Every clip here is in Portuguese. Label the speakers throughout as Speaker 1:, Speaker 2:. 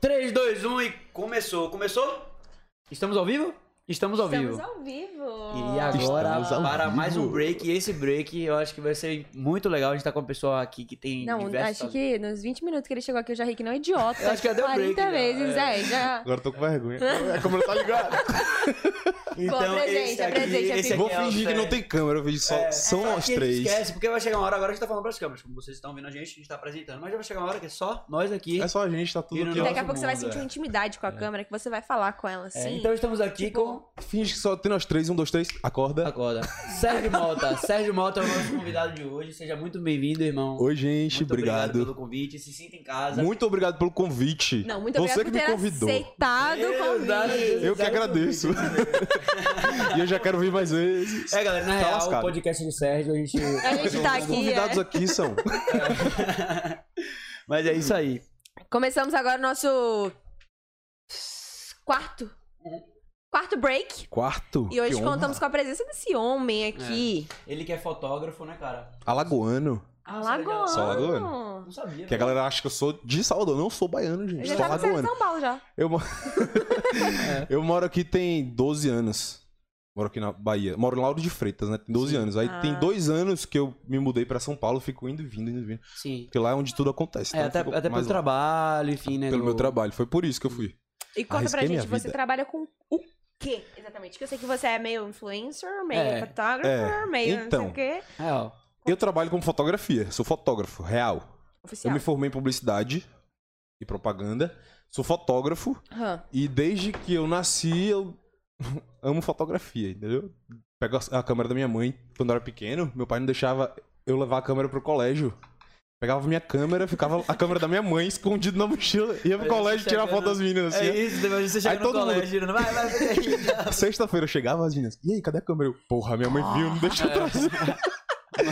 Speaker 1: 3, 2, 1 e começou. Começou? Estamos ao vivo? Estamos ao
Speaker 2: Estamos
Speaker 1: vivo.
Speaker 2: ao vivo.
Speaker 1: E agora,
Speaker 3: Estamos ao
Speaker 1: para
Speaker 3: vivo.
Speaker 1: mais um break. E esse break eu acho que vai ser muito legal. A gente tá com uma pessoa aqui que tem.
Speaker 2: Não,
Speaker 1: diversos...
Speaker 2: acho que nos 20 minutos que ele chegou aqui, eu já ri que não é idiota.
Speaker 1: Eu acho que já deu break
Speaker 2: 40
Speaker 1: já,
Speaker 2: vezes,
Speaker 1: é.
Speaker 2: é, já.
Speaker 3: Agora eu tô com vergonha.
Speaker 2: É,
Speaker 3: A câmera tá ligada.
Speaker 1: Então,
Speaker 2: presente,
Speaker 1: esse
Speaker 2: é
Speaker 1: aqui-
Speaker 2: presente, é
Speaker 1: esse aqui
Speaker 3: Vou
Speaker 1: é o
Speaker 3: fingir que não
Speaker 1: Sérgio.
Speaker 3: tem câmera, eu vejo só.
Speaker 1: É,
Speaker 3: são
Speaker 1: só
Speaker 3: nós
Speaker 1: que
Speaker 3: três.
Speaker 1: Esquece, porque vai chegar uma hora agora a gente tá falando pras câmeras. Como vocês estão vendo a gente, a gente tá apresentando. Mas já vai chegar uma hora que é só nós aqui.
Speaker 3: É só a gente, tá
Speaker 1: E
Speaker 3: tudo
Speaker 1: no
Speaker 3: aqui.
Speaker 1: nosso
Speaker 2: Daqui a pouco você vai
Speaker 1: mundo,
Speaker 2: sentir
Speaker 1: é.
Speaker 2: uma intimidade com a câmera que você vai falar com ela
Speaker 1: É,
Speaker 2: assim.
Speaker 1: então estamos aqui com.
Speaker 2: Tipo,
Speaker 3: ó. Finge que só tem nós três. Um, dois, três. Acorda.
Speaker 1: Agora, Sérgio Malta. Sérgio Malta é o nosso convidado de hoje. Seja muito bem-vindo, irmão.
Speaker 3: Oi, gente.
Speaker 1: muito obrigado.
Speaker 3: obrigado.
Speaker 1: pelo convite. Se sinta em casa.
Speaker 3: Muito obrigado pelo convite.
Speaker 2: Não, muito
Speaker 3: Você
Speaker 2: obrigada
Speaker 3: que
Speaker 2: por
Speaker 3: me
Speaker 2: ter
Speaker 3: convidou.
Speaker 2: aceitado o convite.
Speaker 3: Eu que agradeço. e eu já quero vir mais vezes.
Speaker 1: É, galera, na
Speaker 3: Tá
Speaker 1: real, o
Speaker 3: lascado.
Speaker 1: podcast de Sérgio, a gente.
Speaker 2: A gente tá aqui.
Speaker 3: Convidados
Speaker 2: é.
Speaker 3: aqui são.
Speaker 1: Mas é isso aí.
Speaker 2: Começamos agora o nosso quarto. Quarto break.
Speaker 3: Quarto.
Speaker 2: E hoje
Speaker 3: que honra.
Speaker 2: contamos com a presença desse homem aqui.
Speaker 1: Ele que é fotógrafo, né, cara? tá
Speaker 3: Alagoano.
Speaker 2: Alagoano.
Speaker 3: Só Alagoano?
Speaker 2: Alagoano.
Speaker 1: Não sabia.
Speaker 3: Que a galera acha que eu sou de Salvador. Não eu sou baiano,
Speaker 2: Eu
Speaker 3: gente.
Speaker 2: já
Speaker 3: Sou
Speaker 2: tava saindo de
Speaker 3: alagoano.
Speaker 2: São Paulo já.
Speaker 3: Eu, mo-
Speaker 1: É.
Speaker 3: eu moro aqui tem 12 anos. Moro aqui na Bahia. Moro em Lauro de Freitas, né? Tem 12 anos. Aí
Speaker 2: Ah.
Speaker 3: tem dois anos que eu me mudei pra São Paulo, fico indo e vindo, indo e vindo.
Speaker 1: Sim.
Speaker 3: Porque lá é onde tudo acontece.
Speaker 1: É,
Speaker 3: então
Speaker 1: até,
Speaker 3: eu fico
Speaker 1: até pelo
Speaker 3: mais lá.
Speaker 1: trabalho, enfim, né?
Speaker 3: Pelo
Speaker 1: do-
Speaker 3: meu trabalho. Foi por isso que eu fui.
Speaker 2: E conta pra
Speaker 3: Arrisquei minha
Speaker 2: gente, você
Speaker 3: vida.
Speaker 2: trabalha com o quê exatamente? Que eu sei que você é meio influencer, meio
Speaker 1: É,
Speaker 2: fotógrafo,
Speaker 3: é.
Speaker 2: meio não sei
Speaker 3: Então.
Speaker 2: o quê.
Speaker 1: É, ó.
Speaker 3: Eu trabalho com fotografia. Sou fotógrafo, real. Eu
Speaker 2: Oficial.
Speaker 3: me formei em publicidade e propaganda. Sou fotógrafo.
Speaker 2: Aham.
Speaker 3: E desde que eu nasci, eu amo fotografia, entendeu? Pego a- a câmera da minha mãe quando eu era pequeno. Meu pai não deixava eu levar a câmera pro colégio. Pegava minha câmera, ficava a câmera da minha mãe escondida na mochila. Ia pro
Speaker 1: Parece
Speaker 3: colégio
Speaker 1: que
Speaker 3: tirar
Speaker 1: tá chegando-
Speaker 3: foto das meninas.
Speaker 1: É
Speaker 3: Assim,
Speaker 1: isso, depois você chega
Speaker 3: Aí
Speaker 1: no
Speaker 3: todo mundo-
Speaker 1: colégio, girando, vai, vai, vai.
Speaker 3: ó. Sexta-feira eu chegava as meninas. E aí, cadê a câmera? Eu, Porra, minha mãe viu, não
Speaker 1: É.
Speaker 3: deixa eu trazer.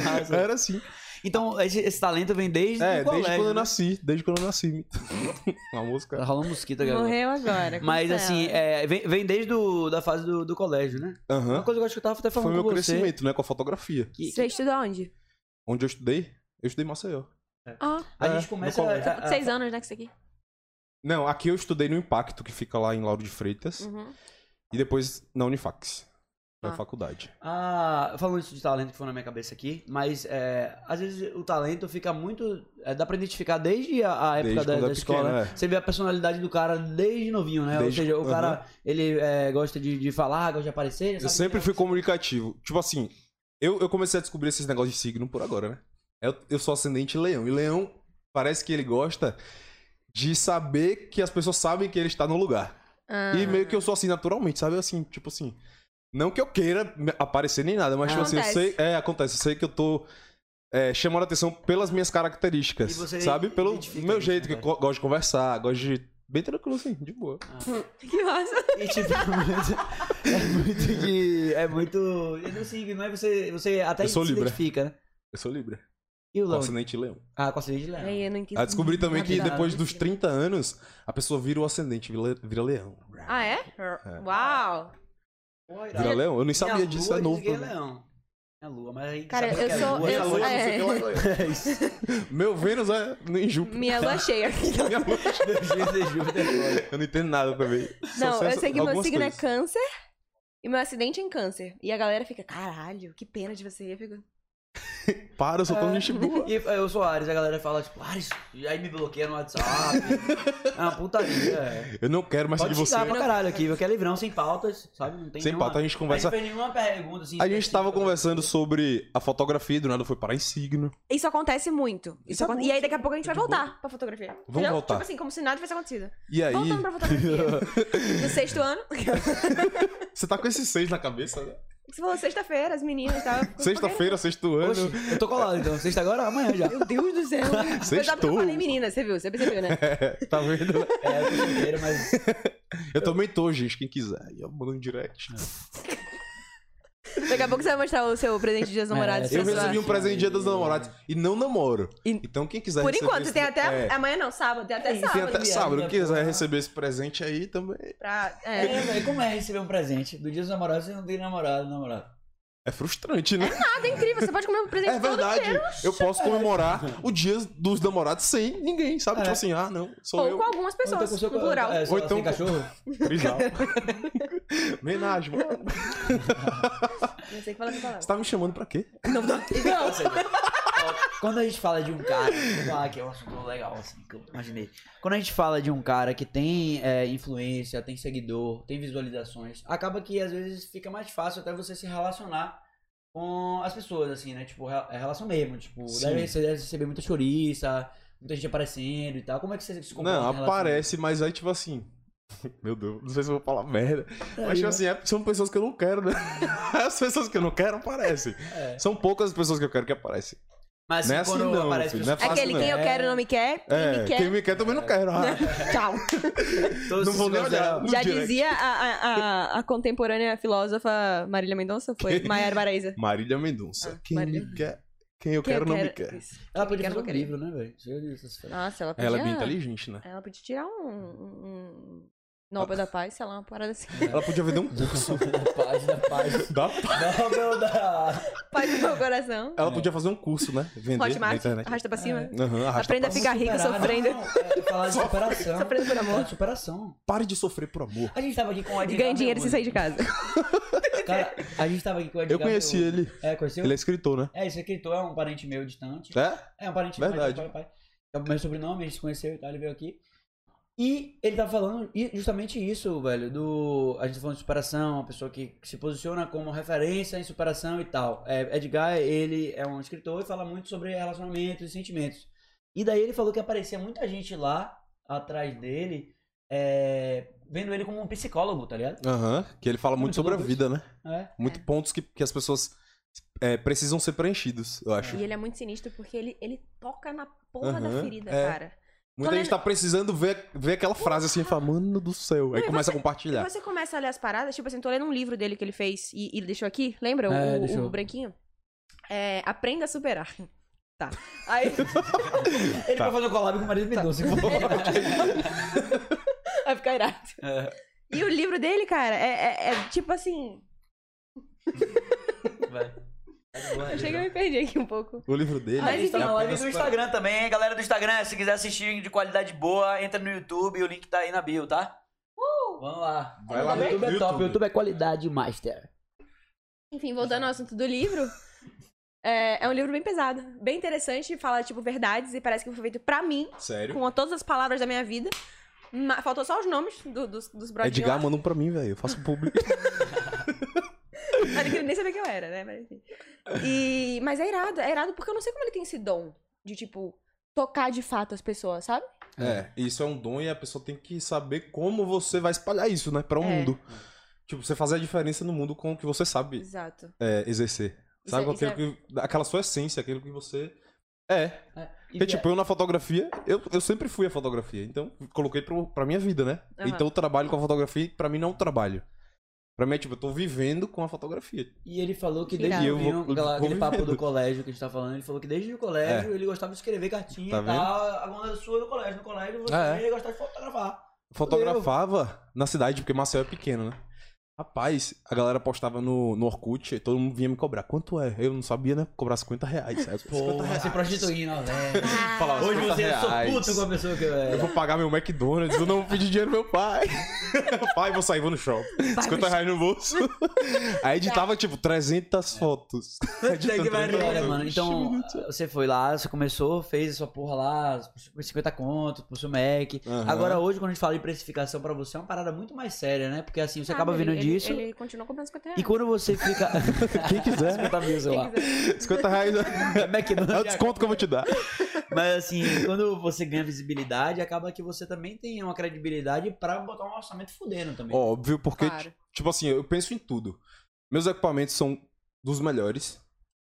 Speaker 1: Massa.
Speaker 3: Era assim.
Speaker 1: Então, esse, esse talento vem desde
Speaker 3: É,
Speaker 1: o colégio.
Speaker 3: desde quando eu
Speaker 1: né?
Speaker 3: nasci. Desde quando eu nasci. Uma música.
Speaker 1: Rola um mosquito agora.
Speaker 2: Morreu agora.
Speaker 1: Mas
Speaker 2: cancela.
Speaker 1: assim, é, vem, vem desde do, da fase do, do colégio, né?
Speaker 3: Aham.
Speaker 1: Uma coisa que eu acho que eu tava até
Speaker 3: Foi
Speaker 1: falando
Speaker 3: meu
Speaker 1: com você.
Speaker 3: crescimento, né? Com a fotografia.
Speaker 1: que-
Speaker 2: Você estuda onde?
Speaker 3: Onde eu estudei, eu estudei em Maceió.
Speaker 2: Ah,
Speaker 1: a
Speaker 3: É, ah, tá.
Speaker 1: gente
Speaker 3: no
Speaker 1: começa.
Speaker 3: colégio.
Speaker 1: a- a- a-
Speaker 2: seis anos, né, que isso aqui.
Speaker 3: Não, aqui eu estudei no Impacto, que fica lá em Lauro de Freitas.
Speaker 2: Uhum.
Speaker 3: E depois na Unifax. Na
Speaker 2: Ah.
Speaker 3: faculdade.
Speaker 1: Ah, falando isso de talento que foi na minha cabeça aqui, mas é, às vezes o talento fica muito. é, dá pra identificar desde a, a época
Speaker 3: Desde
Speaker 1: da,
Speaker 3: quando
Speaker 1: da
Speaker 3: é
Speaker 1: escola.
Speaker 3: pequeno,
Speaker 1: né? Você vê a personalidade do cara desde novinho, né?
Speaker 3: Desde-
Speaker 1: Ou seja, o
Speaker 3: Aham.
Speaker 1: cara ele é, gosta de, de falar, gosta de aparecer. já
Speaker 3: Eu
Speaker 1: sabe
Speaker 3: sempre
Speaker 1: que-
Speaker 3: fui comunicativo. Tipo assim, eu, eu comecei a descobrir esses negócios de signo por agora, né? Eu, eu sou ascendente leão. E leão parece que ele gosta de saber que as pessoas sabem que ele está no lugar.
Speaker 2: Ah.
Speaker 3: E meio que eu sou assim naturalmente, sabe? Assim, tipo assim. Não que eu queira me- aparecer nem nada, mas tipo assim, eu
Speaker 2: Acontece.
Speaker 3: sei. É, acontece. Eu sei que eu tô. É, chamando atenção pelas minhas características.
Speaker 1: E você
Speaker 3: sabe? Pelo
Speaker 1: identifica
Speaker 3: meu
Speaker 1: isso,
Speaker 3: jeito, que
Speaker 1: né,
Speaker 3: eu go- gosto de conversar, gosto de. Bem tranquilo, assim, de boa.
Speaker 2: Que massa.
Speaker 1: E tipo, é muito, é muito de. É muito. Eu não sei, não é você. Você até
Speaker 3: Eu sou
Speaker 1: se
Speaker 3: Libra.
Speaker 1: identifica, né?
Speaker 3: Eu sou Libra.
Speaker 1: E o
Speaker 3: Com
Speaker 1: Leão?
Speaker 3: ascendente leão.
Speaker 1: Ah, com acidente de Leão.
Speaker 2: Aí eu não quis.
Speaker 3: Ah, descobri também que
Speaker 2: Nada.
Speaker 3: depois
Speaker 1: assim?
Speaker 3: dos 30 anos, a pessoa vira o ascendente, vira, vira leão.
Speaker 2: Ah, é? Uau.
Speaker 3: Vira leão? Eu nem sabia
Speaker 1: Minha
Speaker 3: disso,
Speaker 1: lua
Speaker 3: é novo.
Speaker 1: diz que
Speaker 3: pra
Speaker 1: é
Speaker 3: mim.
Speaker 1: leão. É lua, mas aí...
Speaker 2: Cara,
Speaker 1: sabe
Speaker 2: eu
Speaker 1: que é
Speaker 2: sou-
Speaker 1: lua,
Speaker 3: Minha
Speaker 2: eu
Speaker 3: lua,
Speaker 2: sou-
Speaker 3: não sei o que lá.
Speaker 1: É isso.
Speaker 3: Meu Vênus é em Júpiter.
Speaker 2: Minha lua cheia.
Speaker 3: Minha lua-
Speaker 1: Meu Deus, é Júpiter é
Speaker 3: Eu não entendo nada também. Só
Speaker 2: Não, eu
Speaker 3: essa-
Speaker 2: sei que meu
Speaker 3: algumas
Speaker 2: signo é
Speaker 3: coisas.
Speaker 2: câncer e meu acidente é em câncer. E a galera fica, caralho, que pena de você. Eu fico,
Speaker 3: Para, eu sou tão gente boa.
Speaker 1: lua. E é, eu sou Ares, a galera fala, tipo, Ares, e aí me bloqueia no WhatsApp. é uma putaria, é.
Speaker 3: Eu não quero mais
Speaker 1: Pode
Speaker 3: seguir você.
Speaker 1: xingar
Speaker 2: tá
Speaker 1: pra caralho aqui, eu quero livrão, sem pautas, sabe? Não tem
Speaker 3: Sem
Speaker 1: nenhuma...
Speaker 2: né?
Speaker 3: pauta, a gente conversa.
Speaker 1: não fez nenhuma pergunta, assim...
Speaker 3: A gente tava
Speaker 1: específica.
Speaker 3: conversando sobre a fotografia, do nada foi parar em signo.
Speaker 2: Isso acontece muito.
Speaker 1: Isso
Speaker 2: Isso aconte-
Speaker 1: acontece.
Speaker 2: E aí daqui a pouco a gente vai
Speaker 3: De boa.
Speaker 2: voltar pra fotografia.
Speaker 3: Vamos voltar.
Speaker 2: Tipo assim, como se nada tivesse acontecido.
Speaker 3: E aí.
Speaker 2: Voltando pra fotografia. no sexto ano.
Speaker 3: você tá com esses seis na cabeça, né?
Speaker 2: Você falou sexta-feira, as meninas estavam.
Speaker 3: Sexta-feira, sexto ano.
Speaker 1: Oxi, eu tô colado, então. Sexta agora, amanhã já.
Speaker 2: Meu Deus do céu. Foi só porque eu
Speaker 3: Sextou.
Speaker 2: falei menina, você viu? Você percebeu, né?
Speaker 3: tá vendo? né?
Speaker 1: É, eu tô solteiro, mas...
Speaker 3: Eu também tô, gente, quem quiser. Aí Eu mando um direct.
Speaker 2: Daqui a pouco você vai mostrar o seu presente de dias namorados.
Speaker 1: É,
Speaker 3: Eu
Speaker 2: pra sua-
Speaker 3: recebi um presente de dia dos namorados e não namoro.
Speaker 2: E-
Speaker 3: Então quem quiser
Speaker 2: Por
Speaker 3: receber
Speaker 2: enquanto,
Speaker 3: esse-
Speaker 2: você tem até.
Speaker 3: É,
Speaker 2: Amanhã não, sábado, tem até
Speaker 1: Tem
Speaker 3: tem
Speaker 2: sábado.
Speaker 3: até
Speaker 1: viagem,
Speaker 3: sábado.
Speaker 1: né,
Speaker 3: Quem quiser
Speaker 1: porra.
Speaker 3: receber esse presente aí também.
Speaker 2: Pra...
Speaker 1: É,
Speaker 2: É.
Speaker 1: velho, como é receber um presente do dia dos namorados se não tem namorado, namorado?
Speaker 3: É frustrante, né?
Speaker 2: Nada é incrível, você pode comer um presente
Speaker 3: É
Speaker 2: todo É.
Speaker 3: verdade. Eu posso comemorar o dia dos namorados sem ninguém, sabe?
Speaker 1: É.
Speaker 3: Tipo assim, ah, não, sou
Speaker 2: Ou
Speaker 3: eu.
Speaker 2: com algumas pessoas,
Speaker 1: com seu-
Speaker 2: no plural.
Speaker 1: É, só-
Speaker 3: Ou então
Speaker 1: sem
Speaker 3: com-
Speaker 1: cachorro?
Speaker 3: Trisal. Homenagem, mano.
Speaker 2: Não sei o que falar essa
Speaker 3: Você
Speaker 2: palavra.
Speaker 3: tá me chamando pra quê?
Speaker 1: Ou seja, ó, quando a gente fala de um cara, vamos lá, que é um assunto legal, assim, que eu imaginei. Quando a gente fala de um cara que tem é, influência, tem seguidor, tem visualizações, acaba que às vezes fica mais fácil até você se relacionar com as pessoas, assim, né? Tipo, re- é relação mesmo, tipo,
Speaker 3: Sim.
Speaker 1: deve, você deve receber muita choriça, muita gente aparecendo e tal. Como é que você se comporta? em
Speaker 3: Não,
Speaker 1: relação-
Speaker 3: aparece, mas aí, tipo assim. Meu Deus, não sei se eu vou falar merda.
Speaker 2: Tá
Speaker 1: Aí,
Speaker 2: né?
Speaker 3: Mas, tipo assim, é- são pessoas que eu não quero, né? As pessoas que eu não quero aparecem.
Speaker 1: é.
Speaker 3: São poucas as pessoas que eu quero que aparecem.
Speaker 1: Mas
Speaker 3: Não é
Speaker 1: assim,
Speaker 3: assim
Speaker 1: quando
Speaker 3: não,
Speaker 1: aparece
Speaker 3: filho, não é
Speaker 1: pessoas-
Speaker 3: fácil
Speaker 2: Aquele quem eu
Speaker 1: não.
Speaker 2: quero não me quer, quem
Speaker 3: É,
Speaker 2: me quer, É.
Speaker 3: quem me quer também não quero. Ah,
Speaker 2: tchau.
Speaker 1: Todos
Speaker 3: não vou
Speaker 1: se
Speaker 3: nem olhar.
Speaker 1: consideram-
Speaker 3: No
Speaker 2: Já
Speaker 3: direct.
Speaker 2: dizia a, a, a, a contemporânea filósofa Marília Mendonça, foi Maiara Maraíza.
Speaker 3: Marília Mendonça.
Speaker 2: Ah,
Speaker 3: Quem
Speaker 2: Marília.
Speaker 3: me quer. Quem eu
Speaker 2: Quem
Speaker 3: quero não me
Speaker 2: quero-
Speaker 3: quer.
Speaker 2: Isso.
Speaker 1: Ela
Speaker 2: Quem
Speaker 1: podia fazer
Speaker 2: quero, não
Speaker 1: um
Speaker 2: quero.
Speaker 1: livro, né, velho? Cheio dessas frases.
Speaker 2: Nossa, ela podia...
Speaker 3: Ela é bem inteligente, né?
Speaker 2: Ela podia tirar um, um, um
Speaker 3: Ah.
Speaker 2: Nobel da Paz, sei lá, uma parada assim.
Speaker 3: Ela podia vender um curso.
Speaker 1: Da paz, da paz.
Speaker 3: Dá pra-
Speaker 1: Não, meu da.
Speaker 2: Paz do meu coração.
Speaker 3: Ela podia fazer um curso, né? Vender na
Speaker 2: Hotmart,
Speaker 3: internet.
Speaker 2: arrasta pra cima.
Speaker 3: Aham, arrasta
Speaker 2: Aprenda a
Speaker 3: pra-
Speaker 2: ficar rica
Speaker 1: Superar,
Speaker 2: sofrendo.
Speaker 1: Não, é, falar de superação.
Speaker 2: Sofrendo por
Speaker 1: Falar
Speaker 2: amor.
Speaker 1: de superação.
Speaker 3: Pare de sofrer por amor.
Speaker 1: A gente tava aqui com o Edgar.
Speaker 2: Ganhe dinheiro
Speaker 1: Meloni.
Speaker 2: sem sair de casa.
Speaker 1: Cara, a gente tava aqui com o
Speaker 3: Eu
Speaker 1: Edgar.
Speaker 3: conheci
Speaker 1: Meloni.
Speaker 3: ele.
Speaker 1: É, conheceu?
Speaker 3: Ele é escritor, né?
Speaker 1: É, esse escritor é um parente meu distante.
Speaker 3: É?
Speaker 1: É, um parente
Speaker 3: Verdade.
Speaker 1: meu. Pai, pai. É o meu sobrenome, a gente se conheceu e tal, ele veio aqui. E ele tava falando e justamente isso, velho, do. A gente tá falando de superação, uma pessoa que se posiciona como referência em superação e tal. É, Edgar, ele é um escritor e fala muito sobre relacionamentos e sentimentos. E daí ele falou que aparecia muita gente lá atrás dele, é, vendo ele como um psicólogo, tá ligado?
Speaker 3: Aham. Que ele fala muito sobre a
Speaker 1: louco
Speaker 3: vida, né?
Speaker 1: É.
Speaker 3: Muito pontos que, que as pessoas é, precisam ser preenchidos, eu acho.
Speaker 2: E ele é muito sinistro porque ele, ele toca na porra da
Speaker 3: Aham,
Speaker 2: ferida,
Speaker 3: é.
Speaker 2: cara.
Speaker 3: Muita
Speaker 2: Tô
Speaker 3: gente tá precisando ver, ver aquela frase assim, e fala, mano do céu. Aí
Speaker 2: Não, e
Speaker 3: começa
Speaker 2: você-
Speaker 3: a compartilhar.
Speaker 2: Você começa a ler as paradas, tipo assim, tô lendo um livro dele que ele fez e, e ele deixou aqui, lembra? O-
Speaker 1: É,
Speaker 2: o,
Speaker 1: deixou.
Speaker 2: o branquinho? É, Aprenda a superar. Tá. Aí,
Speaker 3: Tá.
Speaker 1: Ele vai fazer um collab com o marido Mendonça.
Speaker 2: vai ficar irado.
Speaker 1: É,
Speaker 2: E o livro dele, cara, é, é- é tipo assim.
Speaker 1: vai. Tá de boa,
Speaker 2: Eu
Speaker 1: Edgar.
Speaker 2: cheguei e me perdi aqui um pouco.
Speaker 3: O livro dele. é
Speaker 2: Mas
Speaker 1: Mas então,
Speaker 2: enfim. É
Speaker 1: está na live do
Speaker 3: Apenas
Speaker 1: Instagram também, hein? Galera do Instagram, se quiser assistir de qualidade boa, entra no YouTube, o link tá aí na bio, tá? Vamos lá.
Speaker 3: Vai lá
Speaker 1: o
Speaker 3: no
Speaker 1: YouTube é
Speaker 3: YouTube.
Speaker 1: top, o YouTube é qualidade master.
Speaker 2: Enfim, voltando ao assunto do livro. É, é um livro bem pesado, bem interessante, fala, tipo, verdades, e parece que foi feito pra mim,
Speaker 3: Sério?
Speaker 2: com todas as palavras da minha vida. Ma- Faltou só os nomes do- dos, dos brothers. de
Speaker 3: Edgar,
Speaker 2: lá.
Speaker 3: manda um pra mim, velho. Eu faço público.
Speaker 2: Mas ele queria nem saber quem eu era, né? Mas, enfim. E, mas é irado, é irado porque eu não sei como ele tem esse dom de, tipo, tocar de fato as pessoas, sabe?
Speaker 3: é, isso é um dom e a pessoa tem que saber como você vai espalhar isso, né? Pra o
Speaker 2: É.
Speaker 3: mundo. Tipo, você fazer a diferença no mundo com o que você sabe
Speaker 2: Exato.
Speaker 3: é, exercer.
Speaker 2: Isso
Speaker 3: Sabe?
Speaker 2: é-
Speaker 3: com
Speaker 2: isso
Speaker 3: aquilo que, aquela sua essência, aquilo que você é.
Speaker 1: E,
Speaker 3: Porque, tipo, eu na fotografia, eu, eu sempre fui a fotografia. Então, coloquei pro, pra minha vida, né?
Speaker 2: Aham.
Speaker 3: Então, o trabalho com a fotografia, pra mim, não é um trabalho. Pra mim, é tipo, eu tô vivendo com a fotografia.
Speaker 1: e ele falou que
Speaker 2: Que
Speaker 1: desde
Speaker 2: irado.
Speaker 1: eu
Speaker 3: Eu vou-
Speaker 1: aquela, aquele
Speaker 3: vou
Speaker 1: papo
Speaker 3: vivendo.
Speaker 1: do colégio que a gente tá falando, ele falou que desde o colégio ele gostava de escrever cartinha
Speaker 3: Tá
Speaker 1: e tal, a onda sua no colégio. No colégio você
Speaker 3: Ah, é?
Speaker 1: ia gostar de fotografar.
Speaker 3: Fotografava na cidade, porque Marcel é pequeno, né? Rapaz, a galera postava no, no Orkut e todo mundo vinha me cobrar. Quanto é? Eu não sabia, né? Cobrar 50 reais. Aí eu, 50
Speaker 1: Porra,
Speaker 3: reais.
Speaker 1: se prostituindo, ó, velho.
Speaker 3: Falava,
Speaker 1: Hoje
Speaker 3: 50
Speaker 1: você é só puto
Speaker 3: reais.
Speaker 1: com a pessoa que eu
Speaker 3: Eu
Speaker 1: era.
Speaker 3: vou pagar meu McDonald's, eu não vou pedir dinheiro pro meu pai. pai, vou sair, vou no shopping. 50 reais no bolso. Aí editava, tipo, 300 fotos. Editando
Speaker 1: que pariu.
Speaker 3: 300
Speaker 1: Olha,
Speaker 3: fotos.
Speaker 1: mano, então você foi lá, você começou, fez a sua porra lá, por 50 conto, pro seu Mac.
Speaker 3: Aham.
Speaker 1: Agora, hoje, quando a gente fala de precificação pra você, é uma parada muito mais séria, né? Porque assim, você acaba
Speaker 2: Sabe, Ah, ele-
Speaker 1: vindo disso.
Speaker 2: Ele, ele continua comprando 50 reais.
Speaker 1: E quando você fica. Então,
Speaker 3: Quem quiser,
Speaker 1: 50 mil, sei
Speaker 2: Quem
Speaker 1: lá.
Speaker 2: quiser.
Speaker 3: 50 reais é o
Speaker 1: McDonald's.
Speaker 3: desconto que eu vou te dar.
Speaker 1: Mas assim, quando você ganha visibilidade, acaba que você também tem uma credibilidade pra botar um orçamento fudendo também.
Speaker 3: Óbvio, porque,
Speaker 2: Claro.
Speaker 3: tipo assim, eu penso em tudo. Meus equipamentos são dos melhores.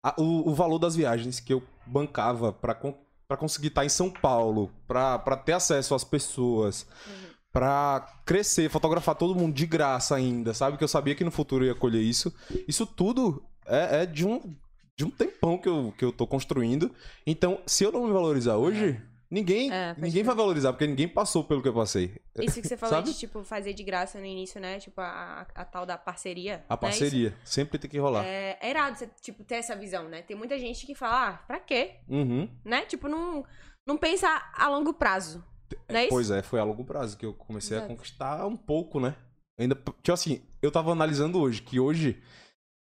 Speaker 3: A- o, o valor das viagens que eu bancava pra, con- pra conseguir estar em São Paulo, pra, pra ter acesso às pessoas,
Speaker 2: Uhum.
Speaker 3: pra crescer, fotografar todo mundo de graça ainda, sabe? Que eu sabia que no futuro eu ia colher isso. Isso tudo é, é de um de um tempão que eu, que eu tô construindo. Então, se eu não me valorizar hoje, Ninguém,
Speaker 2: É, pode
Speaker 3: ninguém vai valorizar, porque ninguém passou pelo que eu passei.
Speaker 2: Isso que você falou
Speaker 3: Sabe?
Speaker 2: de, tipo, fazer de graça no início, né? Tipo, a, a- a tal da parceria.
Speaker 3: A
Speaker 2: né? Isso
Speaker 3: parceria. tá. Sempre tem que rolar.
Speaker 2: É, é irado você, tipo, ter essa visão, né? Tem muita gente que fala, ah, pra quê?
Speaker 3: Uhum.
Speaker 2: Né? Tipo, não, não pensa a longo prazo. Não é isso?
Speaker 3: Pois é, foi a longo prazo que eu comecei a
Speaker 2: Exato.
Speaker 3: conquistar um pouco, né? Ainda, tipo assim, eu tava analisando hoje, que hoje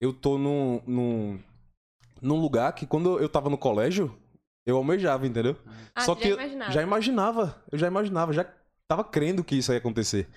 Speaker 3: eu tô num, num, num lugar que quando eu tava no colégio, eu almejava, entendeu?
Speaker 2: Ah,
Speaker 3: Só
Speaker 2: tu
Speaker 3: que
Speaker 2: já
Speaker 3: eu
Speaker 2: imaginava.
Speaker 3: Já é imaginava, eu já imaginava, já tava crendo que isso ia acontecer.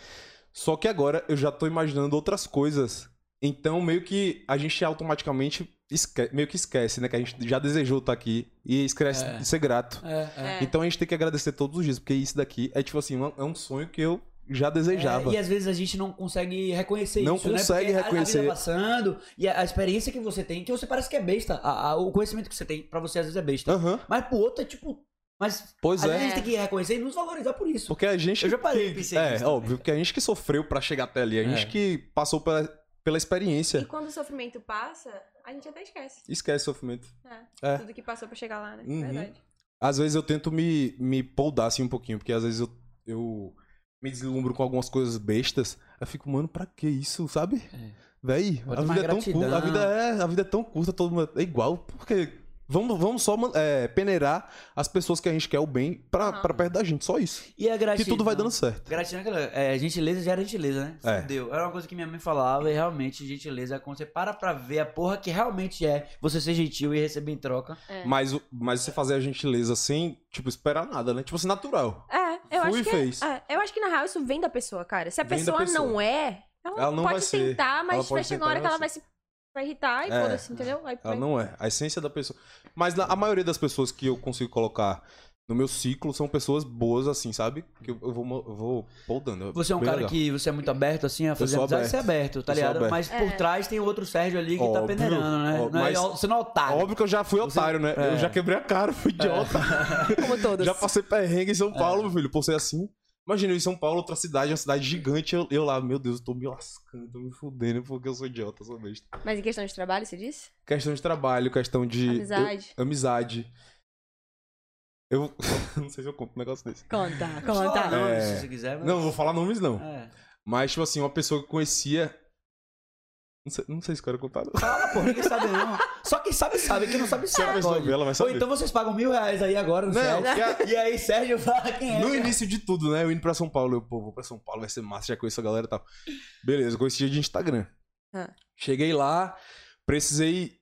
Speaker 3: Só que agora eu já tô imaginando outras coisas. Então meio que a gente automaticamente esque- meio que esquece, né? Que a gente já desejou estar aqui e esquece
Speaker 1: É.
Speaker 3: de ser grato.
Speaker 1: É, é.
Speaker 2: É.
Speaker 3: Então a gente tem que agradecer todos os dias, porque isso daqui é tipo assim, um- é um sonho que eu já desejava.
Speaker 1: É, e às vezes a gente não consegue reconhecer
Speaker 3: Não
Speaker 1: isso, né?
Speaker 3: consegue
Speaker 1: Porque a- A,
Speaker 3: reconhecer.
Speaker 1: vida passando e a, a experiência que você tem, que você parece que é besta. A- a- o conhecimento que você tem pra você às vezes é besta.
Speaker 3: Aham,
Speaker 1: Mas pro outro é tipo. Mas
Speaker 3: pois
Speaker 1: às
Speaker 3: é.
Speaker 1: vezes a gente tem que reconhecer e nos valorizar por isso.
Speaker 3: Porque a gente.
Speaker 1: Eu já parei de
Speaker 3: que,
Speaker 1: pensar
Speaker 3: É,
Speaker 1: nisso também,
Speaker 3: óbvio, porque a gente que sofreu pra chegar até ali, a
Speaker 1: É.
Speaker 3: gente que passou pela, pela
Speaker 2: E
Speaker 3: experiência.
Speaker 2: quando o sofrimento passa, a gente até esquece
Speaker 3: Esquece o sofrimento. É.
Speaker 2: tudo que passou pra chegar lá, né?
Speaker 3: Uhum.
Speaker 2: Verdade.
Speaker 3: Às vezes eu tento me, me poldar assim um pouquinho, porque às vezes eu, eu me deslumbro com algumas coisas bestas. Eu fico, mano, pra que isso, sabe?
Speaker 1: É.
Speaker 3: Véi,
Speaker 1: Bota
Speaker 3: a
Speaker 1: mais
Speaker 3: vida é tão
Speaker 1: gratidão.
Speaker 3: curta. A vida é, a vida é tão curta, todo mundo é igual, porque. Vamos, vamos só man- é, peneirar as pessoas que a gente quer o bem pra,
Speaker 2: Aham.
Speaker 3: pra perto da gente, só isso.
Speaker 1: E a
Speaker 3: Que
Speaker 1: gratidão.
Speaker 3: tudo vai dando certo.
Speaker 1: Gratidão é aquela. É, gentileza gera gentileza, né?
Speaker 3: É.
Speaker 1: Fudeu. Era uma coisa que minha mãe falava e realmente gentileza é quando você para pra ver a porra que realmente é você ser gentil e receber em troca.
Speaker 2: É.
Speaker 3: Mas, o- mas você fazer a gentileza sem, tipo, esperar nada, né? Tipo assim, natural.
Speaker 2: É, eu acho
Speaker 3: Fui e
Speaker 2: que. é-
Speaker 3: fez.
Speaker 2: é, eu acho que na real isso vem da pessoa, cara. Se a
Speaker 3: Vem da
Speaker 2: pessoa,
Speaker 3: pessoa.
Speaker 2: não é, ela,
Speaker 3: Ela não
Speaker 2: pode
Speaker 3: vai ser.
Speaker 2: tentar,
Speaker 3: Ela
Speaker 2: mas
Speaker 3: pode
Speaker 2: vai chegar uma hora que
Speaker 3: tentar,
Speaker 2: ela
Speaker 3: ela
Speaker 2: vai se vai irritar e
Speaker 3: É.
Speaker 2: foda-se, entendeu? Aí,
Speaker 3: Ela
Speaker 2: vai-
Speaker 3: não é. A essência da pessoa. Mas na- a maioria das pessoas que eu consigo colocar no meu ciclo são pessoas boas, assim, sabe? Que eu, eu vou, mo- eu vou poldando.
Speaker 1: Você é um
Speaker 3: Bem
Speaker 1: cara
Speaker 3: legal.
Speaker 1: que você é muito aberto, assim, a fazer
Speaker 3: sou
Speaker 1: amizade, você é aberto, tá
Speaker 3: Eu sou
Speaker 1: ligado?
Speaker 3: aberto.
Speaker 1: Mas por
Speaker 2: É.
Speaker 1: trás tem outro Sérgio ali que tá
Speaker 3: Óbvio.
Speaker 1: peneirando, né?
Speaker 3: Ó,
Speaker 1: Não é-
Speaker 3: mas-
Speaker 1: você não é otário.
Speaker 3: Óbvio que eu já fui
Speaker 1: Você-
Speaker 3: otário, né?
Speaker 1: É. É.
Speaker 3: Eu já quebrei a cara, fui idiota.
Speaker 2: Como todos.
Speaker 3: Já passei perrengue em São Paulo, meu filho, por ser assim. Imagina, eu em São Paulo, outra cidade, uma cidade gigante, eu, eu lá, meu Deus, eu tô me lascando, tô me fudendo porque eu sou idiota, eu sou besta.
Speaker 2: Mas em questão de trabalho, você disse?
Speaker 3: Questão de trabalho, questão de.
Speaker 2: Amizade.
Speaker 3: eu- amizade. Eu. não sei se eu conto um negócio desse.
Speaker 2: Conta,
Speaker 1: Fala
Speaker 2: conta.
Speaker 1: nomes,
Speaker 3: É.
Speaker 1: se você quiser, mas...
Speaker 3: Não, vou falar nomes não.
Speaker 1: É.
Speaker 3: Mas, tipo assim, uma pessoa que eu conhecia. Não sei, não sei se é eu quero contar. não.
Speaker 1: Fala, porra, ninguém sabe não. Só quem sabe sabe, quem não sabe
Speaker 3: Se a
Speaker 1: sabe.
Speaker 3: pessoa ver, ela vai
Speaker 1: Ou
Speaker 3: saber.
Speaker 1: então é. vocês pagam mil reais aí agora no
Speaker 3: Não,
Speaker 1: Sérgio.
Speaker 3: porque a-
Speaker 1: E aí Sérgio fala quem é.
Speaker 3: no início de tudo, né? Eu indo pra São Paulo, eu, pô, vou pra São Paulo, vai ser massa, já conheço a galera e tal. Beleza, conheci de Instagram.
Speaker 2: Ah.
Speaker 3: Cheguei lá, precisei.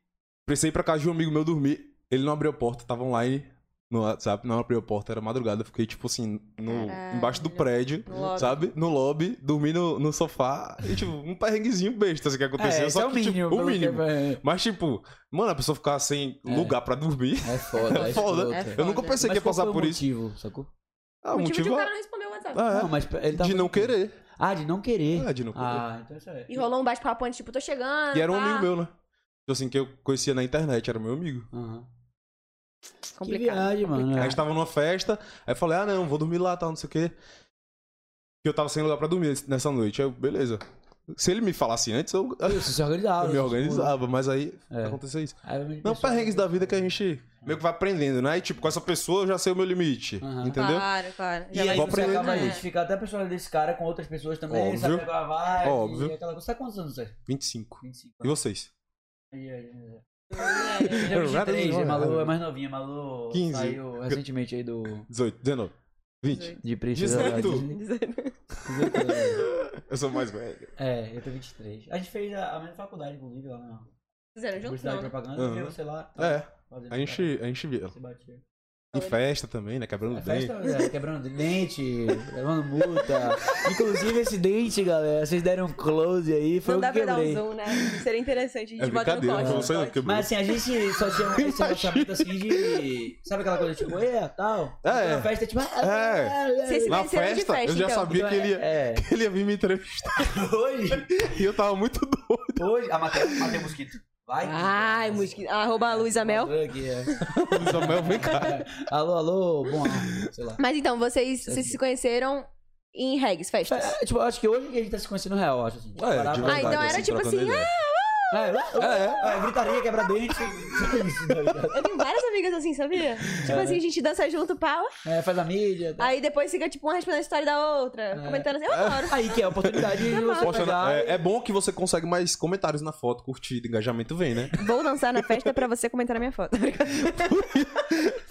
Speaker 3: Precisei ir pra casa de um amigo meu dormir. Ele não abriu a porta, tava online no WhatsApp, não abriu a porta, era madrugada. eu Fiquei, tipo assim, no,
Speaker 2: Caralho.
Speaker 3: embaixo do prédio,
Speaker 2: No lobby.
Speaker 3: sabe? No lobby, dormi no, no sofá. E, tipo, um perrenguezinho besta assim, que aconteceu.
Speaker 1: É, esse
Speaker 3: só
Speaker 1: é o
Speaker 3: que, tipo,
Speaker 1: mínimo.
Speaker 3: o
Speaker 1: pelo que-
Speaker 3: mínimo. Mas, tipo, mano, a pessoa ficar sem
Speaker 1: É.
Speaker 3: lugar pra dormir.
Speaker 1: É foda,
Speaker 3: É foda.
Speaker 2: É
Speaker 1: escroto.
Speaker 3: eu nunca
Speaker 2: foda.
Speaker 3: pensei que
Speaker 1: Mas
Speaker 3: ia
Speaker 1: qual
Speaker 3: passar
Speaker 1: foi o
Speaker 3: por isso.
Speaker 1: motivo, sacou?
Speaker 3: Ah,
Speaker 2: o motivo de
Speaker 3: é-
Speaker 2: o cara não responder o WhatsApp.
Speaker 3: Ah, é.
Speaker 1: Não, mas ele tava
Speaker 3: de não
Speaker 1: com quem?
Speaker 3: querer.
Speaker 1: Ah, de não querer.
Speaker 3: É, de não querer.
Speaker 1: Ah, então isso aí.
Speaker 2: E rolou um bate-papo antes, tipo, tô chegando.
Speaker 3: é. e era um
Speaker 2: pá.
Speaker 3: amigo meu, né? Tipo assim, que eu conhecia na internet, era meu amigo.
Speaker 1: Aham. Que
Speaker 2: Complicado.
Speaker 1: viagem, mano.
Speaker 3: Aí a
Speaker 1: É.
Speaker 3: gente tava numa festa, aí eu falei, ah, não, vou dormir lá, tal, não sei o quê. Que eu tava sem lugar pra dormir nessa noite. Aí eu, beleza. Se ele me falasse antes, eu, eu
Speaker 1: Ah, Isso, se organizava.
Speaker 3: Tá me organizava, mas aí
Speaker 1: É.
Speaker 3: aconteceu isso.
Speaker 1: Aí, eu me-
Speaker 3: Não, perrengues da vida que a gente meio que vai aprendendo, né? E tipo, com essa pessoa eu já sei o meu limite,
Speaker 1: Aham.
Speaker 3: entendeu?
Speaker 2: Claro, claro.
Speaker 1: E
Speaker 2: Já vai
Speaker 1: aí
Speaker 3: vou
Speaker 1: você
Speaker 2: pensando,
Speaker 3: aprendendo
Speaker 1: acaba
Speaker 2: né?
Speaker 3: muito.
Speaker 1: identificando até a personalidade desse cara com outras pessoas também,
Speaker 3: Óbvio.
Speaker 1: sabe? Aquela vibe,
Speaker 3: Óbvio.
Speaker 1: e Aquela coisa. Você tá quantos anos, Sérgio?
Speaker 3: 25.
Speaker 1: 25
Speaker 3: E vocês?
Speaker 1: Aí, aí, aí.
Speaker 2: É, é, é.
Speaker 1: Ele é 23,
Speaker 3: Nada
Speaker 1: é
Speaker 3: de
Speaker 1: Malu
Speaker 3: novo.
Speaker 1: é mais novinha, Malu
Speaker 3: 15.
Speaker 1: saiu recentemente aí do...
Speaker 3: 18, 19, 20.
Speaker 1: De Princesa
Speaker 3: 18.
Speaker 1: Disney. 18 anos.
Speaker 3: Eu sou mais velho.
Speaker 1: É, eu tô 23. A gente fez a, a mesma faculdade, inclusive, lá na
Speaker 2: Fizeram junto,
Speaker 1: Universidade
Speaker 2: não,
Speaker 1: de
Speaker 2: né?
Speaker 1: Propaganda,
Speaker 3: Aham.
Speaker 1: eu, sei lá. tava
Speaker 3: É,
Speaker 1: fazendo
Speaker 3: a gente, a gente via.
Speaker 1: Se batia.
Speaker 3: Em festa também, né? Quebrando
Speaker 1: É
Speaker 3: bem.
Speaker 1: festa, é, quebrando dente, levando multa. Inclusive, esse dente, galera, vocês deram um close aí, foi
Speaker 2: Não
Speaker 1: o que
Speaker 2: dá pra dar um
Speaker 1: quebrei.
Speaker 2: zoom, né? Seria interessante. A gente
Speaker 3: É
Speaker 2: bota no
Speaker 3: brincadeira,
Speaker 2: corte. né?
Speaker 3: não
Speaker 2: no
Speaker 3: sei não,
Speaker 2: corte.
Speaker 3: porque...
Speaker 1: Mas assim, a gente só tinha um- esse relacionamento assim de. Sabe aquela coisa tipo, é, tal?
Speaker 3: É.
Speaker 1: Então, na festa, tipo, é.
Speaker 2: Vocês se
Speaker 3: Na
Speaker 2: conheceram de
Speaker 3: festa,
Speaker 2: festa,
Speaker 3: eu já
Speaker 2: então.
Speaker 3: sabia que ele ia,
Speaker 1: É.
Speaker 3: que ele ia vir me entrevistar.
Speaker 1: Hoje,
Speaker 3: E eu tava muito doido.
Speaker 1: hoje. Ah, matei, matei o mosquito. Vai.
Speaker 2: Ai, mosquito. Arroba a Luísa Mel.
Speaker 1: Aqui, é.
Speaker 3: Samuel, vem cá.
Speaker 1: Alô, alô, bom, sei lá.
Speaker 2: Mas então, vocês, vocês se conheceram em regs, festas?
Speaker 1: É, tipo, eu acho que hoje que a gente tá se conhecendo real, eu acho assim.
Speaker 3: É, de
Speaker 1: Parar pra-
Speaker 3: verdade,
Speaker 2: então era
Speaker 3: assim,
Speaker 2: tipo
Speaker 3: trocando
Speaker 2: assim,
Speaker 3: ideia.
Speaker 1: É, é, é, gritaria, quebra dente. Só isso, tá ligado?
Speaker 2: É, Eu tenho várias amigas assim,
Speaker 3: É.
Speaker 2: sabia? Tipo assim, a gente dança junto, pau.
Speaker 1: É, faz a mídia. Tá.
Speaker 2: Aí depois fica, tipo, uma respondendo a história da outra.
Speaker 3: É.
Speaker 2: Comentando assim, eu adoro.
Speaker 1: Aí que é a oportunidade de
Speaker 2: ah,
Speaker 1: você
Speaker 3: Posta na-
Speaker 1: pegar.
Speaker 3: é, é bom que você consegue mais comentários na foto, curtida, engajamento vem, né?
Speaker 2: Vou dançar na festa pra você comentar na minha foto.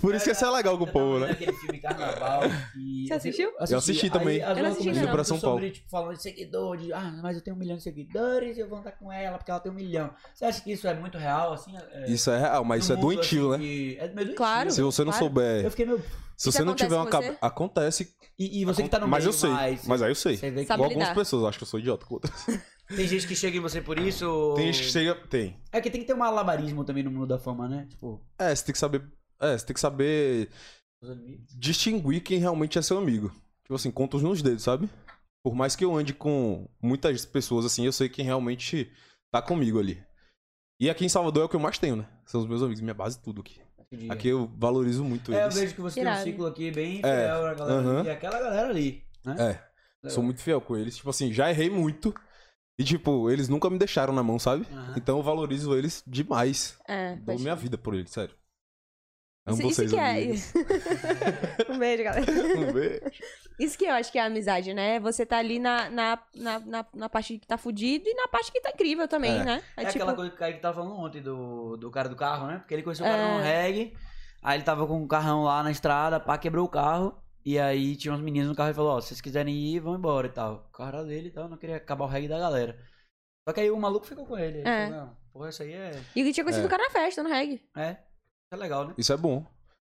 Speaker 3: Por isso que essa é legal com o
Speaker 1: Eu tava
Speaker 3: povo,
Speaker 1: vendo
Speaker 3: né?
Speaker 1: Aquele filme Carnaval que...
Speaker 2: Você assistiu?
Speaker 3: Eu assisti também.
Speaker 1: Aí, as
Speaker 2: Eu não
Speaker 1: duas
Speaker 2: assisti,
Speaker 1: começaram
Speaker 2: não.
Speaker 3: Pra São
Speaker 1: sobre,
Speaker 3: Paulo.
Speaker 1: tipo, falando de seguidor, de, ah, mas eu tenho um milhão de seguidores, eu vou andar com ela porque ela tem um milhão. Você acha que isso é muito real, assim? É,
Speaker 3: Isso é real, mas isso
Speaker 1: no
Speaker 3: é
Speaker 1: mundo,
Speaker 3: doentio,
Speaker 1: assim,
Speaker 3: né? é.
Speaker 1: que- É meio doentio.
Speaker 2: Claro.
Speaker 3: Se você não
Speaker 2: Claro.
Speaker 1: Eu
Speaker 3: souber,
Speaker 1: fiquei meio...
Speaker 3: se
Speaker 2: Isso
Speaker 3: você não tiver uma
Speaker 2: acontece com
Speaker 3: cabeça. Acontece.
Speaker 1: E, e você que tá no
Speaker 3: mas
Speaker 1: meio
Speaker 3: eu sei.
Speaker 1: mais,
Speaker 3: Mas aí eu sei.
Speaker 1: Você vê que
Speaker 2: Sabe
Speaker 3: Igual
Speaker 2: lidar.
Speaker 3: algumas pessoas, eu acho que eu sou idiota com outras.
Speaker 1: tem gente que chega em você por isso.
Speaker 3: Tem gente que chega. Tem.
Speaker 1: É que tem que ter um alabarismo também no mundo da fama, né? Tipo,
Speaker 3: É, você tem que saber. É, você tem que saber
Speaker 1: os amigos.
Speaker 3: distinguir quem realmente é seu amigo. Tipo assim, conta os nos dedos, sabe? Por mais que eu ande com muitas pessoas assim, eu sei quem realmente tá comigo ali. E aqui em Salvador é o que eu mais tenho, né? São os meus amigos, minha base, tudo aqui. Aqui eu valorizo muito
Speaker 1: É, eu
Speaker 3: eles.
Speaker 1: vejo que você tem
Speaker 2: Irado.
Speaker 1: um ciclo aqui bem fiel à galera.
Speaker 3: É. aham.
Speaker 1: E aquela galera ali, né?
Speaker 3: É, Sou muito fiel com eles. Tipo assim, já errei muito. E, tipo, eles nunca me deixaram na mão, sabe?
Speaker 1: Aham.
Speaker 3: Então eu valorizo eles demais.
Speaker 2: Ah. É,
Speaker 3: Dou
Speaker 2: pode-
Speaker 3: minha vida por eles, sério. Amo
Speaker 2: isso,
Speaker 3: vocês,
Speaker 2: isso que é.
Speaker 3: amigos.
Speaker 2: um beijo, galera.
Speaker 3: Um beijo.
Speaker 2: Isso que eu acho que é a amizade, né? Você tá ali na, na, na, na, na parte que tá fudido e na parte que tá incrível também,
Speaker 3: É.
Speaker 2: né?
Speaker 1: É,
Speaker 2: tipo,
Speaker 1: aquela coisa que o Kaique tava falando ontem do, do cara do carro, né? Porque ele conheceu o cara
Speaker 2: É.
Speaker 1: no reggae, aí ele tava com um carrão lá na estrada, pá, quebrou o carro. E aí tinha uns meninos no carro e falou, ó, se vocês quiserem ir, vão embora e tal. O cara dele e tal, não queria acabar o reggae da galera. Só que aí o maluco ficou com ele. ele
Speaker 2: É.
Speaker 1: falou, não, porra, isso aí é.
Speaker 2: E que tinha conhecido
Speaker 3: É.
Speaker 2: o cara na festa, no reggae.
Speaker 1: É, isso é legal, né?
Speaker 3: Isso é bom.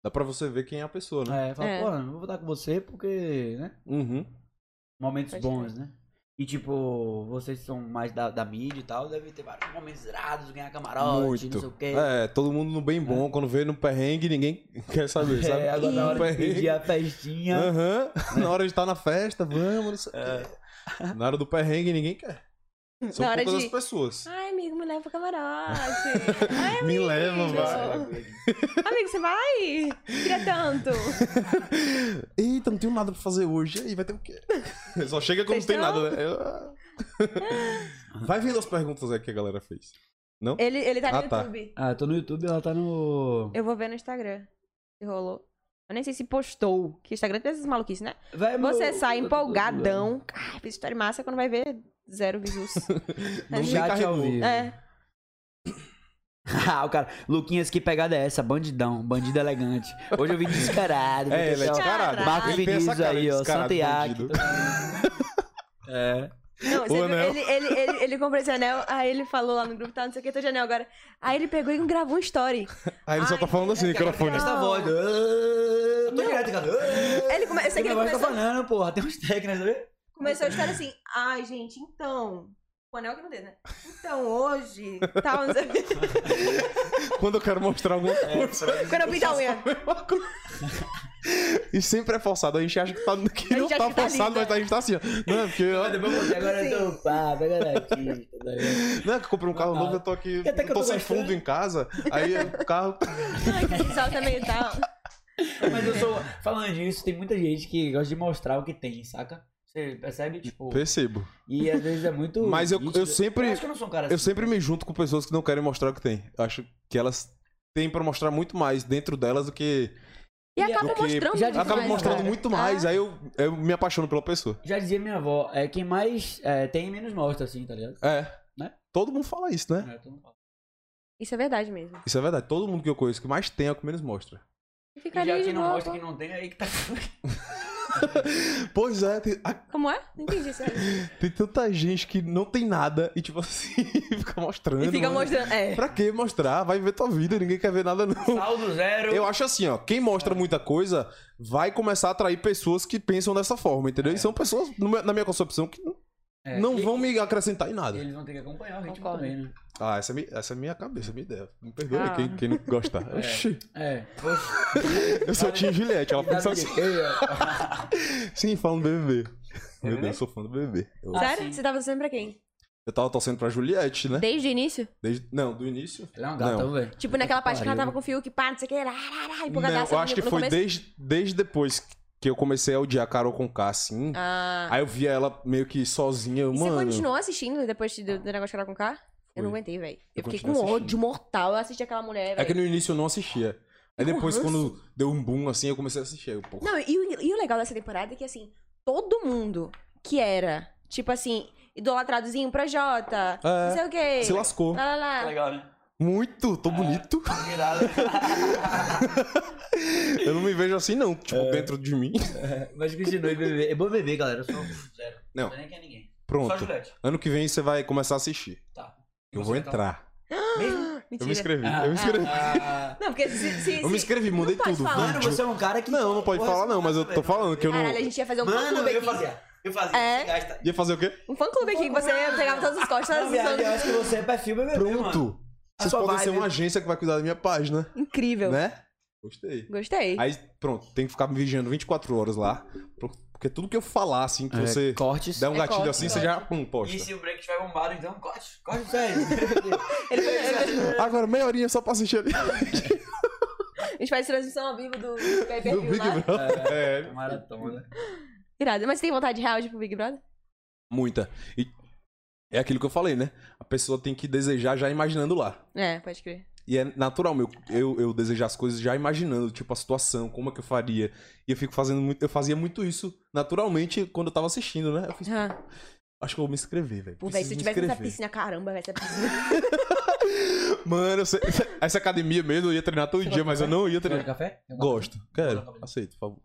Speaker 3: Dá pra você ver quem é a pessoa, né?
Speaker 1: É, fala,
Speaker 2: É.
Speaker 1: pô, não vou estar com você porque, né?
Speaker 3: Uhum.
Speaker 1: Momentos
Speaker 2: Pode
Speaker 1: bons, né? E tipo, vocês são mais da, da mídia e tal, deve ter vários momentos irados, ganhar camarote, não sei o
Speaker 3: Muito.
Speaker 1: quê.
Speaker 3: É, todo mundo no bem bom. Quando vê no perrengue, ninguém quer saber, sabe?
Speaker 1: É, agora na
Speaker 3: No
Speaker 1: hora de pedir a festinha.
Speaker 3: Aham. Na hora de estar na festa, vamos, não sei o
Speaker 1: É.
Speaker 3: quê. Na hora do perrengue, ninguém quer. São
Speaker 2: Na hora
Speaker 3: poucas
Speaker 2: de-
Speaker 3: as pessoas.
Speaker 1: Ah,
Speaker 2: Ai, amigo, me leva pro camarote. Ai,
Speaker 3: Me leva,
Speaker 2: amigo.
Speaker 3: vai.
Speaker 2: Amigo, você vai? Queria tanto.
Speaker 3: Eita, não tenho nada pra fazer hoje. E aí, vai ter o quê? Só chega quando não tem
Speaker 2: Vocês
Speaker 3: nada, né? Eu- Vai vendo as perguntas aí que a galera fez.
Speaker 2: Ele, ele tá no
Speaker 3: Ah, tá.
Speaker 2: YouTube.
Speaker 1: Ah, tô no YouTube, ela tá no.
Speaker 2: Eu vou ver no Instagram. Se rolou. Eu nem sei se postou. Que Instagram tem essas maluquices, né?
Speaker 1: Vai, meu-
Speaker 2: Você sai
Speaker 1: É eu tô-
Speaker 2: empolgadão. Ai, fiz história massa quando vai ver zero views.
Speaker 1: No
Speaker 2: Mas-
Speaker 1: É chat
Speaker 3: carregou.
Speaker 1: ao vivo.
Speaker 2: é.
Speaker 1: Ah, o cara. Luquinhas, que pegada é essa? Bandidão, bandido elegante. Hoje eu vim descarado.
Speaker 3: É, ele é
Speaker 1: pessoal.
Speaker 3: descarado.
Speaker 1: Marcos
Speaker 3: Ele tem essa
Speaker 1: Vinícius
Speaker 3: cara de
Speaker 1: aí, ó.
Speaker 3: descarado,
Speaker 1: Santiago.
Speaker 3: bandido.
Speaker 1: É.
Speaker 2: Não, você
Speaker 3: O
Speaker 2: viu?
Speaker 3: anel.
Speaker 2: Ele, ele, ele, ele comprou esse anel, aí ele falou lá no grupo, tá, não sei o que, tô de anel agora. Aí ele pegou e gravou um story.
Speaker 3: Aí ele só tá falando assim no microfone. Ah.
Speaker 1: Essa
Speaker 2: Não.
Speaker 1: voz. né? Eu tô direto, cara.
Speaker 2: Ele come... Eu sei que ele
Speaker 1: Minha voz tá
Speaker 2: começou,
Speaker 1: falando, porra. Tem uns técnicos, né?
Speaker 2: começou a história assim, ai, gente, então... O anel que não dedo, né? Então, hoje, tal, não sei o quê.
Speaker 3: Quando eu quero mostrar alguma coisa.
Speaker 2: Quando eu pinto a unha.
Speaker 3: mesma coisa. E sempre é forçado. A gente acha que, tá, que
Speaker 2: A
Speaker 3: não
Speaker 2: gente
Speaker 3: tá
Speaker 2: acha que tá
Speaker 3: forçado,
Speaker 2: linda.
Speaker 3: mas a gente tá assim, ó. Não, é porque
Speaker 1: Mas
Speaker 3: eu,
Speaker 1: depois eu vou- Agora eu tô pá, pegando aqui.
Speaker 3: não é que eu comprei um carro novo, eu tô aqui.
Speaker 1: E até que eu
Speaker 3: tô
Speaker 1: tô
Speaker 3: sem
Speaker 1: gostando.
Speaker 3: fundo em casa. Aí o carro.
Speaker 2: Ai, que visual também e tal.
Speaker 1: Mas eu sou. Falando disso, tem muita gente que gosta de mostrar o que tem, saca? Você percebe? Tipo.
Speaker 3: Percebo.
Speaker 1: E às vezes é muito.
Speaker 3: Mas eu,
Speaker 1: nítido.
Speaker 3: eu sempre.
Speaker 1: Eu acho que eu não sou um cara assim.
Speaker 3: Eu sempre me junto com pessoas que não querem mostrar o que tem. Eu acho que elas têm pra mostrar muito mais dentro delas do que.
Speaker 2: E acaba
Speaker 3: do que-
Speaker 1: Já
Speaker 2: mostrando muito
Speaker 1: demais,
Speaker 3: é Acaba
Speaker 2: mais,
Speaker 3: mostrando
Speaker 2: cara.
Speaker 3: muito mais.
Speaker 2: Ah,
Speaker 3: Aí eu, eu me apaixono pela pessoa.
Speaker 1: Já dizia minha avó, é quem mais é, tem menos mostra, assim, tá ligado?
Speaker 3: É.
Speaker 1: Né?
Speaker 3: Todo mundo fala isso, né?
Speaker 1: É, todo mundo fala.
Speaker 2: Isso é verdade mesmo.
Speaker 3: Isso é verdade. Todo mundo que eu conheço que mais tem é o que menos mostra.
Speaker 2: E
Speaker 1: E já
Speaker 2: Ficaria de
Speaker 1: quem não
Speaker 2: boa.
Speaker 1: mostra, quem não tem, aí que tá.
Speaker 3: Pois é, tem, a-
Speaker 2: Como é? Não entendi isso aí.
Speaker 3: tem tanta gente que não tem nada e, tipo assim, fica mostrando.
Speaker 2: E fica
Speaker 3: mano.
Speaker 2: mostrando, é.
Speaker 3: Pra que mostrar? Vai ver tua vida, ninguém quer ver nada, não.
Speaker 1: Saldo zero.
Speaker 3: Eu acho assim, ó, quem mostra muita coisa vai começar a atrair pessoas que pensam dessa forma, entendeu? E são pessoas, no meu- na minha concepção, que não-
Speaker 1: É,
Speaker 3: não
Speaker 1: e-
Speaker 3: vão me acrescentar em nada.
Speaker 1: Eles vão ter que acompanhar o ritmo
Speaker 2: Concordo.
Speaker 1: também, né?
Speaker 3: Ah, essa é, mi- essa é minha cabeça, minha ideia. Me perdoe
Speaker 2: Ah.
Speaker 3: quem, quem não gostar. Oxi,
Speaker 1: É. Poxa.
Speaker 3: eu sou Tim Gillette, ela pensa assim. Sim, fala no BBB. Meu
Speaker 1: Entendeu?
Speaker 3: Deus, eu sou fã do BBB. Eu,
Speaker 1: Ah,
Speaker 2: Sério?
Speaker 1: sim.
Speaker 2: Você tava torcendo pra quem?
Speaker 3: eu tava torcendo pra Juliette, né?
Speaker 2: Desde o início?
Speaker 3: Desde- não, do início.
Speaker 1: Ela é um gato,
Speaker 3: Não.
Speaker 1: velho.
Speaker 2: Tipo, naquela parte que ela
Speaker 1: pariu.
Speaker 2: tava com o Fiuk, pá, não sei o que, lá, lá, lá,
Speaker 3: Não,
Speaker 2: empolgadaça
Speaker 3: eu
Speaker 2: no-
Speaker 3: acho que
Speaker 2: no
Speaker 3: foi
Speaker 2: começo.
Speaker 3: desde, desde depois que eu comecei a odiar a Carol com K, assim.
Speaker 2: Ah.
Speaker 3: Aí eu via ela meio que sozinha,
Speaker 2: E
Speaker 3: mano.
Speaker 2: você continuou assistindo depois de- do, do negócio que era com K? Eu não
Speaker 3: Foi.
Speaker 2: aguentei, velho. Eu,
Speaker 3: Eu
Speaker 2: fiquei com
Speaker 3: continuo
Speaker 2: ódio
Speaker 3: assistindo.
Speaker 2: mortal. Eu assisti aquela mulher,
Speaker 3: É
Speaker 2: velho.
Speaker 3: que no início eu não assistia. Aí
Speaker 2: Deu um
Speaker 3: depois,
Speaker 2: ranço.
Speaker 3: quando deu um boom assim, eu comecei a assistir. Aí Eu, pô,
Speaker 2: Não, e, o- e o legal dessa temporada é que, assim, todo mundo que era, tipo assim, idolatradozinho pra Jota,
Speaker 3: É,
Speaker 2: não sei o quê.
Speaker 3: se lascou.
Speaker 2: Lá, lá, lá.
Speaker 1: Legal, né?
Speaker 3: Muito, tô bonito.
Speaker 1: Virado.
Speaker 3: Eu não me vejo assim, não. Tipo,
Speaker 1: É.
Speaker 3: dentro de mim.
Speaker 1: Mas continue, bebê. Eu vou beber, galera. Eu sou sério.
Speaker 3: Não.
Speaker 1: Não sei nem quem é ninguém. Só
Speaker 3: Pronto.
Speaker 1: Juliette.
Speaker 3: Ano que vem você vai começar a assistir.
Speaker 1: Tá.
Speaker 3: Eu
Speaker 1: Você
Speaker 3: vou
Speaker 1: tá-
Speaker 3: entrar.
Speaker 1: Mesmo?
Speaker 3: Eu me
Speaker 2: Mentira.
Speaker 3: inscrevi. Eu me inscrevi.
Speaker 1: Ah,
Speaker 2: Não, porque se. se-
Speaker 3: Eu me
Speaker 2: se-
Speaker 3: inscrevi,
Speaker 2: não
Speaker 3: mudei
Speaker 2: pode
Speaker 3: tudo.
Speaker 2: falar.
Speaker 1: Mano, você é um cara que.
Speaker 3: Não, não pode
Speaker 1: Porra,
Speaker 3: falar
Speaker 1: você tá
Speaker 3: não, mas eu tô
Speaker 1: velho.
Speaker 3: falando que eu não.
Speaker 2: Caralho, a gente ia fazer um
Speaker 1: Mano,
Speaker 2: fã-clube
Speaker 1: eu
Speaker 2: aqui.
Speaker 1: fazia. Eu fazia.
Speaker 2: É?
Speaker 1: Você gasta.
Speaker 3: Ia fazer o quê?
Speaker 2: Um fã-clube aqui que você ia pegar todas as costas.
Speaker 1: Não, viado, eu acho que você é perfil BBB, mano.
Speaker 3: Pronto.
Speaker 1: A
Speaker 3: Vocês
Speaker 1: sua
Speaker 3: podem ser
Speaker 1: vibe.
Speaker 3: uma agência que vai cuidar da minha página,
Speaker 2: Incrível.
Speaker 3: né? Gostei.
Speaker 2: Gostei.
Speaker 3: Aí, pronto, tem que ficar me vigiando 24 horas lá. pro- Porque tudo que eu falar, assim,
Speaker 1: É,
Speaker 3: que você
Speaker 1: Cortes.
Speaker 3: der um
Speaker 2: É
Speaker 3: gatilho
Speaker 2: corte,
Speaker 3: assim,
Speaker 2: corte.
Speaker 3: você já pum, posta.
Speaker 1: E se o break estiver bombado, então corte. Corte sério.
Speaker 2: Ele- ele-
Speaker 3: Agora, meia horinha só pra assistir ali.
Speaker 2: a gente faz transmissão ao vivo do do pay per
Speaker 3: Do
Speaker 2: view
Speaker 3: Big
Speaker 2: lá.
Speaker 3: Brother. É.
Speaker 1: Maratona.
Speaker 2: Irado. Mas você tem vontade real de ir pro Big Brother?
Speaker 3: Muita. E é aquilo que eu falei, né? A pessoa tem que desejar já imaginando lá.
Speaker 2: É, pode crer.
Speaker 3: E é natural meu eu, eu desejar as coisas já imaginando, tipo, a situação, como é que eu faria. E eu fico fazendo muito. Eu fazia muito isso naturalmente quando eu tava assistindo, né? Eu fiz,
Speaker 2: Ah,
Speaker 3: acho que eu vou me inscrever, velho.
Speaker 2: pô, velho,
Speaker 3: Preciso
Speaker 2: se eu
Speaker 3: me
Speaker 2: tivesse nessa
Speaker 3: inscrever."
Speaker 2: piscina, caramba, velho, essa piscina.
Speaker 3: Mano, eu sei- essa academia mesmo eu ia treinar todo dia, mas eu não
Speaker 1: Gosta de
Speaker 3: ia treinar.
Speaker 1: café?
Speaker 3: Gosto,
Speaker 1: Bora,
Speaker 3: quero.
Speaker 1: bora.
Speaker 3: Aceito, por favor.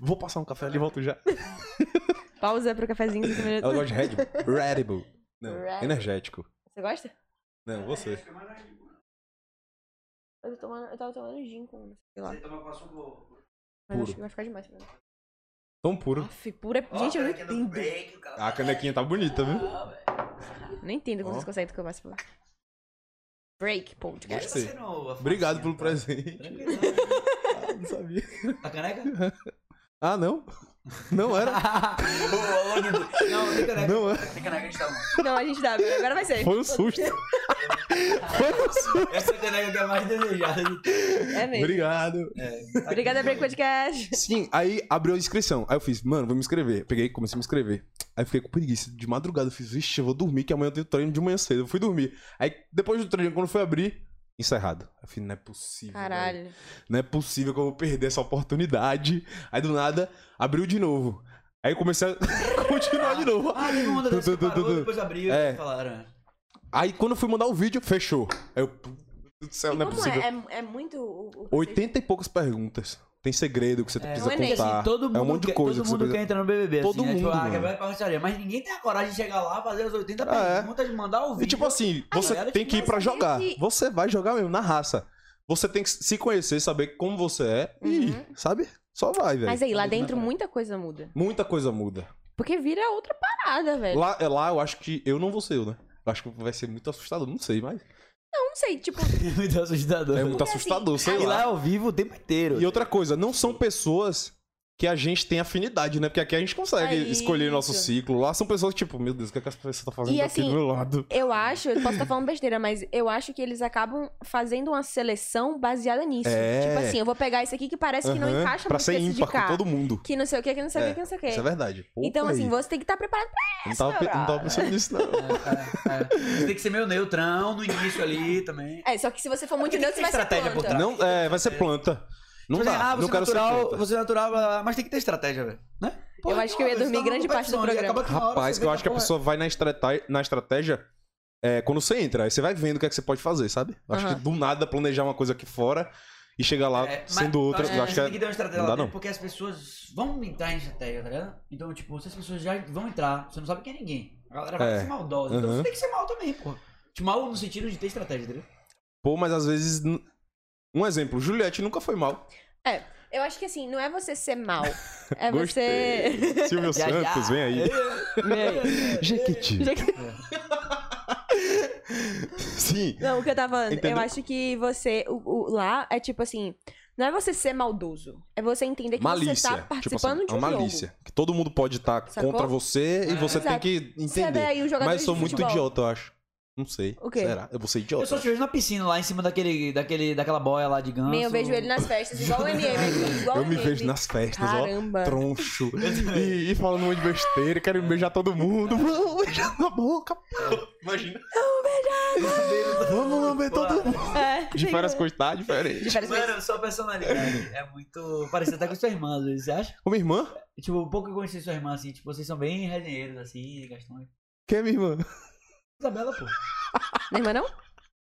Speaker 3: Vou passar um café ali e volto já.
Speaker 2: Pausa pro cafezinho. cinco minutos.
Speaker 3: Ela gosta de Red Bull. Red Bull. Não,
Speaker 2: Red Bull.
Speaker 3: energético.
Speaker 2: Você gosta?
Speaker 3: Não, você.
Speaker 2: Eu, tô tomando, eu tava tomando gin com. Sei lá.
Speaker 1: Você toma com açúcar.
Speaker 2: Mas acho
Speaker 3: Puro.
Speaker 2: que vai ficar demais pra mim.
Speaker 3: Tão puro.
Speaker 2: Aff, pura. é- Gente, eu não
Speaker 1: é
Speaker 2: entendo.
Speaker 3: A canequinha tá bonita, viu?
Speaker 2: Não entendo como
Speaker 3: Ó.
Speaker 2: vocês conseguem que eu faço. por- Break podcast.
Speaker 3: Gostei. Ah,
Speaker 1: assim
Speaker 3: Obrigado pelo
Speaker 1: né?
Speaker 3: presente. Ah, não sabia.
Speaker 1: A Tá caneca?
Speaker 3: Ah, não? Não era?
Speaker 1: Ô, ô, Dudu. Não, tem caneca.
Speaker 3: Não era.
Speaker 1: Tem caneca, a gente tá bom.
Speaker 2: Não, a gente dá. Agora vai ser.
Speaker 3: Foi um susto. Foi um susto.
Speaker 1: Essa caneca que é a mais desejada de todas.
Speaker 2: É mesmo.
Speaker 3: Obrigado.
Speaker 2: Obrigada, Break Podcast.
Speaker 3: Sim, aí abriu a inscrição. Aí eu fiz, mano, vou me inscrever. Peguei, comecei a me inscrever. Aí fiquei com preguiça de madrugada. Eu fiz, vixe, eu vou dormir, que amanhã eu tenho treino de manhã cedo. Eu fui dormir. Aí depois do treino, quando foi abrir, encerrado. Eu fiz, não é possível. velho.
Speaker 2: Caralho.
Speaker 3: Não é possível que eu vou perder essa oportunidade. Aí do nada, abriu de novo. Aí eu comecei a continuar de novo.
Speaker 1: Ah, teve uma onda dessa que
Speaker 3: Du, du, du,
Speaker 1: parou,
Speaker 3: du.
Speaker 1: depois abriu
Speaker 3: É.
Speaker 1: e falaram.
Speaker 3: Aí quando eu fui mandar o vídeo, fechou. Aí eu. Meu Deus do céu,
Speaker 2: E
Speaker 3: não é
Speaker 2: como
Speaker 3: possível.
Speaker 2: é, é, é muito. o- o- o-
Speaker 3: 80 e poucas perguntas. Tem segredo que você precisa
Speaker 2: não é nem
Speaker 3: contar.
Speaker 1: Assim, todo mundo
Speaker 3: é um monte
Speaker 1: quer,
Speaker 3: de coisa
Speaker 1: todo
Speaker 3: que
Speaker 1: mundo
Speaker 3: você precisa...
Speaker 1: quer entrar no BBB.
Speaker 3: Todo
Speaker 1: assim, né? Tipo,
Speaker 3: mundo,
Speaker 1: ah,
Speaker 3: mano.
Speaker 1: quer pra mas ninguém tem a coragem de chegar lá, fazer as 80
Speaker 3: É.
Speaker 1: perguntas, de mandar o
Speaker 3: E
Speaker 1: vídeo.
Speaker 3: tipo assim,
Speaker 1: Aí,
Speaker 3: você
Speaker 1: galera,
Speaker 3: tem
Speaker 1: tipo,
Speaker 3: que ir pra
Speaker 2: mas
Speaker 3: jogar.
Speaker 2: esse-
Speaker 3: Você vai jogar mesmo, na raça. Você tem que se conhecer, saber como você é e,
Speaker 2: Uhum.
Speaker 3: sabe? Só vai, velho.
Speaker 2: Mas é- aí, lá
Speaker 1: Muito
Speaker 2: dentro
Speaker 1: natural.
Speaker 2: muita coisa muda.
Speaker 3: Muita coisa muda.
Speaker 2: Porque vira outra parada, velho.
Speaker 3: Lá, é lá eu acho que eu não vou ser eu, né? Eu acho que vai ser muito assustador, não sei, mas.
Speaker 2: Não sei, tipo,
Speaker 1: muito assustador.
Speaker 3: assim. É muito
Speaker 2: Porque, assim,
Speaker 3: assustador, sei
Speaker 1: E lá é
Speaker 3: lá.
Speaker 1: ao vivo o tempo inteiro.
Speaker 3: E outra coisa, não são pessoas que a gente tem afinidade, né? Porque aqui a gente consegue
Speaker 2: É
Speaker 3: escolher nosso
Speaker 2: isso.
Speaker 3: ciclo. Lá são pessoas que, tipo, meu Deus, o que, é que essa pessoa tá fazendo
Speaker 2: E,
Speaker 3: aqui
Speaker 2: assim,
Speaker 3: do meu lado?
Speaker 2: eu acho, eu posso estar falando besteira, mas eu acho que eles acabam fazendo uma seleção baseada nisso.
Speaker 3: É.
Speaker 2: Tipo assim, eu vou pegar esse aqui que parece que não
Speaker 3: Aham,
Speaker 2: encaixa
Speaker 3: Pra
Speaker 2: muito
Speaker 3: ser
Speaker 2: com esse de
Speaker 3: ímpar
Speaker 2: cá.
Speaker 3: com todo mundo.
Speaker 2: Que não sei o que, que não sei o que,
Speaker 3: É,
Speaker 2: que não sei o
Speaker 3: Isso é
Speaker 2: que.
Speaker 3: verdade. Pô,
Speaker 2: Então,
Speaker 3: aí.
Speaker 2: assim, você tem que estar preparado pra
Speaker 3: Não tava, pe- não tava
Speaker 2: brother.
Speaker 3: pensando nisso, não.
Speaker 1: É, é, é. Você tem que ser meio neutrão no início ali também.
Speaker 2: É, só que se você for muito
Speaker 1: Tem que
Speaker 2: neutro, você
Speaker 1: ter
Speaker 2: vai ser
Speaker 1: estratégia por
Speaker 2: planta.
Speaker 1: trás.
Speaker 3: Não, é, vai ser planta. Não
Speaker 1: Tipo assim,
Speaker 3: dá,
Speaker 1: ah, você
Speaker 3: não quero ser
Speaker 1: natural,
Speaker 3: planta.
Speaker 1: você natural, blá, blá, blá, mas tem que ter estratégia, velho. Né?
Speaker 2: Eu acho que eu ia
Speaker 1: não,
Speaker 2: dormir
Speaker 1: senão
Speaker 2: grande
Speaker 1: não
Speaker 2: parte do
Speaker 1: compete, não, e
Speaker 2: programa.
Speaker 1: acaba uma hora
Speaker 3: Rapaz,
Speaker 1: é você
Speaker 3: que eu
Speaker 1: vê
Speaker 3: acho que a
Speaker 1: porra-
Speaker 3: pessoa vai na, estrata- na estratégia é, quando você entra. Aí você vai vendo o que, é que você pode fazer, sabe? Eu Acho
Speaker 2: Aham.
Speaker 3: que do nada planejar uma coisa aqui fora e chegar lá
Speaker 1: É, mas
Speaker 3: sendo outra.
Speaker 1: eu
Speaker 3: eu acho que
Speaker 1: você
Speaker 3: é-
Speaker 1: tem que ter uma estratégia
Speaker 3: não
Speaker 1: lá
Speaker 3: dá,
Speaker 1: dentro,
Speaker 3: não.
Speaker 1: porque as pessoas vão entrar em estratégia, tá ligado? Então, tipo, se as pessoas já vão entrar, você não sabe quem é ninguém. A galera vai
Speaker 3: É.
Speaker 1: ser maldosa. Então
Speaker 3: Uhum.
Speaker 1: você tem que ser mal também, pô. Tipo, Mal no sentido de ter estratégia, entendeu?
Speaker 3: Pô, mas às vezes. n- Um exemplo, Juliette nunca foi mal.
Speaker 2: Eu acho que assim, não é você ser mal. É
Speaker 3: Gostei.
Speaker 2: você.
Speaker 3: Silvio
Speaker 1: Já, já.
Speaker 3: Santos, vem aí. Jequiti. Sim.
Speaker 2: Não, o que eu tava falando, eu
Speaker 3: Entendeu?
Speaker 2: acho que você. O, o- lá é tipo assim. Não é você ser maldoso. É você entender que
Speaker 3: Malícia.
Speaker 2: você tá
Speaker 3: tipo assim,
Speaker 2: participando de
Speaker 3: é
Speaker 2: um
Speaker 3: uma malícia. Que todo mundo pode estar
Speaker 2: Sacou?
Speaker 3: contra você e
Speaker 1: É.
Speaker 3: você
Speaker 2: Exato.
Speaker 3: tem que
Speaker 2: jogo. Você vê
Speaker 3: entender.
Speaker 2: aí os jogadores
Speaker 3: Mas sou
Speaker 2: de
Speaker 3: muito
Speaker 2: futebol.
Speaker 3: idiota, eu acho. Não sei.
Speaker 2: O quê?
Speaker 3: Será? Eu vou ser idiota.
Speaker 1: Eu só te vejo na piscina lá em cima daquele, daquele, daquela boia lá de ganso.
Speaker 2: Meu, eu vejo ele nas festas, igual o MM. aqui, Igual
Speaker 3: Eu
Speaker 2: o
Speaker 3: me
Speaker 2: MM.
Speaker 3: vejo nas festas,
Speaker 2: Caramba.
Speaker 3: ó. Troncho. E, e falando um monte de besteira, quero beijar todo mundo. Vamos beijar na boca. pô. Imagina. Vamos lamber todo mundo.
Speaker 2: É,
Speaker 3: De
Speaker 2: tem-
Speaker 3: várias quantidades
Speaker 2: de
Speaker 3: diferentes.
Speaker 2: várias coisas.
Speaker 1: Mano, sua personalidade é muito parecida até com sua irmã, às vezes, você acha?
Speaker 3: Ô, minha irmã?
Speaker 1: Tipo, um pouco eu conheci sua irmã, assim, tipo, vocês são bem resenheiros, assim, gastões.
Speaker 3: Quem é minha irmã?
Speaker 1: Isabela, pô.
Speaker 2: Minha irmã não?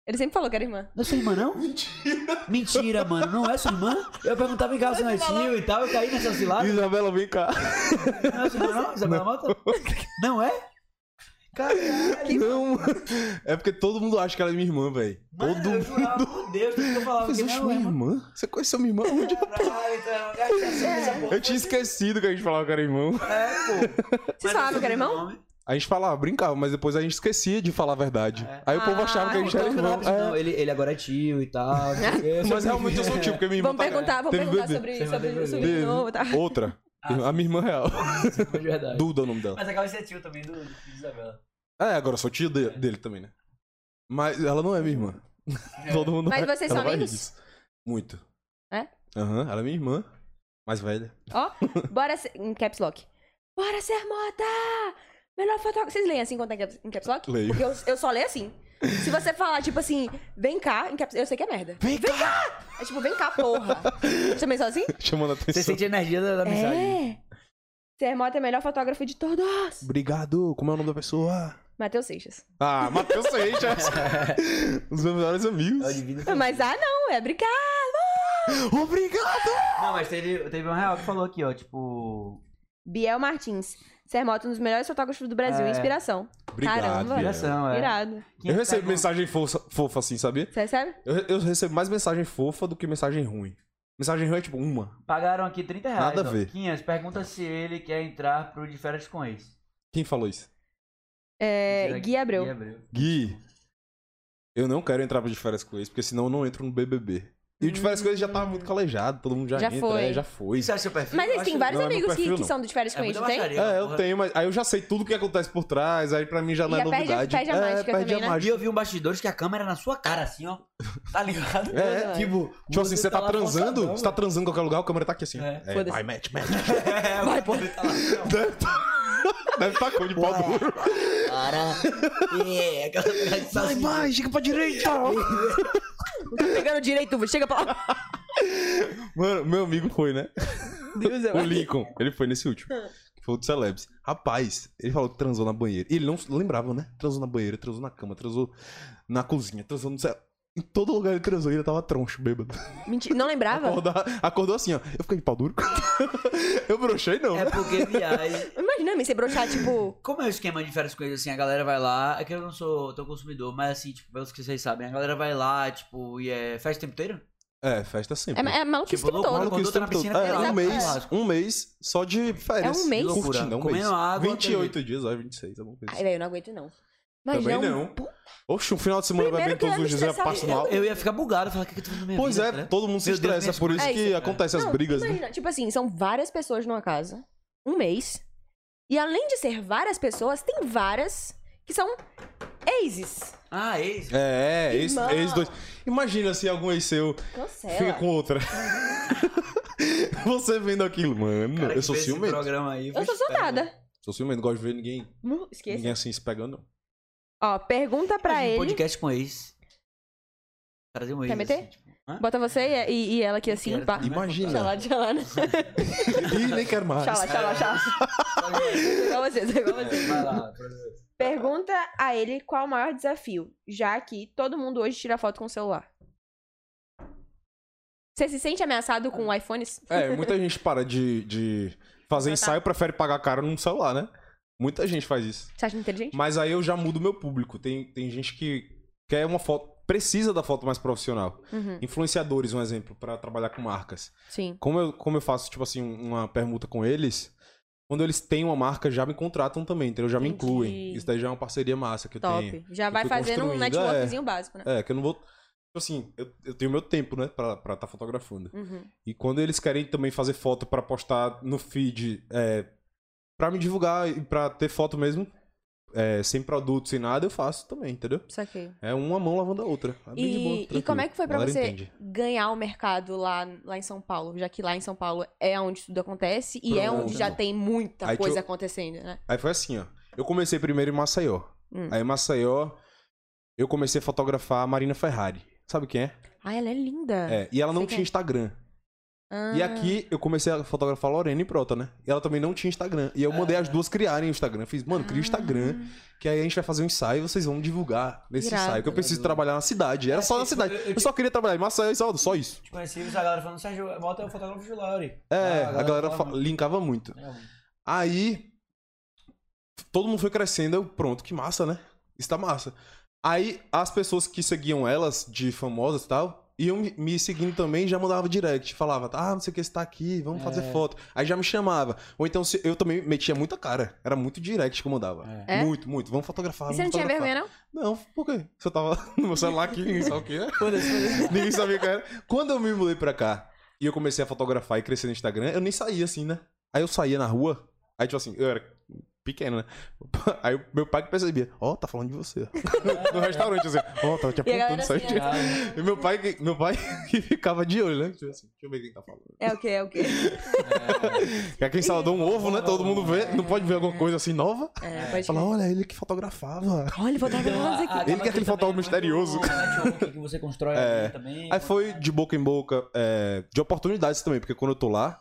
Speaker 2: Ele sempre falou que era irmã.
Speaker 1: Não é sua irmã, não? Mentira. Mentira, mano. Não é sua irmã? Eu perguntava em casa se não é tio e tal, eu caí nessa cilada.
Speaker 3: Isabela, vem cá.
Speaker 1: Não é sua irmã, não? Isabela Mota? Não é? Caralho.
Speaker 3: Não, mano. É porque todo mundo acha que ela é minha irmã, velho.
Speaker 1: Mano,
Speaker 3: Todo
Speaker 1: eu
Speaker 3: mundo.
Speaker 1: jurava por Deus que eu falava que
Speaker 3: Mas,
Speaker 1: não
Speaker 3: oxe,
Speaker 1: é
Speaker 3: minha
Speaker 1: irmã.
Speaker 3: irmã? Você conheceu minha irmã? Onde?
Speaker 1: Caralho, então, gasta essa porra.
Speaker 3: Eu tinha esquecido que a gente falava que era irmão.
Speaker 1: É, pô.
Speaker 2: Vocês
Speaker 1: Mas
Speaker 2: falavam
Speaker 1: eu
Speaker 2: que era
Speaker 1: sabia o
Speaker 2: irmão?
Speaker 1: nome.
Speaker 3: A gente falava, brincava, mas depois a gente esquecia de falar a verdade.
Speaker 1: É.
Speaker 3: Aí o povo
Speaker 2: Ah,
Speaker 3: achava que a gente era
Speaker 1: Então, eu
Speaker 3: irmão.
Speaker 1: jurava, assim,
Speaker 3: É.
Speaker 1: Não, ele, ele agora é tio e tal. não sei o quê. Eu
Speaker 3: Mas
Speaker 1: sou-
Speaker 3: realmente eu sou tio, porque minha irmã tá-
Speaker 2: Vamos perguntar, vamos
Speaker 3: teve
Speaker 2: perguntar
Speaker 3: bebê.
Speaker 2: sobre,
Speaker 1: Você vai
Speaker 2: sobre,
Speaker 1: beber.
Speaker 2: sobre de novo, tá?
Speaker 3: Outra.
Speaker 1: Ah,
Speaker 3: a minha irmã real.
Speaker 1: de verdade.
Speaker 3: Duda é o nome dela.
Speaker 1: Mas acaba de ser tio também do, do Isabela.
Speaker 3: É, agora eu sou tio de- dele também, né? Mas ela não é minha irmã.
Speaker 1: É.
Speaker 3: Todo mundo
Speaker 2: Mas vocês
Speaker 3: ela
Speaker 2: são
Speaker 3: vai rir
Speaker 2: amigos?
Speaker 3: disso. Muito.
Speaker 2: É?
Speaker 3: Aham, ela é minha irmã. Mais velha.
Speaker 2: Ó, bora ser. Em caps lock. Bora ser moda! Melhor fotógrafo. Vocês leem assim quando tá em caps- em caps lock?
Speaker 3: Leio.
Speaker 2: Porque eu, eu só leio assim. Se você falar, tipo assim, vem cá, em caps... eu sei que é merda.
Speaker 3: Vem cá!
Speaker 2: É tipo, vem cá, porra. Você também só assim?
Speaker 3: Chamando a
Speaker 1: Você
Speaker 3: atenção.
Speaker 1: sente a energia da, da mensagem.
Speaker 2: É. Ser moda é o melhor fotógrafo de todos.
Speaker 3: Obrigado. Como é o nome da pessoa?
Speaker 2: Matheus Seixas.
Speaker 3: Ah, Matheus Seixas. Os meus melhores
Speaker 1: É o
Speaker 3: amigos.
Speaker 1: divino.
Speaker 2: Mas ah, não, é brincar.
Speaker 3: Obrigado!
Speaker 1: Não, mas teve, teve um real que falou aqui, ó, tipo.
Speaker 2: Biel Martins. Ser moto um dos melhores fotógrafos do Brasil.
Speaker 1: É.
Speaker 2: Inspiração.
Speaker 3: Obrigado,
Speaker 2: Caramba.
Speaker 3: Biel. um-
Speaker 1: Inspiração, é.
Speaker 2: Irado.
Speaker 3: Eu recebo mensagem fofa, fofa assim, sabia?
Speaker 2: Você recebe?
Speaker 3: Eu, eu recebo mais mensagem fofa do que mensagem ruim. Mensagem ruim é tipo uma.
Speaker 1: Pagaram aqui 30 reais.
Speaker 3: Nada a
Speaker 1: ó.
Speaker 3: ver.
Speaker 1: Quinhas, pergunta se ele quer entrar pro de férias com ex.
Speaker 3: Quem falou isso?
Speaker 2: É, Gui Abreu.
Speaker 1: Gui Abreu.
Speaker 3: Gui, eu não quero entrar de férias com eles, porque senão eu não entro no BBB. E o de férias com eles já tava muito calejado, todo mundo já,
Speaker 2: Já
Speaker 3: entra,
Speaker 2: foi.
Speaker 3: é, já foi.
Speaker 1: E você acha seu perfil?
Speaker 2: Mas
Speaker 1: Eu
Speaker 2: eles têm
Speaker 1: acho-
Speaker 2: vários
Speaker 3: não, é meu
Speaker 2: amigos
Speaker 3: perfil,
Speaker 2: que, que
Speaker 3: não.
Speaker 2: são do de férias com
Speaker 1: É
Speaker 2: eles,
Speaker 1: muita
Speaker 2: não tem?
Speaker 1: baixaria,
Speaker 3: É, eu
Speaker 1: porra.
Speaker 3: tenho, mas aí eu já sei tudo o que acontece por trás, aí pra mim já não
Speaker 2: E
Speaker 3: é
Speaker 2: já perde-
Speaker 3: novidade.
Speaker 2: perde a
Speaker 3: é,
Speaker 2: mágica também, né?
Speaker 1: E eu vi um bastidores que a câmera é na sua cara, assim, ó. Tá ligado?
Speaker 3: É,
Speaker 1: tipo,
Speaker 3: Tipo assim, você tá,
Speaker 1: lá
Speaker 3: transando,
Speaker 1: apontadão,
Speaker 3: você tá transando em qualquer lugar, a câmera tá aqui assim.
Speaker 1: É.
Speaker 3: É,
Speaker 2: Foda-se.
Speaker 3: vai, mete, mete.
Speaker 1: É, o povo tá lá.
Speaker 3: Deve tá, deve tá com de pau duro.
Speaker 1: Cara. É, aquela pegadinha
Speaker 3: Vai,
Speaker 1: assim.
Speaker 3: vai, chega pra direita.
Speaker 2: Tá pegando direito, chega pra lá.
Speaker 3: Mano, meu amigo foi, né?
Speaker 2: é
Speaker 3: o Lincoln, ele foi nesse último.
Speaker 2: Ah.
Speaker 3: Que foi o do Celebs. Rapaz, ele falou que transou na banheira. E ele não lembrava, né? Transou na banheira, transou na cama, transou na cozinha, transou no céu. Em todo lugar ele transou e ele tava troncho, bêbado.
Speaker 2: Mentira, Ah, não lembrava?
Speaker 3: Acordar- acordou assim, ó. Eu fiquei de pau duro. eu brochei, não. né?
Speaker 1: É porque viagem.
Speaker 2: Imagina me ser broxar, tipo...
Speaker 1: Como é o esquema de férias com eles, assim, a galera vai lá. É que eu não sou teu consumidor, mas assim, tipo, pelos que vocês sabem, a galera vai lá, tipo, e é festa o tempo inteiro?
Speaker 3: É, festa sempre.
Speaker 2: É, ma- é maluquice
Speaker 1: Tipo,
Speaker 2: o tempo
Speaker 1: loucura.
Speaker 2: todo.
Speaker 3: Maluco,
Speaker 1: quando
Speaker 3: isso
Speaker 1: tá na
Speaker 3: tempo todo.
Speaker 1: piscina,
Speaker 3: É,
Speaker 2: tem
Speaker 3: um
Speaker 2: lá,
Speaker 3: mês,
Speaker 1: churrasco.
Speaker 3: um mês só de férias.
Speaker 2: É um mês?
Speaker 3: Curtindo, é um
Speaker 1: Comendo
Speaker 3: mês.
Speaker 1: água,
Speaker 3: 28 dias, ai, 26, alguma coisa.
Speaker 2: Ai, velho, eu não aguento, não.
Speaker 3: Também
Speaker 2: Imagina um...
Speaker 3: não. Oxe, um final de semana
Speaker 2: Primeiro
Speaker 3: bebendo
Speaker 2: que eu
Speaker 3: todos
Speaker 2: ia
Speaker 3: os
Speaker 2: me
Speaker 3: dias, eu
Speaker 2: estressar.
Speaker 3: passo mal.
Speaker 1: Eu, eu ia ficar bugado, falar, o que, que eu tô fazendo na minha
Speaker 3: Pois
Speaker 1: vida,
Speaker 3: é,
Speaker 1: tá ligado?
Speaker 3: todo mundo se
Speaker 1: Meu Deus,
Speaker 3: estressa,
Speaker 1: minhas
Speaker 3: por isso
Speaker 2: coisas. É
Speaker 3: que
Speaker 2: isso,
Speaker 3: acontecem as
Speaker 2: Não,
Speaker 3: brigas, né?
Speaker 2: imagina, tipo assim, são várias pessoas numa casa. Um mês. E além de ser várias pessoas, tem várias que são exes.
Speaker 1: Ah, ex.
Speaker 3: É, é, ex,
Speaker 2: Irmão.
Speaker 3: ex dois. Imagina se algum ex seu
Speaker 2: Cancela.
Speaker 3: fica com outra. Você vendo aquilo, mano.
Speaker 1: Cara,
Speaker 3: eu
Speaker 1: que
Speaker 3: sou
Speaker 1: vê esse
Speaker 3: ciumento.
Speaker 1: programa aí, tá
Speaker 2: Eu sou
Speaker 1: vixe, pega.
Speaker 2: soldada.
Speaker 3: Sou ciumento, não gosto de ver ninguém,
Speaker 2: Mu- Esqueça.
Speaker 3: ninguém assim se pegando, não.
Speaker 2: Ó, pergunta pra
Speaker 1: Imagina um
Speaker 2: ele.
Speaker 1: podcast com ex. Trazer um ex.
Speaker 2: Quer meter?
Speaker 1: assim, tipo, hã?
Speaker 2: Bota você e, e- e ela aqui assim,
Speaker 1: Quero
Speaker 2: pá.
Speaker 1: também.
Speaker 3: Imagina.
Speaker 2: Tchalá, tchalá. né?
Speaker 3: Ih, nem quero mais.
Speaker 2: Tchalá, tchalá, tchalá.
Speaker 1: É,
Speaker 2: Sou Igual você, sou igual você.
Speaker 1: Vai lá.
Speaker 2: Pergunta a ele qual o maior desafio, já que todo mundo hoje tira foto com o celular. Você se sente ameaçado com iPhones?
Speaker 3: É, muita gente para de, de fazer ensaio e prefere pagar caro num celular, né? Muita gente faz isso.
Speaker 2: Você acha inteligente?
Speaker 3: Mas aí eu já mudo meu público. Tem, tem gente que quer uma foto, precisa da foto mais profissional.
Speaker 2: Uhum,
Speaker 3: Influenciadores, um exemplo, pra trabalhar com marcas.
Speaker 2: sim.
Speaker 3: Como eu, como eu faço, tipo assim, uma permuta com eles, quando eles têm uma marca, já me contratam também, entendeu? Já me
Speaker 2: Entendi.
Speaker 3: incluem. Isso daí já é uma parceria massa que eu
Speaker 2: Top.
Speaker 3: tenho.
Speaker 2: Já
Speaker 3: Eu
Speaker 2: vai
Speaker 3: fui
Speaker 2: fazendo um
Speaker 3: construindo,
Speaker 2: networkzinho básico, né?
Speaker 3: É, que eu não vou. Tipo assim, eu, eu tenho meu tempo, né? Pra estar tá fotografando.
Speaker 2: Uhum.
Speaker 3: E quando eles querem também fazer foto pra postar no feed, é, para me divulgar e pra ter foto mesmo, é, sem produto, sem nada, eu faço também, entendeu?
Speaker 2: Saquei.
Speaker 3: É uma mão lavando a outra. É bem de boa,
Speaker 2: E, e
Speaker 3: tranquilo.
Speaker 2: como é que foi pra
Speaker 3: A galera
Speaker 2: você
Speaker 3: entende.
Speaker 2: ganhar o mercado lá, lá em São Paulo? Já que lá em São Paulo é onde tudo acontece e é
Speaker 3: Pronto.
Speaker 2: onde já tem muita
Speaker 3: Aí que
Speaker 2: coisa
Speaker 3: eu-
Speaker 2: acontecendo, né?
Speaker 3: Aí foi assim, ó. Eu comecei primeiro em Maceió.
Speaker 2: Hum.
Speaker 3: Aí em Maceió, eu comecei a fotografar a Marina Ferrari. Sabe quem é?
Speaker 2: Ah, ela é linda.
Speaker 3: É. E ela não
Speaker 2: sei quem
Speaker 3: tinha
Speaker 2: é.
Speaker 3: Instagram.
Speaker 2: Ah,
Speaker 3: E aqui eu comecei a fotografar a Lorena e Prota, né? E ela também não tinha Instagram. E eu mandei
Speaker 2: Ah.
Speaker 3: as duas criarem o Instagram. Fiz, mano, cria o Instagram, que aí a gente vai fazer um ensaio e vocês vão divulgar nesse
Speaker 2: Irado. É,
Speaker 3: ensaio. Que eu preciso trabalhar na cidade. Era só na cidade.
Speaker 1: é Eu- eu-
Speaker 3: Eu só queria trabalhar em Maceió e Salvador, só isso.
Speaker 1: Te conheci, a galera falando, Sérgio, bota o fotógrafo de Lauri.
Speaker 3: É,
Speaker 1: Ah,
Speaker 3: a galera
Speaker 1: fala
Speaker 3: fa- linkava muito.
Speaker 1: muito.
Speaker 3: Aí, todo mundo foi crescendo. Eu, pronto, que massa, né? Isso tá massa. Aí, as pessoas que seguiam elas, de famosas e tal, iam me- me seguindo também já mandava direct. Falava, ah, não sei o que, você tá aqui, vamos fazer
Speaker 1: É.
Speaker 3: foto. Aí já me chamava. Ou então, se- eu também metia muita cara. Era muito direct que eu mandava.
Speaker 2: É?
Speaker 3: Muito, muito. Vamos fotografar,
Speaker 2: E você não
Speaker 3: vamos
Speaker 2: tinha
Speaker 3: fotografar.
Speaker 2: vergonha, não?
Speaker 3: Não, por quê? Se eu tava no meu celular aqui, ninguém sabe o que é. Ninguém sabia quem era. Quando eu me mudei pra cá e eu comecei a fotografar e crescer no Instagram, eu nem saía assim, né? Aí eu saía na rua, aí tipo assim, eu era pequeno, né? Aí o meu pai que percebia, ó, tá falando de você. no
Speaker 1: É,
Speaker 3: restaurante, assim, ó, tava te
Speaker 2: E a galera
Speaker 3: apontando
Speaker 2: assim,
Speaker 3: certinho. E meu pai, que- meu pai que ficava de olho, né? Tipo assim, deixa eu ver quem tá falando.
Speaker 2: É o quê? É o quê?
Speaker 3: E aqui em Salvador, um ovo, né? Todo mundo vê, não pode ver alguma coisa assim nova.
Speaker 2: É, pode
Speaker 3: Fala,
Speaker 2: crer.
Speaker 3: olha, ele que fotografava.
Speaker 2: Olha, vou dar vergonha
Speaker 1: Ah,
Speaker 2: aqui.
Speaker 3: Ele que é aquele fotógrafo misterioso.
Speaker 1: né? Tipo, Que você constrói
Speaker 3: É.
Speaker 1: ali também. né?
Speaker 3: Aí foi de boca em boca, é, de oportunidades também, porque quando eu tô lá,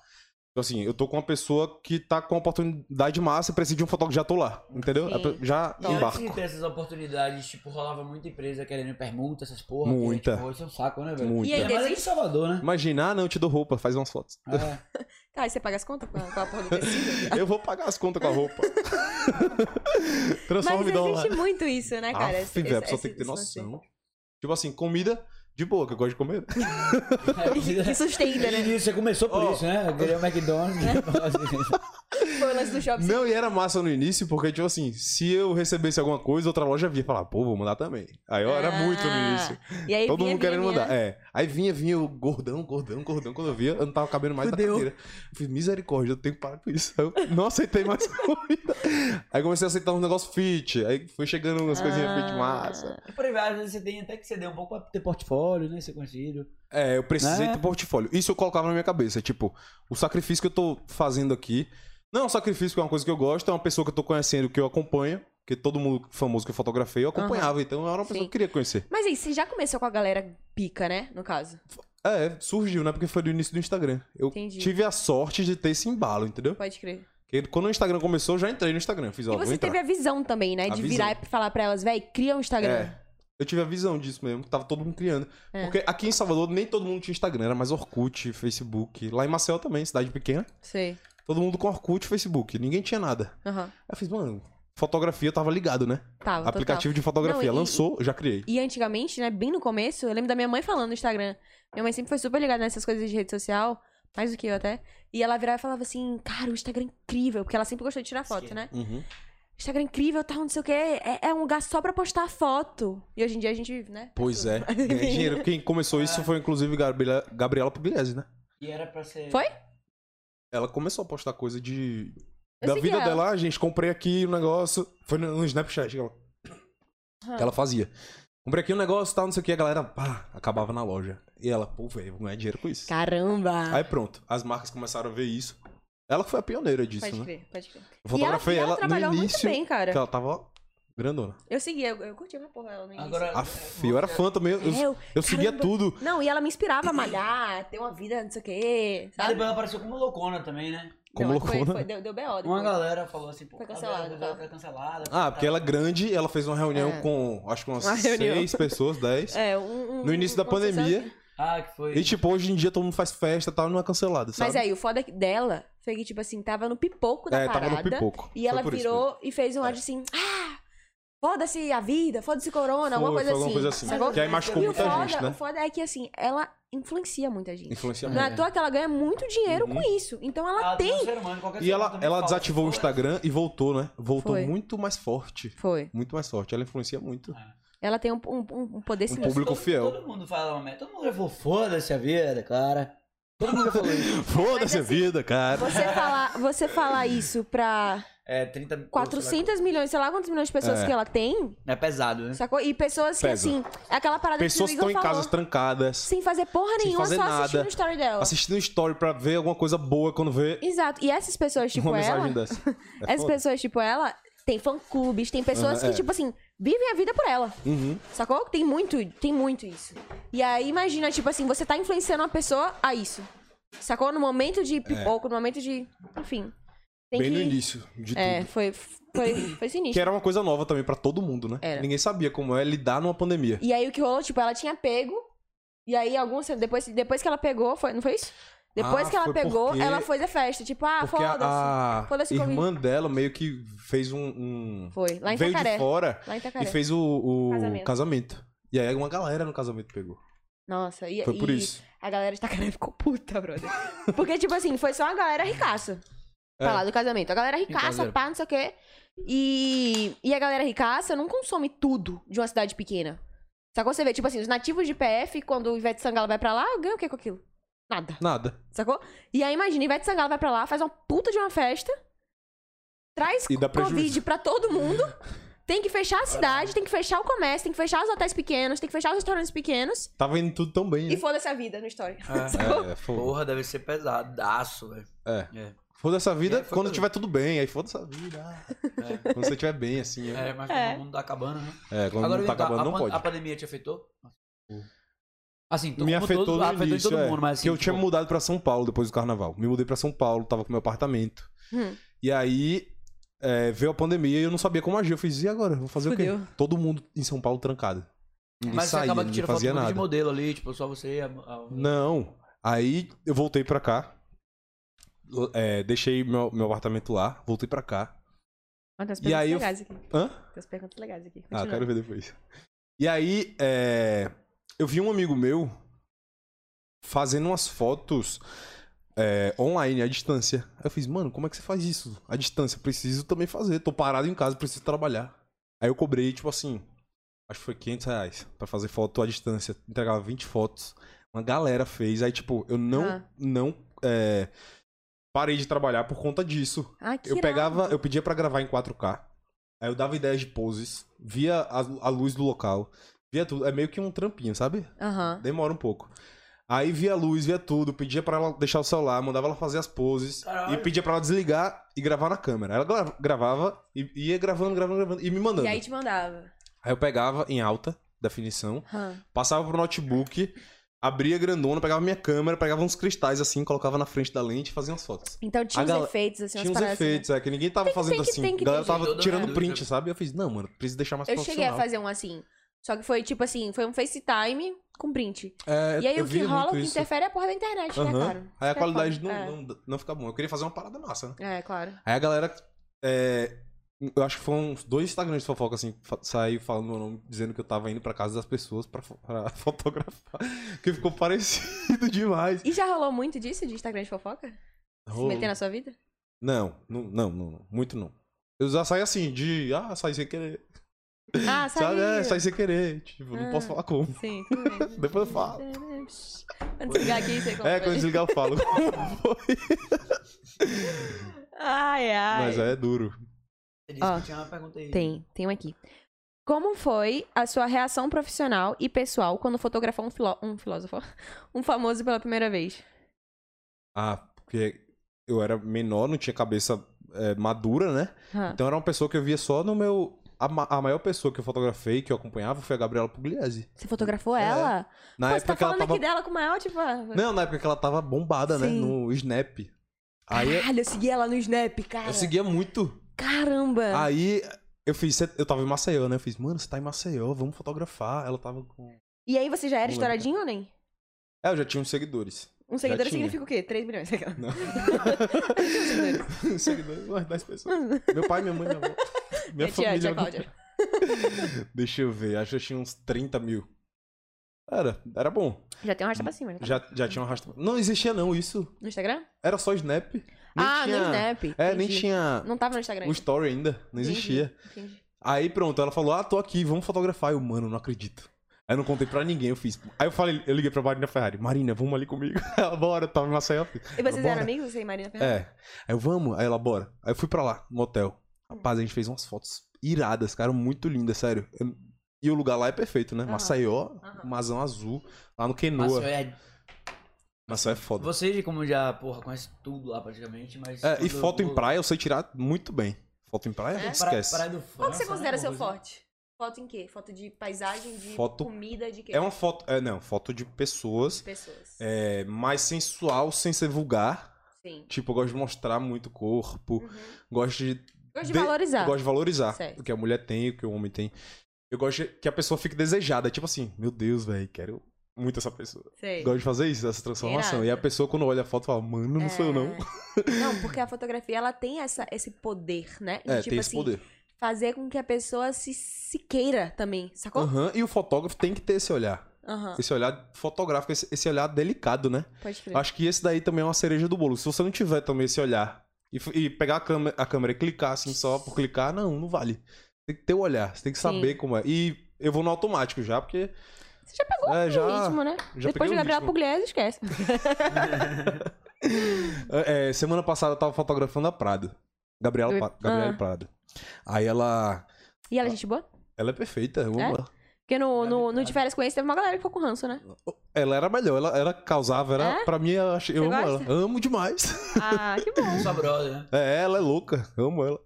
Speaker 3: então, assim, eu tô com uma pessoa que tá com uma oportunidade massa e precisa de um fotógrafo, já tô lá, entendeu?
Speaker 2: Sim.
Speaker 3: A pe- Já
Speaker 1: E antes de
Speaker 3: embarco.
Speaker 1: ter essas oportunidades, tipo, rolava muita empresa querendo permuta, essas porra.
Speaker 3: Muita.
Speaker 1: Que, tipo, isso é um saco, né, velho?
Speaker 2: E
Speaker 3: Muita.
Speaker 2: aí,
Speaker 1: Mas é em
Speaker 2: desiste?
Speaker 1: Salvador, né?
Speaker 3: Imagina, ah, não, eu te dou roupa, faz umas fotos.
Speaker 1: É.
Speaker 2: Tá, e você paga as contas com a, com a porra do tecido?
Speaker 3: Eu vou pagar as contas com a roupa.
Speaker 2: Mas
Speaker 3: Transforma em dólar.
Speaker 2: existe muito isso, né, cara?
Speaker 3: Ah,
Speaker 2: Esse-
Speaker 3: velho, a
Speaker 2: esse-
Speaker 3: pessoa tem que ter
Speaker 2: esse lance.
Speaker 3: noção. Tipo assim, comida de boa, que eu gosto de comer.
Speaker 2: Que sustenta, né?
Speaker 1: E Você começou por
Speaker 3: Ó.
Speaker 1: isso, né? Eu queria McDonald's. Assim.
Speaker 2: Foi o lance do shopping.
Speaker 3: Não, e era massa no início, porque, tipo assim, se eu recebesse alguma coisa, outra loja via falar, pô, vou mandar também. Aí eu era muito no
Speaker 2: Ah,
Speaker 3: início.
Speaker 2: E aí
Speaker 3: Todo
Speaker 2: vinha,
Speaker 3: mundo
Speaker 2: vinha,
Speaker 3: querendo
Speaker 2: vinha,
Speaker 3: mandar.
Speaker 2: né?
Speaker 3: É. Aí vinha, vinha eu gordão, gordão, gordão. Quando eu via, eu não tava cabendo mais
Speaker 1: Fudeu.
Speaker 3: na cadeira. Eu fiz, misericórdia, eu tenho que parar com isso. Aí eu não aceitei mais comida. Aí comecei a aceitar uns negócios fit. Aí foi chegando
Speaker 2: Ah.
Speaker 3: umas coisinhas fit massa.
Speaker 1: E por aí vai, às vezes você tem até que ceder um pouco pra ter portfólio, né? Ser conhecido.
Speaker 3: É, eu precisei
Speaker 1: Né?
Speaker 3: do portfólio. Isso eu colocava na minha cabeça. Tipo, o sacrifício que eu tô fazendo aqui. Não é um sacrifício que é uma coisa que eu gosto, é uma pessoa que eu tô conhecendo, que eu acompanho. Porque todo mundo famoso que eu fotografei, eu acompanhava. Então era uma pessoa
Speaker 2: Sim.
Speaker 3: que eu queria conhecer.
Speaker 2: Mas aí, você já começou com a galera pica, né? No caso.
Speaker 3: É, surgiu, né? Porque foi do início do Instagram. Eu
Speaker 2: Entendi.
Speaker 3: tive a sorte de ter esse embalo, entendeu?
Speaker 2: Pode crer.
Speaker 3: Porque quando o Instagram começou, eu já entrei no Instagram. Fiz, ó,
Speaker 2: E
Speaker 3: vou
Speaker 2: você
Speaker 3: entrar.
Speaker 2: teve a visão também, né?
Speaker 3: A
Speaker 2: De
Speaker 3: visão.
Speaker 2: virar e falar pra elas, véi, cria um Instagram.
Speaker 3: É. Eu tive a visão disso mesmo, que tava todo mundo criando.
Speaker 2: É.
Speaker 3: Porque aqui em Salvador nem todo mundo tinha Instagram, era mais Orkut, Facebook. Lá em Maceió também, cidade pequena,
Speaker 2: Sei.
Speaker 3: todo mundo com Orkut e Facebook. Ninguém tinha nada.
Speaker 2: Aham.
Speaker 3: Aí eu fiz, mano, fotografia eu tava ligado, né?
Speaker 2: Tava, total.
Speaker 3: Aplicativo de fotografia.
Speaker 2: Não, e-
Speaker 3: Lançou, eu já criei.
Speaker 2: E antigamente, né, bem no começo, eu lembro da minha mãe falando no Instagram. Minha mãe sempre foi super ligada nessas coisas de rede social, mais do que eu até. E ela virava e falava assim, cara, o Instagram é incrível, porque ela sempre gostou de tirar foto,
Speaker 1: Esquerda.
Speaker 2: né?
Speaker 3: Uhum.
Speaker 2: Instagram é incrível, tal, não sei o quê. É, é um lugar só pra postar foto. E hoje em dia a gente vive, né?
Speaker 3: Pois é. Ganhei dinheiro. Quem começou
Speaker 2: Ah.
Speaker 3: isso foi, inclusive, Gabriela, Gabriela Pugliese, né?
Speaker 1: E era pra ser.
Speaker 2: Foi?
Speaker 3: Ela começou a postar coisa de.
Speaker 2: Eu
Speaker 3: da
Speaker 2: segui
Speaker 3: vida
Speaker 2: ela.
Speaker 3: dela, ah, gente, comprei aqui um negócio. Foi no, no Snapchat que ela,
Speaker 2: Ah.
Speaker 3: que ela fazia. Comprei aqui um negócio, tal, não sei o que, a galera, pá, acabava na loja. E ela, pô, velho, vou ganhar dinheiro com isso.
Speaker 2: Caramba!
Speaker 3: Aí pronto, as marcas começaram a ver isso. Ela que foi a pioneira disso,
Speaker 2: pode
Speaker 3: né?
Speaker 2: crer, pode crer.
Speaker 3: Eu
Speaker 2: E ela,
Speaker 3: fotografei
Speaker 2: e ela
Speaker 3: ela,
Speaker 2: trabalhou
Speaker 3: no início,
Speaker 2: muito bem, cara.
Speaker 3: que ela tava ó, grandona.
Speaker 2: Eu segui, eu, eu curti uma porra ela no início.
Speaker 1: Agora. é,
Speaker 3: Aff, eu era fã também, eu,
Speaker 2: É,
Speaker 3: eu, seguia
Speaker 2: caramba.
Speaker 3: tudo.
Speaker 2: Não, e ela me inspirava a malhar, ter uma vida, não sei o quê,
Speaker 1: Aí
Speaker 2: sabe?
Speaker 1: depois ela apareceu como loucona também, né?
Speaker 3: Como
Speaker 2: Não, foi-
Speaker 3: loucona.
Speaker 2: foi- deu, deu B.O.
Speaker 1: Uma
Speaker 2: depois.
Speaker 1: galera falou assim, pô,
Speaker 2: Foi
Speaker 1: a
Speaker 2: cancelada,
Speaker 1: Bela- a Bela
Speaker 2: tá?
Speaker 1: foi cancelada.
Speaker 3: Ah, porque ela é grande, ela fez uma reunião
Speaker 2: É.
Speaker 3: com, acho que umas
Speaker 2: Uma reunião.
Speaker 3: seis pessoas, dez.
Speaker 2: É, um, um-
Speaker 3: No início da
Speaker 2: uma sessão
Speaker 3: pandemia.
Speaker 2: aqui.
Speaker 1: Ah, que foi.
Speaker 3: E tipo, hoje em dia todo mundo faz festa e tal, não é cancelado, sabe?
Speaker 2: Mas aí, o foda é dela foi que, tipo assim, tava no pipoco da
Speaker 3: é,
Speaker 2: parada.
Speaker 3: tava no pipoco.
Speaker 2: E
Speaker 3: Foi
Speaker 2: ela
Speaker 3: por isso
Speaker 2: virou e fez um
Speaker 3: É.
Speaker 2: ar de assim, ah, foda-se a vida, foda-se corona, alguma
Speaker 3: Foi,
Speaker 2: coisa
Speaker 3: foi alguma
Speaker 2: assim.
Speaker 3: coisa assim.
Speaker 2: sacou?
Speaker 3: Que aí machucou
Speaker 2: e
Speaker 3: muita
Speaker 2: o foda,
Speaker 3: gente, né?
Speaker 2: o foda é que, assim, ela influencia muita gente.
Speaker 3: Influencia
Speaker 2: Não é
Speaker 3: muito.
Speaker 2: à toa que ela ganha muito dinheiro com
Speaker 3: Uhum.
Speaker 2: isso. Então ela
Speaker 1: Ah,
Speaker 2: tem.
Speaker 1: um ser humano, qualquer
Speaker 3: E
Speaker 1: ser humano
Speaker 3: ela,
Speaker 1: também
Speaker 3: ela
Speaker 1: fala,
Speaker 3: desativou o
Speaker 1: "Pô,
Speaker 3: Instagram e voltou, né? Voltou
Speaker 2: Foi.
Speaker 3: muito mais forte.
Speaker 2: Foi.
Speaker 3: Muito mais forte. Ela influencia muito.
Speaker 2: Ela tem um, um- um- um poder
Speaker 3: Um
Speaker 2: sinistro.
Speaker 3: público
Speaker 1: todo-
Speaker 3: fiel.
Speaker 1: Todo mundo fala uma merda. Todo mundo já falou, foda-se a vida, cara. Todo mundo já falou isso.
Speaker 3: Foda-se a
Speaker 2: assim,
Speaker 3: vida, cara.
Speaker 2: Você falar, você falar isso pra
Speaker 1: É, 30...
Speaker 2: 400 milhões, sei lá quantos milhões de pessoas
Speaker 3: É.
Speaker 2: que ela tem,
Speaker 1: É pesado, né?
Speaker 2: sacou? E pessoas que,
Speaker 3: Pesa.
Speaker 2: assim, é aquela parada
Speaker 3: Pessoas
Speaker 2: que
Speaker 3: que
Speaker 2: o Igor
Speaker 3: estão em
Speaker 2: falou.
Speaker 3: casas trancadas,
Speaker 2: Sem fazer porra
Speaker 3: Sem
Speaker 2: nenhuma,
Speaker 3: fazer
Speaker 2: só
Speaker 3: nada.
Speaker 2: assistindo o story dela.
Speaker 3: assistindo story pra ver alguma coisa boa quando vê
Speaker 2: Exato. E essas pessoas, tipo
Speaker 3: uma
Speaker 2: ela.
Speaker 3: mensagem dessa. É
Speaker 2: essas
Speaker 3: foda.
Speaker 2: pessoas, tipo ela, tem fã clubes, tem pessoas que,
Speaker 3: Aham, é.
Speaker 2: tipo assim, vivem a vida por ela.
Speaker 3: Uhum.
Speaker 2: Sacou? Tem muito, tem muito isso. E aí imagina, tipo assim, você tá influenciando uma pessoa a isso. Sacou? No momento de pipoco, no momento de. Enfim. Tem
Speaker 3: É. Bem
Speaker 2: que...
Speaker 3: no início de
Speaker 2: É,
Speaker 3: tudo.
Speaker 2: foi, foi, foi
Speaker 3: Que
Speaker 2: sinistro.
Speaker 3: era uma coisa nova também pra todo mundo, né?
Speaker 2: Era.
Speaker 3: Ninguém sabia como é lidar numa pandemia.
Speaker 2: E aí o que rolou, tipo, ela tinha pego. E aí, alguns. Depois, depois que ela pegou, foi, não foi isso? Depois
Speaker 3: Ah,
Speaker 2: que ela
Speaker 3: foi
Speaker 2: pegou,
Speaker 3: porque-
Speaker 2: ela foi da festa. Tipo, ah,
Speaker 3: Porque
Speaker 2: foda-se.
Speaker 3: a, a
Speaker 2: Foda-se Covid.
Speaker 3: irmã dela meio que fez um. um-
Speaker 2: Foi, lá em
Speaker 3: Veio
Speaker 2: Itacaré.
Speaker 3: de fora
Speaker 2: Lá em
Speaker 3: e
Speaker 2: Itacaré.
Speaker 3: fez o, o
Speaker 2: Casamento.
Speaker 3: casamento. E aí uma galera no casamento pegou.
Speaker 2: Nossa, e,
Speaker 3: Foi por
Speaker 2: e
Speaker 3: isso.
Speaker 2: a galera de Itacaré ficou puta, brother. Porque, tipo assim, foi só a galera ricaça.
Speaker 3: É.
Speaker 2: Pra lá do casamento. A galera ricaça,
Speaker 1: Brincadeira.
Speaker 2: pá, não sei o quê. E, e a galera ricaça não consome tudo de uma cidade pequena. Sacou? Você vê, tipo assim, os nativos de PF, quando o Ivete Sangalo vai pra lá, ganha o quê com aquilo? Nada.
Speaker 3: Nada.
Speaker 2: Sacou? E aí, imagina, Ivete Sangalo vai pra lá, faz uma puta de uma festa, traz
Speaker 3: E dá
Speaker 2: Covid
Speaker 3: prejuízo.
Speaker 2: pra todo mundo, tem que fechar a cidade, tem que fechar o comércio, tem que fechar os hotéis pequenos, tem que fechar os restaurantes pequenos,
Speaker 3: Tava indo tudo tão bem, né?
Speaker 2: e foda-se a vida no story. Sacou?
Speaker 3: É, é, foda.
Speaker 1: Porra, deve ser pesadaço, velho.
Speaker 3: Foda essa vida
Speaker 1: É, foi
Speaker 3: quando
Speaker 1: tudo.
Speaker 3: tiver tudo bem. Aí foda essa vida. ah.
Speaker 1: É.
Speaker 3: Quando você tiver bem, assim. É,
Speaker 1: É, mas
Speaker 2: É.
Speaker 1: o mundo tá acabando, né?
Speaker 3: é
Speaker 1: Agora,
Speaker 3: quando não tá
Speaker 1: vem cá,
Speaker 3: acabando,
Speaker 1: a,
Speaker 3: não
Speaker 1: pan-
Speaker 3: pode. Hum.
Speaker 1: a pandemia te afetou? Assim,
Speaker 3: me afetou
Speaker 1: todo,
Speaker 3: no
Speaker 1: afetou em
Speaker 3: início,
Speaker 1: todo
Speaker 3: é,
Speaker 1: mundo, mas assim,
Speaker 3: que eu tinha
Speaker 1: tipo,
Speaker 3: mudado pra São Paulo depois do carnaval. Me mudei pra São Paulo, tava com meu apartamento.
Speaker 2: Hum.
Speaker 3: E aí é, veio a pandemia e eu não sabia como agir. Eu fiz, e agora? Vou fazer o
Speaker 2: Fudeu.
Speaker 3: quê? Todo mundo em São Paulo trancado. Ninguém
Speaker 1: mas você
Speaker 3: saía,
Speaker 1: acaba que
Speaker 3: ninguém
Speaker 1: tira foto
Speaker 3: fazia
Speaker 1: muito
Speaker 3: nada.
Speaker 1: de modelo ali, tipo, só você. A, a-
Speaker 3: Não. Aí eu voltei pra cá. L- é, deixei meu, meu apartamento lá, voltei pra cá.
Speaker 2: Ah, tem umas
Speaker 3: E
Speaker 2: perguntas
Speaker 3: aí eu-
Speaker 2: legais aqui. Tem
Speaker 3: Hã?
Speaker 2: umas perguntas legais aqui.
Speaker 3: Ah,
Speaker 2: Continua.
Speaker 3: quero ver depois. E aí, é, eu vi um amigo meu fazendo umas fotos é, online, à distância. Aí eu fiz, mano, como é que você faz isso? À distância, preciso também fazer. Tô parado em casa, preciso trabalhar. Aí eu cobrei, tipo assim, acho que foi 500 reais pra fazer foto à distância. Entregava 20 fotos. Uma galera fez. Aí, tipo, eu não,
Speaker 2: Ah.
Speaker 3: não é, parei de trabalhar por conta disso.
Speaker 2: Ah, que
Speaker 3: Eu
Speaker 2: irado.
Speaker 3: pegava, eu pedia pra gravar em 4K. Aí eu dava ideias de poses, via a, a luz do local, via tudo. É meio que um trampinho, sabe?
Speaker 2: Aham.
Speaker 3: Demora um pouco. Aí via a luz, via tudo, pedia pra ela deixar o celular, mandava ela fazer as poses
Speaker 1: Caralho.
Speaker 3: e pedia pra ela desligar e gravar na câmera. Ela gra- gravava e ia gravando, gravando, gravando e me mandando.
Speaker 2: E
Speaker 3: Aí...
Speaker 2: aí te mandava.
Speaker 3: eu pegava em alta definição,
Speaker 2: Aham.
Speaker 3: passava pro notebook, abria grandona, pegava minha câmera, pegava uns cristais assim, colocava na frente da lente e fazia umas fotos.
Speaker 2: Então tinha
Speaker 3: A
Speaker 2: uns
Speaker 3: gal-
Speaker 2: efeitos, assim, umas
Speaker 3: Tinha uns
Speaker 2: paradas. assim, né?
Speaker 3: efeitos, é, que ninguém tava
Speaker 2: Tem que-
Speaker 3: fazendo
Speaker 2: tem que-
Speaker 3: assim.
Speaker 2: tem que-
Speaker 3: a galera
Speaker 2: tem que-
Speaker 3: tava
Speaker 1: Todo
Speaker 3: tirando
Speaker 1: mundo,
Speaker 3: print,
Speaker 1: né?
Speaker 3: sabe? Eu fiz, não, mano, preciso deixar mais
Speaker 2: Eu cheguei
Speaker 3: profissional.
Speaker 2: a fazer um assim. Só que foi tipo assim, foi um FaceTime com print.
Speaker 3: É,
Speaker 2: E aí
Speaker 3: eu
Speaker 2: o que
Speaker 3: vi
Speaker 2: rola,
Speaker 3: muito
Speaker 2: o que
Speaker 3: isso.
Speaker 2: interfere é a porra da internet, né,
Speaker 3: Aham.
Speaker 2: cara?
Speaker 3: Aí a
Speaker 2: Isso que é
Speaker 3: qualidade
Speaker 2: foda.
Speaker 3: não,
Speaker 2: é.
Speaker 3: não, não fica bom. Eu queria fazer uma parada massa, né?
Speaker 2: É, claro.
Speaker 3: Aí a galera. é, eu acho que foram uns dois Instagrams de fofoca, assim, fa- saiu falando meu nome, dizendo que eu tava indo pra casa das pessoas pra, fo- pra fotografar. Que ficou parecido demais.
Speaker 2: E já rolou muito disso de Instagram de fofoca? Se meter na sua vida?
Speaker 3: Não, não, não, não, muito não. Eu já saí assim, de. Ah, saí sem querer.
Speaker 2: Ah,
Speaker 3: Sabe? É,
Speaker 2: saiu.
Speaker 3: saí sem querer. Tipo, não
Speaker 2: Ah.
Speaker 3: posso falar como.
Speaker 2: Sim, tudo bem.
Speaker 3: Depois eu falo.
Speaker 2: Quando você ligar aqui, você conta.
Speaker 3: É, quando desligar eu falo.
Speaker 2: Ai, ai.
Speaker 3: Mas é duro.
Speaker 1: Você disse
Speaker 2: Ó,
Speaker 1: que tinha uma pergunta aí.
Speaker 2: Ah, Tem, tem um aqui. Como foi a sua reação profissional e pessoal quando fotografou um, filó- um filósofo? Um famoso pela primeira vez?
Speaker 3: Ah, porque eu era menor, não tinha cabeça é, madura, né?
Speaker 2: Hã.
Speaker 3: Então era uma pessoa que eu via só no meu. A, ma- a maior pessoa que eu fotografei, que eu acompanhava, foi a Gabriela Pugliese.
Speaker 2: Você fotografou
Speaker 3: É.
Speaker 2: ela? Pô,
Speaker 3: Na
Speaker 2: você
Speaker 3: época
Speaker 2: tá
Speaker 3: que ela
Speaker 2: falando
Speaker 3: tava.
Speaker 2: aqui dela com o maior, tipo... ah,
Speaker 3: Não, na época que ela tava bombada, né?
Speaker 2: Sim.
Speaker 3: No Snap. Aí eu-
Speaker 2: Caralho, eu segui ela no Snap, cara. É.
Speaker 3: eu seguia muito.
Speaker 2: Caramba.
Speaker 3: Aí eu fiz. cê- Eu tava em Maceió, né? Eu fiz, mano, você tá em Maceió, vamos fotografar. Ela tava com.
Speaker 2: E aí você já era
Speaker 3: Não
Speaker 2: estouradinho ou nem?
Speaker 3: É, eu já tinha uns seguidores.
Speaker 2: Um seguidor
Speaker 3: tinha.
Speaker 2: significa o quê? 3 milhões. aquela.
Speaker 3: Não.
Speaker 2: seguidores.
Speaker 3: seguidores, umas 10 pessoas. Meu pai, minha mãe, minha avó.
Speaker 2: Minha
Speaker 3: Minha
Speaker 2: é tia,
Speaker 3: família.
Speaker 2: tia Cláudia.
Speaker 3: Deixa eu ver, acho que eu tinha uns 30 mil. Era, era bom.
Speaker 2: Já tem um rasta pra cima, né?
Speaker 3: Já, já tinha um arrasta. Não existia, não, isso.
Speaker 2: No Instagram?
Speaker 3: Era só Snap. Nem
Speaker 2: ah,
Speaker 3: tinha...
Speaker 2: no Snap.
Speaker 3: É,
Speaker 2: entendi.
Speaker 3: nem tinha
Speaker 2: Não tava no Instagram.
Speaker 3: o Story ainda. Não
Speaker 2: Entendi,
Speaker 3: existia.
Speaker 2: entendi.
Speaker 3: Aí pronto, ela falou: Ah, tô aqui, vamos fotografar. Eu, mano, não acredito. Aí eu não contei pra ninguém, eu fiz. Aí eu falei, eu liguei pra Marina Ferrari, Marina, vamos ali comigo. Ela, bora, tá, tava em Maceió.
Speaker 2: E vocês
Speaker 3: Bora.
Speaker 2: eram amigos, você e Marina Ferreira?
Speaker 3: É. Aí eu, vamos, aí ela, bora. Aí eu fui pra lá, no hotel. Rapaz, a gente fez umas fotos iradas, cara, muito lindas, sério. Eu- E o lugar lá é perfeito, né?
Speaker 2: Aham.
Speaker 3: Maceió,
Speaker 2: Aham.
Speaker 3: Mazão Azul, lá no
Speaker 1: Mas,
Speaker 3: Quenoa.
Speaker 1: é,
Speaker 3: Maceió é foda.
Speaker 1: você, como já, porra, conhece tudo lá praticamente, mas.
Speaker 3: É, e
Speaker 1: quando-
Speaker 3: foto em
Speaker 1: vou-
Speaker 3: praia eu sei tirar muito bem. Foto em praia, a
Speaker 2: É?
Speaker 3: gente
Speaker 1: Pra-
Speaker 3: esquece.
Speaker 1: Praia do
Speaker 2: Qual que
Speaker 1: França,
Speaker 2: você
Speaker 1: né,
Speaker 2: considera
Speaker 1: alguma
Speaker 2: seu
Speaker 1: coisa?
Speaker 2: forte? Foto em quê? Foto de paisagem, de
Speaker 3: Foto-
Speaker 2: comida, de quê?
Speaker 3: É uma foto. É, não, foto de pessoas.
Speaker 2: De pessoas.
Speaker 3: É, mais sensual, sem ser vulgar.
Speaker 2: Sim.
Speaker 3: Tipo, eu gosto de mostrar muito o corpo.
Speaker 2: Uhum.
Speaker 3: Gosto tipo, de.
Speaker 2: Gosto de
Speaker 3: de-
Speaker 2: valorizar.
Speaker 3: Gosto de valorizar
Speaker 2: Tá. Certo.
Speaker 3: o que a mulher tem, o que o homem tem. Eu gosto de- que a pessoa fique desejada. Tipo assim, meu Deus, velho, quero muito essa pessoa.
Speaker 2: Sei.
Speaker 3: Gosto de fazer isso, essa transformação.
Speaker 2: Irado.
Speaker 3: E a pessoa, quando olha a foto, fala, mano, não sou eu, não.
Speaker 2: É. Não, porque a fotografia, ela tem essa, esse poder, né? De,
Speaker 3: É,
Speaker 2: tipo
Speaker 3: tem esse
Speaker 2: assim,
Speaker 3: poder.
Speaker 2: fazer com que a pessoa se, se queira também, sacou?
Speaker 3: Aham, E o fotógrafo tem que ter esse olhar.
Speaker 2: Aham,
Speaker 3: Esse olhar fotográfico, esse, esse olhar delicado, né?
Speaker 2: pode crer.
Speaker 3: Acho que esse daí também é uma cereja do bolo. Se você não tiver também esse olhar e, f- e pegar a câmera, a câmera e clicar assim só por clicar, não, não vale. Tem que ter o olhar, você tem que
Speaker 2: Sim.
Speaker 3: saber como é. E eu vou no automático já, porque.
Speaker 2: Você já pegou
Speaker 3: É,
Speaker 2: o
Speaker 3: já.
Speaker 2: ritmo, né?
Speaker 3: já
Speaker 2: Depois
Speaker 3: peguei
Speaker 2: de
Speaker 3: o
Speaker 2: Gabriela
Speaker 3: ritmo.
Speaker 2: Pugliese, esquece.
Speaker 3: É, é, semana passada eu tava fotografando a Prado. Gabriela,
Speaker 2: Gabri-
Speaker 3: Pa- Gabriela
Speaker 2: Ah.
Speaker 3: Prado. Aí ela.
Speaker 2: E ela é gente boa?
Speaker 3: Ela é perfeita, eu amo
Speaker 2: É?
Speaker 3: ela.
Speaker 2: Porque no, no, no De Férias com Ex teve uma galera que ficou com ranço, né?
Speaker 3: Ela era melhor, ela, ela causava, era.
Speaker 2: É?
Speaker 3: Pra mim, eu, achei, eu
Speaker 2: Você
Speaker 3: amo
Speaker 2: gosta?
Speaker 3: ela. Amo demais.
Speaker 2: Ah, que bom.
Speaker 1: Sua brother, né?
Speaker 3: É, ela é louca, eu amo ela.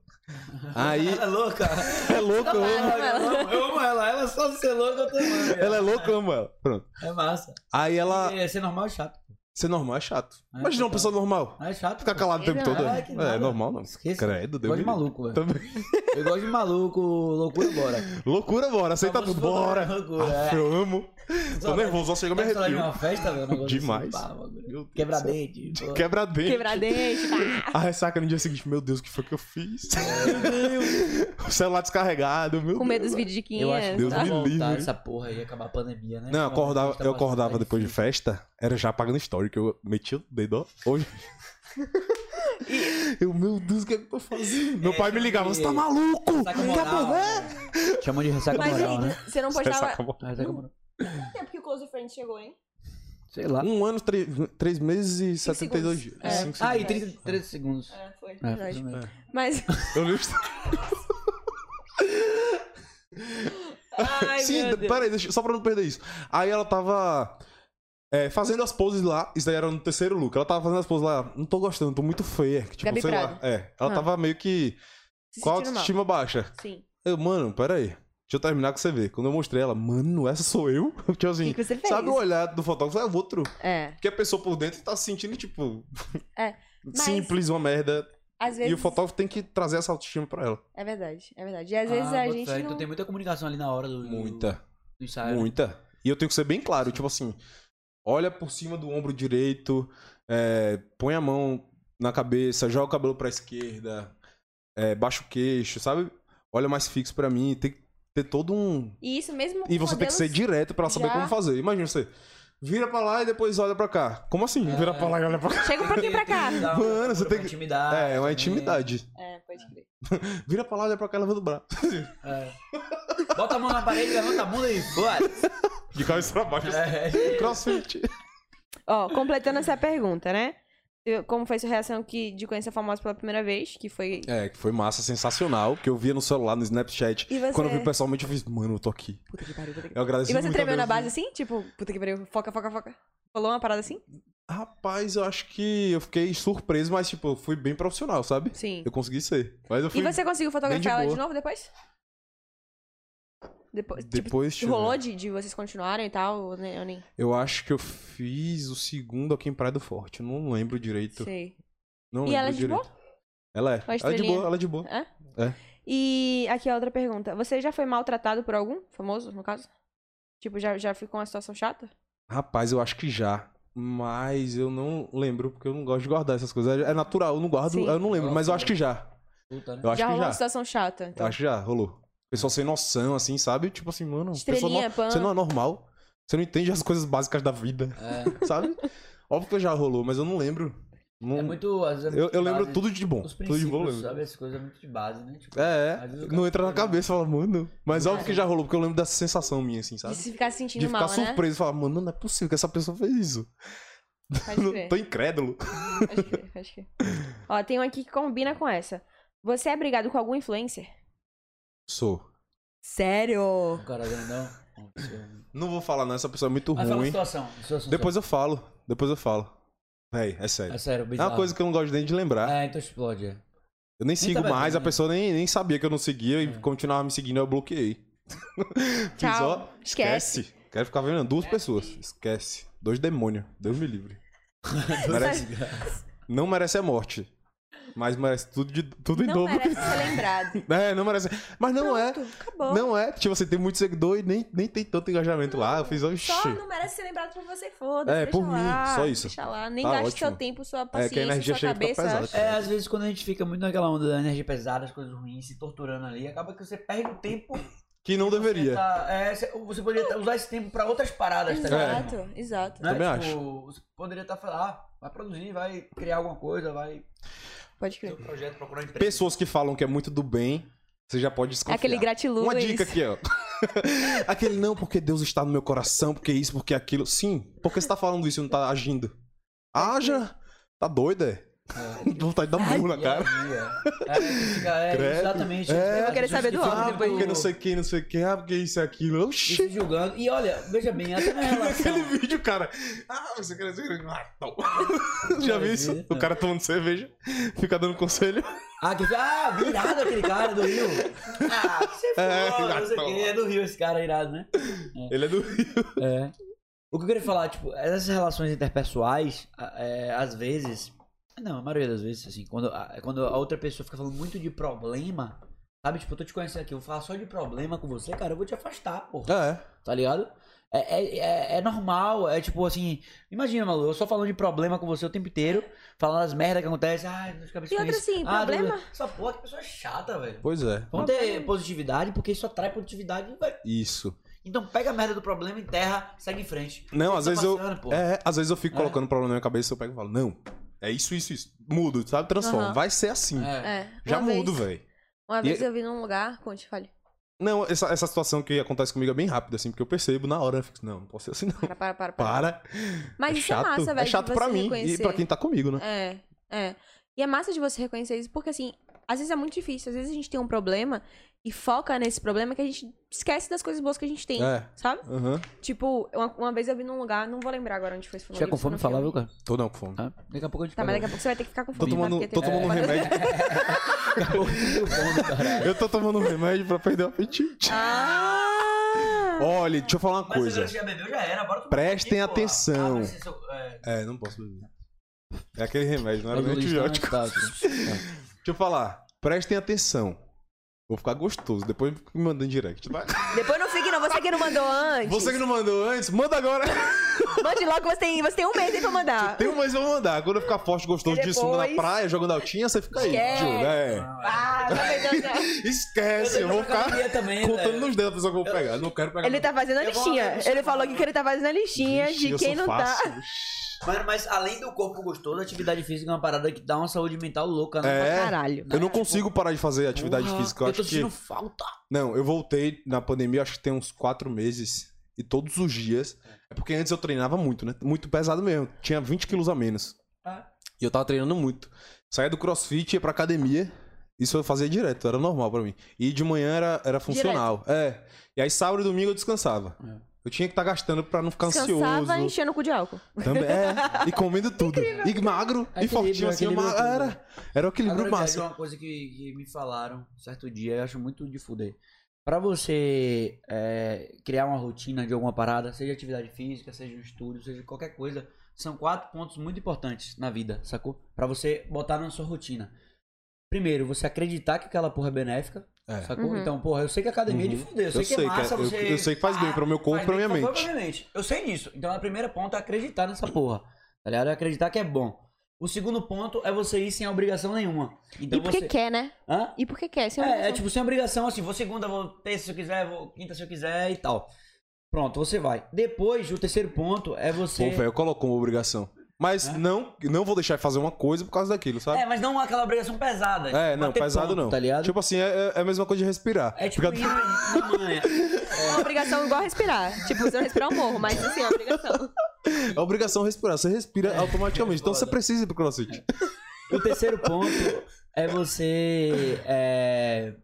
Speaker 3: Aí.
Speaker 1: Ela é louca.
Speaker 3: É louca, eu amo.
Speaker 2: amo
Speaker 1: Eu
Speaker 2: ela.
Speaker 1: amo, eu amo ela. Ela só de ser louca, eu tô amando.
Speaker 3: Ela é louca, eu amo ela. Pronto.
Speaker 1: É massa.
Speaker 3: Aí ela.
Speaker 1: É, ser normal é chato.
Speaker 3: Ser normal é chato.
Speaker 1: É,
Speaker 3: Imagina uma
Speaker 1: total.
Speaker 3: pessoa normal.
Speaker 1: Não é chato.
Speaker 3: Ficar calado o tempo
Speaker 2: Exato.
Speaker 3: todo.
Speaker 1: Ah, que
Speaker 3: É,
Speaker 1: nada.
Speaker 3: é normal não.
Speaker 1: Esquece.
Speaker 3: Credo,
Speaker 1: Eu
Speaker 3: deu
Speaker 1: gosto de maluco, velho.
Speaker 3: Também.
Speaker 1: Eu gosto de maluco, loucura, bora.
Speaker 3: Loucura, bora. Aceita
Speaker 1: Vamos
Speaker 3: tudo. Bora.
Speaker 1: loucura,
Speaker 3: Ah,
Speaker 1: é.
Speaker 3: eu amo. Tô nervoso, só chega me
Speaker 1: Sabe falar de
Speaker 3: arrepio.
Speaker 1: uma festa, velho? um negócio assim,
Speaker 3: Demais. é-
Speaker 1: pá, bagulho.
Speaker 3: Meu Deus
Speaker 1: Quebrar
Speaker 3: do céu.
Speaker 1: dente. pô.
Speaker 3: Quebrar dente.
Speaker 2: Quebrar dente, tá pá.
Speaker 3: A ressaca no dia seguinte. Meu Deus, o que foi que eu fiz? o celular descarregado. Meu
Speaker 2: Com medo
Speaker 3: Deus.
Speaker 2: dos vídeos de
Speaker 1: Eu acho
Speaker 2: 500.
Speaker 1: que
Speaker 3: Deus
Speaker 1: dá
Speaker 3: me
Speaker 1: vontade
Speaker 3: livre.
Speaker 1: Tá, essa porra aí, acabar a pandemia, né?
Speaker 3: Não, eu acordava, eu acordava depois de
Speaker 1: festa.
Speaker 3: festa, era já apagando story, que eu meti o dedo, ó, hoje. eu, meu Deus, o que é que eu tô fazendo? Meu
Speaker 1: É,
Speaker 3: pai me ligava,
Speaker 1: e-
Speaker 3: você tá maluco?
Speaker 1: Ressaca moral.
Speaker 3: Tá
Speaker 1: né? Chamam de ressaca
Speaker 2: Mas
Speaker 1: moral,
Speaker 2: aí,
Speaker 1: né?
Speaker 2: você não postava...
Speaker 3: bom,
Speaker 1: Ressaca moral.
Speaker 2: Quanto tempo que o Close Friends chegou, hein?
Speaker 1: Sei lá.
Speaker 3: Um ano, três, três meses e
Speaker 2: Cinco
Speaker 3: 72 dias.
Speaker 2: segundos. É.
Speaker 3: Cinco
Speaker 1: Ah, e
Speaker 3: segundos.
Speaker 1: 33 segundos.
Speaker 2: É, foi.
Speaker 1: É,
Speaker 2: Verdade.
Speaker 1: foi mesmo.
Speaker 2: Mas...
Speaker 3: Eu li o story.
Speaker 2: Ai,
Speaker 3: Sim,
Speaker 2: meu Deus.
Speaker 3: peraí, deixa- só pra não perder isso. Aí ela tava é, fazendo as poses lá, isso daí era no terceiro look. Ela tava fazendo as poses lá, não tô gostando, tô muito feia. que, Tipo,
Speaker 2: Gabi
Speaker 3: sei lá.
Speaker 2: Prado.
Speaker 3: É, ela
Speaker 2: Ah.
Speaker 3: tava meio que
Speaker 2: Se
Speaker 3: com a
Speaker 2: sentindo mal.
Speaker 3: autoestima baixa.
Speaker 2: Sim.
Speaker 3: Eu, mano, peraí. Deixa eu terminar com você ver. Quando eu mostrei ela, mano, essa sou eu? Tipo
Speaker 2: O
Speaker 3: assim,
Speaker 2: que que você fez?
Speaker 3: sabe o olhar do fotógrafo? É outro.
Speaker 2: É.
Speaker 3: Porque a pessoa por dentro tá se sentindo, tipo.
Speaker 2: É, mas-
Speaker 3: Simples, uma merda.
Speaker 2: Às vezes...
Speaker 3: E o fotógrafo tem que trazer essa autoestima pra ela.
Speaker 2: É verdade, é verdade. E às vezes
Speaker 1: Ah,
Speaker 2: a
Speaker 1: bota
Speaker 2: gente
Speaker 1: fé.
Speaker 2: não...
Speaker 1: Então tem muita comunicação ali na hora do, do-
Speaker 3: Muita,
Speaker 1: do ensaio. né?
Speaker 3: muita. E eu tenho que ser bem claro, tipo assim, olha por cima do ombro direito, é, põe a mão na cabeça, joga o cabelo pra esquerda, é, baixa o queixo, sabe? Olha mais fixo pra mim, tem que ter todo um,
Speaker 2: E isso mesmo
Speaker 3: E
Speaker 2: com
Speaker 3: você tem que ser
Speaker 2: modelos-
Speaker 3: direto pra saber
Speaker 2: já-
Speaker 3: como fazer. Imagina você vira pra lá e depois olha pra cá. Como assim?
Speaker 1: É.
Speaker 3: Vira pra lá e olha pra cá.
Speaker 2: Chega um pouquinho pra cá.
Speaker 3: Mano, você tem que-
Speaker 1: Intimidade.
Speaker 3: É, é uma
Speaker 1: também.
Speaker 3: intimidade.
Speaker 2: É, pode crer.
Speaker 3: Vira pra lá, olha pra cá, levanta o braço.
Speaker 1: É. Bota a mão na parede, levanta a bunda e bora.
Speaker 3: De cabeça pra baixo. assim.
Speaker 1: É.
Speaker 3: Crossfit.
Speaker 2: Ó, completando essa pergunta, né? Eu- Como foi sua reação que, de conhecer a famosa pela primeira vez? Que foi.
Speaker 3: É, que foi massa, sensacional. Que eu via no celular, no Snapchat.
Speaker 2: E você.
Speaker 3: Quando eu vi pessoalmente, eu fiz, mano, eu tô aqui.
Speaker 2: Puta que pariu, puta que
Speaker 3: Eu agradeci
Speaker 2: E você
Speaker 3: muito a
Speaker 2: tremeu na
Speaker 3: Deus.
Speaker 2: base assim? Tipo, puta que pariu, foca, foca, foca. Rolou uma parada assim?
Speaker 3: Rapaz, eu acho que eu fiquei surpreso, mas, tipo, eu fui bem profissional, sabe?
Speaker 2: Sim.
Speaker 3: Eu consegui ser. Mas eu fui.
Speaker 2: E você conseguiu
Speaker 3: de
Speaker 2: fotografar ela de
Speaker 3: boa.
Speaker 2: novo depois? Depois. Tipo,
Speaker 3: Depois deixa eu
Speaker 2: rolou
Speaker 3: ver.
Speaker 2: de, de vocês continuarem e tal? Ou nem, eu nem
Speaker 3: Eu acho que eu fiz o segundo aqui em Praia do Forte. Eu não lembro direito.
Speaker 2: sei.
Speaker 3: Não
Speaker 2: E ela é de
Speaker 3: lembro
Speaker 2: boa?
Speaker 3: direito. Ela é. Ela é de
Speaker 2: estrelinha?
Speaker 3: boa, ela é de boa.
Speaker 2: E aqui a outra pergunta. Você já foi maltratado por algum? Famoso, no caso? Tipo, já, já ficou uma situação chata?
Speaker 3: Rapaz, eu acho que já. Mas eu não lembro, porque eu não gosto de guardar essas coisas. É natural, eu não guardo,
Speaker 2: Sim.
Speaker 3: eu não lembro,
Speaker 1: Ela
Speaker 3: mas eu
Speaker 1: fala.
Speaker 3: acho que já.
Speaker 1: Puta, né?
Speaker 3: Eu acho
Speaker 2: já
Speaker 3: que
Speaker 2: rolou
Speaker 3: já.
Speaker 2: uma situação chata.
Speaker 3: Eu
Speaker 2: Então.
Speaker 3: acho que já, rolou. Pessoal sem noção, assim, sabe? Tipo assim, mano, pessoa
Speaker 2: Estrelinha,
Speaker 3: no-
Speaker 2: pan.
Speaker 3: você não é normal. Você não entende as coisas básicas da vida,
Speaker 1: É.
Speaker 3: sabe? Óbvio que já rolou, mas eu não lembro. Não-
Speaker 1: É muito. Às vezes é
Speaker 3: eu,
Speaker 1: muito
Speaker 3: eu
Speaker 1: de
Speaker 3: lembro
Speaker 1: base.
Speaker 3: tudo de bom.
Speaker 1: Os
Speaker 3: Tudo de bom eu
Speaker 1: princípios,
Speaker 3: lembro.
Speaker 1: sabe? Essas coisas é muito de base, né? Tipo,
Speaker 3: É,
Speaker 1: às
Speaker 3: é.
Speaker 1: vezes o
Speaker 3: Não
Speaker 1: cara-
Speaker 3: entra na cabeça, fala, mano. Mas óbvio
Speaker 1: é.
Speaker 3: que já rolou, porque eu lembro dessa sensação minha, assim,
Speaker 2: De
Speaker 3: sabe?
Speaker 2: se ficar se sentindo
Speaker 3: De ficar
Speaker 2: mal, né?
Speaker 3: surpreso, falar, mano, não é possível que essa pessoa fez isso.
Speaker 2: Pode crer,
Speaker 3: Tô incrédulo.
Speaker 2: pode crer, pode crer. Ó, tem um aqui que combina com essa. Você é brigado com algum influencer?
Speaker 3: Sou.
Speaker 2: Sério?
Speaker 1: O cara grandão. Uma pessoa-
Speaker 3: Não vou falar, não. Essa pessoa é muito
Speaker 1: Mas fala a
Speaker 3: ruim.
Speaker 1: situação. a situação
Speaker 3: Depois eu falo. Depois eu falo. Véi, é
Speaker 1: só.
Speaker 3: sério.
Speaker 1: É sério,
Speaker 3: É
Speaker 1: bizarro.
Speaker 3: uma coisa que eu não gosto nem de lembrar.
Speaker 1: É, então explode. é.
Speaker 3: Eu nem
Speaker 1: tá
Speaker 3: sigo
Speaker 1: batendo,
Speaker 3: mais, a
Speaker 1: né?
Speaker 3: pessoa nem, nem sabia que eu não seguia e
Speaker 1: É.
Speaker 3: continuava me seguindo, eu bloqueei. Fiz, ó,
Speaker 2: Tchau. Esquece.
Speaker 3: esquece. Quero ficar vendo
Speaker 2: É
Speaker 3: duas pessoas.
Speaker 2: assim.
Speaker 3: Esquece. Dois demônios. Deus me livre. merece, não merece a morte. Mas merece tudo, de, tudo em
Speaker 2: Não
Speaker 3: dobro.
Speaker 2: merece ser lembrado.
Speaker 3: É, não merece. Mas não é.
Speaker 2: Pronto, Acabou.
Speaker 3: Não é. Tipo, você tem muito seguidor e nem, nem tem tanto engajamento lá. Eu fiz, oxi.
Speaker 2: Só não merece ser lembrado por você, foda-se.
Speaker 3: É,
Speaker 2: deixa
Speaker 3: por mim,
Speaker 2: lá,
Speaker 3: só isso.
Speaker 2: Deixa lá, nem
Speaker 3: Tá
Speaker 2: gaste
Speaker 3: ótimo.
Speaker 2: seu tempo, sua
Speaker 3: a
Speaker 2: paciência,
Speaker 3: energia
Speaker 2: sua
Speaker 3: chega a ficar
Speaker 2: cabeça.
Speaker 3: pesada.
Speaker 2: acho.
Speaker 1: É, às vezes quando a gente fica muito naquela onda da energia pesada, as coisas ruins, se torturando ali, acaba que você perde o tempo.
Speaker 3: Que
Speaker 2: um
Speaker 3: não
Speaker 1: Você,
Speaker 3: deveria.
Speaker 1: tá- é, você- você poderia tá- usar esse tempo pra outras
Speaker 3: É.
Speaker 1: paradas, tá ligado?
Speaker 2: Exato, exato.
Speaker 1: Né?
Speaker 3: Também
Speaker 1: tipo, Você poderia estar falando, ah, vai produzir, vai criar alguma coisa, vai
Speaker 2: Pode
Speaker 1: ter
Speaker 2: crer.
Speaker 1: um projeto, procurar um emprego.
Speaker 3: Pessoas que falam que é muito do bem, você já pode desconfiar.
Speaker 2: Aquele gratiluz.
Speaker 3: Uma dica aqui, ó. Aquele não, porque Deus está no meu coração, porque isso, porque aquilo. Sim, porque você tá falando isso e não tá agindo. Haja! Tá doida? é?
Speaker 1: É.
Speaker 3: Dá Vontade de dar burro na
Speaker 1: Dia a
Speaker 3: cara.
Speaker 1: dia. É, que fica- é,
Speaker 3: Credo.
Speaker 1: exatamente.
Speaker 3: É.
Speaker 2: Eu vou querer saber do
Speaker 1: Isso
Speaker 2: óbvio
Speaker 3: Ah,
Speaker 1: fica
Speaker 2: depois.
Speaker 3: porque não sei quem, não sei quem, ah, porque isso e aquilo.
Speaker 1: e
Speaker 3: Oxi!
Speaker 1: se julgando. E olha, veja bem, até na relação.
Speaker 3: Naquele vídeo, cara. Ah, você quer dizer. Ah, não. Já viu isso? O cara tomando cerveja, fica dando conselho.
Speaker 1: Ah, que, ah, virado aquele cara do Rio. Ah, que você
Speaker 3: É,
Speaker 1: foda, não sei
Speaker 3: irado.
Speaker 1: o quê. É do Rio esse cara, irado, né?
Speaker 3: Ele é do Rio.
Speaker 1: É. O que eu queria falar, tipo, essas relações interpessoais, a- é, às vezes. Não, a maioria das vezes, assim, quando a, quando a outra pessoa fica falando muito de problema, sabe? Tipo, eu tô te conhecendo aqui, eu vou falar só de problema com você, cara, eu vou te afastar, porra.
Speaker 3: É.
Speaker 1: Tá ligado? É, é, é- é normal, é tipo assim. Imagina, maluco, eu só falando de problema com você o tempo inteiro, falando as merdas que acontecem, ai, meus cabeças
Speaker 2: E outra, assim, problema?
Speaker 1: Ah, Essa porra, que pessoa chata, velho.
Speaker 3: Pois é.
Speaker 1: Vamos ter positividade, porque isso atrai produtividade, velho.
Speaker 3: Isso.
Speaker 1: Então pega a merda do problema, enterra, segue em frente.
Speaker 3: Não,
Speaker 1: Tá
Speaker 3: às vezes eu.
Speaker 1: passando, pô.
Speaker 3: É, às vezes eu fico
Speaker 1: É.
Speaker 3: colocando problema na minha cabeça, eu pego e falo, não, é isso, isso, isso. Mudo, sabe? Transforma.
Speaker 2: Aham.
Speaker 3: Vai ser assim.
Speaker 1: É.
Speaker 2: É,
Speaker 3: Já
Speaker 2: uma
Speaker 3: mudo,
Speaker 2: vez-
Speaker 3: velho.
Speaker 2: Uma vez
Speaker 3: E-
Speaker 2: eu vi num lugar, conte, fale.
Speaker 3: Não, essa, essa situação que acontece comigo é bem rápida, assim, porque eu percebo na hora, eu fico, não, não posso ser assim, não.
Speaker 2: Para, para, para. para.
Speaker 3: Para.
Speaker 2: Mas
Speaker 3: é
Speaker 2: isso
Speaker 3: chato.
Speaker 2: é massa, velho.
Speaker 3: É chato
Speaker 2: de você
Speaker 3: pra mim e
Speaker 2: reconhecer.
Speaker 3: pra quem tá comigo, né?
Speaker 2: É, é. E é massa de você reconhecer isso, porque assim, às vezes é muito difícil. Às vezes a gente tem um problema e foca nesse problema que a gente esquece das coisas boas que a gente tem,
Speaker 3: É.
Speaker 2: sabe?
Speaker 3: Aham.
Speaker 2: Tipo, uma, uma vez eu vi num lugar, não vou lembrar agora onde foi esse
Speaker 1: Tiver com fome, falar, viu, cara?
Speaker 3: Tô não com fome.
Speaker 1: Tá? Daqui a pouco a gente
Speaker 2: Tá, mas
Speaker 1: fala.
Speaker 2: daqui a pouco você vai ter que ficar com
Speaker 3: Tô
Speaker 2: fome.
Speaker 3: tomando,
Speaker 2: tá? Porque
Speaker 3: tô
Speaker 2: tem-
Speaker 3: tomando um
Speaker 2: É.
Speaker 3: remédio.
Speaker 1: Acabou de ter o fome, cara.
Speaker 3: Eu tô tomando um remédio pra perder o apetite.
Speaker 2: Ah!
Speaker 3: Olha, deixa eu falar uma
Speaker 1: Mas
Speaker 3: coisa.
Speaker 1: agora que já bebeu, já era. Bora tomar
Speaker 3: Prestem
Speaker 1: aqui, porra.
Speaker 3: atenção.
Speaker 1: Ah, mas se isso- é,
Speaker 3: É, não posso beber. É aquele remédio, não era
Speaker 1: mas o
Speaker 3: nem
Speaker 1: Luiz tá
Speaker 3: antibiótico.
Speaker 1: antibiótico.
Speaker 2: né?
Speaker 3: Deixa eu falar. Prestem atenção. Vou ficar gostoso. Depois me mandem direct. tá?
Speaker 2: Depois não fique, não. Você que não mandou antes.
Speaker 3: Você que não mandou antes, manda agora.
Speaker 2: Mande logo, você tem, você tem um mês aí pra mandar.
Speaker 3: Tem um mês eu vou mandar. Quando eu ficar forte, gostoso, de
Speaker 2: Depois-
Speaker 3: sunga na praia, jogando altinha, você fica aí.
Speaker 2: Esquece.
Speaker 3: Juro, é.
Speaker 2: Ah, tá vendo?
Speaker 3: Esquece, eu vou ficar
Speaker 1: Eu também,
Speaker 3: contando
Speaker 1: velho.
Speaker 3: nos dedos a pessoa que eu vou pegar. Não quero pegar.
Speaker 2: Ele tá fazendo a
Speaker 1: Eu vou-
Speaker 2: listinha. Ele falou aqui que ele tá fazendo a listinha
Speaker 3: Vixe,
Speaker 2: de
Speaker 3: eu
Speaker 2: quem
Speaker 3: sou
Speaker 2: não
Speaker 3: fácil.
Speaker 2: tá.
Speaker 1: Mano, mas além do corpo gostoso, a atividade física é uma parada que dá uma saúde mental louca, né?
Speaker 3: É.
Speaker 2: Caralho.
Speaker 3: Eu não consigo parar de fazer atividade
Speaker 1: Porra,
Speaker 3: física. Eu,
Speaker 1: tô
Speaker 3: acho que.
Speaker 1: sentindo falta.
Speaker 3: Não, eu voltei na pandemia, acho que tem uns quatro meses. E todos os dias. É porque antes eu treinava muito, né? Muito pesado mesmo. Tinha 20 quilos a menos.
Speaker 1: Ah.
Speaker 3: E eu tava treinando muito. Saía do crossfit, ia pra academia. Isso eu fazia direto, era normal pra mim. E de manhã era, era funcional. É. E aí sábado e domingo eu descansava.
Speaker 1: É.
Speaker 3: Eu tinha que estar gastando pra não ficar ansioso.
Speaker 2: Cansava enchendo o cu de álcool.
Speaker 3: Também, é. E comendo tudo. E magro, e
Speaker 1: Equilíbrio,
Speaker 3: fortinho assim.
Speaker 1: equilíbrio
Speaker 3: ma-
Speaker 1: tudo.
Speaker 3: Era, era o equilíbrio
Speaker 1: Agora, Viagem,
Speaker 3: máximo.
Speaker 1: uma coisa que, que me falaram certo dia, eu acho muito de fuder. Pra você é, criar uma rotina de alguma parada, seja atividade física, seja um estudo, seja qualquer coisa, são quatro pontos muito importantes na vida, sacou? Pra você botar na sua rotina. Primeiro, você acreditar que aquela porra é benéfica,
Speaker 3: É.
Speaker 1: sacou?
Speaker 2: Uhum.
Speaker 1: Então, porra, eu sei que a academia é de
Speaker 3: Uhum.
Speaker 1: fuder, eu sei
Speaker 3: Eu
Speaker 1: que é
Speaker 3: sei,
Speaker 1: massa,
Speaker 3: cara, eu-
Speaker 1: você...
Speaker 3: eu sei que faz bem pro meu corpo e pra
Speaker 1: faz bem
Speaker 3: minha
Speaker 1: pro corpo e pra minha mente. Eu sei disso. Então, a primeira ponta é acreditar nessa porra, tá ligado? É acreditar que é bom. O segundo ponto é você ir sem obrigação nenhuma. Então
Speaker 2: e porque
Speaker 1: você...
Speaker 2: quer, né?
Speaker 1: Hã?
Speaker 2: E porque quer. Sem
Speaker 1: É,
Speaker 2: obrigação.
Speaker 1: é tipo sem obrigação, assim, vou segunda, vou terça se eu quiser, vou quinta se eu quiser e tal. Pronto, você vai. Depois, o terceiro ponto é
Speaker 3: Pô,
Speaker 1: você.
Speaker 3: velho, eu coloco uma obrigação. Mas
Speaker 1: É?
Speaker 3: não, não vou deixar de fazer uma coisa por causa daquilo, sabe?
Speaker 1: É, mas não aquela obrigação pesada.
Speaker 3: É,
Speaker 1: tipo,
Speaker 3: não,
Speaker 1: bater
Speaker 3: pesado
Speaker 1: ponto,
Speaker 3: não.
Speaker 1: Tá ligado?
Speaker 3: Tipo assim, é, é a mesma coisa de respirar.
Speaker 1: é tipo
Speaker 3: Porque-
Speaker 1: ir na na manhã. é.
Speaker 2: Uma obrigação igual respirar. Tipo, se eu respirar, eu morro, mas assim, é uma obrigação.
Speaker 3: É obrigação respirar, você respira automaticamente. Então você
Speaker 1: É. Foda. É.
Speaker 3: precisa ir pro crossfit.
Speaker 1: O terceiro ponto é você. é,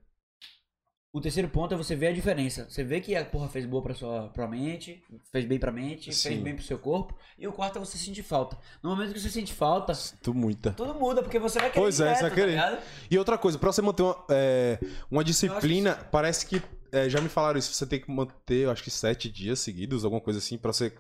Speaker 1: O terceiro ponto é você ver a diferença. Você vê que a porra fez boa pra sua pra mente, fez bem pra mente, fez
Speaker 3: Sim.
Speaker 1: bem pro seu corpo. E o quarto é você sentir falta. No momento que você sente falta,
Speaker 3: Tu muita.
Speaker 1: tudo muda, porque você vai querer
Speaker 3: Pois é,
Speaker 1: direto,
Speaker 3: você vai
Speaker 1: tá
Speaker 3: querer.
Speaker 1: ligado?
Speaker 3: E outra coisa, pra você manter uma, é, uma disciplina, parece que é, já me falaram isso, você tem que manter, eu acho que sete dias seguidos, alguma coisa assim, pra você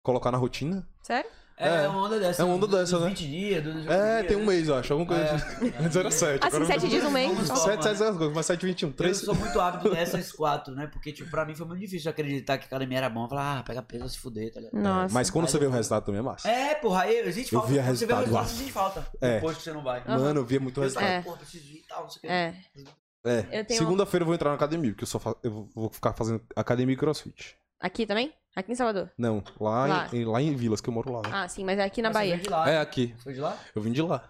Speaker 3: colocar na rotina.
Speaker 2: Sério?
Speaker 1: É,
Speaker 3: É.
Speaker 1: uma onda dessa.
Speaker 3: É uma onda
Speaker 1: dos-
Speaker 3: dessa,
Speaker 1: dos
Speaker 3: né?
Speaker 1: 20 dias, dos
Speaker 3: É, tem um
Speaker 1: mês.
Speaker 3: mês, eu acho, alguma coisa
Speaker 1: É.
Speaker 3: assim. Antes era sete.
Speaker 2: Assim,
Speaker 3: agora-
Speaker 2: sete dias no mês.
Speaker 1: Vamos
Speaker 2: só.
Speaker 1: lá.
Speaker 3: Sete, sete, sete coisas, mas sete, vinte e um,
Speaker 1: Eu
Speaker 3: três.
Speaker 1: sou muito hábito dessas quatro, né? Porque, tipo, pra mim foi muito difícil acreditar que academia era bom. Falar, ah, pega peso, se fuder, tá ligado?
Speaker 2: Nossa.
Speaker 3: Mas quando
Speaker 1: Mas
Speaker 3: você
Speaker 1: eu-
Speaker 3: vê o resultado também é massa.
Speaker 1: É, porra, aí a gente
Speaker 3: Eu
Speaker 1: falta.
Speaker 3: vi a
Speaker 1: quando você vê o
Speaker 3: resultado lá.
Speaker 1: resultado, a gente falta.
Speaker 3: É.
Speaker 1: Depois que você não vai.
Speaker 2: Aham.
Speaker 3: Mano, eu via muito
Speaker 1: Eu
Speaker 3: resultado.
Speaker 1: tava, porra, preciso ir e tal, não sei o que.
Speaker 2: É.
Speaker 3: É.
Speaker 2: Eu tenho- um-
Speaker 3: Segunda-feira eu vou entrar na academia, porque eu só fa- eu vou ficar fazendo academia e crossfit.
Speaker 2: Aqui também? Aqui em Salvador?
Speaker 3: Não, lá,
Speaker 2: Lá.
Speaker 3: Em, em- lá em Vilas, que eu moro lá. né?
Speaker 2: Ah, sim, mas é aqui na
Speaker 1: Mas Você
Speaker 2: Bahia.
Speaker 1: veio de lá. né?
Speaker 3: É aqui.
Speaker 1: Você foi de lá?
Speaker 3: Eu vim de lá.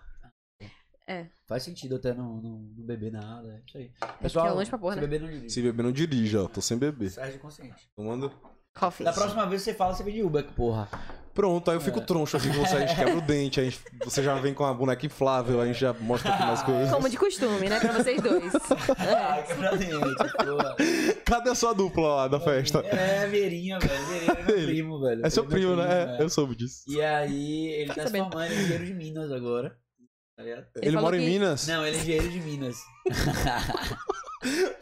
Speaker 1: Faz sentido até não, não, não beber nada. É isso aí.
Speaker 2: que é longe pra porra,
Speaker 1: se
Speaker 2: né?
Speaker 1: beber não dirige.
Speaker 3: Se beber, não dirija, ó. Tô sem beber.
Speaker 1: Sérgio consciente.
Speaker 3: Tomando.
Speaker 2: Coffee.
Speaker 1: Da próxima vez você fala, você vem de Uber, porra.
Speaker 3: Pronto, aí eu fico troncho aqui com você, a gente quebra o dente, aí a gente- você já vem com a boneca inflável, aí a gente já mostra aqui umas coisas.
Speaker 2: Como de costume, né? Pra vocês dois. É.
Speaker 1: Ah, que pra dentro, porra.
Speaker 3: Cadê a sua dupla lá da festa?
Speaker 1: É, Verinha, velho. Verinha é meu
Speaker 3: Ele.
Speaker 1: primo, velho.
Speaker 3: É seu
Speaker 1: Ele meu
Speaker 3: primo, né? É, Eu soube disso.
Speaker 1: E aí, ele tá se
Speaker 2: Sabendo.
Speaker 1: formando em engenheiro de Minas agora. Tá ligado?
Speaker 3: Ele,
Speaker 2: falou
Speaker 3: mora em
Speaker 2: que-
Speaker 3: Minas?
Speaker 1: Não, ele é engenheiro de Minas.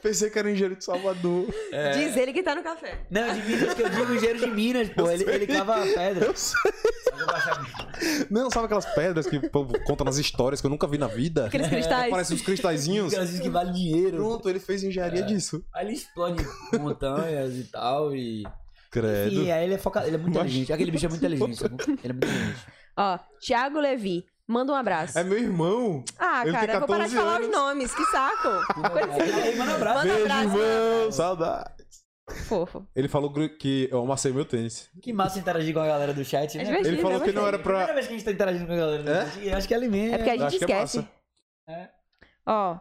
Speaker 3: Pensei que era engenheiro de Salvador.
Speaker 1: É.
Speaker 2: Diz ele que tá no café.
Speaker 1: Não, de Minas que eu digo engenheiro de Minas, pô. Ele, ele cava a pedra.
Speaker 3: Eu sei.
Speaker 1: Mas eu vou achar mesmo.
Speaker 3: Não, sabe aquelas pedras que o povo conta nas histórias que eu nunca vi na vida?
Speaker 2: Aqueles
Speaker 3: Que
Speaker 2: cristais.
Speaker 3: Parecem uns cristalzinhos.
Speaker 1: Às vezes que vale dinheiro.
Speaker 3: Pronto, ele fez
Speaker 2: É.
Speaker 3: engenharia disso.
Speaker 1: Aí ele explode montanhas e tal. E,
Speaker 3: Credo.
Speaker 1: e aí ele é focado. Ele é muito
Speaker 3: Mas-
Speaker 1: inteligente. Aquele bicho é muito inteligente. sabe? Ele é muito inteligente.
Speaker 2: Ó, Thiago Levi. Manda um abraço.
Speaker 3: É meu irmão.
Speaker 2: Ah,
Speaker 3: Ele tem
Speaker 2: cara, eu vou parar de
Speaker 3: 14
Speaker 2: falar os
Speaker 3: anos.
Speaker 2: nomes. Que saco.
Speaker 1: Aí, manda um abraço.
Speaker 2: Manda
Speaker 3: Beijo,
Speaker 2: abraço,
Speaker 3: irmão. Saudade.
Speaker 2: Fofo.
Speaker 3: Ele falou que eu amassei meu tênis.
Speaker 1: Que massa interagir com a galera do chat, né?
Speaker 2: É divertido.
Speaker 3: Ele falou
Speaker 2: né,
Speaker 3: que não
Speaker 2: você?
Speaker 3: era
Speaker 1: Primeira
Speaker 3: pra.
Speaker 1: vez que a gente tá interagindo com a galera do
Speaker 3: É?
Speaker 1: chat. E acho que é alimento.
Speaker 2: É porque a
Speaker 3: Eu
Speaker 2: gente
Speaker 3: acho que é
Speaker 2: esquece.
Speaker 1: massa. É.
Speaker 2: Ó.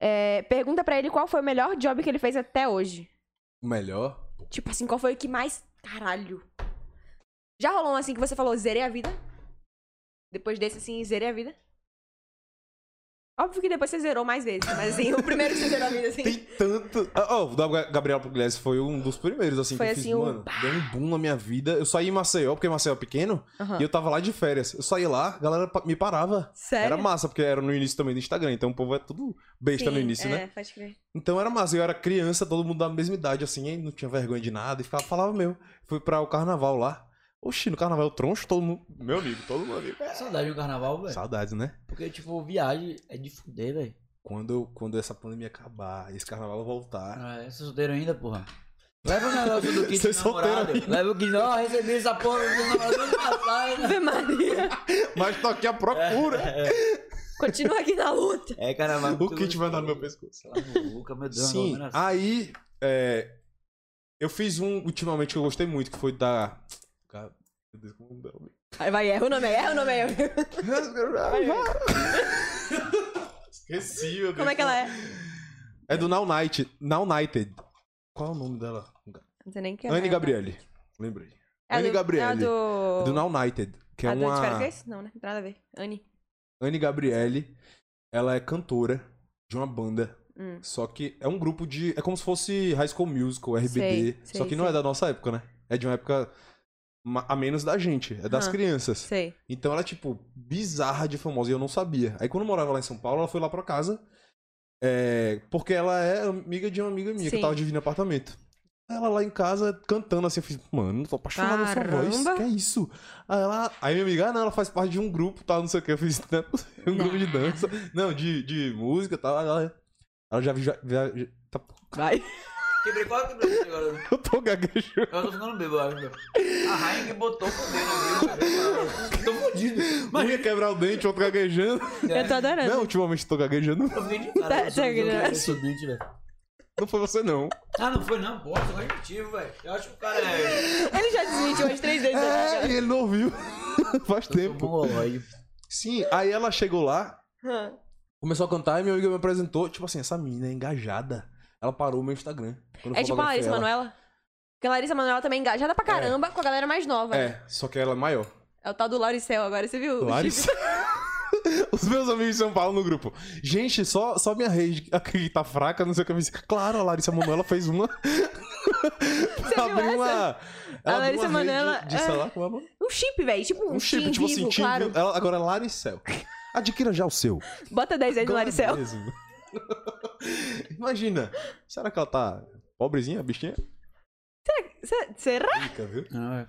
Speaker 2: é, pergunta pra ele qual foi o melhor job que ele fez até hoje.
Speaker 3: Melhor.
Speaker 2: Tipo assim, qual foi o que mais. Caralho. Já rolou um assim que você falou, zerei a vida? Depois desse, assim, zerei a vida? Óbvio que depois você zerou mais vezes, mas assim, o primeiro que você zerou a vida, assim.
Speaker 3: Tem tanto. Ah, Oh, o da Ga- Gabriela Pugliese foi um dos primeiros, assim,
Speaker 2: Foi
Speaker 3: que eu fiz,
Speaker 2: assim, um
Speaker 3: mano. Deu um boom na minha vida. Eu saí em Maceió, porque Maceió é pequeno,
Speaker 2: Aham.
Speaker 3: e eu tava lá de férias. Eu saí lá, a galera pa- me parava.
Speaker 2: Sério?
Speaker 3: Era massa, porque era no início também do Instagram, então o povo é tudo besta no
Speaker 2: Sim,
Speaker 3: início,
Speaker 2: é,
Speaker 3: né?
Speaker 2: pode crer.
Speaker 3: Então era massa, eu era criança, todo mundo da mesma idade, assim, aí não tinha vergonha de nada, e ficava, falava meu. Fui pra o carnaval lá. Oxi, no carnaval eu troncho todo mundo. Meu amigo, todo mundo amigo. É.
Speaker 1: Saudade do carnaval, velho.
Speaker 3: Saudades, né?
Speaker 1: Porque, tipo, viagem é de fuder, velho.
Speaker 3: Quando, eu- quando essa pandemia acabar, esse carnaval voltar.
Speaker 1: Ah, é, você é solteiro ainda, porra? Leva o negócio do kit
Speaker 3: Você é
Speaker 1: de namorado.
Speaker 3: solteiro ainda?
Speaker 1: Leva o kit. Ó, recebi essa porra do namorado ano passado.
Speaker 2: Ave Maria.
Speaker 3: Mas tô aqui à procura.
Speaker 2: Continua aqui na luta.
Speaker 1: É, carnaval.
Speaker 3: O kit vai andar no meu pescoço.
Speaker 1: Luca, meu Deus.
Speaker 3: Sim,
Speaker 1: não, não,
Speaker 3: aí é, eu fiz um ultimamente que eu gostei muito, que foi da. Cara, meu Deus, como é o nome?
Speaker 2: Aí vai, erra o nome aí, erra o nome aí.
Speaker 3: Esqueci, meu Deus.
Speaker 2: Como é que ela é?
Speaker 3: É do Now Night. Now Nighted. Qual é o nome dela?
Speaker 2: Não sei nem quem é.
Speaker 3: Anne Gabriele. Lembrei.
Speaker 2: É a
Speaker 3: Anne
Speaker 2: do- É a
Speaker 3: Gabriele.
Speaker 2: do.
Speaker 3: Do Now Nighted. Que é
Speaker 2: a do
Speaker 3: uma.
Speaker 2: Antivério Grace? Não, né? Nada a ver. Anne.
Speaker 3: Anne Gabriele, ela é cantora de uma banda.
Speaker 2: Hum.
Speaker 3: Só que é um grupo de. É como se fosse High School Musical, RBD.
Speaker 2: Sei,
Speaker 3: só
Speaker 2: sei,
Speaker 3: que não
Speaker 2: sei.
Speaker 3: é da nossa época, né? É de uma época ma- a menos da gente, é das
Speaker 2: Aham.
Speaker 3: crianças.
Speaker 2: Sei.
Speaker 3: Então ela é, tipo, bizarra de famosa e eu não sabia. Aí quando eu morava lá em São Paulo, ela foi lá pra casa. é, porque ela é amiga de uma amiga minha
Speaker 2: Sim.
Speaker 3: que tava dividindo apartamento. Ela lá em casa cantando assim, eu fiz, mano, tô apaixonado nessa voz.
Speaker 2: Caramba.
Speaker 3: Que é isso? Aí, ela, aí minha amiga, ah, não, ela faz parte de um grupo, tal, não sei o que. Eu fiz, não, é possível, um grupo de dança. Não, de, de música e tal. Ela, ela já, vi- já, já, já- tá-
Speaker 2: Vai.
Speaker 3: Ah.
Speaker 1: Quebrei quase quebrei isso agora.
Speaker 3: Eu tô gaguejando.
Speaker 1: Eu tô ficando bêbado, eu acho. velho. A Rainha que botou o dedo. Tô fodido.
Speaker 3: Um ia quebrar o dente, outro gaguejando.
Speaker 2: Eu tô adorando.
Speaker 3: Não, ultimamente eu tô gaguejando.
Speaker 1: Eu fiquei de cara.
Speaker 2: Tá,
Speaker 1: eu sou-
Speaker 2: tá,
Speaker 1: eu sou- eu
Speaker 2: graças.
Speaker 1: sou doente, velho.
Speaker 3: Não foi você, não.
Speaker 1: Ah, não foi não, porra, sou repetitivo, velho. Eu acho que o cara é.
Speaker 2: Ele já desmentiu umas três vezes.
Speaker 3: É,
Speaker 2: né?
Speaker 3: e ele não ouviu. Faz
Speaker 1: Eu sou
Speaker 3: tempo.
Speaker 1: mongoloide.
Speaker 3: Sim, aí ela chegou lá,
Speaker 2: Hã.
Speaker 3: começou a cantar e meu amigo me apresentou. Tipo assim, essa menina é engajada. Ela parou o meu Instagram. quando eu
Speaker 2: É tipo a
Speaker 3: fotografei
Speaker 2: Larissa
Speaker 3: ela.
Speaker 2: Manoela. Porque a Larissa Manoela também é engajada pra caramba com a galera mais nova. né?
Speaker 3: É, só que ela é maior.
Speaker 2: É o tal do Lauricel agora, você viu?
Speaker 3: Larissa. Os meus amigos de São Paulo no grupo. Gente, só, só minha rede aqui tá fraca, não sei o que eu disse. Claro, a Larissa Manoela fez uma.
Speaker 2: viu essa?
Speaker 3: uma.
Speaker 2: A
Speaker 3: abriu
Speaker 2: Larissa
Speaker 3: uma rede
Speaker 2: Manoela-
Speaker 3: De, sei lá, como é o nome?
Speaker 2: Um chip, velho. Tipo um,
Speaker 3: Um chip, tipo assim,
Speaker 2: vivo,
Speaker 3: Tim
Speaker 2: claro.
Speaker 3: Vivo. Ela, agora é Laricel. Adquira já o seu.
Speaker 2: Bota 10 aí no
Speaker 3: Agora
Speaker 2: Lauricel.
Speaker 3: mesmo. Imagina, será que ela tá Pobrezinha, a bichinha.
Speaker 2: Cê- Será?
Speaker 3: Rica, viu?
Speaker 1: Não, é.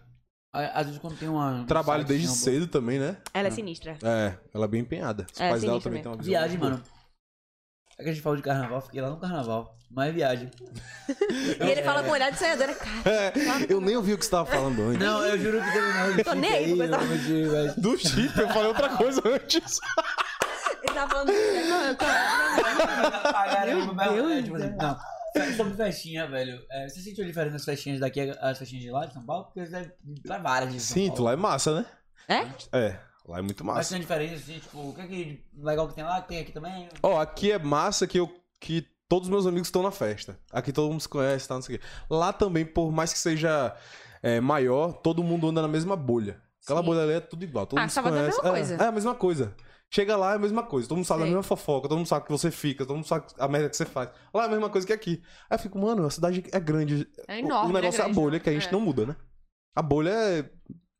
Speaker 1: Á- Às vezes quando tem uma. um
Speaker 3: Trabalho
Speaker 1: site,
Speaker 3: desde
Speaker 1: assim, uma
Speaker 3: cedo também, né?
Speaker 2: Ela é sinistra.
Speaker 3: É, ela é bem empenhada. Os
Speaker 2: É,
Speaker 3: pais dela
Speaker 2: sinistra mesmo.
Speaker 3: também têm uma
Speaker 1: boa-
Speaker 3: visão
Speaker 1: Viagem,
Speaker 3: muito boa.
Speaker 1: mano. É que a gente falou de carnaval, fiquei lá no carnaval. Mas viagem.
Speaker 2: E ele fala com olhar de sonhadora. Cara,
Speaker 3: É, eu nem ouvi o que você tava falando antes.
Speaker 1: Não, eu juro que teve nada de
Speaker 2: Tô
Speaker 1: chip
Speaker 2: nem
Speaker 1: aí,
Speaker 2: aí pra coisa-
Speaker 1: não, mas, mas-
Speaker 3: Do chip, eu falei outra coisa antes.
Speaker 2: ele tá falando. Eu tô-
Speaker 1: Caramba, mas, é, tipo assim, não. Fe- Sobre festinha, velho. É, você sentiu diferença das festinhas daqui às festinhas de lá de São Paulo? Porque você deve pra várias de São
Speaker 3: Sinto,
Speaker 1: Paulo.
Speaker 3: lá é massa, né?
Speaker 2: É?
Speaker 3: É, lá é muito
Speaker 1: Mas
Speaker 3: massa.
Speaker 1: tem diferença, assim, tipo, o que é que legal que tem lá, que tem aqui também?
Speaker 3: Ó, aqui é massa que eu que todos os meus amigos estão na festa. Aqui todo mundo se conhece, tá, não sei o quê. Lá também, por mais que seja é, maior, todo mundo anda na mesma bolha. Aquela
Speaker 2: Sim.
Speaker 3: bolha ali é tudo igual, todo
Speaker 2: Ah,
Speaker 3: mundo se
Speaker 2: Salvador é a
Speaker 3: conhece.
Speaker 2: mesma coisa.
Speaker 3: é a mesma coisa. Chega lá, é a mesma coisa. Todo mundo sabe a
Speaker 2: Sei.
Speaker 3: mesma fofoca, todo mundo sabe que você fica, todo mundo sabe a merda que você faz. Lá é a mesma coisa que aqui. Aí eu fico, mano, a cidade é grande.
Speaker 2: É
Speaker 3: O-
Speaker 2: enorme.
Speaker 3: o
Speaker 2: né,
Speaker 3: negócio é a
Speaker 2: grande?
Speaker 3: bolha, que a gente
Speaker 2: É.
Speaker 3: não muda, né? A bolha é.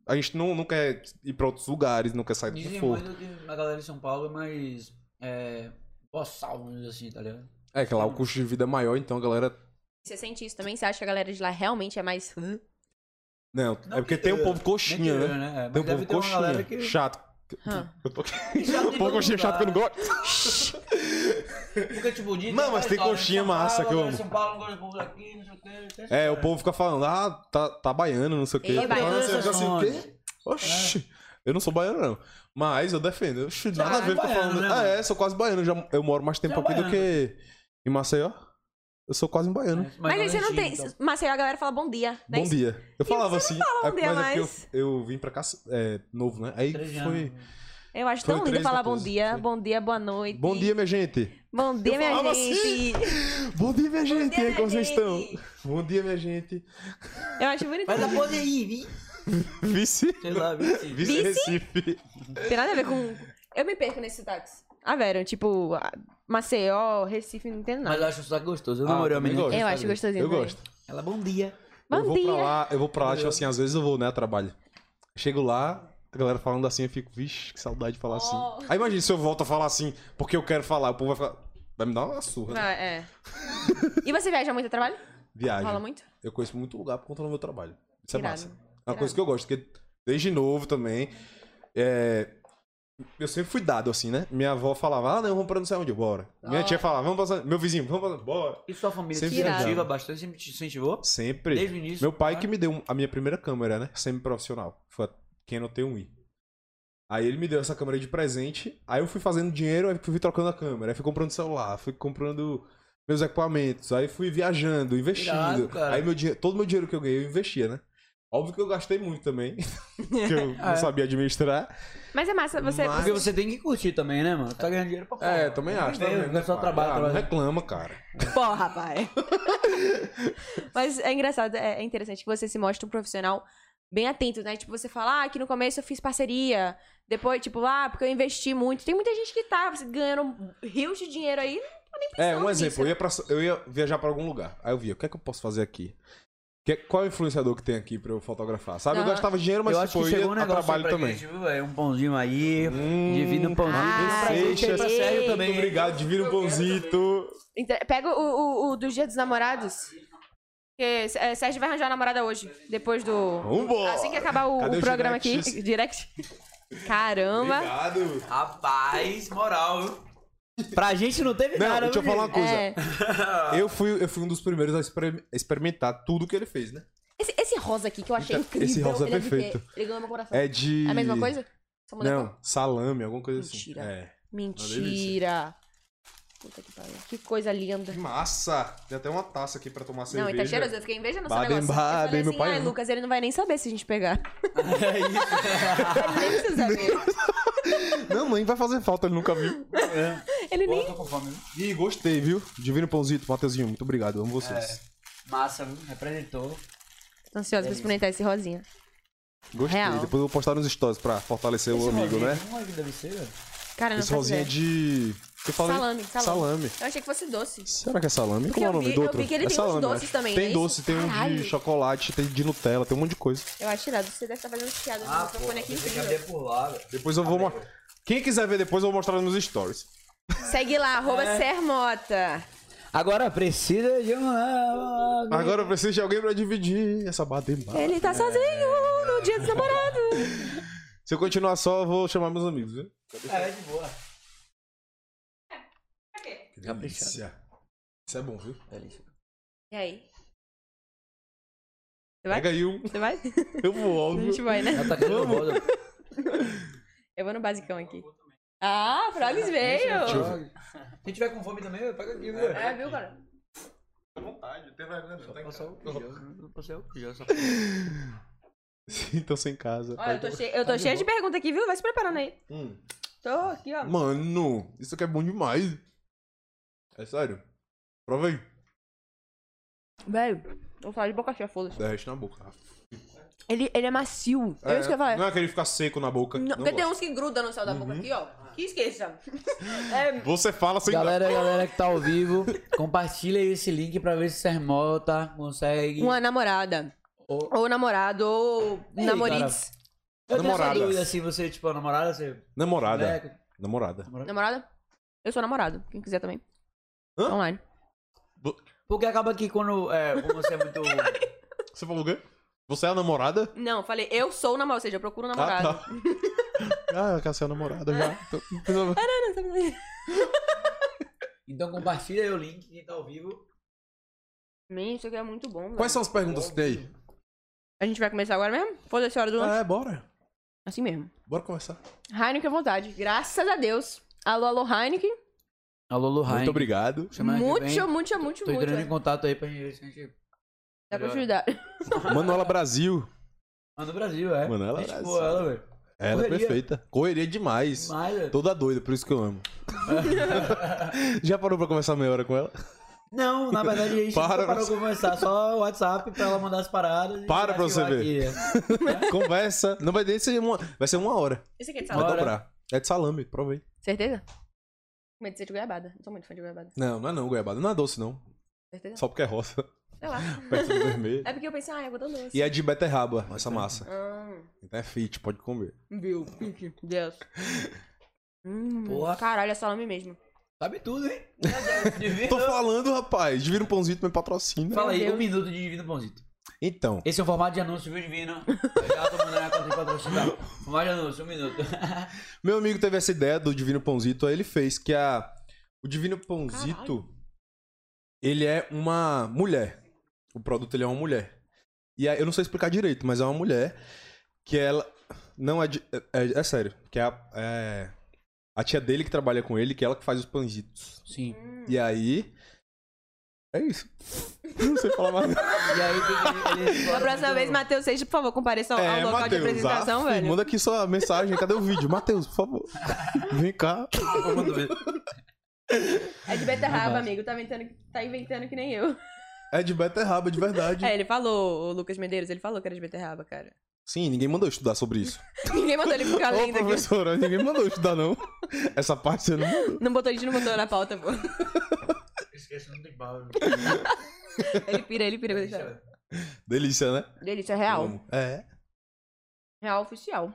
Speaker 3: A gente não, não quer ir pra outros lugares, não quer sair do
Speaker 1: Dizem
Speaker 3: conforto.
Speaker 1: muito que a galera de São Paulo é mais. É. Boçal, vamos dizer assim, tá ligado?
Speaker 3: É que lá o custo de vida é maior, então a galera
Speaker 2: Você sente isso também? Você acha que a galera de lá realmente é mais.
Speaker 3: Não,
Speaker 1: Não
Speaker 3: é porque
Speaker 1: que-
Speaker 3: tem um povo coxinha,
Speaker 1: Mentira,
Speaker 3: né?
Speaker 1: né? É,
Speaker 3: Tem
Speaker 1: Mas
Speaker 3: um
Speaker 1: deve
Speaker 3: povo
Speaker 1: ter uma galera
Speaker 3: coxinha.
Speaker 1: que.
Speaker 3: Chato.
Speaker 2: Hã.
Speaker 3: Eu tô...
Speaker 1: Chato
Speaker 3: O
Speaker 1: de
Speaker 3: povo
Speaker 1: todo
Speaker 3: coxinha é chato que eu não
Speaker 1: lugar.
Speaker 3: gosto.
Speaker 1: né? Porque, tipo, dizem
Speaker 3: Não,
Speaker 1: que
Speaker 3: mas
Speaker 1: é
Speaker 3: tem
Speaker 1: história,
Speaker 3: coxinha
Speaker 1: São Paulo,
Speaker 3: massa que eu amo.
Speaker 1: São Paulo, não gosta do povo daqui, não sei o que. tem
Speaker 3: É,
Speaker 1: história.
Speaker 3: o povo fica falando, ah, tá, tá baiano, não sei o quê.
Speaker 2: Ei,
Speaker 3: Aí
Speaker 2: é baiano,
Speaker 3: você fica assim, o
Speaker 1: essas
Speaker 3: quê? Oxi. Eu não sou baiano, não. Mas eu defendo. Oxi, nada
Speaker 2: Ah,
Speaker 3: a ver ficar
Speaker 1: baiano,
Speaker 3: falando.
Speaker 1: né,
Speaker 3: ah,
Speaker 1: mano?
Speaker 3: é, sou quase baiano. Já, eu moro mais tempo
Speaker 1: Você é
Speaker 3: aqui do que em Maceió. Eu sou quase um baiano.
Speaker 2: Mas aí você não tem.
Speaker 1: então.
Speaker 2: Mas aí a galera fala bom dia. né?
Speaker 3: Bom dia. Eu falava assim.
Speaker 2: fala bom
Speaker 3: é-
Speaker 2: dia
Speaker 3: mas é
Speaker 2: mais.
Speaker 3: porque eu, eu vim pra cá é, novo, né? Aí
Speaker 1: Três
Speaker 3: foi.
Speaker 1: anos.
Speaker 2: Eu acho
Speaker 3: Foi
Speaker 2: tão lindo
Speaker 3: 13,
Speaker 2: falar bom
Speaker 3: 14,
Speaker 2: dia,
Speaker 3: foi.
Speaker 2: bom dia, boa noite.
Speaker 3: Bom dia, minha gente.
Speaker 2: Bom dia,
Speaker 3: Eu
Speaker 2: minha
Speaker 3: falava
Speaker 2: gente.
Speaker 3: Bom dia, minha gente.
Speaker 2: dia,
Speaker 3: Aí, como
Speaker 2: minha
Speaker 3: vocês estão?
Speaker 2: gente.
Speaker 3: Bom dia, minha gente.
Speaker 2: Eu acho bonito.
Speaker 1: Mas a pose aí, vi.
Speaker 3: Vice.
Speaker 1: Sei lá, vi. sim.
Speaker 3: Vice
Speaker 2: Vice?
Speaker 3: Recife.
Speaker 2: Tem nada a ver com. Eu me perco nesses sotaques. Ah, velho, tipo, a- Maceió, Recife, não entendo
Speaker 1: Mas
Speaker 2: nada.
Speaker 1: eu acho o sotaque gostoso. Eu
Speaker 3: Ah,
Speaker 1: namorei uma
Speaker 3: também
Speaker 1: menina.
Speaker 3: gosto.
Speaker 2: Eu acho gostosinho.
Speaker 3: Eu
Speaker 2: também.
Speaker 3: gosto.
Speaker 1: Ela, é bom dia.
Speaker 3: Eu
Speaker 2: Bom
Speaker 3: vou pra
Speaker 2: dia.
Speaker 3: lá, eu vou pra lá, tipo assim, às vezes eu vou, né, a trabalho. Chego lá, a galera falando assim, eu fico, vixe, que saudade de falar
Speaker 2: Oh.
Speaker 3: assim. Aí imagina se eu volto a falar assim, porque eu quero falar, o povo vai falar, vai me dar uma surra. né?
Speaker 2: Ah, é. E você viaja muito a trabalho?
Speaker 3: Viagem.
Speaker 2: Rola muito?
Speaker 3: Eu conheço muito lugar por conta do meu trabalho. Isso
Speaker 2: Irado.
Speaker 3: é massa. É uma coisa que eu gosto, porque desde novo também. é, Eu sempre fui dado assim, né? Minha avó falava, ah, não, vamos pra não sei onde, bora. Minha
Speaker 2: Ó.
Speaker 3: tia falava, vamos passar. Meu vizinho, vamos passar, bora.
Speaker 1: E sua família te
Speaker 3: Sempre
Speaker 1: incentiva
Speaker 3: viajava.
Speaker 1: bastante? Sempre te incentivou?
Speaker 3: Sempre.
Speaker 1: Desde o início. Ah,
Speaker 3: Meu pai que me deu um, a minha primeira câmera, né? Semi-profissional. Foi a Canon T1i. Aí ele me deu essa câmera de presente. Aí eu fui fazendo dinheiro, aí fui trocando a câmera. Aí fui comprando celular, fui comprando meus equipamentos. Aí fui viajando, investindo.
Speaker 1: Irado, cara.
Speaker 3: aí meu dinheiro, todo meu dinheiro que eu ganhei, eu investia, né? Óbvio que eu gastei muito também, que eu
Speaker 1: É.
Speaker 3: não sabia administrar.
Speaker 2: Mas é massa, você.
Speaker 3: Mas-
Speaker 1: Porque você tem que curtir também, né, mano? Tá ganhando dinheiro pra
Speaker 3: É, também acho.
Speaker 1: Também,
Speaker 3: também,
Speaker 1: não é só
Speaker 3: pai?
Speaker 1: trabalho,
Speaker 3: Ah,
Speaker 1: trabalho.
Speaker 3: Não reclama, cara.
Speaker 2: Porra, pai. Mas é engraçado, é é interessante que você se mostra um profissional bem atento, né? Tipo, você fala, ah, que no começo eu fiz parceria. Depois, tipo, ah, porque eu investi muito. Tem muita gente que tá ganhando rios de dinheiro aí.
Speaker 3: É,
Speaker 2: Só
Speaker 3: um exemplo.
Speaker 2: isso.
Speaker 3: Eu ia, pra- eu ia viajar pra algum lugar. Aí eu via, o que é que eu posso fazer aqui? Que- qual é o influenciador que tem aqui pra eu fotografar? Sabe, eu
Speaker 2: Aham.
Speaker 3: gastava dinheiro, mas
Speaker 1: Eu
Speaker 3: tipo,
Speaker 1: acho que
Speaker 3: eu ia
Speaker 1: chegou um
Speaker 3: a
Speaker 1: negócio
Speaker 3: trabalho
Speaker 1: aí pra
Speaker 3: também.
Speaker 1: gente, viu, velho? Um pãozinho aí.
Speaker 3: Hum, assim.
Speaker 1: Divida um pãozinho.
Speaker 2: Ah,
Speaker 1: Dê um presente aí pra
Speaker 2: gente.
Speaker 1: Sérgio também.
Speaker 3: Muito obrigado, divino pãozito.
Speaker 2: Então, Pega o, o- o do Dia dos Namorados. Porque é, Sérgio vai arranjar uma namorada hoje. Depois do.
Speaker 3: Vambora!
Speaker 2: Assim que acabar o,
Speaker 3: Cadê
Speaker 2: o
Speaker 3: os
Speaker 2: programa
Speaker 3: directs?
Speaker 2: aqui. Direct. Caramba.
Speaker 3: Obrigado.
Speaker 1: Rapaz, moral, viu? Pra gente não teve
Speaker 3: Não,
Speaker 1: nada.
Speaker 3: deixa eu
Speaker 1: viu,
Speaker 3: falar uma
Speaker 1: gente?
Speaker 2: É.
Speaker 3: coisa.
Speaker 1: Ah.
Speaker 3: Eu fui, eu fui um dos primeiros a exper- experimentar tudo que ele fez, né?
Speaker 2: Esse, esse rosa aqui que eu achei
Speaker 3: Esse
Speaker 2: incrível.
Speaker 3: rosa é
Speaker 2: ele deve
Speaker 3: perfeito.
Speaker 2: ter- Ele ganhou meu coração.
Speaker 3: É de.
Speaker 2: É a mesma coisa? Só mudou a cor.
Speaker 3: Não, salame, alguma coisa
Speaker 2: Mentira.
Speaker 3: assim. É.
Speaker 2: Mentira. Puta que pariu. Que coisa linda.
Speaker 3: Que massa! Tem até uma taça aqui pra tomar cerveja.
Speaker 2: Não, e tá cheiroso. Eu fiquei invejando esse
Speaker 3: Baden,
Speaker 2: negócio. Eu falei
Speaker 3: Baden, meu
Speaker 2: assim,
Speaker 3: pai
Speaker 2: Ai,
Speaker 3: ama."
Speaker 2: Lucas, ele não vai nem saber se a gente pegar.
Speaker 1: É isso.
Speaker 2: Ele nem precisa ver.
Speaker 3: Não, nem vai fazer falta, ele nunca viu.
Speaker 2: Ele
Speaker 1: Pô, eu
Speaker 2: nem...
Speaker 1: tô com fome, viu?
Speaker 3: E gostei, viu? Divino Pãozito, Mateuzinho, muito obrigado, amo vocês.
Speaker 2: É.
Speaker 1: Massa, viu? Representou.
Speaker 2: Tô ansiosa pra experimentar esse rosinha.
Speaker 3: Gostei.
Speaker 2: Real.
Speaker 3: Depois eu vou postar nos stories pra fortalecer o
Speaker 1: Esse
Speaker 3: amigo,
Speaker 1: rosinha,
Speaker 3: né?
Speaker 1: Como é que deve ser, velho?
Speaker 2: Cara, eu não
Speaker 3: Esse
Speaker 2: faço
Speaker 3: rosinha é
Speaker 2: ideia.
Speaker 3: de. Eu falei-
Speaker 2: Salame, salame.
Speaker 3: Salame.
Speaker 2: Eu achei que fosse doce.
Speaker 3: Será que é salame?
Speaker 2: Porque
Speaker 3: Como é
Speaker 2: eu
Speaker 3: o nome
Speaker 2: vi-
Speaker 3: do
Speaker 2: eu
Speaker 3: outro?
Speaker 2: vi que ele
Speaker 3: é
Speaker 2: tem uns
Speaker 3: salame, eu
Speaker 2: doces
Speaker 3: acho.
Speaker 2: também,
Speaker 3: Tem
Speaker 2: não é
Speaker 3: doce,
Speaker 2: isso?
Speaker 3: tem um
Speaker 2: Caralho.
Speaker 3: de chocolate, tem de Nutella, tem um monte de coisa.
Speaker 2: Eu acho irado. Você deve estar fazendo chiado
Speaker 3: Ah,
Speaker 1: Ah,
Speaker 2: no microfone aqui incrível.
Speaker 1: por lá, velho.
Speaker 3: Depois eu vou mostrar. Quem quiser ver depois, eu vou mostrar nos stories.
Speaker 2: Segue lá, arroba Sermota.
Speaker 1: Agora precisa de um.
Speaker 2: Uhum.
Speaker 3: Agora eu preciso de alguém pra dividir essa bademba.
Speaker 2: Ele tá sozinho no dia dos namorados.
Speaker 3: Se eu continuar só, eu vou chamar meus amigos, viu?
Speaker 1: Ah, é de boa. Caprichado.
Speaker 3: Delícia. Isso é bom, viu?
Speaker 1: Delícia.
Speaker 2: E aí? Você vai?
Speaker 3: Pega aí um.
Speaker 2: Você vai?
Speaker 3: Eu vou,
Speaker 2: A
Speaker 3: óbvio.
Speaker 2: gente vai, né?
Speaker 1: Ela tá querendo bola.
Speaker 2: Eu vou no basicão aqui. Ah, Frogs veio!
Speaker 3: eu
Speaker 1: Se tiver com fome também, pega aqui, né? viu?
Speaker 2: É, viu, cara?
Speaker 3: Fica à vontade, não tem vergonha não,
Speaker 1: Só
Speaker 3: tá em
Speaker 1: passar o
Speaker 3: casa.
Speaker 1: pijama. Passar o pijama. só-
Speaker 3: Então sem casa.
Speaker 2: Olha, eu tô, cheia,
Speaker 3: Tá
Speaker 2: eu tô cheia de pergunta aqui, viu? Vai se preparando aí.
Speaker 3: Hum.
Speaker 2: Tô aqui, ó.
Speaker 3: Mano, isso aqui é bom demais. É sério. Prova aí.
Speaker 2: Velho, vou falar de boca cheia, foda-se.
Speaker 3: Derrete na boca.
Speaker 2: Ele, ele é macio. É, isso que eu ia falar.
Speaker 3: Não é aquele ficar seco na boca.
Speaker 2: Não,
Speaker 3: Não,
Speaker 2: porque tem
Speaker 3: gosto. Uhum.
Speaker 2: uns que grudam no céu da boca aqui, ó. Que esqueça. É,
Speaker 3: Você fala sem dar.
Speaker 1: Galera, galera que tá ao vivo, compartilha esse link pra ver se o Sermota consegue.
Speaker 2: uma namorada.
Speaker 1: Ou-
Speaker 2: Ou namorado, ou
Speaker 1: Ei,
Speaker 2: namorites.
Speaker 1: Eu tenho essa
Speaker 3: Namoradas.
Speaker 1: dúvida se você, tipo, a namorada, você. né?
Speaker 3: Namorada.
Speaker 1: moleque,
Speaker 3: Namorada.
Speaker 1: namorada.
Speaker 2: Namorada? Eu sou namorado, quem quiser também.
Speaker 3: Hã?
Speaker 2: Online.
Speaker 1: Porque acaba que quando, é, quando você é muito.
Speaker 3: Você falou o quê? Você é a namorada?
Speaker 2: Não, falei, eu sou namorado, ou seja, eu procuro um namorado.
Speaker 3: Ah, tá. ah, Cassia é a namorada já. Então,
Speaker 1: Então compartilha aí o link, quem tá ao vivo.
Speaker 2: Man, isso aqui é muito bom,
Speaker 3: Quais
Speaker 2: velho.
Speaker 3: são as perguntas que tem aí?
Speaker 2: A gente vai começar agora mesmo? Foda-se a hora do lanche.
Speaker 3: É, bora.
Speaker 2: Assim mesmo.
Speaker 3: Bora começar.
Speaker 2: Heineken à vontade. Graças a Deus. Alô, alô, Heineken.
Speaker 1: Alô, Luhan.
Speaker 3: Muito obrigado.
Speaker 2: Muito, muito, muito,
Speaker 1: Tô entrando em
Speaker 2: muito.
Speaker 1: contato aí pra gente. se a gente-
Speaker 2: Dá continuidade.
Speaker 3: Manuela Brasil.
Speaker 1: Mano, Brasil, é.
Speaker 3: Manuela
Speaker 1: Gente
Speaker 3: Brasil.
Speaker 1: boa, ela, velho.
Speaker 3: Ela é
Speaker 1: Correria.
Speaker 3: perfeita. Correria demais.
Speaker 1: Demais, velho.
Speaker 3: Toda doida, por isso que eu amo. Já parou pra conversar meia hora com ela?
Speaker 1: Não, na verdade a gente
Speaker 3: Para
Speaker 1: não parou
Speaker 3: você.
Speaker 1: pra conversar, só o WhatsApp pra ela mandar as paradas. e
Speaker 3: Para pra você
Speaker 1: ativar
Speaker 3: ver.
Speaker 1: aqui.
Speaker 3: Conversa. Não vai nem ser uma. Vai ser uma hora.
Speaker 2: Esse aqui é de
Speaker 3: Vai
Speaker 2: salada.
Speaker 1: Bora.
Speaker 3: dobrar. É de salame, provei.
Speaker 2: Certeza? Com medo de ser de goiabada. Não sou muito fã de goiabada.
Speaker 3: Não, não é não, goiabada. Não é doce, não.
Speaker 2: Certeza?
Speaker 3: Só porque é rosa.
Speaker 2: Sei lá.
Speaker 3: Perto do vermelho.
Speaker 2: É porque eu pensei, ah, eu vou dar um doce.
Speaker 3: E é de beterraba, essa massa.
Speaker 2: Hum,
Speaker 3: Então é fit, pode comer.
Speaker 2: viu? Pique. Deus. Hum,
Speaker 1: Porra.
Speaker 2: caralho, é salame mesmo.
Speaker 1: Sabe tudo, hein? Divino.
Speaker 3: Tô falando, rapaz. Divina um pãozinho, também patrocina.
Speaker 1: Fala aí,
Speaker 2: Meu Deus.
Speaker 1: um minuto de Divino Pãozito.
Speaker 3: Então,
Speaker 1: Esse é o formato de anúncio, viu, Divino? Eu já tô mandando a conta de patrocinar. Formato de anúncio, um minuto.
Speaker 3: meu amigo teve essa ideia do Divino Pãozito, aí ele fez que a. O Divino Pãozito. Ele é uma mulher. O produto ele é uma mulher. E aí, eu não sei explicar direito, mas é uma mulher que ela. Não é. de- É, é- é sério. Que é a, é a tia dele que trabalha com ele, que é ela que faz os pãozitos.
Speaker 1: Sim.
Speaker 2: Hum.
Speaker 3: E aí. É isso. Não sei falar mais. nada.
Speaker 1: E aí tem que. ele- ele-
Speaker 2: A próxima vez, Matheus Seixas, por favor, compareça ao, ao
Speaker 3: É,
Speaker 2: local de
Speaker 3: Matheus,
Speaker 2: apresentação,
Speaker 3: aff,
Speaker 2: velho.
Speaker 3: Manda aqui sua mensagem. Cadê o vídeo? Matheus, por favor. Vem cá.
Speaker 1: Eu mando ver.
Speaker 2: É de beterraba,
Speaker 1: Nossa.
Speaker 2: amigo. Tá inventando, tá inventando que nem eu.
Speaker 3: É de beterraba, de verdade.
Speaker 2: É, ele falou, o Lucas Medeiros, ele falou que era de beterraba, cara.
Speaker 3: Sim, ninguém mandou eu estudar sobre isso.
Speaker 2: Ninguém mandou ele ficar
Speaker 3: Ô,
Speaker 2: Tá lendo aqui.
Speaker 3: professora, ninguém mandou eu estudar, não. Essa parte você não mandou.
Speaker 2: Não botou, a gente não botou na pauta, pô.
Speaker 1: Esquece, não tem bala.
Speaker 2: Ele pira, ele pira. Delícia,
Speaker 3: Delícia, né?
Speaker 2: Delícia real.
Speaker 3: Amo. É.
Speaker 2: Real oficial.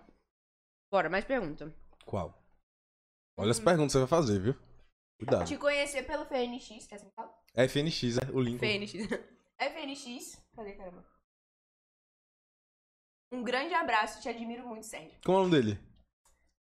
Speaker 2: Bora, mais pergunta.
Speaker 3: Qual? Olha as perguntas que você vai fazer, viu? Cuidado.
Speaker 2: Te conhecer pelo FNX, quer É assim falar?
Speaker 3: É FNX, né? O link.
Speaker 2: FNX. FNX. Cadê, caramba? Um grande abraço, te admiro muito, Sérgio.
Speaker 3: Como é o nome dele?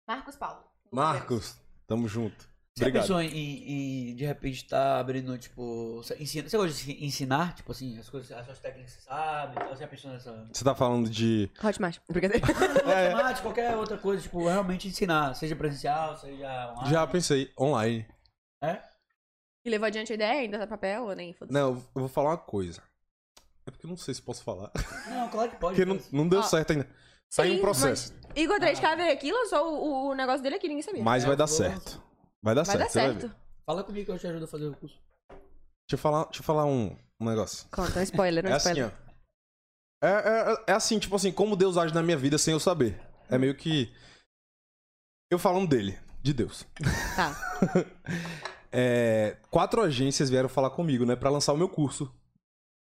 Speaker 2: Marcos Paulo.
Speaker 3: Marcos. Tamo junto.
Speaker 1: Você já
Speaker 3: Obrigado.
Speaker 1: pensou em, em- em, de repente tá abrindo, tipo. Você, ensina, você gosta de se ensinar, tipo assim, as coisas, as suas técnicas que você sabe? Então, você já pensou nessa.
Speaker 3: Você tá falando de.
Speaker 2: Hotmart. Brincadeira.
Speaker 3: É,
Speaker 1: Matemática, qualquer outra coisa, tipo, realmente ensinar, seja presencial, seja online.
Speaker 3: já pensei online.
Speaker 2: E levou adiante a ideia, ainda tá papel ou nem? Foda-se.
Speaker 3: Não, eu vou falar uma coisa. É porque eu não sei se posso falar.
Speaker 1: Não, claro que pode.
Speaker 3: Porque não,
Speaker 1: pode.
Speaker 3: não deu
Speaker 2: Ó.
Speaker 3: certo ainda. Tá em
Speaker 2: Sim,
Speaker 3: processo.
Speaker 2: mas Igor 3K veio aqui e lançou o, o negócio dele aqui, ninguém sabia.
Speaker 3: Mas
Speaker 1: É,
Speaker 3: vai dar
Speaker 1: vou-
Speaker 3: certo. Vai dar
Speaker 2: Vai
Speaker 3: certo,
Speaker 2: dar
Speaker 3: você vai
Speaker 2: certo.
Speaker 3: ver.
Speaker 1: Fala comigo que eu te ajudo a fazer o curso.
Speaker 3: Deixa eu falar, deixa eu falar um, um negócio.
Speaker 2: Conta, um spoiler, um
Speaker 3: É assim,
Speaker 2: spoiler.
Speaker 3: ó. É, é- é assim, tipo assim, como Deus age na minha vida sem eu saber. É meio que. Eu falando dele, de Deus.
Speaker 2: Tá.
Speaker 3: É, quatro agências vieram falar comigo, né, Pra lançar o meu curso.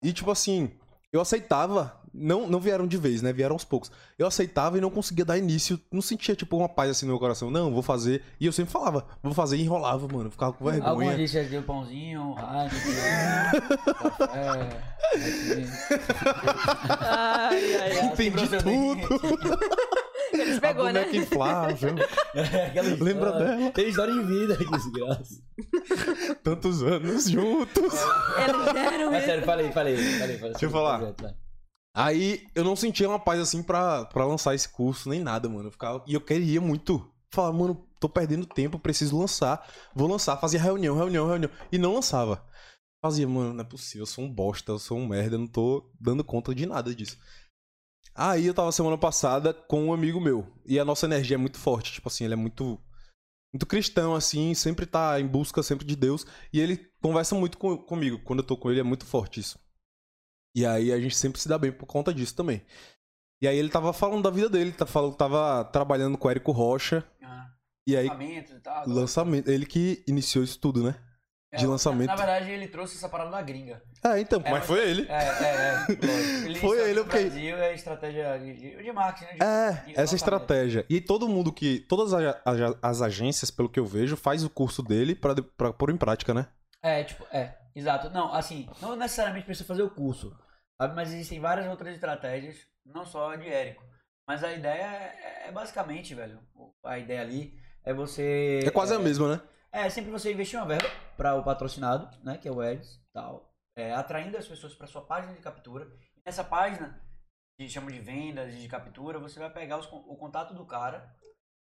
Speaker 3: E tipo assim, eu aceitava Não, não vieram de vez, né? Vieram aos poucos. Eu aceitava e não conseguia dar início. Não sentia, tipo, uma paz assim no meu coração. Não, vou fazer. E eu sempre falava, vou fazer e enrolava, mano. Ficava com vergonha.
Speaker 1: Algumas listas de um pãozinho, rádio, café. assim.
Speaker 2: Ai, ai, ai.
Speaker 3: Entendi tudo.
Speaker 2: Eles
Speaker 3: A
Speaker 2: pegou, né?
Speaker 3: boneca inflável.
Speaker 1: É, Aquela história.
Speaker 3: Lembra dela?
Speaker 1: Tem história em vida, que desgraça.
Speaker 3: Tantos anos juntos.
Speaker 2: Eles deram
Speaker 1: Mas
Speaker 2: isso.
Speaker 1: sério, falei, falei, falei. falei
Speaker 3: Deixa eu falar. Aí eu não sentia uma paz assim pra, pra lançar esse curso nem nada, mano. Eu ficava, e eu queria muito. Falar, mano, tô perdendo tempo, preciso lançar. Vou lançar, fazia reunião, reunião, reunião. E não lançava. Fazia, mano, não é possível, eu sou um bosta, eu sou um merda, eu não tô dando conta de nada disso. Aí eu tava semana passada com um amigo meu. E a nossa energia é muito forte, tipo assim, ele é muito. Muito cristão, assim, sempre tá em busca sempre de Deus. E ele conversa muito com- comigo. Quando eu tô com ele, é muito forte isso. E aí a gente sempre se dá bem por conta disso também. E aí ele tava falando da vida dele, tá- falou que tava trabalhando com o Érico Rocha.
Speaker 1: Ah,
Speaker 3: E É aí,
Speaker 1: lançamento e tal.
Speaker 3: lançamento. Ele que iniciou isso tudo, né?
Speaker 1: É,
Speaker 3: de lançamento.
Speaker 1: Na verdade, ele trouxe essa parada da gringa.
Speaker 3: Ah, então,
Speaker 1: É,
Speaker 3: mas
Speaker 1: mas-
Speaker 3: foi ele.
Speaker 1: É, é, é. lógico. Ele
Speaker 3: Foi
Speaker 1: saiu
Speaker 3: ele,
Speaker 1: do
Speaker 3: ok.
Speaker 1: Brasil é estratégia de, de- de marketing, né? De- de
Speaker 3: É, essa
Speaker 1: lançamento.
Speaker 3: estratégia. E todo mundo que. Todas a- a- as agências, pelo que eu vejo, faz o curso dele pra, de- pra pôr em prática, né?
Speaker 1: É, tipo, é, exato. Não, assim, não necessariamente precisa fazer o curso, sabe? Mas existem várias outras estratégias, não só a de Érico. Mas a ideia é, é basicamente, velho, a ideia ali é você...
Speaker 3: É quase a mesma, né?
Speaker 1: É, sempre você investir uma verba para o patrocinado, né, que é o Eds, tal, é, atraindo as pessoas para sua página de captura. Nessa página, que chamam de vendas, de captura, você vai pegar os con- o contato do cara,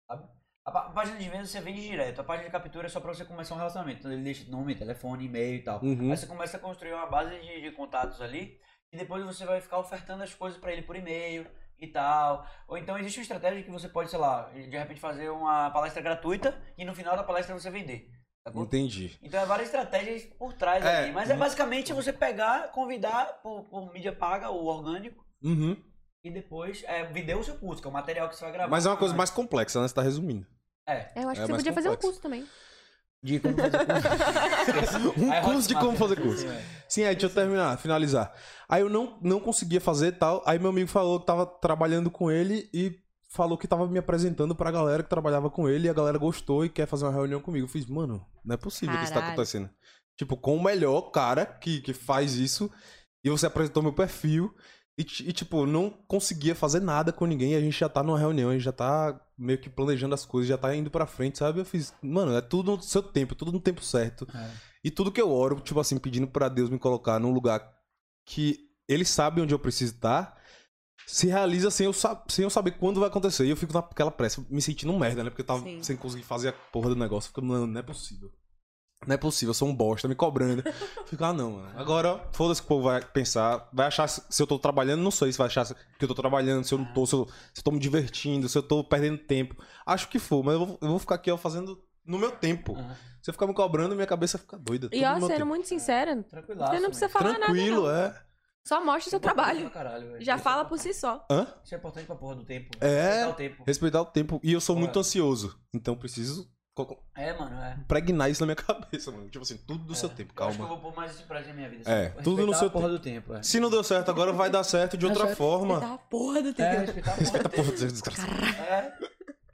Speaker 1: sabe? A pá- a página de vendas você vende direto, a página de captura é só para você começar um relacionamento. Então ele deixa nome, telefone, e-mail e tal.
Speaker 3: Uhum.
Speaker 1: Aí você começa a construir uma base de, de contatos ali e depois você vai ficar ofertando as coisas pra ele por e-mail e tal. Ou então existe uma estratégia que você pode, sei lá, de repente fazer uma palestra gratuita e no final da palestra você vender. sacou?
Speaker 3: Entendi.
Speaker 1: Então é várias estratégias por trás
Speaker 3: É,
Speaker 1: ali. Mas é
Speaker 3: um-
Speaker 1: basicamente você pegar, convidar por, por mídia paga ou orgânico
Speaker 3: Uhum.
Speaker 1: e depois é, vender o seu curso, que é o material que você vai gravar.
Speaker 3: Mas é uma coisa mais complexa, né? Você tá resumindo.
Speaker 1: É.
Speaker 2: Eu acho
Speaker 3: É
Speaker 2: que você
Speaker 3: mais
Speaker 2: podia fazer um
Speaker 3: complexo.
Speaker 2: curso também.
Speaker 1: De como fazer curso.
Speaker 3: Um
Speaker 1: Aí,
Speaker 3: curso de
Speaker 1: Hotmart,
Speaker 3: como fazer
Speaker 1: né?
Speaker 3: curso.
Speaker 1: Sim, é.
Speaker 3: Sim, aí deixa eu terminar, finalizar. Aí eu não, não conseguia fazer e tal. Aí meu amigo falou que tava trabalhando com ele e falou que tava me apresentando pra galera que trabalhava com ele e a galera gostou e quer fazer uma reunião comigo. Eu fiz, mano, não é possível que isso tá
Speaker 2: Caralho.
Speaker 3: acontecendo. Tipo, com o melhor cara que, que faz isso e você apresentou meu perfil e, ti- e, tipo, não conseguia fazer nada com ninguém e a gente já tá numa reunião, a gente já tá meio que planejando as coisas, já tá indo pra frente, sabe? Eu fiz, mano, é tudo no seu tempo, tudo no tempo certo.
Speaker 1: É.
Speaker 3: E tudo que eu oro, tipo assim, pedindo pra Deus me colocar num lugar que ele sabe onde eu preciso estar, se realiza sem eu, sa- sem eu saber quando vai acontecer. E eu fico naquela pressa, me sentindo um merda, né? Porque eu tava
Speaker 2: Sim.
Speaker 3: sem conseguir fazer a porra do negócio. Fico, não, não é possível. Não é possível, eu sou um bosta, me cobrando. Fico, ah, não, mano. Agora, foda-se que o povo vai pensar. Vai achar se se eu tô trabalhando, não sei se vai achar se- que eu tô trabalhando, se eu não tô, se eu, se eu tô me divertindo, se eu tô perdendo tempo. Acho que for, mas eu vou, eu vou ficar aqui, ó, fazendo no meu tempo.
Speaker 1: Aham.
Speaker 3: Se eu ficar me cobrando, minha cabeça fica doida.
Speaker 2: E
Speaker 3: tudo
Speaker 2: ó,
Speaker 3: no meu
Speaker 2: sendo
Speaker 3: tempo.
Speaker 2: muito sincera,
Speaker 1: Tranquilaço.
Speaker 2: você não precisa falar nada.
Speaker 3: Tranquilo,
Speaker 2: Não.
Speaker 3: é.
Speaker 2: Só mostra o seu trabalho. Já fala por
Speaker 1: por
Speaker 2: si só.
Speaker 3: Hã?
Speaker 1: Isso é importante pra porra do tempo.
Speaker 3: É.
Speaker 1: Respeitar o tempo.
Speaker 3: Respeitar o tempo. E eu sou
Speaker 1: Ué.
Speaker 3: muito ansioso. Então preciso co-
Speaker 1: É, mano, é.
Speaker 3: impregnar isso na minha cabeça, mano. Tipo assim, tudo do
Speaker 1: É.
Speaker 3: seu tempo,
Speaker 1: Eu acho que eu
Speaker 3: calma.
Speaker 1: vou pôr mais isso pra na minha vida.
Speaker 3: É,
Speaker 1: assim.
Speaker 3: tudo no
Speaker 1: Respeitar
Speaker 3: seu
Speaker 1: a porra do tempo, é.
Speaker 3: Se não deu certo agora, vai dar certo de
Speaker 1: Dá
Speaker 3: outra
Speaker 1: certo.
Speaker 2: Você
Speaker 3: forma.
Speaker 2: dá a porra do
Speaker 1: É,
Speaker 2: teu.
Speaker 1: respeitar a porra do
Speaker 3: Porra,
Speaker 1: tempo.
Speaker 3: desgraçado.
Speaker 1: É.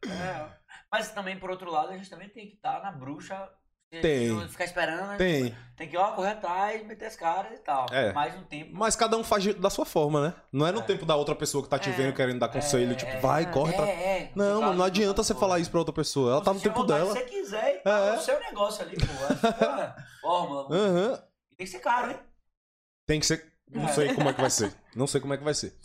Speaker 1: É. Mas também, por outro lado, a gente também tem que estar na bruxa. se-
Speaker 3: Tem.
Speaker 1: se não Ficar esperando. né?
Speaker 3: Tem.
Speaker 1: Tem que, ó, correr atrás, meter as caras e tal.
Speaker 3: É.
Speaker 1: Mais um tempo.
Speaker 3: Mas cada um faz de- da sua forma, né? Não é no
Speaker 1: É.
Speaker 3: tempo da outra pessoa que tá te
Speaker 2: É.
Speaker 3: vendo querendo dar conselho,
Speaker 1: É,
Speaker 3: tipo,
Speaker 1: é,
Speaker 3: vai,
Speaker 2: é.
Speaker 3: corre. tá-
Speaker 1: É, é.
Speaker 3: Não,
Speaker 1: Ficar-
Speaker 3: mano, não adianta você falar isso pra outra pessoa. Ela tá no
Speaker 1: Você
Speaker 3: tempo
Speaker 1: tiver vontade,
Speaker 3: dela.
Speaker 1: Se você quiser,
Speaker 3: É,
Speaker 1: é,
Speaker 3: é.
Speaker 1: o seu negócio ali, pô. É. Fórmula.
Speaker 3: Aham.
Speaker 1: Tem que ser caro, hein?
Speaker 3: Tem que ser. Não
Speaker 1: É.
Speaker 3: sei como é que vai ser. Não sei como é que vai ser.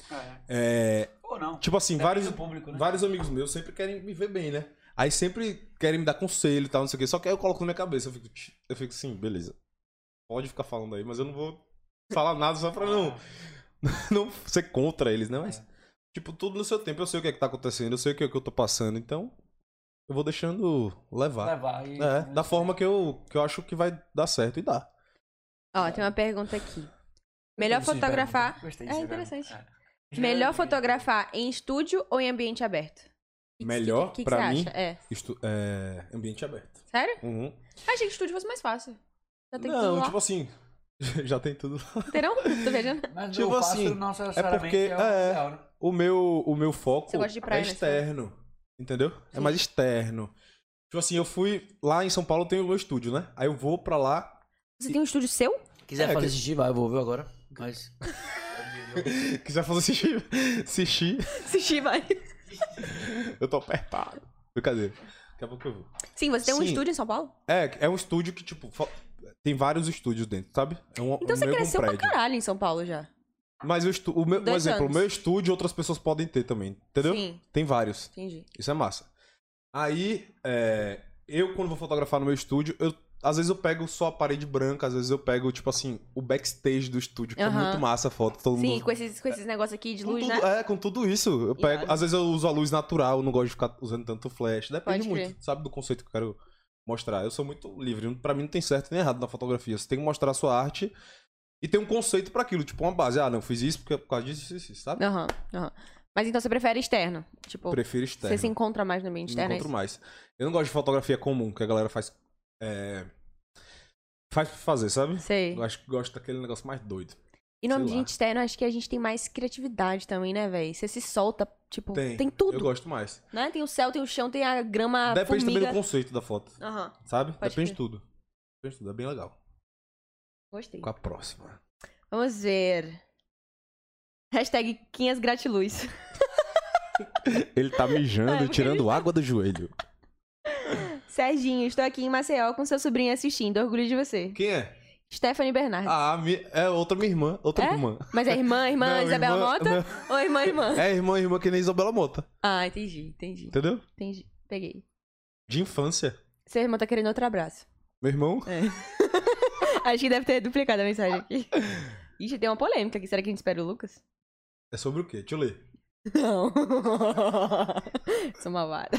Speaker 1: É.
Speaker 3: É.
Speaker 1: Ou não.
Speaker 3: Tipo assim,
Speaker 1: Depende
Speaker 3: vários.
Speaker 1: do público, né?
Speaker 3: Vários amigos meus sempre querem me ver bem, né? Aí sempre querem me dar conselho e tal, não sei o quê. Só que aí eu coloco na minha cabeça, eu fico, tch, eu fico assim, beleza. Pode ficar falando aí, mas eu não vou falar nada só pra não, não ser contra eles, né? Mas, tipo, tudo no seu tempo. Eu sei o que é que tá acontecendo, eu sei o que é que eu tô passando, então eu vou deixando levar.
Speaker 1: Levar e-
Speaker 3: É,
Speaker 2: né?
Speaker 3: da forma que eu, que eu acho que vai dar certo e dá.
Speaker 2: Ó, tem uma pergunta aqui. Melhor
Speaker 3: Gostei dessa
Speaker 2: fotografar.
Speaker 1: Gostei
Speaker 2: É
Speaker 1: disso,
Speaker 2: interessante.
Speaker 1: cara. É.
Speaker 2: Melhor fotografar em estúdio ou em ambiente aberto? Que que-
Speaker 3: Melhor,
Speaker 2: que, que, que
Speaker 3: pra
Speaker 2: você
Speaker 3: mim?
Speaker 2: Acha? É.
Speaker 3: Isto é ambiente aberto.
Speaker 2: Sério?
Speaker 3: Uhum.
Speaker 2: Achei que estúdio fosse mais fácil. Já tem tudo
Speaker 3: Não,
Speaker 2: lá.
Speaker 3: tipo assim, Já tem tudo.
Speaker 2: Entendeu? Tô viajando.
Speaker 1: Mas
Speaker 3: Tipo
Speaker 1: o pássaro
Speaker 3: assim,
Speaker 1: não necessariamente
Speaker 3: porque-
Speaker 1: é o
Speaker 3: é.
Speaker 1: ideal, né?
Speaker 3: O meu, o meu foco
Speaker 2: Você gosta de praia,
Speaker 3: é
Speaker 2: né?
Speaker 3: externo. Entendeu? É
Speaker 2: Sim.
Speaker 3: mais externo. Tipo assim, eu fui. Lá em São Paulo tem o meu estúdio, né? Aí eu vou pra lá.
Speaker 2: Você tem um estúdio seu?
Speaker 1: Quiser
Speaker 3: É,
Speaker 1: fazer
Speaker 3: que-
Speaker 1: xixi, vai, eu vou ouvir agora. Mas.
Speaker 3: Quiser fazer xixi. xixi.
Speaker 2: Assistir, vai.
Speaker 3: Eu tô apertado. Brincadeira. Daqui a pouco eu vou.
Speaker 2: Sim, você tem um
Speaker 3: Sim.
Speaker 2: estúdio em São Paulo?
Speaker 3: É, é um estúdio que, tipo, fa- tem vários estúdios dentro, sabe? É um,
Speaker 2: Então
Speaker 3: um
Speaker 2: você
Speaker 3: meio que um
Speaker 2: cresceu pra
Speaker 3: prédio.
Speaker 2: caralho em São Paulo já.
Speaker 3: Mas o, estu... o meu, um
Speaker 2: Dois
Speaker 3: exemplo,
Speaker 2: anos.
Speaker 3: o meu estúdio outras pessoas podem ter também, entendeu?
Speaker 2: Sim,
Speaker 3: Tem vários.
Speaker 2: entendi.
Speaker 3: Isso é massa. Aí, é, eu quando vou fotografar no meu estúdio, eu, às vezes eu pego só a parede branca, às vezes eu pego, tipo assim, o backstage do estúdio, que
Speaker 2: Aham.
Speaker 3: é muito massa a foto. Todo
Speaker 2: Sim,
Speaker 3: mundo...
Speaker 2: com esses, com esses negócios aqui de
Speaker 3: com
Speaker 2: luz,
Speaker 3: tudo,
Speaker 2: né?
Speaker 3: É, com tudo isso. Eu
Speaker 2: Irado.
Speaker 3: pego, às vezes eu uso a luz natural, eu não gosto de ficar usando tanto flash. Depende
Speaker 2: Pode crer.
Speaker 3: muito, sabe, do conceito que eu quero mostrar. Eu sou muito livre, pra mim não tem certo nem errado na fotografia. Você tem que mostrar a sua arte e ter um conceito pra aquilo, tipo uma base. Ah, não, fiz isso porque por causa disso, isso, isso, sabe?
Speaker 2: Aham, aham. Mas então você prefere externo? Tipo,
Speaker 3: é. Prefiro
Speaker 2: você
Speaker 3: externo.
Speaker 2: se encontra mais no ambiente
Speaker 3: Não
Speaker 2: externo? é
Speaker 3: encontro mais. Eu não gosto de fotografia comum, que a galera faz. É... Faz pra fazer, sabe?
Speaker 2: isso? Sei.
Speaker 3: Eu acho que gosto daquele negócio mais doido.
Speaker 2: E no
Speaker 3: sei
Speaker 2: ambiente
Speaker 3: lá.
Speaker 2: externo, acho que a gente tem mais criatividade também, né, véi? Você se solta, tipo, tem,
Speaker 3: Tem. Eu
Speaker 2: tudo,
Speaker 3: gosto mais.
Speaker 2: né? Tem o céu, tem o chão, tem a grama, a
Speaker 3: Depende também
Speaker 2: formiga.
Speaker 3: do conceito da foto,
Speaker 2: Aham,
Speaker 3: sabe?
Speaker 2: Pode
Speaker 3: Depende
Speaker 2: crer.
Speaker 3: de tudo. Depende de tudo. É bem legal.
Speaker 2: gostei.
Speaker 3: Com a próxima.
Speaker 2: Vamos ver. Hashtag Quinhas Gratiluz.
Speaker 3: Ele tá
Speaker 2: É,
Speaker 3: mijando
Speaker 2: porque
Speaker 3: e tirando água do joelho.
Speaker 2: Serginho, estou aqui em Maceió com seu sobrinho assistindo. Orgulho de você.
Speaker 3: Quem é?
Speaker 2: Stephanie Bernardi.
Speaker 3: Ah, mi- é outra minha irmã. Outra
Speaker 2: É?
Speaker 3: irmã.
Speaker 2: Mas é irmã, irmã
Speaker 3: Ah. Não,
Speaker 2: Isabela Mota?
Speaker 3: não.
Speaker 2: Ou irmã, irmã?
Speaker 3: É Então- irmã, irmã que nem Isabela Mota.
Speaker 2: Ah, entendi, entendi,
Speaker 3: Entendeu?
Speaker 2: entendi. Peguei.
Speaker 3: De infância.
Speaker 2: Seu irmão tá querendo outro abraço.
Speaker 3: Meu irmão.
Speaker 2: Acho que deve ter duplicado a mensagem aqui. Ixi, tem uma polêmica aqui. Será que a gente espera o Lucas?
Speaker 3: É sobre o quê? Deixa eu ler.
Speaker 2: Não. Sou malvada.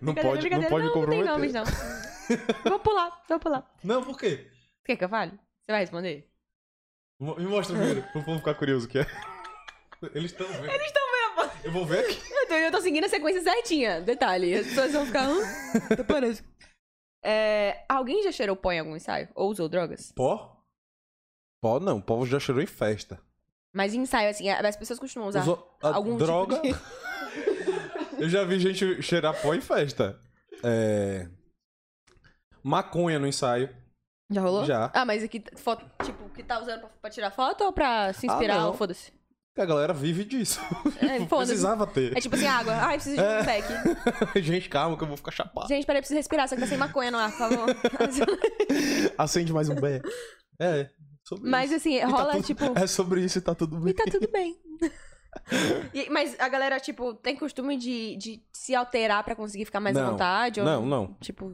Speaker 3: Não
Speaker 2: Brincadeira,
Speaker 3: pode,
Speaker 2: brincadeira.
Speaker 3: não pode me
Speaker 2: não, não tem
Speaker 3: comprometer.
Speaker 2: nomes, não. vou pular, vou pular.
Speaker 3: não, por quê?
Speaker 2: Quer que eu fale? Você vai responder?
Speaker 3: Mo- Me mostra primeiro, pro povo ficar curioso o que é. Eles estão vendo. Eles estão vendo, Eu vou ver aqui.
Speaker 2: Eu tô, eu tô seguindo a sequência certinha. Detalhe, as pessoas vão ficar... "Hã? Até Parece. É, alguém já cheirou pó em algum ensaio? Ou usou drogas?
Speaker 3: Pó? Pó não, pó já cheirou em festa.
Speaker 2: Mas em ensaio, assim, as pessoas costumam usar
Speaker 3: Usou a
Speaker 2: algum
Speaker 3: droga.
Speaker 2: tipo de...
Speaker 3: Eu já vi gente cheirar pó em festa. É. Maconha no ensaio.
Speaker 2: Já rolou?
Speaker 3: Já.
Speaker 2: Ah, mas aqui, foto, tipo, que tá usando pra, pra tirar foto ou pra se
Speaker 3: Ah,
Speaker 2: inspirar?
Speaker 3: não.
Speaker 2: ou foda-se.
Speaker 3: A galera vive disso.
Speaker 2: É, foda-se.
Speaker 3: Precisava ter.
Speaker 2: É tipo assim, água. Ai, preciso de um
Speaker 3: É.
Speaker 2: pack.
Speaker 3: Gente, calma que eu vou ficar chapado.
Speaker 2: Gente, peraí, preciso respirar, só que tá sem maconha no ar, por favor.
Speaker 3: Acende mais um bé. É. Sobre
Speaker 2: Mas
Speaker 3: isso.
Speaker 2: assim,
Speaker 3: E tá
Speaker 2: rola,
Speaker 3: tudo-
Speaker 2: tipo.
Speaker 3: É sobre isso e tá tudo
Speaker 2: E
Speaker 3: bem.
Speaker 2: tá tudo bem. E- mas a galera, tipo, tem costume de, de se alterar pra conseguir ficar mais à
Speaker 3: Não.
Speaker 2: vontade? Ou,
Speaker 3: Não, não.
Speaker 2: Tipo,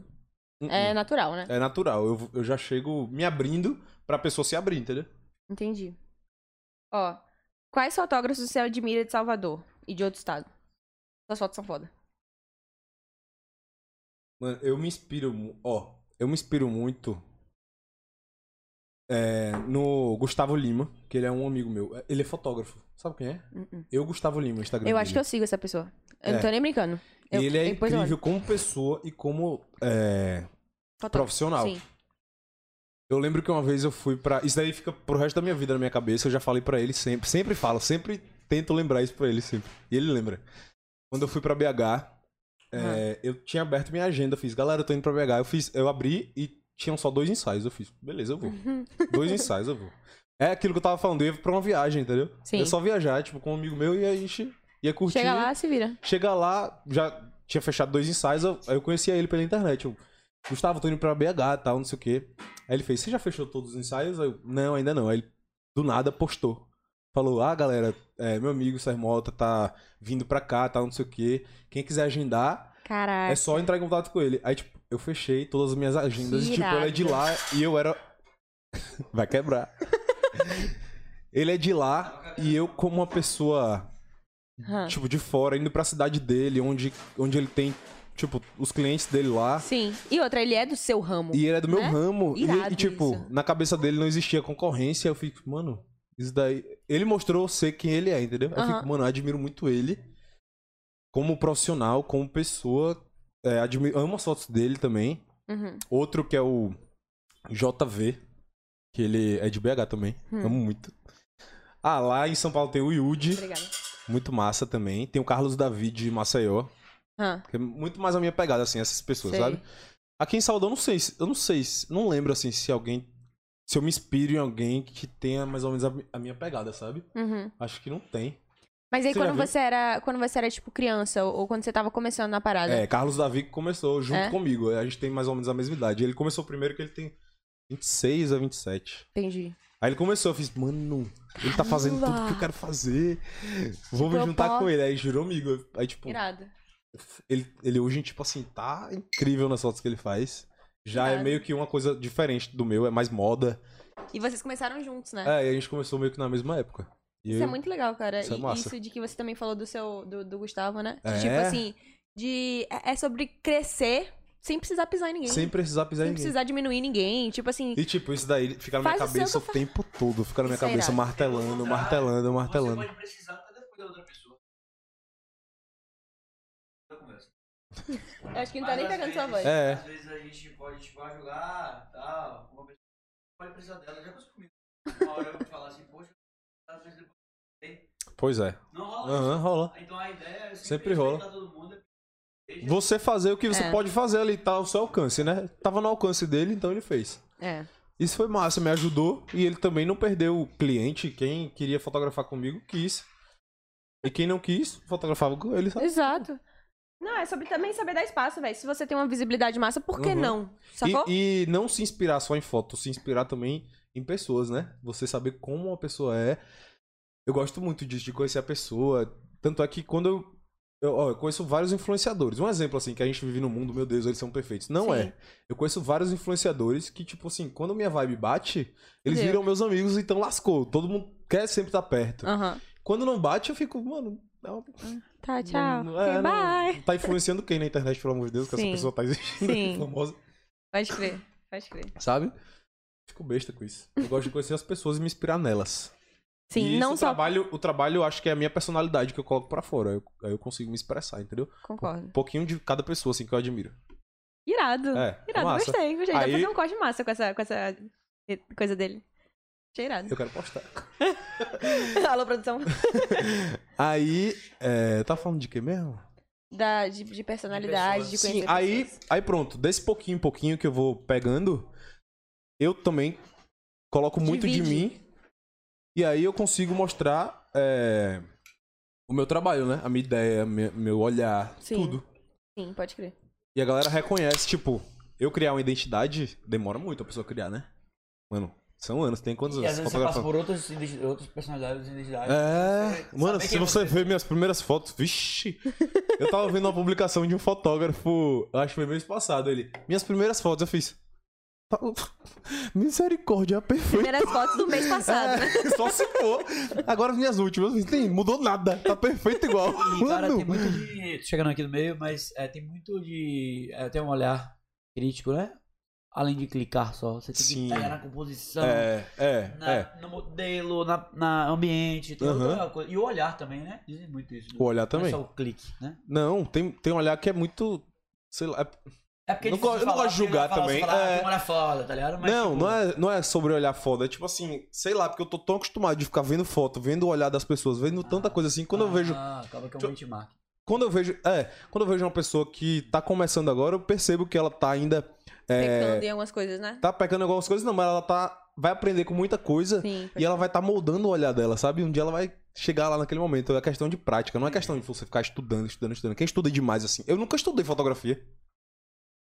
Speaker 3: Uh-uh.
Speaker 2: é natural, né?
Speaker 3: É natural. Eu, eu já chego me abrindo pra pessoa se abrir, entendeu?
Speaker 2: Entendi. Ó, quais fotógrafos você admira de Salvador e de outro estado? Suas fotos são foda.
Speaker 3: Mano, eu me inspiro. mu- Ó, eu me inspiro muito. é, no Gustavo Lima, que ele é um amigo meu. Ele é fotógrafo. Sabe quem é?
Speaker 2: Uh-uh.
Speaker 3: Eu, Gustavo Lima, no Instagram.
Speaker 2: Eu acho que
Speaker 3: dele.
Speaker 2: eu sigo essa pessoa. Eu não
Speaker 3: É.
Speaker 2: tô nem brincando. Eu,
Speaker 3: E ele é
Speaker 2: depois eu olho.
Speaker 3: incrível como pessoa e como é,
Speaker 2: Fotógrafo.
Speaker 3: profissional.
Speaker 2: Sim.
Speaker 3: Eu lembro que uma vez eu fui pra. Isso daí fica pro resto da minha vida na minha cabeça. Eu já falei pra ele sempre. Sempre falo, sempre tento lembrar isso pra ele sempre. E ele lembra. Quando eu fui pra BH, é, eu tinha aberto minha agenda. Eu fiz, galera, eu tô indo pra BH. Eu fiz, eu abri e tinham só dois ensaios. Eu fiz, beleza, eu vou. dois ensaios, eu vou. É aquilo que eu tava falando, eu ia pra uma viagem, entendeu?
Speaker 2: Sim.
Speaker 3: Eu só viajar, tipo, com um amigo meu e a gente ia curtir.
Speaker 2: Chega lá, se vira.
Speaker 3: Chega lá, já tinha fechado dois ensaios, eu, aí eu conhecia ele pela internet. Eu, Gustavo, tô indo pra BH e tal, não sei o quê. Aí ele fez, você já fechou todos os ensaios? Aí eu, não, ainda não. Aí ele, do nada, postou. Falou, ah, galera, é, meu amigo Sermota tá vindo pra cá, tal, não sei o quê. Quem quiser agendar,
Speaker 2: Caraca.
Speaker 3: é só entrar em contato com ele. Aí, tipo, eu fechei todas as minhas agendas. E, tipo,
Speaker 2: Irado.
Speaker 3: ele é de lá e eu era. Vai quebrar. ele é de lá e eu, como uma pessoa,
Speaker 2: Hã.
Speaker 3: tipo, de fora, indo pra cidade dele, onde, onde ele tem, tipo, os clientes dele lá.
Speaker 2: Sim. E outra, ele é do seu ramo.
Speaker 3: E ele é do meu
Speaker 2: Né?
Speaker 3: ramo. E,
Speaker 2: Irado
Speaker 3: e, tipo,
Speaker 2: isso.
Speaker 3: na cabeça dele não existia concorrência. Eu fico, mano, isso daí. Ele mostrou ser quem ele é, entendeu? Eu
Speaker 2: Aham.
Speaker 3: fico, mano, eu admiro muito ele. Como profissional, como pessoa. É, admi- Amo as fotos dele também.
Speaker 2: Uhum.
Speaker 3: Outro que é o JV. que ele é de BH também.
Speaker 2: Hum.
Speaker 3: Amo muito. Ah, lá em São Paulo tem o Yudi,
Speaker 2: Obrigada.
Speaker 3: muito massa também. Tem o Carlos David de Maceió,
Speaker 2: Ah,
Speaker 3: que é muito mais a minha pegada, assim, essas pessoas,
Speaker 2: sei.
Speaker 3: sabe? Aqui em Salvador, eu não sei, se- eu não sei, se- não lembro, assim, se alguém, se eu me inspiro em alguém que tenha mais ou menos a, mi- a minha pegada, sabe?
Speaker 2: Uhum.
Speaker 3: Acho que não tem.
Speaker 2: Mas aí
Speaker 3: Você já
Speaker 2: quando
Speaker 3: viu?
Speaker 2: você era. Quando você era, tipo, criança, ou, ou quando você tava começando na parada.
Speaker 3: É, Carlos Davi que começou junto
Speaker 2: É?
Speaker 3: comigo. A gente tem mais ou menos a mesma idade. Ele começou primeiro que ele tem 26 a 27.
Speaker 2: Entendi.
Speaker 3: Aí ele começou, eu fiz, mano, ele tá fazendo tudo que eu quero fazer. Vou me juntar com ele. Aí virou amigo. Aí, tipo,
Speaker 2: Irado.
Speaker 3: ele, ele hoje, tipo assim, tá incrível nas fotos que ele faz. Já é
Speaker 2: Irado.
Speaker 3: meio que uma coisa diferente do meu, é mais moda.
Speaker 2: E vocês começaram juntos, né?
Speaker 3: É, e a gente começou meio que na mesma época. E
Speaker 2: Isso é
Speaker 3: eu-
Speaker 2: muito legal, cara.
Speaker 3: Isso é
Speaker 2: E
Speaker 3: massa.
Speaker 2: isso de que você também falou do seu do, do Gustavo, né? De,
Speaker 3: É.
Speaker 2: Tipo assim, de é é sobre crescer sem precisar pisar em ninguém.
Speaker 3: Sem precisar pisar
Speaker 2: sem
Speaker 3: em ninguém.
Speaker 2: precisar diminuir ninguém. Tipo assim,
Speaker 3: E tipo, isso daí fica na minha
Speaker 2: Faz o seu
Speaker 3: cabeça o
Speaker 2: que eu fa-
Speaker 3: tempo todo. Fica na minha
Speaker 2: Isso é
Speaker 3: cabeça
Speaker 2: irado.
Speaker 3: martelando, martelando, martelando.
Speaker 1: Você pode precisar até depois da outra pessoa. Da conversa.
Speaker 2: eu acho que não tá nem
Speaker 1: Mas, às
Speaker 2: pegando sua
Speaker 1: vezes-
Speaker 2: voz.
Speaker 3: É.
Speaker 1: Às vezes a gente pode, tipo, ajudar, tal. Uma pessoa pode precisar dela, já aconteceu comigo. Uma hora eu vou falar assim, poxa, às vezes depois
Speaker 3: Pois é.
Speaker 1: não rola.
Speaker 3: Aham, rola.
Speaker 1: isso. Então a ideia é
Speaker 3: Sempre
Speaker 1: respeitar
Speaker 3: rola.
Speaker 1: todo mundo. é Seja-
Speaker 3: Você fazer o que você
Speaker 2: É.
Speaker 3: pode fazer ali, tá ao seu alcance, né? Tava no alcance dele, então ele fez.
Speaker 2: É.
Speaker 3: Isso foi massa, me ajudou. E ele também não perdeu o cliente. Quem queria fotografar comigo, quis. E quem não quis, fotografava com ele. sabe?
Speaker 2: Exato. Não, é sobre também saber dar espaço, velho. Se você tem uma visibilidade massa, por que
Speaker 3: Uhum.
Speaker 2: não? Sacou?
Speaker 3: E, e não se inspirar só em fotos, se inspirar também em pessoas, né? Você saber como uma pessoa é. Eu gosto muito disso, de conhecer a pessoa. Tanto é que quando eu. Eu, ó, eu conheço vários influenciadores. Um exemplo, assim, que a gente vive no mundo, meu Deus, eles são perfeitos. Não
Speaker 2: Sim.
Speaker 3: é. Eu conheço vários influenciadores que, tipo assim, quando minha vibe bate, eles
Speaker 2: Fudeu.
Speaker 3: viram meus amigos, então lascou. Todo mundo quer sempre estar perto.
Speaker 2: Aham.
Speaker 3: Quando não bate, eu fico, mano. é uma-
Speaker 2: Tá, tchau.
Speaker 3: não- é,
Speaker 2: Ok,
Speaker 3: não-
Speaker 2: bye.
Speaker 3: tá influenciando quem na internet, pelo amor de Deus, que
Speaker 2: Sim.
Speaker 3: essa pessoa tá existindo,
Speaker 2: Sim.
Speaker 3: famosa,
Speaker 2: Pode crer, pode crer.
Speaker 3: sabe? Fico besta com isso. Eu gosto de conhecer as pessoas e me inspirar nelas.
Speaker 2: Sim,
Speaker 3: e isso, tá
Speaker 2: não
Speaker 3: o
Speaker 2: só.
Speaker 3: trabalho, o trabalho, eu acho que é a minha personalidade que eu coloco pra fora. Eu- Aí eu, consigo me expressar, entendeu?
Speaker 2: Concordo.
Speaker 3: Um pouquinho de cada pessoa, assim, que eu admiro.
Speaker 2: Irado.
Speaker 3: É, é
Speaker 2: Irado,
Speaker 3: massa.
Speaker 2: gostei, gostei. Dá pra
Speaker 3: Aí-
Speaker 2: fazer um corte massa com essa, com essa coisa dele. Achei irado.
Speaker 3: Eu quero postar.
Speaker 2: Alô, produção.
Speaker 3: Aí, é, tá falando de quê mesmo?
Speaker 2: Da, de, de personalidade, de
Speaker 1: De
Speaker 2: conhecer
Speaker 3: Sim, aí,
Speaker 2: pessoas.
Speaker 3: aí pronto, desse pouquinho em pouquinho que eu vou pegando, eu também coloco muito de
Speaker 2: Divide.
Speaker 3: mim. E aí eu consigo mostrar é, o meu trabalho, né? A minha ideia, me- meu olhar,
Speaker 2: Sim.
Speaker 3: tudo.
Speaker 2: Sim, pode crer.
Speaker 3: E a galera reconhece, tipo, eu criar uma identidade demora muito a pessoa criar, né? Mano, são anos, tem quantos
Speaker 1: E às
Speaker 3: anos? é
Speaker 1: vezes você passa
Speaker 3: fotografando?
Speaker 1: por outras, identi- outras personalidades e identidades.
Speaker 3: É,
Speaker 1: Você
Speaker 3: mano,
Speaker 1: saber
Speaker 3: se
Speaker 1: quem
Speaker 3: você ver minhas primeiras fotos, vixi. Eu tava vendo uma publicação de um fotógrafo, eu acho que foi mês passado, ele. Minhas primeiras fotos eu fiz. "Tá- Misericórdia, tá perfeito.
Speaker 2: Primeiras fotos do mês passado, né?
Speaker 3: É, só se for. Agora as minhas últimas, eu fiz, "Ih, mudou nada, tá perfeito igual.
Speaker 1: E, cara,
Speaker 3: Mano.
Speaker 1: tem muito de. tô Chegando aqui no meio, mas é, tem muito de. É, tem um olhar crítico, né? Além de clicar só. Você tem
Speaker 3: Sim.
Speaker 1: que pegar na composição,
Speaker 3: É, é,
Speaker 1: na-
Speaker 3: é.
Speaker 1: no modelo, na, na ambiente, tem
Speaker 3: Aham.
Speaker 1: outra coisa. E o olhar também, né? Dizem muito isso. né?
Speaker 3: O olhar
Speaker 1: Não é
Speaker 3: também.
Speaker 1: só o clique, né?
Speaker 3: Não, tem, tem um olhar que é muito. Sei lá, é
Speaker 1: É porque é difícil
Speaker 3: Não gosto- eu não
Speaker 1: falar,
Speaker 3: gosto de
Speaker 1: porque
Speaker 3: julgar
Speaker 1: vai falar,
Speaker 3: também,
Speaker 1: você fala,
Speaker 3: é.
Speaker 1: "Ah, como era foda", tá ligado? Mas,
Speaker 3: não,
Speaker 1: tipo,
Speaker 3: não, é, não é sobre olhar foda. É tipo assim, sei lá, porque eu tô tão acostumado de ficar vendo foto, vendo o olhar das pessoas, vendo tanta coisa assim. Quando eu
Speaker 1: ah,
Speaker 3: vejo.
Speaker 1: Acaba que é um
Speaker 3: Deixa eu-
Speaker 1: benchmark.
Speaker 3: Quando eu vejo. É, quando eu vejo uma pessoa que tá começando agora, eu percebo que ela tá ainda.
Speaker 2: Pecando
Speaker 3: É,
Speaker 2: em algumas coisas, né?
Speaker 3: tá pecando em algumas coisas, não, mas ela tá. Vai aprender com muita coisa
Speaker 2: Sim.
Speaker 3: e ela vai estar moldando o olhar dela, sabe? Um dia ela vai chegar lá naquele momento. É questão de prática, não é questão de você ficar estudando, estudando, estudando. Quem estuda demais assim? Eu nunca estudei fotografia.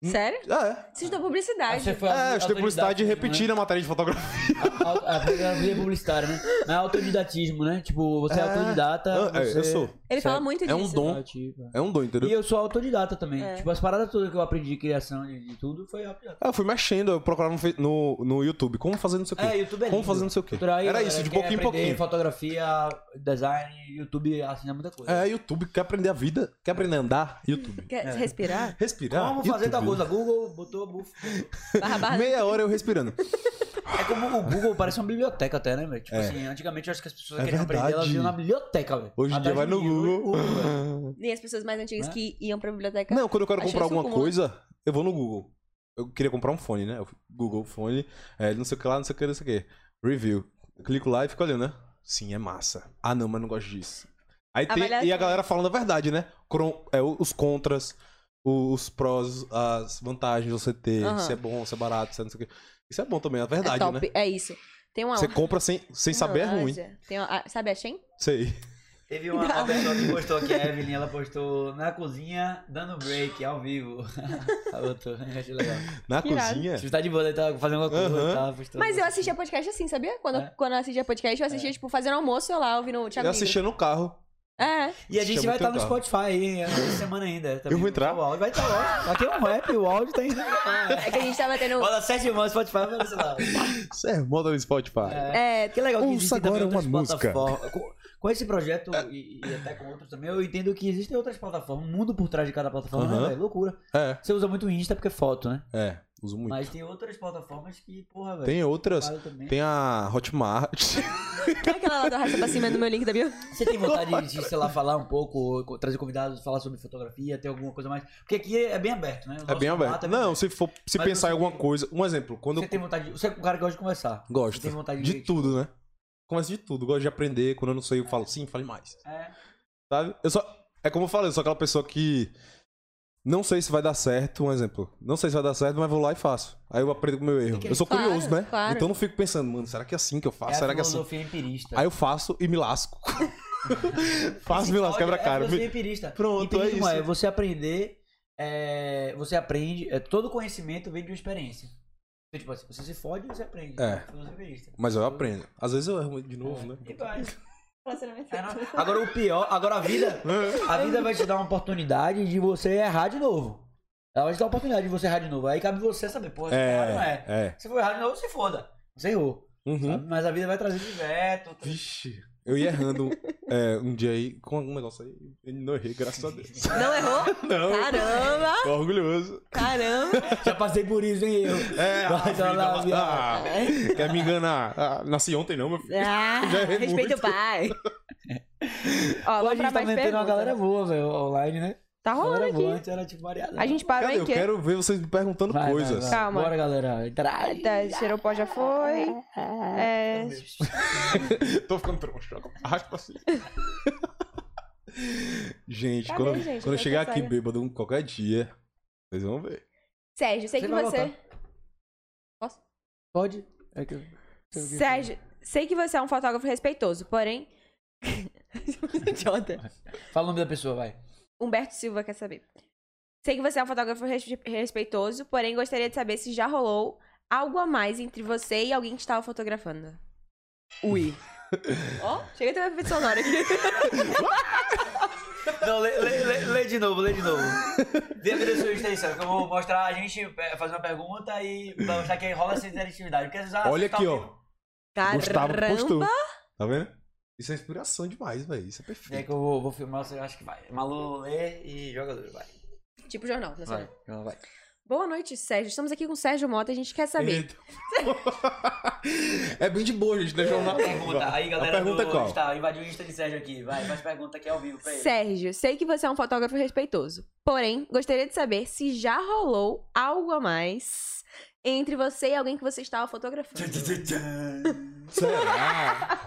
Speaker 2: Sério?
Speaker 3: É.
Speaker 2: Vocês dão
Speaker 1: Aí
Speaker 2: publicidade.
Speaker 1: você foi
Speaker 3: É, eu estudei
Speaker 1: autodidata
Speaker 3: publicidade e
Speaker 1: mesmo, né?
Speaker 3: repeti na matéria de fotografia.
Speaker 1: Auto- A biografia publicitária, né? Não é autodidatismo, né? Tipo, você é,
Speaker 3: É.
Speaker 1: autodidata.
Speaker 3: Ah, é,
Speaker 1: você... né?
Speaker 3: Eu sou.
Speaker 2: Ele fala muito
Speaker 3: É um
Speaker 2: disso.
Speaker 3: dom.
Speaker 1: Criativa.
Speaker 3: É um dom, entendeu?
Speaker 1: E eu sou autodidata também.
Speaker 2: É.
Speaker 1: Tipo, as paradas todas que eu aprendi de criação e de tudo foi autodidata.
Speaker 3: Ah, eu fui mexendo, eu procurava no, fe- no, no YouTube como fazer não sei o quê.
Speaker 1: É, YouTube é
Speaker 3: como
Speaker 1: lindo.
Speaker 3: fazer não sei o quê.
Speaker 1: Cultura aí,
Speaker 3: Era
Speaker 1: galera,
Speaker 3: isso, de
Speaker 1: quer
Speaker 3: pouquinho em
Speaker 1: aprender
Speaker 3: pouquinho.
Speaker 1: Fotografia, design, YouTube, assim, é muita coisa.
Speaker 3: É, YouTube, quer aprender a vida, quer aprender a andar, YouTube.
Speaker 2: Quer
Speaker 1: É.
Speaker 2: respirar?
Speaker 3: Respirar,
Speaker 1: Como fazer
Speaker 3: ah, YouTube.
Speaker 1: tal coisa? Google botou buf.
Speaker 2: Barra, barra.
Speaker 3: Meia hora eu respirando.
Speaker 1: É como o Google parece uma biblioteca até, né, velho? Tipo
Speaker 3: É.
Speaker 1: assim, antigamente eu acho que as pessoas
Speaker 3: É
Speaker 1: queriam aprender, elas
Speaker 3: verdade.
Speaker 1: iam na biblioteca, velho.
Speaker 3: Hoje em dia
Speaker 1: Atrás
Speaker 3: vai
Speaker 1: de
Speaker 3: no
Speaker 1: um livro,
Speaker 3: Google.
Speaker 1: hoje, Google, velho.
Speaker 2: E as pessoas mais antigas
Speaker 1: Né?
Speaker 2: que iam pra biblioteca.
Speaker 3: Não, quando eu quero
Speaker 2: Achei
Speaker 3: comprar
Speaker 2: isso
Speaker 3: alguma
Speaker 2: comum.
Speaker 3: coisa, eu vou no Google. Eu queria comprar um fone, né? Eu fui- Google fone, é, não sei o que lá, não sei o que, não sei o que. Review. Eu clico lá e fico olhando, né? Sim, é massa. Ah, não, mas não gosto disso. Aí tem, e a
Speaker 2: Avaliação.
Speaker 3: galera falando a verdade, né? Cron- é, o- os contras, o- os prós, as vantagens de você ter,
Speaker 2: Aham.
Speaker 3: se é bom, se é barato, se é não sei o que. Isso é bom também, é
Speaker 2: É
Speaker 3: verdade,
Speaker 2: top.
Speaker 3: né?
Speaker 2: É isso. Tem uma.
Speaker 3: Você compra sem, sem saber é ruim.
Speaker 2: é ruim. Tem uma, ah, sabe a Shen?
Speaker 3: Sei.
Speaker 1: Teve uma, uma pessoa que postou aqui, a Evelyn, ela postou na cozinha dando break ao vivo. a outra, achei legal.
Speaker 3: Na
Speaker 2: Irado.
Speaker 3: cozinha.
Speaker 1: Se você tá de boa, ele tá fazendo alguma coisa,
Speaker 3: Aham.
Speaker 1: tá postando.
Speaker 2: Mas eu assistia podcast assim, sabia? Quando,
Speaker 1: É.
Speaker 2: quando eu assistia podcast, eu assistia, tipo, fazendo almoço, eu lá, ouvindo o Thiago
Speaker 3: Eu
Speaker 2: Negro.
Speaker 3: assistia no carro.
Speaker 2: É.
Speaker 1: E a gente
Speaker 3: Chama
Speaker 1: vai
Speaker 3: o teu
Speaker 1: estar no
Speaker 3: carro.
Speaker 1: Spotify aí essa semana ainda. também.
Speaker 3: Eu vou entrar.
Speaker 1: O áudio vai estar lá. Aqui é um rap, o áudio tá indo.
Speaker 2: É que a gente tava tendo.
Speaker 1: Bota sete irmãos no Spotify, vai sei lá.
Speaker 3: Isso é moda no Spotify.
Speaker 2: É,
Speaker 1: Que legal que
Speaker 3: Ouça
Speaker 1: existem
Speaker 3: agora
Speaker 1: também
Speaker 3: uma
Speaker 1: outras
Speaker 3: música.
Speaker 1: plataformas. Com, com esse projeto e, e até com outros também, eu entendo que existem outras plataformas. O mundo por trás de cada plataforma, né,
Speaker 3: Aham.
Speaker 1: velho? Loucura.
Speaker 3: É,
Speaker 1: Você usa muito o Insta porque é foto, né?
Speaker 3: é. Uso muito.
Speaker 1: Mas tem outras plataformas que, porra, velho.
Speaker 3: Tem outras.
Speaker 1: fazem também.
Speaker 3: Tem a Hotmart.
Speaker 2: Qual é aquela lá do Racha pra cima do meu link da bio?
Speaker 1: Você tem vontade de, sei lá, falar um pouco, ou co- trazer convidados, falar sobre fotografia, ter alguma coisa mais? Porque aqui é bem aberto, né? O
Speaker 3: É
Speaker 1: nosso
Speaker 3: bem
Speaker 1: formato
Speaker 3: aberto.
Speaker 1: é bem
Speaker 3: Não, se for se
Speaker 1: Mas
Speaker 3: pensar em
Speaker 1: você
Speaker 3: alguma
Speaker 1: tem-
Speaker 3: coisa. Um exemplo, quando
Speaker 1: Você tem vontade de... Você é um cara que gosta de conversar.
Speaker 3: eu gosto.
Speaker 1: Você tem vontade de...
Speaker 3: De tudo, né? Começo de tudo. Gosto de aprender. Quando eu não sei, eu falo sim, fale mais.
Speaker 1: É.
Speaker 3: Sabe? Eu só. É como eu falei, eu sou aquela pessoa que. Não sei se vai dar certo, um exemplo. Não sei se vai dar certo, mas vou lá e faço. Aí eu aprendo com o meu erro. Eu sou
Speaker 2: Claro,
Speaker 3: curioso, né?
Speaker 2: claro.
Speaker 3: Então eu não fico pensando, mano, será que é assim que eu
Speaker 1: É
Speaker 3: faço?
Speaker 1: a
Speaker 3: será que é assim?
Speaker 1: filosofia empirista.
Speaker 3: Aí eu faço e me lasco. faço, me lasco, quebra a cara.
Speaker 1: É filosofia empirista.
Speaker 3: Pronto, é
Speaker 1: Empirismo
Speaker 3: isso.
Speaker 1: é você aprender... é, você aprende... é, todo conhecimento vem de uma experiência. Então, tipo assim, você se fode, você aprende.
Speaker 3: É.
Speaker 1: Filosofia empirista.
Speaker 3: Mas eu aprendo. Às vezes eu erro de novo, né?
Speaker 1: E vai. É, não. Agora o pior... Agora a vida... A vida vai te dar uma oportunidade de você errar de novo. Ela vai te dar a oportunidade de você errar de novo. Aí cabe você saber, porra, se é. errado não é.
Speaker 3: É, é.
Speaker 1: Se for errado de novo, se foda. Você errou.
Speaker 3: Uhum.
Speaker 1: sabe? Mas a vida vai trazer diverto. outro-
Speaker 3: Vixe. Eu ia errando é, um dia aí com algum negócio aí. Eu não errei, graças a Deus.
Speaker 2: Não errou?
Speaker 3: Não,
Speaker 2: Tá. Caramba!
Speaker 3: tô orgulhoso.
Speaker 2: Caramba!
Speaker 1: Já passei por isso, hein, eu.
Speaker 3: É,
Speaker 1: Vai,
Speaker 3: ah, filho
Speaker 1: vai lá,
Speaker 3: da-
Speaker 1: viado.
Speaker 3: ah, quer me enganar? Ah, nasci ontem não, meu filho.
Speaker 2: Ah,
Speaker 3: Já errei
Speaker 2: respeita o
Speaker 3: muito.
Speaker 2: pai. Ó,
Speaker 1: Pô, a
Speaker 2: vamos
Speaker 1: gente
Speaker 2: pra
Speaker 1: tá
Speaker 2: mais
Speaker 1: metendo uma
Speaker 2: perguntas.
Speaker 1: galera boa, velho, online, né?
Speaker 2: Tá
Speaker 1: A
Speaker 2: rolando
Speaker 1: galera boa,
Speaker 2: aqui.
Speaker 1: antes era tipo variada.
Speaker 2: A gente parou
Speaker 3: Cadê?
Speaker 2: em
Speaker 3: Eu
Speaker 2: quê?
Speaker 3: quero ver vocês me perguntando
Speaker 1: Vai, vai,
Speaker 3: coisas.
Speaker 1: vai.
Speaker 2: Calma.
Speaker 1: Bora, galera. Entrar.
Speaker 2: Tá, Xeropó já foi. É...
Speaker 3: Tô ficando troncho. Arrasta pra cima. gente,
Speaker 2: Cadê,
Speaker 3: quando,
Speaker 2: Tá gente?
Speaker 3: quando
Speaker 2: Vai
Speaker 3: eu chegar
Speaker 2: que
Speaker 3: aqui
Speaker 2: saia.
Speaker 3: bêbado um qualquer dia, vocês vão ver.
Speaker 2: Sérgio, sei
Speaker 1: Você
Speaker 2: que
Speaker 1: vai
Speaker 2: você.
Speaker 1: Pode? É que eu- sei o que eu-
Speaker 2: Sérgio, sei que você é um fotógrafo respeitoso, porém. Idiota.
Speaker 1: Fala o nome da pessoa, vai.
Speaker 2: Humberto Silva quer saber. Sei que você é um fotógrafo res- respeitoso, porém gostaria de saber se já rolou algo a mais entre você e alguém que estava fotografando. Ui. Ó, chega a ter uma efeito sonoro aqui.
Speaker 1: Não, lê, lê- lê- lê de novo, lê de novo. Dê a sua extensão, que eu vou mostrar a gente é, fazer uma pergunta e pra mostrar que rola essa interatividade. Porque, às vezes, ah,
Speaker 3: Olha
Speaker 1: você tá
Speaker 3: aqui,
Speaker 1: ao
Speaker 3: ó.
Speaker 1: vivo.
Speaker 3: Gustavo postou.
Speaker 2: Caramba!
Speaker 3: Tá vendo? Isso é inspiração demais, velho. Isso
Speaker 1: E
Speaker 3: é
Speaker 1: aí
Speaker 3: perfeito.
Speaker 1: que eu vou, vou filmar, você acha que vai. Malu lê e jogador, vai.
Speaker 2: Tipo jornal, não
Speaker 1: Vai, ela vai.
Speaker 2: Boa noite, Sérgio. Estamos aqui com o Sérgio Mota, a gente quer saber.
Speaker 3: Eita. é bem de boa, gente. Não é jornal.
Speaker 1: Pergunta, aí galera
Speaker 3: A pergunta
Speaker 1: do
Speaker 3: é qual?
Speaker 1: Insta, invadiu o Insta de Sérgio aqui, vai, faz pergunta aqui ao vivo pra ele.
Speaker 2: Sérgio, sei que você é um fotógrafo respeitoso. Porém, gostaria de saber se já rolou algo a mais entre você e alguém que você estava fotografando.
Speaker 3: Será?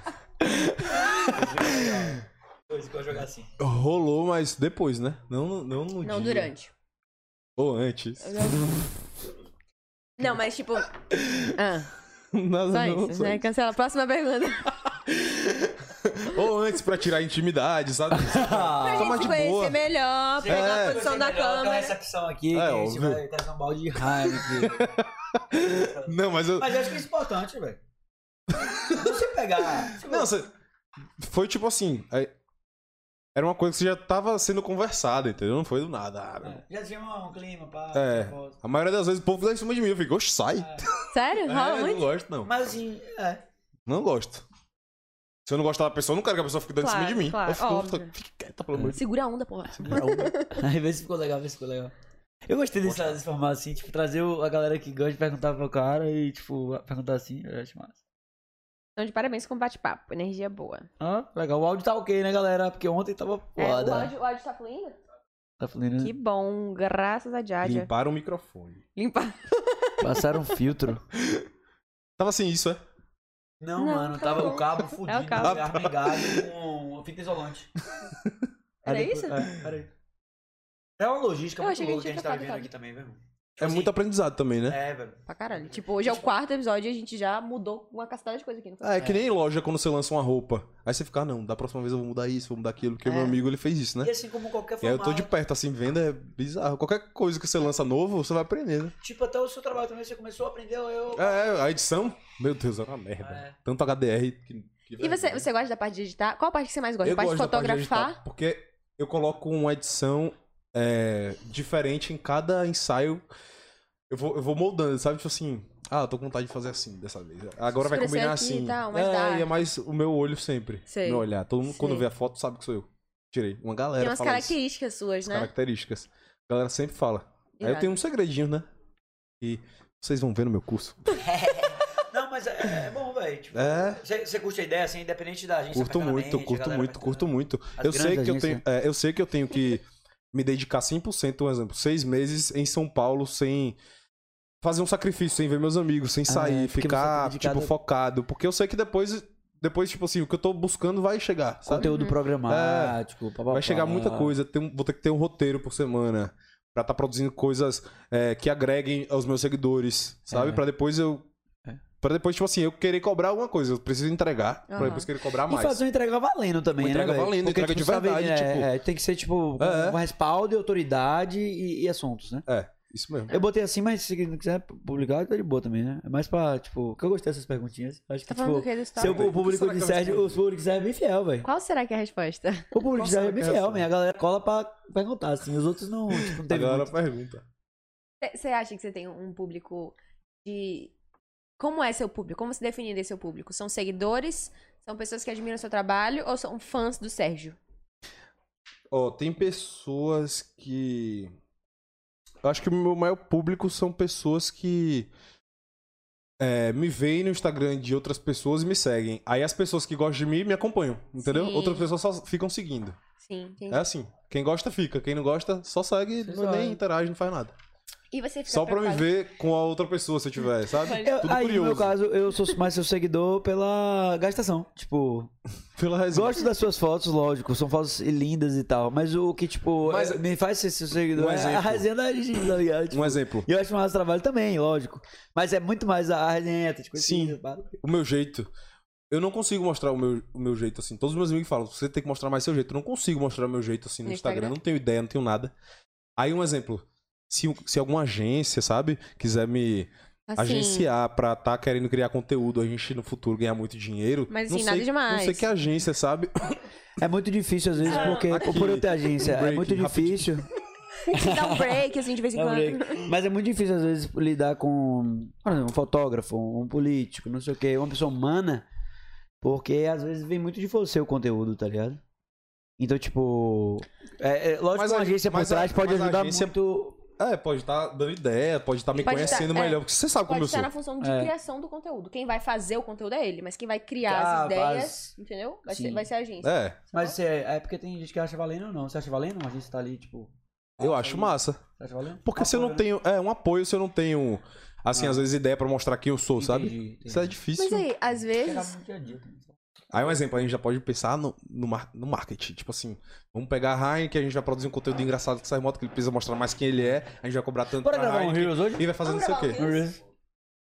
Speaker 1: Pois, que eu vou jogar assim.
Speaker 3: Rolou, mas depois, né? Não, no- não no
Speaker 2: Não,
Speaker 3: dia.
Speaker 2: durante.
Speaker 3: Ou antes.
Speaker 2: Não, mas tipo. Ah,
Speaker 3: Nada,
Speaker 2: só
Speaker 3: não,
Speaker 2: isso,
Speaker 3: só
Speaker 2: né?
Speaker 3: isso.
Speaker 2: Cancela. Próxima pergunta.
Speaker 3: Ou antes pra tirar a intimidade, sabe?
Speaker 2: pra
Speaker 3: Ah, Toma
Speaker 2: gente se
Speaker 3: de
Speaker 2: conhecer
Speaker 3: boa.
Speaker 2: melhor, pegar
Speaker 3: É.
Speaker 2: a posição da
Speaker 1: Então,
Speaker 2: câmera.
Speaker 1: essa opção aqui,
Speaker 3: É,
Speaker 1: que a gente
Speaker 3: óbvio.
Speaker 1: vai trazer um balde de raiva aqui.
Speaker 3: Não, mas eu.
Speaker 1: Mas eu acho que é importante, velho. Não se pegar. tipo,
Speaker 3: Não, você... foi tipo assim. aí- Era uma coisa que já tava sendo conversada, entendeu? Não foi do nada. Ah, meu.
Speaker 1: é, Já tinha um um clima, pá.
Speaker 3: É.
Speaker 1: foto.
Speaker 3: A maioria das vezes o povo dá em cima de mim. Eu fico, oxe, sai.
Speaker 2: Sério?
Speaker 3: É,
Speaker 2: Rola
Speaker 3: não
Speaker 2: muito?
Speaker 3: gosto, não.
Speaker 1: Mas assim, é.
Speaker 3: Não gosto. Se eu não gostar da pessoa, eu não quero que a pessoa fique dando em
Speaker 2: Claro,
Speaker 3: cima de mim.
Speaker 2: claro,
Speaker 3: eu fico,
Speaker 2: óbvio.
Speaker 3: puta, fique quieta, pelo amor de
Speaker 2: Segura a onda, porra.
Speaker 3: Deus.
Speaker 1: Aí vê se ficou legal, vê se ficou legal. Eu gostei desse, desse formato assim, tipo, trazer o- a galera que gosta de perguntar pro cara e, tipo, perguntar assim, eu acho massa.
Speaker 2: Então, de parabéns com o bate-papo. Energia boa.
Speaker 1: Ah, legal. O áudio tá ok, né, galera? Porque ontem tava
Speaker 2: É, o,
Speaker 1: foda.
Speaker 2: áudio, o áudio tá fluindo?
Speaker 1: Tá falando.
Speaker 2: Que bom, graças a Jaja.
Speaker 3: Limparam o microfone.
Speaker 2: Limpar.
Speaker 1: Passaram um filtro.
Speaker 3: Tava assim, isso é?
Speaker 1: Não,
Speaker 2: Não,
Speaker 1: mano, tava o cabo fudido,
Speaker 2: É o cabo.
Speaker 1: armegado com fita isolante.
Speaker 2: Era
Speaker 1: Aí
Speaker 2: isso?
Speaker 1: depois- É, era isso. É uma logística
Speaker 2: Eu
Speaker 1: muito
Speaker 2: achei que
Speaker 1: louca que a
Speaker 2: a
Speaker 1: gente
Speaker 2: gente
Speaker 1: tá
Speaker 2: tinha
Speaker 1: vivendo
Speaker 2: acabado.
Speaker 1: aqui também, velho. Tipo assim,
Speaker 3: É muito aprendizado também, né?
Speaker 1: É, velho.
Speaker 2: Pra caralho. Tipo, hoje é o quarto episódio e a gente já mudou uma cacetada de coisa aqui. Não foi?
Speaker 3: Ah, é que nem loja quando você lança uma roupa. Aí você fica, ah, não, da próxima vez eu vou mudar isso, vou mudar aquilo, porque
Speaker 2: É.
Speaker 3: meu amigo ele fez isso, né?
Speaker 1: E assim como qualquer
Speaker 3: E aí eu
Speaker 1: formato,
Speaker 3: tô de perto, assim, venda é bizarro. Qualquer coisa que você lança novo, você vai né? aprendendo.
Speaker 1: tipo, até o seu trabalho também, você começou a aprender, eu...
Speaker 3: É, a edição, meu Deus, era uma merda.
Speaker 1: É.
Speaker 3: Tanto HDR que. que
Speaker 2: E você,
Speaker 3: vergonha.
Speaker 2: você gosta da parte de editar? Qual a parte que você mais gosta? a parte de
Speaker 3: é gosto da parte de
Speaker 2: fotografar?
Speaker 3: editar, porque eu coloco uma edição é, diferente em cada ensaio. Eu vou, eu vou moldando, sabe? Tipo assim, ah, tô com vontade de fazer assim dessa vez. Agora vai
Speaker 2: Escurecer
Speaker 3: combinar
Speaker 2: aqui e
Speaker 3: assim.
Speaker 2: tal, mas
Speaker 3: é,
Speaker 2: dá.
Speaker 3: e é mais o meu olho sempre.
Speaker 2: Sei.
Speaker 3: Meu olhar. Todo mundo quando
Speaker 2: Sei.
Speaker 3: vê a foto sabe que sou eu. Tirei. Uma galera
Speaker 2: Tem umas
Speaker 3: fala isso.
Speaker 2: características suas,
Speaker 3: As
Speaker 2: né?
Speaker 3: características. A galera sempre fala. Aí eu
Speaker 2: Irado.
Speaker 3: tenho um segredinho, né? E vocês vão ver no meu curso.
Speaker 1: Não, mas é, é bom, velho. Tipo,
Speaker 3: É.
Speaker 1: você você curte a ideia, assim, independente da gente...
Speaker 3: Curto muito, curto muito, curto muito.
Speaker 1: As
Speaker 3: Eu sei,
Speaker 1: grandes
Speaker 3: que eu, tenho,
Speaker 1: agências.
Speaker 3: é, eu sei que eu tenho que me dedicar 100%, um exemplo, seis meses em São Paulo sem fazer um sacrifício, sem ver meus amigos, sem sair,
Speaker 1: porque você tá
Speaker 3: ficar,
Speaker 1: dedicado-
Speaker 3: tipo, focado. Porque eu sei que depois, depois, tipo assim, o que eu tô buscando vai chegar, sabe?
Speaker 1: Conteúdo programático,
Speaker 3: Uhum. É. Vai chegar muita
Speaker 1: ah.
Speaker 3: coisa. Tem um- vou ter que ter um roteiro por semana pra estar produzindo coisas é, que agreguem aos meus seguidores, sabe?
Speaker 1: É.
Speaker 3: Pra depois eu...
Speaker 1: É.
Speaker 3: Pra depois, tipo assim, eu querer cobrar alguma coisa. Eu preciso entregar. Pra
Speaker 2: Aham.
Speaker 3: depois querer cobrar
Speaker 1: E
Speaker 3: mais.
Speaker 1: fazer um uma entrega valendo também,
Speaker 3: Uma
Speaker 1: né?
Speaker 3: entrega
Speaker 1: velho?
Speaker 3: valendo,
Speaker 1: Porque,
Speaker 3: entrega
Speaker 1: tipo,
Speaker 3: de
Speaker 1: sabe,
Speaker 3: verdade,
Speaker 1: é,
Speaker 3: tipo-
Speaker 1: é, tem que ser, tipo, com
Speaker 3: É, é.
Speaker 1: com respaldo, e autoridade e, e assuntos, né?
Speaker 3: Isso mesmo.
Speaker 1: Eu botei assim, mas se não quiser publicar, tá de boa também, né? É mais pra, tipo, que eu gostei dessas perguntinhas. Acho que,
Speaker 2: Tá falando do
Speaker 1: tipo,
Speaker 2: que do story?
Speaker 1: se o-
Speaker 3: Bem,
Speaker 1: o
Speaker 3: o que
Speaker 1: público
Speaker 3: será que
Speaker 1: de
Speaker 3: eu
Speaker 1: Sérgio,
Speaker 3: respondo?
Speaker 1: o público de Sérgio é bem fiel, velho.
Speaker 2: Qual será que é a resposta?
Speaker 1: O público de
Speaker 3: será
Speaker 1: Sérgio é
Speaker 3: que
Speaker 1: bem
Speaker 3: eu
Speaker 1: fiel,
Speaker 3: respondo?
Speaker 1: man. A galera cola pra perguntar, assim. Os outros não, tipo, não teve
Speaker 3: Agora
Speaker 1: muito.
Speaker 3: pergunta.
Speaker 2: Você acha que você tem um público de. Como é seu público? Como se definiria seu público? São seguidores? São pessoas que admiram seu trabalho ou são fãs do Sérgio?
Speaker 3: Ó, tem pessoas que. Eu acho que o meu maior público são pessoas que. é, me veem no Instagram de outras pessoas e me seguem. Aí as pessoas que gostam de mim me acompanham, entendeu?
Speaker 2: Sim.
Speaker 3: Outras pessoas só ficam seguindo.
Speaker 2: Sim, entendi.
Speaker 3: É assim. Quem gosta, fica. Quem não gosta, só segue,
Speaker 1: Só
Speaker 3: não, nem
Speaker 1: segue.
Speaker 3: interage, não faz nada.
Speaker 2: E você fica
Speaker 3: Só pra me
Speaker 2: preocupado?
Speaker 3: ver com a outra pessoa se eu tiver, sabe?
Speaker 1: Eu,
Speaker 3: Tudo
Speaker 1: aí, no meu
Speaker 3: curioso.
Speaker 1: caso, eu sou mais seu seguidor pela gastação. Tipo,
Speaker 3: Pela resenha.
Speaker 1: Gosto das suas fotos, lógico, são fotos lindas e tal, mas o que, tipo,
Speaker 3: Mas-
Speaker 1: é- me faz ser seu seguidor
Speaker 3: Um
Speaker 1: é a
Speaker 3: exemplo.
Speaker 1: resenha da gente, tá ligado? Tipo,
Speaker 3: Um exemplo.
Speaker 1: E eu acho mais o trabalho também, lógico. Mas é muito mais a resenha, tipo,
Speaker 3: Sim.
Speaker 1: assim, pá.
Speaker 3: o meu jeito. Eu não consigo mostrar o meu, o meu jeito assim. Todos os meus amigos falam, você tem que mostrar mais seu jeito. Eu não consigo mostrar o meu jeito assim no,
Speaker 2: No
Speaker 3: Instagram.
Speaker 2: Instagram?
Speaker 3: Não tenho ideia, não tenho nada. Aí, um exemplo. Se, o- se alguma agência, sabe, quiser me
Speaker 2: Assim,
Speaker 3: agenciar pra tá querendo criar conteúdo, a gente no futuro ganhar muito dinheiro.
Speaker 2: Mas,
Speaker 3: não
Speaker 2: assim,
Speaker 3: sei,
Speaker 2: nada demais.
Speaker 3: Não sei que agência, sabe?
Speaker 1: É muito difícil, às vezes, porque
Speaker 3: Aqui,
Speaker 1: por eu ter agência,
Speaker 3: um
Speaker 1: é
Speaker 3: break
Speaker 1: muito
Speaker 3: rapidinho.
Speaker 1: difícil.
Speaker 2: Dá um break, assim, de vez em
Speaker 1: É um
Speaker 2: quando.
Speaker 1: break. Mas é muito difícil, às vezes, lidar com, por exemplo, um fotógrafo, um político, não sei o quê, uma pessoa humana, porque às vezes vem muito de você o conteúdo, tá ligado? Então, tipo. É, é, lógico
Speaker 3: Mas
Speaker 1: que uma
Speaker 3: a-
Speaker 1: agência por
Speaker 3: mas a-
Speaker 1: trás pode
Speaker 3: mas a
Speaker 1: ajudar
Speaker 3: agência-
Speaker 1: muito.
Speaker 3: É, pode estar dando ideia, pode estar me
Speaker 2: Pode tá-
Speaker 3: conhecendo
Speaker 2: é.
Speaker 3: melhor. Porque você sabe como
Speaker 2: Pode
Speaker 3: eu sou.
Speaker 2: estar na função de
Speaker 1: É.
Speaker 2: criação do conteúdo. Quem vai fazer o conteúdo é ele, mas quem vai criar
Speaker 1: Ah,
Speaker 2: as ideias,
Speaker 1: faz-
Speaker 2: entendeu? Vai
Speaker 1: Sim.
Speaker 2: ser, vai ser a agência.
Speaker 3: É,
Speaker 1: Mas é, é porque tem gente que acha valendo ou não. Você acha valendo? A agência tá ali, tipo.
Speaker 3: eu
Speaker 1: ah,
Speaker 3: acho
Speaker 1: aí,
Speaker 3: massa.
Speaker 1: Você acha valendo?
Speaker 3: Porque se eu não
Speaker 1: Apoio, né?
Speaker 3: tenho. É, um apoio se eu não tenho, assim,
Speaker 1: Ah.
Speaker 3: às vezes ideia pra mostrar quem eu sou, sabe?
Speaker 1: Entendi, entendi.
Speaker 3: Isso é difícil.
Speaker 2: Mas aí, às
Speaker 1: Chegar
Speaker 2: vezes.
Speaker 1: no dia a dia também.
Speaker 3: Aí um exemplo, a gente já pode pensar no, no, mar- no marketing. Tipo assim, vamos pegar a Heineken, a gente vai produzir um conteúdo engraçado com essa moto que ele precisa mostrar mais quem ele é, a gente vai cobrar tanto
Speaker 1: Bora
Speaker 3: pra
Speaker 1: gravar um
Speaker 3: Heineken
Speaker 1: Heroes hoje?
Speaker 3: e vai fazer não sei o
Speaker 2: Vamos
Speaker 3: quê.
Speaker 2: gravar um
Speaker 1: Heroes.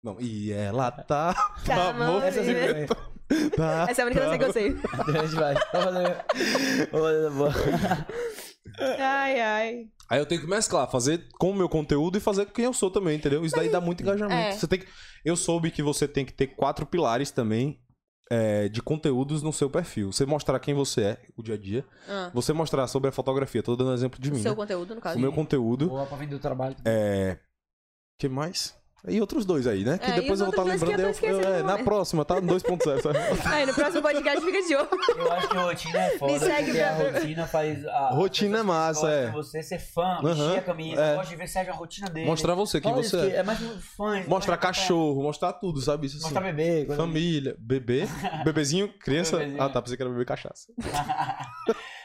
Speaker 3: Não, e ela tá.
Speaker 2: Tá,
Speaker 3: amor,
Speaker 1: Essa
Speaker 2: maravilha.
Speaker 1: é
Speaker 3: tá
Speaker 2: Essa é a única coisa que eu sei.
Speaker 1: a gente vai. Tá fazendo- Vamos fazer-
Speaker 2: Ai, ai.
Speaker 3: Aí eu tenho que mesclar, fazer com o meu conteúdo e fazer com quem eu sou também, entendeu? Isso daí dá muito engajamento.
Speaker 2: é.
Speaker 3: Você tem que... Eu soube que você tem que ter quatro pilares também é, de conteúdos no seu perfil. Você mostrar quem você é, o dia a dia.
Speaker 2: Ah,
Speaker 3: Você mostrar sobre a fotografia, tô dando exemplo de
Speaker 2: o
Speaker 3: mim.
Speaker 2: seu
Speaker 3: né?
Speaker 2: conteúdo, no
Speaker 3: O
Speaker 2: caso.
Speaker 3: meu conteúdo.
Speaker 1: Boa pra vender o trabalho.
Speaker 3: É. que mais? E outros dois aí, né? Que
Speaker 2: É, e
Speaker 3: depois
Speaker 2: os
Speaker 3: eu vou estar
Speaker 2: outros dois que eu
Speaker 3: lembrando.
Speaker 2: tô
Speaker 3: eu-
Speaker 2: esquecendo
Speaker 3: eu- é,
Speaker 2: no
Speaker 3: na
Speaker 2: momento.
Speaker 3: próxima, tá? 2.0. sabe?
Speaker 2: Ai, no próximo podcast fica de olho.
Speaker 1: Eu acho que a rotina é foda.
Speaker 2: Me segue,
Speaker 1: porque a
Speaker 2: Pedro.
Speaker 1: rotina faz. A,
Speaker 3: Rotina
Speaker 1: as pessoas
Speaker 3: é massa,
Speaker 1: gostam
Speaker 3: é.
Speaker 1: de Você ser fã,
Speaker 3: Aham,
Speaker 1: vestir a camisa,
Speaker 3: é.
Speaker 1: gosta de ver Sérgio a rotina dele.
Speaker 3: mostrar você, quem
Speaker 1: Fala isso,
Speaker 3: você
Speaker 1: que
Speaker 3: é.
Speaker 1: é mais um fã. então
Speaker 3: Mostrar
Speaker 1: vai-
Speaker 3: cachorro, mostrar tudo, sabe? Isso
Speaker 1: Mostrar
Speaker 3: assim.
Speaker 1: bebê. coisa-
Speaker 3: Família, bebê, bebezinho, criança.
Speaker 1: Bebezinho.
Speaker 3: Ah, tá, pensei que era beber cachaça.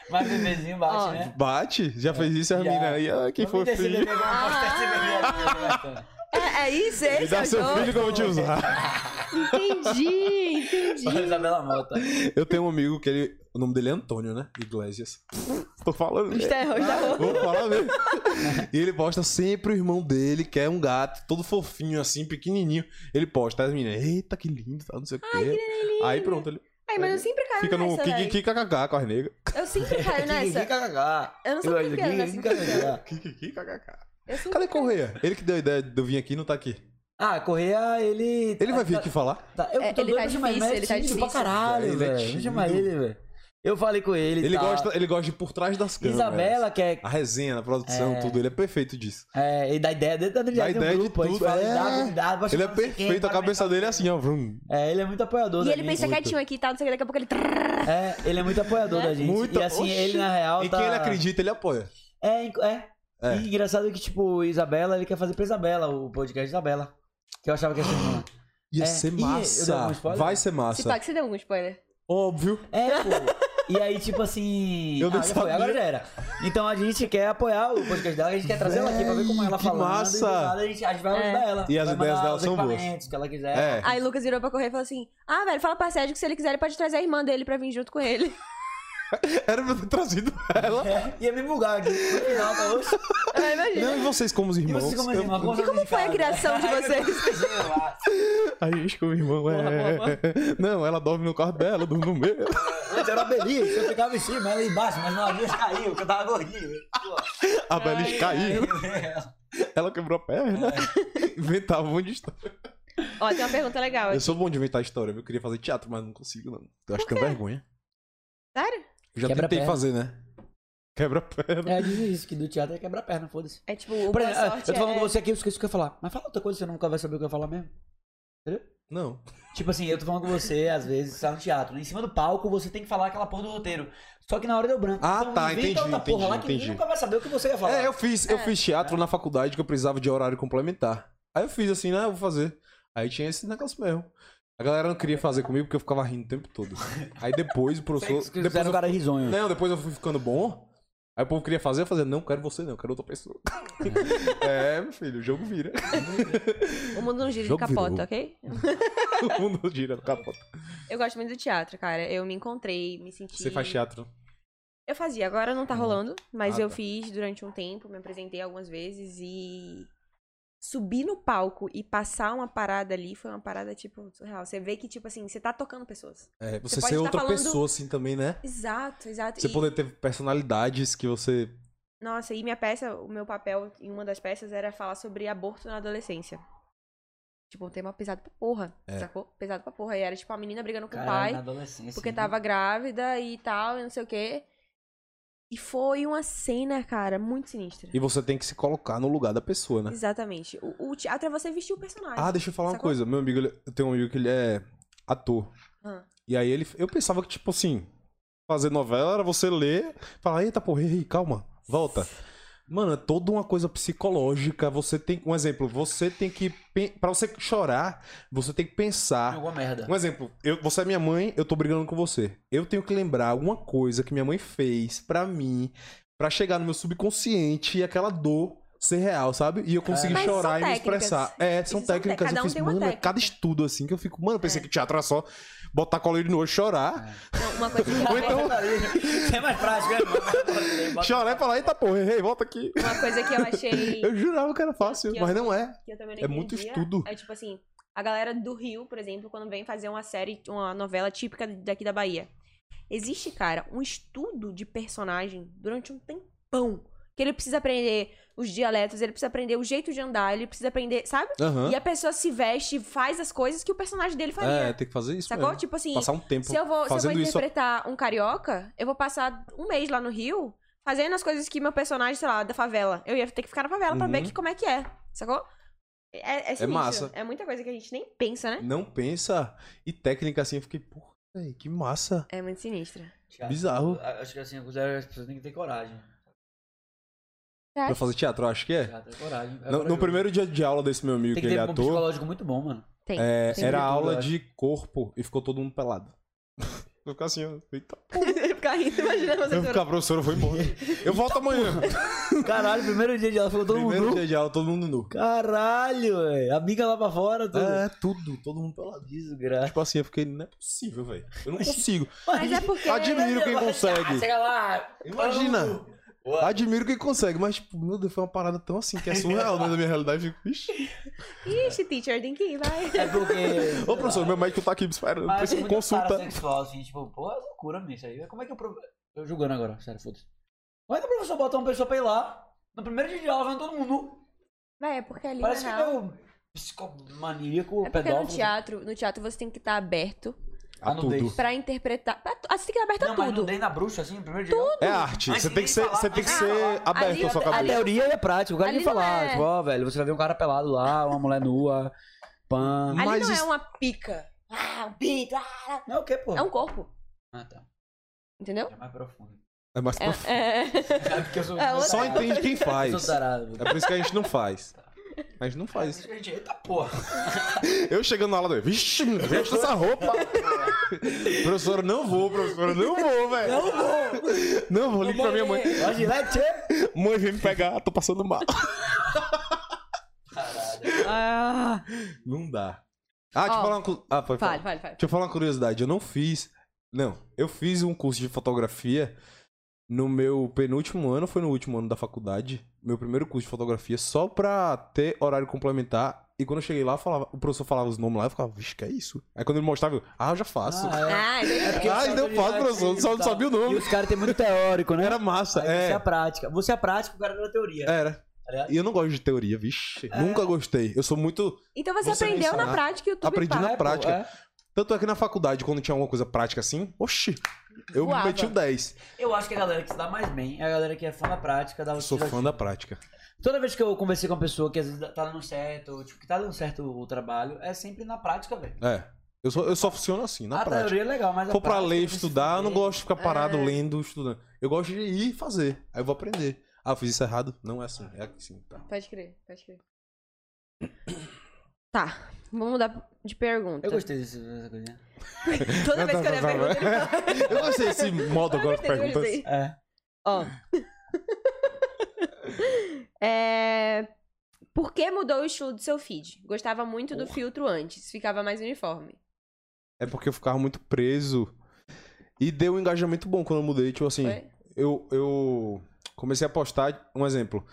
Speaker 1: Mas o bebezinho bate,
Speaker 2: Ó.
Speaker 1: né?
Speaker 3: Bate? Já fez isso a
Speaker 1: Já.
Speaker 3: menina aí. Ah, que
Speaker 1: Vamos
Speaker 3: fofinho.
Speaker 1: descer bebê agora, vamos descer bebê né, agora.
Speaker 2: É, é isso, é
Speaker 3: Me
Speaker 2: isso.
Speaker 3: dá seu filho que eu vou te usar.
Speaker 2: Entendi, entendi.
Speaker 1: Olha a Isabela Mota.
Speaker 3: Eu tenho um amigo que ele. O nome dele é Antônio, né? Iglesias. Tô falando.
Speaker 2: Os
Speaker 3: mesmo.
Speaker 2: terrores da rua.
Speaker 3: Vou falar mesmo. E ele posta sempre o irmão dele, que é um gato, todo fofinho, assim, pequenininho. Ele posta, as meninas, eita, que lindo, tá, não sei o quê. Aí pronto, ele
Speaker 2: Ai, é mas eu sempre caio
Speaker 3: fica no
Speaker 2: nessa, velho.
Speaker 3: kikiki kkk com as negras.
Speaker 2: Eu sempre caio nessa.
Speaker 1: KKK.
Speaker 2: Eu não sei por que eu não sei por que.
Speaker 3: Kikiki kkk.
Speaker 2: Eu sempre
Speaker 3: Cadê
Speaker 2: caio.
Speaker 3: Correia? Ele que deu a ideia de eu vir aqui e não tá aqui.
Speaker 1: Ah, Correia, ele.
Speaker 3: Ele vai vir
Speaker 1: tá-
Speaker 3: aqui falar?
Speaker 1: tá- eu
Speaker 2: É,
Speaker 1: tô
Speaker 2: ele
Speaker 1: doido
Speaker 2: tá
Speaker 1: pra chamar
Speaker 2: difícil,
Speaker 1: mas
Speaker 2: ele tá
Speaker 1: tímido pra
Speaker 2: difícil.
Speaker 1: cararho,
Speaker 3: Ele é
Speaker 1: velho. Vamos
Speaker 3: tímido.
Speaker 1: chamar ele, velho. Eu falei com ele.
Speaker 3: Ele,
Speaker 1: tá-
Speaker 3: gosta, né? ele gosta de por trás das câmeras.
Speaker 1: Isabela, que é
Speaker 3: A resenha, a produção,
Speaker 1: É.
Speaker 3: tudo. Ele é perfeito disso.
Speaker 1: É, e da ideia dele, da
Speaker 3: Da
Speaker 1: ideia, tem um
Speaker 3: ideia de
Speaker 1: grupo,
Speaker 3: tudo.
Speaker 1: a gente fala, dá,
Speaker 3: é.
Speaker 1: dá, dá, bota
Speaker 3: Ele é
Speaker 1: não sei quem, tá
Speaker 3: perfeito, a
Speaker 1: bota
Speaker 3: cabeça
Speaker 1: não
Speaker 3: dele é assim, ó. vrum.
Speaker 1: sei- É, ele é muito apoiador
Speaker 2: E
Speaker 1: da
Speaker 2: ele
Speaker 1: gente.
Speaker 2: pensa
Speaker 3: Muito.
Speaker 2: quietinho aqui, tá? Não sei o que, daqui a pouco ele.
Speaker 1: É, ele é muito apoiador da gente.
Speaker 3: Né? Muito
Speaker 1: e assim,
Speaker 3: Oxi.
Speaker 1: ele na real
Speaker 3: Em
Speaker 1: tá...
Speaker 3: quem ele acredita, ele apoia.
Speaker 1: É, enco- é.
Speaker 3: É.
Speaker 1: E engraçado que, tipo, Isabela, ele quer fazer pra Isabela, o podcast de Isabela. Que eu achava que ia ser irmã.
Speaker 3: Ia
Speaker 1: É.
Speaker 3: ser
Speaker 1: Ih, eu dei
Speaker 3: massa.
Speaker 1: algum spoiler?
Speaker 3: Vai ser
Speaker 2: Se tá
Speaker 3: massa.
Speaker 2: pá, que você deu algum spoiler.
Speaker 3: Óbvio.
Speaker 1: É, pô. E aí, tipo assim.
Speaker 3: Eu
Speaker 1: ah,
Speaker 3: nem
Speaker 1: já foi,
Speaker 3: sabia.
Speaker 1: agora já era. Então a gente quer apoiar o podcast dela, a gente quer trazer ela aqui pra ver como ela
Speaker 3: Que
Speaker 1: falando.
Speaker 3: massa.
Speaker 1: E do nada a gente, a gente vai
Speaker 2: É.
Speaker 1: ajudar ela.
Speaker 3: E as
Speaker 1: Vai
Speaker 3: ideias
Speaker 1: mandar
Speaker 3: dela
Speaker 1: os
Speaker 3: são boas.
Speaker 1: equipamentos que ela quiser.
Speaker 3: É.
Speaker 2: Aí Lucas virou pra correr e falou assim: Ah, velho, fala pra Sérgio que se ele quiser, ele pode trazer a irmã dele pra vir junto com ele.
Speaker 3: Tá Era pra eu ter trazido ela.
Speaker 1: É, ia me bugar aqui. No final, tá oxe.
Speaker 2: Ah, imagina.
Speaker 3: Não, e vocês como os
Speaker 1: E
Speaker 3: irmãos?
Speaker 1: você como é irmão?
Speaker 3: Eu-
Speaker 1: Como
Speaker 2: como foi a criação de vocês?
Speaker 3: A gente como irmão, é.
Speaker 2: Porra, boa, boa.
Speaker 3: Não, ela dorme no quarto dela, eu durmo no meu.
Speaker 1: Antes era Belis, eu ficava em cima, ela embaixo, mas uma vez caiu, porque eu tava gordinho. Pô.
Speaker 3: A Belis caiu, ela quebrou a perna. Inventava um monte de história.
Speaker 2: Ó, tem uma pergunta legal.
Speaker 3: Eu sou bom de inventar história, viu? eu queria fazer teatro, mas não consigo, não. Eu acho que tenho vergonha.
Speaker 2: Sério?
Speaker 3: Eu já
Speaker 1: Quebra a
Speaker 3: tentei
Speaker 1: perna.
Speaker 3: fazer, né? Quebra a perna.
Speaker 1: É, diz isso, que do teatro é quebrar a perna, foda-se.
Speaker 2: É tipo, o
Speaker 1: Por
Speaker 2: boa
Speaker 1: exemplo, ah,
Speaker 2: sorte
Speaker 1: eu tô falando
Speaker 2: é...
Speaker 1: com você aqui, eu esqueci o que eu ia falar. Mas fala outra coisa, você nunca vai saber o que eu ia falar mesmo.
Speaker 3: Não.
Speaker 1: Tipo assim, eu tô falando com você, às vezes, você tá no teatro. né? Em cima do palco, você tem que falar aquela porra do roteiro. Só que na hora deu branco.
Speaker 3: Ah,
Speaker 1: Então,
Speaker 3: tá,
Speaker 1: inventa
Speaker 3: entendi,
Speaker 1: outra porra lá que
Speaker 3: entendi,
Speaker 1: ninguém nunca vai saber o que você ia falar.
Speaker 3: É, eu fiz, eu fiz teatro na faculdade que eu precisava de horário complementar. Aí eu fiz assim, né? Eu vou fazer. Aí tinha esse negócio mesmo. A galera não queria fazer comigo porque eu ficava rindo o tempo todo. Aí depois o professor.
Speaker 1: Depois
Speaker 3: Depois
Speaker 1: era um
Speaker 3: eu, Né?
Speaker 1: cara risonho.
Speaker 3: não, depois eu fui ficando bom. Aí o povo queria fazer, eu fazia, não, quero você não, quero outra pessoa. é, meu filho, o jogo vira.
Speaker 2: O mundo não gira de
Speaker 3: Jogo
Speaker 2: capota,
Speaker 3: virou.
Speaker 2: ok?
Speaker 3: o mundo gira, capota.
Speaker 2: Eu gosto muito do teatro, cara. Eu me encontrei, me senti.
Speaker 3: Você faz teatro.
Speaker 2: Eu fazia, agora não tá
Speaker 3: Ah.
Speaker 2: rolando, mas
Speaker 3: Ah,
Speaker 2: eu
Speaker 3: tá.
Speaker 2: fiz durante um tempo, me apresentei algumas vezes e subir no palco e passar uma parada ali foi uma parada tipo surreal. Você vê que tipo assim, você tá tocando pessoas.
Speaker 3: É, você,
Speaker 2: Você pode
Speaker 3: ser
Speaker 2: estar
Speaker 3: outra
Speaker 2: falando-
Speaker 3: pessoa assim também, né?
Speaker 2: Exato, exato.
Speaker 3: Você
Speaker 2: E-
Speaker 3: poder ter personalidades que você.
Speaker 2: Nossa, e minha peça, o meu papel em uma das peças era falar sobre aborto na adolescência. Tipo, um tema pesado pra porra,
Speaker 3: É.
Speaker 2: sacou? Pesado pra porra. E era tipo a menina brigando com
Speaker 1: Caralho,
Speaker 2: o pai.
Speaker 1: na adolescência.
Speaker 2: porque
Speaker 1: né?
Speaker 2: tava grávida e tal, e não sei o quê. E foi uma cena, cara, muito sinistra.
Speaker 3: E você tem que se colocar no lugar da pessoa, né?
Speaker 2: Exatamente. O, o teatro é você vestir o personagem.
Speaker 3: Ah, deixa eu falar uma
Speaker 2: Sacou?
Speaker 3: coisa. Meu amigo, ele- eu tenho um amigo que ele é ator.
Speaker 2: Ah.
Speaker 3: E aí ele. Eu pensava que, tipo assim, fazer novela era você ler, falar, eita porra, ei, calma, volta. Mano, é toda uma coisa psicológica. Você tem. Um exemplo, você tem que. pen- Pra você chorar, você tem que pensar.
Speaker 1: Alguma merda.
Speaker 2: Tá.
Speaker 3: Um exemplo, eu, você é minha mãe, eu tô brigando com você. Eu tenho que lembrar alguma coisa que minha mãe fez pra mim, pra chegar no meu subconsciente e aquela dor ser real, sabe? E eu conseguir
Speaker 2: Mas são
Speaker 3: chorar e me
Speaker 2: técnicas.
Speaker 3: expressar. É, são
Speaker 2: Isso são
Speaker 3: técnicas.
Speaker 2: te- cada
Speaker 3: eu
Speaker 2: um
Speaker 3: fiz,
Speaker 2: tem uma
Speaker 3: mano, é
Speaker 2: técnica.
Speaker 3: cada estudo assim que eu fico, mano, eu pensei
Speaker 2: É.
Speaker 3: que teatro era só botar colírio no olho e chorar.
Speaker 2: Não, uma coisa que
Speaker 3: Ou
Speaker 2: eu,
Speaker 3: então,
Speaker 1: Isso é mais prático, né? irmão? Bota-
Speaker 3: chorar e falar, eita porra, errei, volta aqui.
Speaker 2: uma coisa que eu achei.
Speaker 3: Eu jurava que era fácil,
Speaker 2: Que eu-
Speaker 3: mas não é.
Speaker 2: que eu também não
Speaker 3: É muito
Speaker 2: entendia,
Speaker 3: estudo.
Speaker 2: É tipo assim, a galera do Rio, por exemplo, quando vem fazer uma série, uma novela típica daqui da Bahia. Existe, cara, um estudo de personagem durante um tempão. Que ele precisa aprender os dialetos, ele precisa aprender o jeito de andar, ele precisa aprender, sabe?
Speaker 3: Aham.
Speaker 2: E a pessoa se veste, faz as coisas que o personagem dele faria.
Speaker 3: É, tem que fazer isso.
Speaker 2: sacou?
Speaker 3: mesmo.
Speaker 2: Tipo assim,
Speaker 3: Passar um tempo.
Speaker 2: se eu vou, se eu vou
Speaker 3: fazendo isso-
Speaker 2: interpretar um carioca, eu vou passar um mês lá no Rio fazendo as coisas que meu personagem, sei lá, da favela. Eu ia ter que ficar na favela pra
Speaker 3: Uhum.
Speaker 2: ver que, como é que é. Sacou? É, é, sinistro.
Speaker 3: massa.
Speaker 2: É muita coisa que a gente nem pensa, né?
Speaker 3: Não pensa. E técnica assim, eu fiquei, porra, véi, que massa.
Speaker 2: É muito sinistra.
Speaker 1: Teatro.
Speaker 3: Bizarro.
Speaker 1: A- Acho que assim, as pessoas têm que ter coragem.
Speaker 3: Pra fazer teatro, eu acho que é.
Speaker 1: Teatro é coragem. É
Speaker 3: No, no
Speaker 1: corajoso.
Speaker 3: primeiro dia de aula desse meu amigo,
Speaker 1: Tem
Speaker 3: que
Speaker 1: que
Speaker 3: ele é
Speaker 1: ter um
Speaker 3: ator,
Speaker 1: psicológico muito bom, mano.
Speaker 2: Tem.
Speaker 3: é,
Speaker 1: Tem
Speaker 3: era
Speaker 1: tudo, eu
Speaker 3: aula
Speaker 1: acho.
Speaker 3: de corpo e ficou todo mundo pelado. Eu ficava assim, ó, eita.
Speaker 2: Porque ficar rindo, imagina você
Speaker 3: Eu
Speaker 2: chorar.
Speaker 3: ficar, a professora foi embora. Eu volto amanhã.
Speaker 1: Caralho, primeiro dia de aula, ficou todo
Speaker 3: Primeiro
Speaker 1: mundo nu.
Speaker 3: dia de aula, todo mundo nu.
Speaker 1: Caralho, velho. Amiga lá pra fora, tudo.
Speaker 3: É, tudo, todo mundo pelado.
Speaker 1: Desgraça.
Speaker 3: Tipo assim, eu fiquei, não é possível, velho. Eu não consigo.
Speaker 2: Mas é porque.
Speaker 3: Admiro quem consegue.
Speaker 1: Chega lá.
Speaker 3: Imagina. Admiro quem consegue, mas, tipo, meu Deus, foi uma parada tão assim que é surreal né, da minha realidade. Eu fico, Ixi.
Speaker 2: Ixi, teacher, tem que ir, vai.
Speaker 1: É porque.
Speaker 3: Ô, professor, meu médico tá aqui me esperando. Eu
Speaker 1: Mas é
Speaker 3: preciso
Speaker 1: muito
Speaker 3: consulta.
Speaker 1: parassexual, assim, tipo, pô, é loucura mesmo isso aí. Como é que o prof... Eu julgando agora, sério, foda-se. Como é que o professor bota uma pessoa pra ir lá? No primeiro dia de aula, vendo todo mundo.
Speaker 2: Vai, é porque ali.
Speaker 1: Parece que
Speaker 2: na
Speaker 1: ele
Speaker 2: real,
Speaker 1: é um psicomaníaco,
Speaker 2: É porque
Speaker 1: pedófilo.
Speaker 2: no teatro, no teatro você tem que estar aberto
Speaker 1: Ah,
Speaker 3: A
Speaker 1: no
Speaker 3: tudo.
Speaker 1: date.
Speaker 2: pra interpretar. Pra, tu- ah, você tem que estar aberto
Speaker 1: não,
Speaker 2: a
Speaker 1: mas não
Speaker 2: tudo.
Speaker 1: dei na bruxa, assim, no primeiro dia. de aula.
Speaker 3: É arte.
Speaker 1: Mas
Speaker 3: Você tem que ser,
Speaker 1: ninguém
Speaker 3: você tem que
Speaker 1: fala-
Speaker 3: ser
Speaker 2: Ah,
Speaker 3: aberto
Speaker 2: ali-
Speaker 3: a sua
Speaker 1: A
Speaker 2: ali-
Speaker 3: cabeça.
Speaker 1: teoria é prática. O cara
Speaker 2: Ali
Speaker 1: nem
Speaker 2: não
Speaker 1: falar,
Speaker 2: é.
Speaker 1: tipo, ó, velho, você vai ver um cara pelado lá, uma mulher nua, pã.
Speaker 2: Ali
Speaker 3: Mas
Speaker 2: não
Speaker 3: isso-
Speaker 2: é uma pica. Ah, um pinto. ah,
Speaker 1: Não é o quê, pô?
Speaker 2: É um corpo.
Speaker 1: Ah, tá.
Speaker 2: Entendeu?
Speaker 1: É mais profundo.
Speaker 3: É mais
Speaker 2: É,
Speaker 3: profundo.
Speaker 2: é-
Speaker 1: É porque eu sou...
Speaker 2: É outra-
Speaker 3: Só entende quem
Speaker 1: Eu sou
Speaker 3: faz.
Speaker 1: tarado.
Speaker 3: É por isso que a gente não faz. A gente não faz.
Speaker 1: Gente, eita porra.
Speaker 3: Eu chegando na aula dele, vixe, veste essa roupa. professora, não vou, professora, não vou, velho. Não vou. Não vou, ligo pra minha mãe.
Speaker 1: Gilete!
Speaker 3: Mãe, vem me pegar, tô passando mal.
Speaker 2: Ah,
Speaker 3: Não dá. Ah, deixa eu
Speaker 2: Ó,
Speaker 3: falar uma cu- ah, pode falar.
Speaker 2: Fale, fale, fale.
Speaker 3: Deixa eu falar uma curiosidade. Eu não fiz. Não, eu fiz um curso de fotografia no meu penúltimo ano, foi no último ano da faculdade. Meu primeiro curso de fotografia, só pra ter horário complementar. E quando eu cheguei lá, eu falava- o professor falava os nomes lá, eu ficava, vixe, que é isso? Aí quando ele mostrava, eu, ah, eu já faço.
Speaker 2: Ah, é-
Speaker 3: Ah, ainda eu falo, professor, só não sabia o nome.
Speaker 1: assim, tá. E os caras têm muito teórico, né?
Speaker 3: Era massa,
Speaker 1: Aí Você é
Speaker 3: é.
Speaker 1: a prática. Você é a prática, o cara da teoria.
Speaker 3: Era.
Speaker 1: tá ligado? É.
Speaker 3: E eu não gosto de teoria, vixe. Nunca gostei. Eu sou muito.
Speaker 2: Então você,
Speaker 3: Você
Speaker 2: aprendeu
Speaker 3: me ensinar.
Speaker 2: na prática e o YouTube
Speaker 3: né? Aprendi
Speaker 2: paga.
Speaker 3: na
Speaker 1: É, pô,
Speaker 3: prática.
Speaker 1: é.
Speaker 3: Tanto é que na faculdade, quando tinha alguma coisa prática assim, oxi, eu
Speaker 2: Voava.
Speaker 3: me meti o 10.
Speaker 1: Eu acho que a galera que se dá mais bem é a galera que é fã da prática. Da
Speaker 3: Eu sou fã da prática.
Speaker 1: Toda vez que eu conversei com uma pessoa que às vezes tá dando certo, ou, tipo, que tá dando certo o trabalho, é sempre na prática, velho.
Speaker 3: É. Eu só, eu só funciono assim, na
Speaker 1: a
Speaker 3: prática.
Speaker 1: teoria é legal, mas a
Speaker 3: For pra
Speaker 1: prática,
Speaker 3: ler,
Speaker 1: você
Speaker 3: estudar, eu não
Speaker 1: vê.
Speaker 3: gosto de ficar parado
Speaker 2: É.
Speaker 3: lendo, estudando. Eu gosto de ir e fazer. Aí eu vou aprender. Ah, eu fiz isso errado? Não é assim. É assim. Tá.
Speaker 2: Pode crer, pode crer. Tá, vamos mudar de pergunta.
Speaker 1: Eu gostei desse- dessa coisinha.
Speaker 2: Toda vez que eu olho a pergunta, ele fala. "Ah,
Speaker 3: Eu gostei desse modo agora
Speaker 2: gostei,
Speaker 3: de perguntas.
Speaker 2: gostei.
Speaker 1: É.
Speaker 2: Ó. É, Por que mudou o estilo do seu feed? Gostava muito do filtro antes, ficava mais uniforme.
Speaker 3: É porque eu ficava muito preso. E deu um engajamento bom quando eu mudei. Tipo assim,
Speaker 2: Foi?
Speaker 3: eu, eu comecei a postar, um exemplo.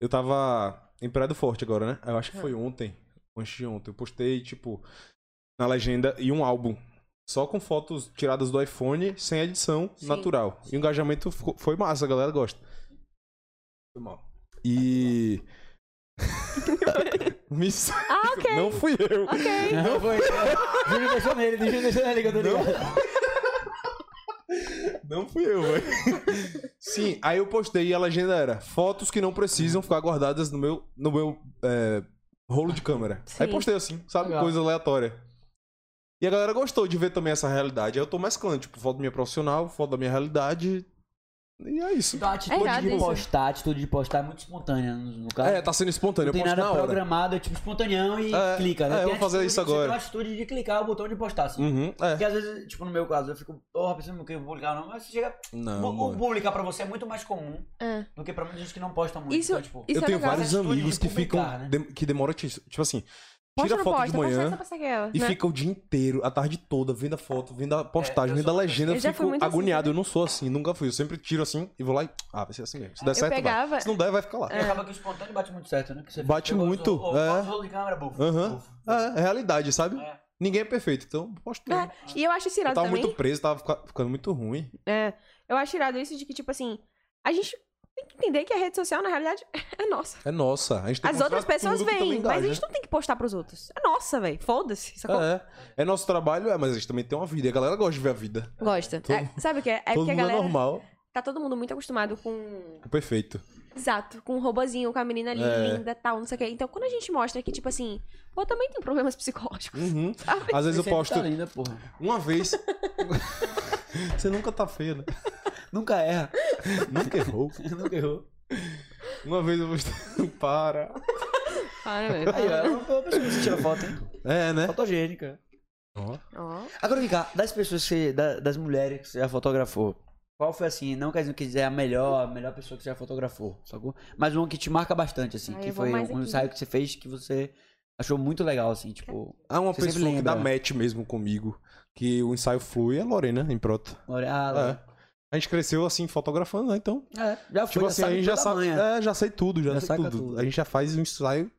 Speaker 3: Eu tava em Praia do Forte agora, né? Eu acho que
Speaker 2: Ah.
Speaker 3: foi ontem, antes de ontem. Eu postei, tipo, na legenda e um álbum. Só com fotos tiradas do iPhone, sem edição,
Speaker 2: Sim.
Speaker 3: natural. E o engajamento ficou- foi massa, a galera gosta. Foi mal. E. Me sa-
Speaker 2: Ah, ok.
Speaker 3: Não fui eu.
Speaker 2: Ok.
Speaker 1: Não, foi. Júlio deixou nele, Júlio deixou nele que eu tô
Speaker 3: Não.
Speaker 1: ligado.
Speaker 3: Não fui eu, velho. Sim, aí eu postei e a legenda era fotos que não precisam ficar guardadas no meu, no meu é, rolo de câmera.
Speaker 2: Sim.
Speaker 3: Aí postei assim, sabe?
Speaker 1: Legal.
Speaker 3: Coisa aleatória. E a galera gostou de ver também essa realidade. Aí eu tô mesclando, tipo, foto minha profissional, foto da minha realidade. E é isso.
Speaker 1: Então, a atitude
Speaker 2: É
Speaker 1: de
Speaker 2: irado isso.
Speaker 1: postar, a atitude de postar é muito espontânea no, no caso.
Speaker 3: É, tá sendo espontâneo,
Speaker 1: Não tem
Speaker 3: eu posto
Speaker 1: nada
Speaker 3: na hora.
Speaker 1: programado, é tipo espontaneão e
Speaker 3: É,
Speaker 1: clica, né?
Speaker 3: é,
Speaker 1: Tem
Speaker 3: eu vou fazer
Speaker 1: atitude-
Speaker 3: isso
Speaker 1: você
Speaker 3: agora.
Speaker 1: tem uma atitude de clicar o botão de postar, assim.
Speaker 3: Uhum, é.
Speaker 1: Porque às vezes, tipo, no meu caso, eu fico, porra, pensando no que eu vou publicar, não, mas você chega.
Speaker 3: É, Não,
Speaker 1: o, o
Speaker 3: mano.
Speaker 1: publicar pra você é muito mais comum
Speaker 2: Ah,
Speaker 1: do que pra muita gente que não posta muito.
Speaker 2: Isso,
Speaker 1: então, tipo,
Speaker 2: isso
Speaker 3: eu
Speaker 2: é
Speaker 3: tenho
Speaker 2: legal.
Speaker 3: vários
Speaker 1: Essa atitude
Speaker 3: amigos
Speaker 1: de
Speaker 3: que ficam.
Speaker 1: publicar, né?
Speaker 3: de- que demora. Tipo assim,
Speaker 2: Posta
Speaker 3: tira
Speaker 2: ou não
Speaker 3: foto
Speaker 2: posta?
Speaker 3: de
Speaker 2: Posta
Speaker 3: manhã.
Speaker 2: essa, posta aquela,
Speaker 3: E
Speaker 2: né?
Speaker 3: fica o dia inteiro, a tarde toda, vendo a foto, vendo a postagem,
Speaker 1: É, eu
Speaker 3: vendo a
Speaker 1: sou-
Speaker 3: legenda. Eu,
Speaker 2: eu já fui
Speaker 3: fico
Speaker 2: muito assim,
Speaker 3: agoniado. eu não sou assim, nunca fui. Eu sempre tiro assim e vou lá e. Ah, vai ser assim mesmo. Se der
Speaker 2: Eu
Speaker 3: certo, vai.
Speaker 2: pegava- É.
Speaker 3: Se não der, vai ficar lá.
Speaker 1: E acaba que o espontâneo bate muito certo, né? Que você
Speaker 3: Bate
Speaker 1: pegou,
Speaker 3: muito,
Speaker 1: ô, ô,
Speaker 3: é.
Speaker 1: bota o rolo de câmera, bufo.
Speaker 3: Aham. É, é realidade, sabe?
Speaker 1: É.
Speaker 3: Ninguém é perfeito, então posto tudo.
Speaker 2: É, e eu acho isso
Speaker 3: Eu
Speaker 2: irado
Speaker 3: tava
Speaker 2: também.
Speaker 3: muito preso, tava fica- ficando muito ruim.
Speaker 2: É, eu acho irado isso de que, tipo assim, a gente tem que entender que a rede social, na realidade, é nossa.
Speaker 3: É nossa. A gente tem que
Speaker 2: As outras
Speaker 3: mostrar
Speaker 2: pessoas
Speaker 3: tudo que também né?
Speaker 2: vêm, mas a gente
Speaker 3: engaja.
Speaker 2: não tem que postar pros outros. É nossa, velho. Foda-se. sacou?
Speaker 3: É, é nosso trabalho, é, mas a gente também tem uma vida. E a galera gosta de ver a vida.
Speaker 2: Gosta. É, sabe o que é? É
Speaker 3: Todo
Speaker 2: porque a
Speaker 3: mundo
Speaker 2: galera.
Speaker 3: é normal.
Speaker 2: Tá todo mundo muito acostumado com.
Speaker 3: É Perfeito.
Speaker 2: Exato, com o robozinho, com a menina ali,
Speaker 3: É.
Speaker 2: linda tal, não sei o quê. Então, quando a gente mostra que, tipo assim, pô, também tem problemas psicológicos.
Speaker 3: Uhum.
Speaker 2: sabe?
Speaker 3: Às vezes eu
Speaker 1: Você sempre
Speaker 3: posto
Speaker 1: Tá linda, porra.
Speaker 3: uma vez. Você nunca tá feia, né?
Speaker 1: Nunca erra.
Speaker 3: Nunca errou.
Speaker 1: Nunca errou.
Speaker 3: Uma vez eu postei. Para.
Speaker 2: Para, velho.
Speaker 1: Aí, ó, é uma pessoa que você tira foto, hein?
Speaker 3: É, né?
Speaker 1: Fotogênica.
Speaker 2: Ó.
Speaker 1: Agora vem cá, das pessoas que. da- das mulheres que você já fotografou, Qual foi assim, não quer dizer que é a melhor, a melhor pessoa que você já fotografou, sacou? Mas uma que te marca bastante, assim,
Speaker 2: Ah,
Speaker 1: que
Speaker 2: eu vou
Speaker 1: foi
Speaker 2: mais
Speaker 1: um
Speaker 2: aqui.
Speaker 1: ensaio que você fez que você achou muito legal, assim, tipo.
Speaker 3: Há uma
Speaker 1: Você sempre
Speaker 3: pessoa que dá
Speaker 1: lembra.
Speaker 3: match mesmo comigo, que o ensaio flui, é a Lorena, em prota.
Speaker 1: Olha,
Speaker 3: A gente cresceu assim, fotografando, né? Então,
Speaker 1: é. é, já foi,
Speaker 3: tipo assim, a gente já sabe.
Speaker 1: manhã.
Speaker 3: É, já sei tudo, já,
Speaker 1: Já
Speaker 3: sei
Speaker 1: saca
Speaker 3: tudo.
Speaker 1: tudo.
Speaker 3: A gente já faz um ensaio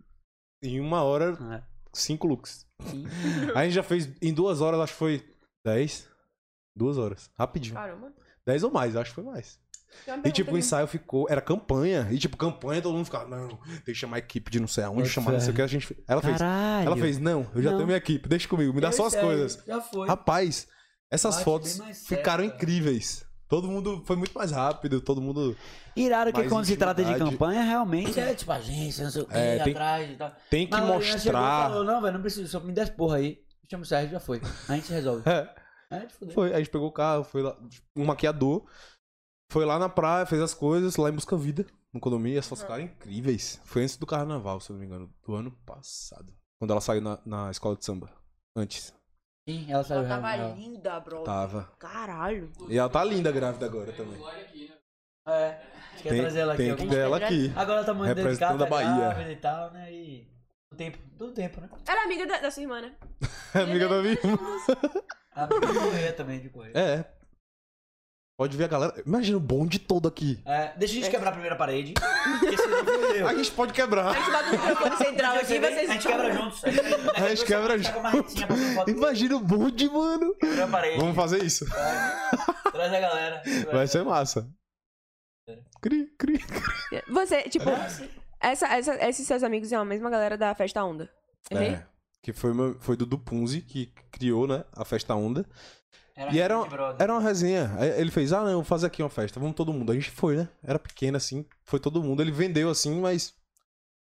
Speaker 3: em uma hora, cinco looks.
Speaker 1: Sim.
Speaker 3: A gente já fez em duas horas, acho que foi dez. Duas horas, rapidinho.
Speaker 2: Caramba.
Speaker 3: Dez ou mais, acho que foi mais. E tipo, o ensaio ficou. Era campanha. E tipo, campanha, todo mundo ficava, não, tem que chamar a equipe de não sei aonde,
Speaker 1: Bota
Speaker 3: chamar não sei o que. A gente, fe- ela fez.
Speaker 1: Caralho.
Speaker 3: Ela fez, não, eu já
Speaker 1: Não.
Speaker 3: tenho minha equipe, deixa comigo, me dá só as coisas.
Speaker 1: Já foi.
Speaker 3: Rapaz, essas
Speaker 1: Bate
Speaker 3: fotos
Speaker 1: bem mais certo, né?
Speaker 3: ficaram
Speaker 1: cara.
Speaker 3: incríveis. Todo mundo foi muito mais rápido, todo mundo.
Speaker 1: Irado que
Speaker 3: Mais
Speaker 1: quando se trata de
Speaker 3: intimidade.
Speaker 1: campanha, realmente é tipo agência, não sei o que,
Speaker 3: É, tem-
Speaker 1: atrás e tal.
Speaker 3: Tem que
Speaker 1: Mas a Lorena chegou e
Speaker 3: mostrar.
Speaker 1: Falou, não, velho, não preciso, só me dá essa porra aí. Chama o Sérgio, já foi. A gente resolve.
Speaker 3: É,
Speaker 1: A gente fudeu.
Speaker 3: foi. A gente pegou o carro, foi lá, um maquiador, foi lá na praia, fez as coisas, lá em Busca Vida, no condomínio, e as fotos ficaram incríveis. Foi antes do carnaval, se eu não me engano, do ano passado. Quando ela saiu na, na escola de samba. Antes.
Speaker 1: Sim, ela
Speaker 3: é
Speaker 1: saiu
Speaker 2: Ela tava
Speaker 1: real.
Speaker 2: linda, bro.
Speaker 3: Tava.
Speaker 2: Caralho.
Speaker 3: E ela tá linda grávida agora também.
Speaker 1: É. Quer
Speaker 3: Tem,
Speaker 1: trazer ela aqui.
Speaker 3: tem que
Speaker 1: algum-
Speaker 3: ter ela aqui.
Speaker 1: Agora ela tá muito
Speaker 3: Representando
Speaker 1: dedicada,
Speaker 3: a Bahia.
Speaker 1: grávida e tal, né? E... Todo tempo, todo tempo, né?
Speaker 2: Ela é amiga da, da sua irmã, né?
Speaker 3: Amiga da minha irmã.
Speaker 1: A amiga de correr também, de correr.
Speaker 3: É. Pode ver a galera. Imagina o bonde todo aqui.
Speaker 1: É, deixa a gente quebrar a primeira parede. Porque senão fudeu.
Speaker 3: A gente pode quebrar.
Speaker 2: A gente bota o microfone central aqui e vocês.
Speaker 1: A gente quebra juntos. A gente,
Speaker 3: A gente quebra
Speaker 1: juntos. uma retinha pra fazer foto.
Speaker 3: Imagina o bonde, mano.
Speaker 1: Quebra a parede.
Speaker 3: Vamos fazer isso.
Speaker 1: Traz a galera.
Speaker 3: Vai ser massa. Cri, cri.
Speaker 2: Você, tipo,
Speaker 3: É.
Speaker 2: essa, essa- esses seus amigos é a mesma galera da Festa Onda. Errei?
Speaker 3: É. Que foi, meu- foi do Dupunzi que criou, né? A festa onda. E era, um-
Speaker 1: Big Brother.
Speaker 3: era uma resenha. Aí Ele fez, ah, não, vou fazer aqui uma festa. Vamos todo mundo. A gente foi, né? Era pequeno assim. Foi todo mundo. Ele vendeu assim, mas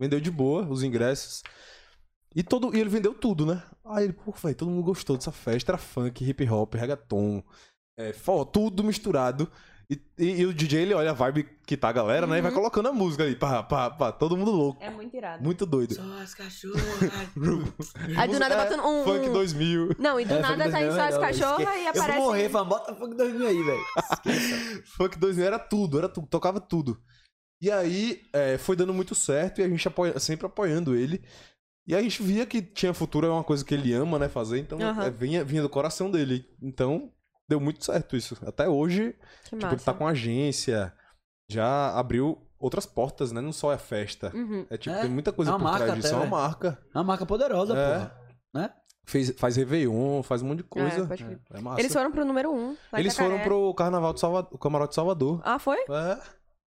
Speaker 3: vendeu de boa os ingressos. E, todo, e ele vendeu tudo, né? Aí ele, pô, velho, todo mundo gostou dessa festa. Era funk, hip hop, reggaeton, é, forró, tudo misturado. E, e- e o DJ, ele olha a vibe que tá a galera, né? E
Speaker 2: Uhum.
Speaker 3: vai colocando a música ali. Pá, pá, pá. Todo mundo louco.
Speaker 2: É muito irado.
Speaker 3: Muito doido.
Speaker 1: Só as cachorras.
Speaker 2: Aí do nada
Speaker 3: É,
Speaker 2: bota um.
Speaker 3: Funk 2000.
Speaker 2: Não, e do
Speaker 1: É,
Speaker 2: nada
Speaker 1: funk
Speaker 2: tá aí só
Speaker 1: 2000 é
Speaker 2: as
Speaker 1: legal,
Speaker 2: cachorras e
Speaker 1: Eu
Speaker 2: aparece. um.
Speaker 1: vou morrer, fã. Bota fogo 2000 aí, velho.
Speaker 3: Funk 2000 era tudo, era tudo, tocava tudo. E aí é, foi dando muito certo e a gente apoia- sempre apoiando ele. E a gente via que tinha futuro, é uma coisa que ele ama, né, fazer, então
Speaker 2: Aham.
Speaker 3: é, vinha, vinha do coração dele. Então deu muito certo isso. Até hoje,
Speaker 2: Que
Speaker 3: tipo, ele tá
Speaker 2: massa.
Speaker 3: com agência, já abriu outras portas, né, não só é festa.
Speaker 2: Uhum.
Speaker 3: É tipo,
Speaker 1: É,
Speaker 3: tem muita coisa
Speaker 1: é uma
Speaker 3: por
Speaker 1: marca
Speaker 3: trás
Speaker 1: até,
Speaker 3: disso, é uma
Speaker 1: velho.
Speaker 3: marca.
Speaker 1: É uma marca poderosa,
Speaker 3: É.
Speaker 1: porra.
Speaker 3: Fez, faz Réveillon, faz um monte de coisa.
Speaker 2: pode crer.
Speaker 3: É, massa.
Speaker 2: Eles foram pro número 1. Um, lá em
Speaker 3: Eles foram
Speaker 2: Jacaré.
Speaker 3: pro Carnaval de Salvador, o Camarote de Salvador.
Speaker 2: Ah, foi?
Speaker 3: É.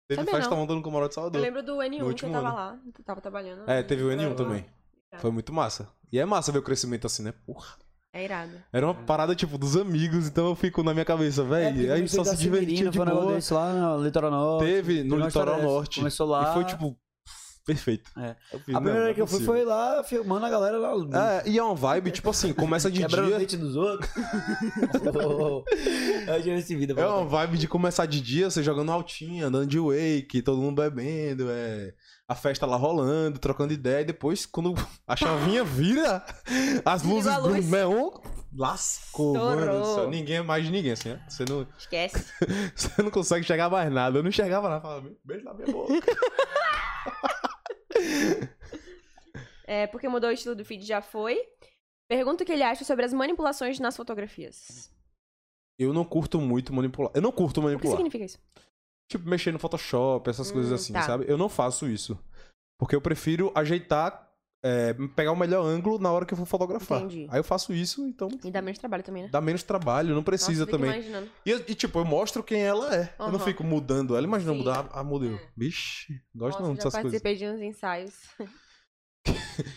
Speaker 3: Teve
Speaker 2: Sabia
Speaker 3: festa
Speaker 2: não.
Speaker 3: onda no Camarote de
Speaker 2: Eu
Speaker 3: Salvador.
Speaker 2: lembro do N1 que
Speaker 3: último
Speaker 2: eu tava
Speaker 3: ano.
Speaker 2: lá. que eu tava trabalhando.
Speaker 3: É, teve o N1 também.
Speaker 2: Irado.
Speaker 3: Foi muito massa. E é massa ver o crescimento assim, né? Porra.
Speaker 2: É irado.
Speaker 3: Era uma parada, tipo, dos amigos, então eu fico na minha cabeça, velho.
Speaker 1: teve
Speaker 3: a
Speaker 1: um
Speaker 3: gente só se
Speaker 1: da Semirino,
Speaker 3: divertia de
Speaker 1: foi um negócio
Speaker 3: boa.
Speaker 1: desse lá no Litoral Norte.
Speaker 3: Teve no
Speaker 1: uma história
Speaker 3: litoral
Speaker 1: dessa.
Speaker 3: norte.
Speaker 1: Começou lá.
Speaker 3: E foi, tipo, perfeito.
Speaker 1: É.
Speaker 3: Eu fiz,
Speaker 1: A
Speaker 3: não,
Speaker 1: primeira
Speaker 3: não é
Speaker 1: que eu fui
Speaker 3: possível.
Speaker 1: foi lá filmando a galera lá.
Speaker 3: É, e é uma vibe, tipo assim, começa de
Speaker 1: quebrando o
Speaker 3: dia.
Speaker 1: dente dos outros. Oh, oh, oh. Eu tive esse vida.
Speaker 3: É uma vibe de começar de dia, você jogando altinha, andando de wake, todo mundo bebendo, é. A festa lá rolando, trocando ideia, e depois, quando a chavinha vira, as
Speaker 2: Desligou
Speaker 3: luzes
Speaker 2: a luz.
Speaker 3: do neon lascou, mano. do
Speaker 2: Estourou.
Speaker 3: céu. Ninguém é mais de ninguém, assim, né? Você não,
Speaker 2: Esquece.
Speaker 3: você não consegue chegar mais nada. Eu não enxergava nada, falava, beijo na minha boca.
Speaker 2: É, porque mudou o estilo do feed, já foi. Pergunta o que ele acha sobre as manipulações nas fotografias.
Speaker 3: Eu não curto muito manipular. Eu não curto
Speaker 2: O que
Speaker 3: manipular.
Speaker 2: significa isso?
Speaker 3: Tipo, mexer no Photoshop, essas coisas
Speaker 2: Hum,
Speaker 3: assim,
Speaker 2: tá.
Speaker 3: sabe? Eu não faço isso. Porque eu prefiro ajeitar, é, pegar o melhor ângulo na hora que eu for fotografar.
Speaker 2: Entendi.
Speaker 3: Aí eu faço isso, então
Speaker 2: E dá menos trabalho também, né?
Speaker 3: dá menos trabalho, não precisa
Speaker 2: Nossa, eu fico
Speaker 3: também.
Speaker 2: imaginando.
Speaker 3: E, eu- e, tipo, eu mostro quem ela é. Eu não
Speaker 2: Aham.
Speaker 3: fico mudando ela. Imagina eu
Speaker 2: Sim. É.
Speaker 3: mudar a, a modelo. Vixe, gosto
Speaker 2: Nossa,
Speaker 3: não
Speaker 2: eu já
Speaker 3: dessas coisas.
Speaker 2: participei de uns ensaios.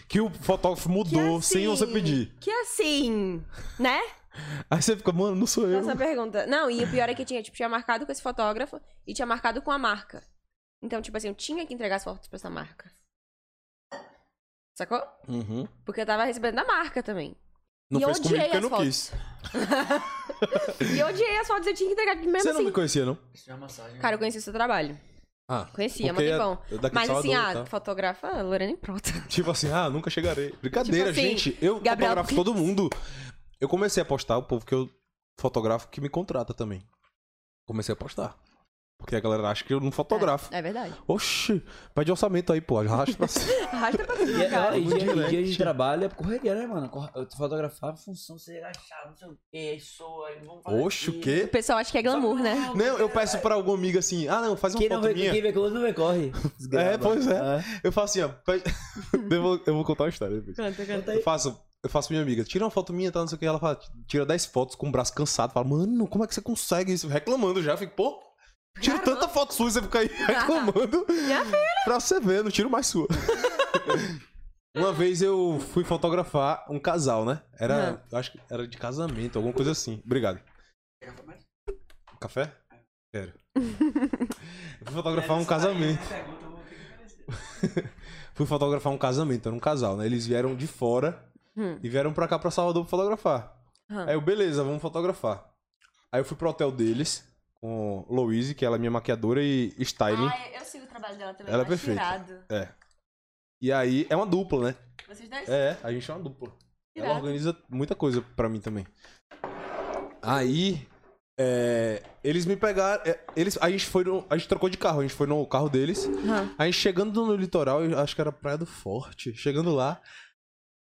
Speaker 3: Que o fotógrafo mudou sem você pedir.
Speaker 2: Que assim, né?
Speaker 3: Aí você fica, mano, não sou eu.
Speaker 2: Nossa pergunta. Não, e o pior é que tinha, tipo, tinha marcado com esse fotógrafo e tinha marcado com a marca. Então, tipo assim, eu tinha que entregar as fotos pra essa marca. Sacou?
Speaker 3: Uhum.
Speaker 2: Porque eu tava recebendo da marca também.
Speaker 3: Não
Speaker 2: E eu
Speaker 3: fez comigo
Speaker 2: odiei as
Speaker 3: porque eu não
Speaker 2: fotos.
Speaker 3: quis.
Speaker 2: E eu odiei as fotos, eu tinha que entregar mesmo
Speaker 3: você não
Speaker 2: assim.
Speaker 3: me conhecia, não?
Speaker 2: Cara, eu conheci o seu trabalho.
Speaker 3: Ah.
Speaker 2: Conhecia,
Speaker 3: porque
Speaker 2: mas tempão.
Speaker 3: é daqui de
Speaker 2: Mas assim,
Speaker 3: Salvador,
Speaker 2: ah,
Speaker 3: tá?
Speaker 2: fotógrafa Lorena e Prota.
Speaker 3: Tipo assim, ah, nunca chegarei. Brincadeira,
Speaker 2: Tipo assim,
Speaker 3: gente. Eu
Speaker 2: Gabriel
Speaker 3: fotografo todo mundo. Eu comecei a postar o povo que eu fotografo que me contrata também. Comecei a postar. Porque a galera acha que eu não fotografo.
Speaker 2: É verdade.
Speaker 3: Oxi, pede orçamento aí, pô. Arrasta pra cima.
Speaker 2: Arrasta pra
Speaker 1: E,
Speaker 2: cima,
Speaker 1: é-
Speaker 2: cara.
Speaker 1: e, dia, e dia de
Speaker 3: Direct.
Speaker 1: trabalho é correria, né, mano? Corre- Eu fotografar função, você achar, não sei o que, isso aí, vamos fazer.
Speaker 3: Oxi, o quê?
Speaker 2: O pessoal acha que é glamour, né?
Speaker 3: Não, eu peço pra algum amigo assim, ah não, faz uma
Speaker 1: Quem não
Speaker 3: foto
Speaker 1: vê,
Speaker 3: minha.
Speaker 1: quem vê close não vê corre.
Speaker 3: É, pois é.
Speaker 1: Ah,
Speaker 3: Eu faço assim, ó. pe- eu, vou, eu vou contar uma história depois.
Speaker 2: Canta,
Speaker 1: conta
Speaker 2: canta.
Speaker 1: aí.
Speaker 3: Eu faço, eu faço pra minha amiga, tira uma foto minha, tá, não sei o que. Ela fala, tira 10 fotos com o braço cansado. Fala, mano, como é que você consegue isso? Reclamando já, eu fico, pô. Tira tanta foto sua e você fica aí reclamando.
Speaker 2: Minha
Speaker 3: pra você ver, não tiro mais sua. Uma vez eu fui fotografar um casal, né? Era, eu acho que era de casamento, alguma coisa assim. Obrigado. Café? Sério. Eu fui fotografar um casamento. Fui fotografar um casamento, era um casal, né? Eles vieram de fora
Speaker 2: Hum.
Speaker 3: e vieram pra cá, pra Salvador, pra fotografar.
Speaker 2: Hum.
Speaker 3: Aí eu, beleza, vamos fotografar. Aí eu fui pro hotel deles com Louise, que ela é minha maquiadora e styling.
Speaker 4: Ah, eu sigo o trabalho dela também.
Speaker 3: Ela é
Speaker 4: acho
Speaker 3: perfeita.
Speaker 4: irado.
Speaker 3: É. E aí, é uma dupla, né?
Speaker 4: Vocês dois?
Speaker 3: É, a gente é uma dupla. Ela
Speaker 4: Irado.
Speaker 3: organiza muita coisa pra mim também. Aí, é, eles me pegaram. é, eles, a gente foi no, A gente trocou de carro, a gente foi no carro deles.
Speaker 2: Hum.
Speaker 3: Aí chegando no litoral, eu acho que era Praia do Forte. Chegando lá.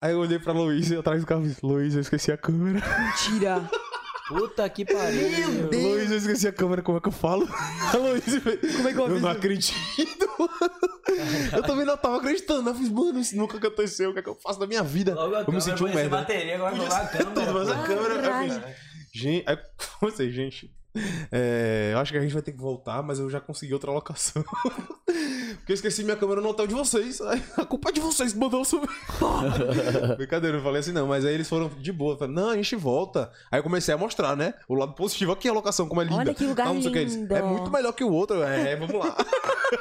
Speaker 3: Aí eu olhei pra Luiz e atrás do carro e disse, Luiz, eu esqueci a câmera.
Speaker 2: Mentira.
Speaker 1: Puta que pariu.
Speaker 3: Luiz, eu esqueci a câmera, como é que eu falo? A Luiz fez. Como é que eu Eu não acredito. eu também não tava acreditando. né? Eu fiz, mano, isso nunca aconteceu. O que é que eu faço da minha vida?
Speaker 1: Logo a
Speaker 3: eu me
Speaker 1: câmera
Speaker 3: senti um
Speaker 1: podia ser
Speaker 3: merda.
Speaker 1: bateria, agora
Speaker 3: Podia
Speaker 1: não vai a
Speaker 3: ser
Speaker 1: câmera,
Speaker 3: tudo, mas a
Speaker 1: pô.
Speaker 3: câmera-
Speaker 2: Caralho.
Speaker 3: Gente, aí, como assim, gente? É, eu acho que a gente vai ter que voltar, mas eu já consegui outra locação. Porque eu esqueci minha câmera no hotel de vocês. Aí, A culpa é de vocês que mandou eu subir. Brincadeira, eu não falei assim não, mas aí eles foram de boa. Eu Falei, não, a gente volta. Aí eu comecei a mostrar, né? O lado positivo, aqui a locação, como é linda.
Speaker 2: Olha que lugar
Speaker 3: Não sei o que é isso.
Speaker 2: lindo.
Speaker 3: É muito melhor que o outro. É, vamos lá.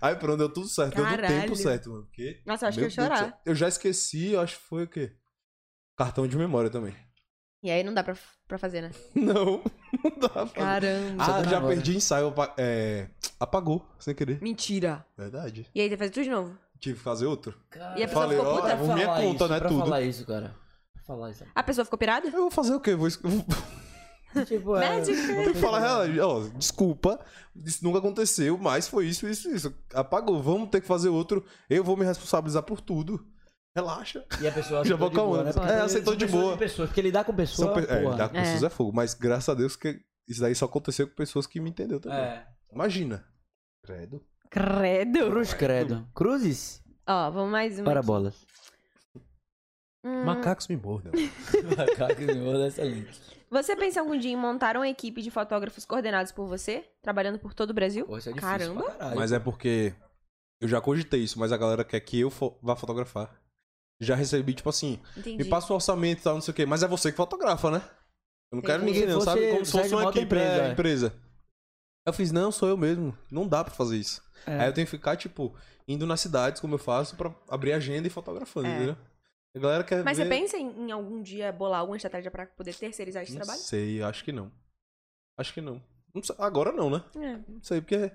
Speaker 3: aí pronto, deu tudo certo. Deu
Speaker 2: Caralho.
Speaker 3: no tempo certo, mano. Porque
Speaker 2: Nossa, eu acho
Speaker 3: meu
Speaker 2: que eu
Speaker 3: Deus
Speaker 2: ia
Speaker 3: do
Speaker 2: chorar.
Speaker 3: céu. Eu já esqueci, eu acho que foi o quê? Cartão de memória também.
Speaker 2: E aí não dá pra, pra fazer, né?
Speaker 3: Não, não dá pra.
Speaker 2: Caramba.
Speaker 3: Ah,
Speaker 1: dá
Speaker 3: já
Speaker 1: agora.
Speaker 3: perdi ensaio. apa- é, apagou, sem querer.
Speaker 2: Mentira.
Speaker 3: Verdade.
Speaker 2: E aí tem que fazer tudo de novo.
Speaker 3: Tive que fazer outro.
Speaker 1: Cara,
Speaker 2: E a pessoa
Speaker 1: falei,
Speaker 2: ficou
Speaker 1: ó,
Speaker 2: puta.
Speaker 1: pra
Speaker 3: Por minha
Speaker 1: falar
Speaker 3: conta,
Speaker 1: isso,
Speaker 3: né,
Speaker 1: Pra
Speaker 3: tudo.
Speaker 1: falar isso, cara. Pra falar isso.
Speaker 2: A pessoa ficou pirada?
Speaker 3: Eu vou fazer o quê? Vou, es- vou
Speaker 1: Tipo, é,
Speaker 2: Magic.
Speaker 1: vou
Speaker 3: ter que falar, "Ah, ó, desculpa, isso nunca aconteceu, mas foi isso, isso, isso. Apagou, vamos ter que fazer outro. Eu vou me responsabilizar por tudo. Relaxa.
Speaker 1: E a pessoa
Speaker 3: Já
Speaker 1: aceitou
Speaker 3: vou
Speaker 1: de boa,
Speaker 3: acalmando.
Speaker 1: né? Porque
Speaker 3: É, aceitou
Speaker 1: são
Speaker 3: de
Speaker 1: pessoas
Speaker 3: boa.
Speaker 1: pessoas, porque lidar com pessoa,
Speaker 3: São pe- é,
Speaker 1: porra.
Speaker 3: lidar com
Speaker 2: É.
Speaker 3: pessoas é fogo, mas graças a Deus que isso daí só aconteceu com pessoas que me entenderam também.
Speaker 1: É.
Speaker 3: Imagina. Credo.
Speaker 2: Credo.
Speaker 1: Cruz credo. Cruzes?
Speaker 2: Ó, vamos mais uma.
Speaker 1: Parabolas.
Speaker 2: Hum,
Speaker 3: Macacos me mordam.
Speaker 1: Macaco de ouro, excelente.
Speaker 2: Você pensou algum dia em montar uma equipe de fotógrafos coordenados por você, trabalhando por todo o Brasil?
Speaker 1: Pô, isso é difícil
Speaker 2: Caramba.
Speaker 1: pra caralho.
Speaker 3: Mas é porque eu já cogitei isso, mas a galera quer que eu fo- vá fotografar. Já recebi, tipo assim,
Speaker 2: Entendi.
Speaker 3: me passa o orçamento e tal, não sei o quê, mas é você que fotografa, né? Eu não quero
Speaker 1: Entendi.
Speaker 3: ninguém, não,
Speaker 1: Você-
Speaker 3: sabe? Como se
Speaker 1: você
Speaker 3: fosse uma
Speaker 1: monta a
Speaker 3: equipe, empresa.
Speaker 1: empresa, é.
Speaker 3: empresa. Eu fiz, não, sou eu mesmo. Não dá pra fazer isso.
Speaker 1: É.
Speaker 3: Aí eu tenho que ficar, tipo, indo nas cidades, como eu faço, pra abrir agenda e fotografando,
Speaker 2: É.
Speaker 3: entendeu? A galera quer
Speaker 2: Mas é
Speaker 3: ver...
Speaker 2: você pensa em, em algum dia bolar alguma estratégia pra poder terceirizar esse
Speaker 3: Não
Speaker 2: trabalho?
Speaker 3: sei, acho que não. Acho que não. Não sei- Agora não, né?
Speaker 2: É.
Speaker 3: Não sei, porque.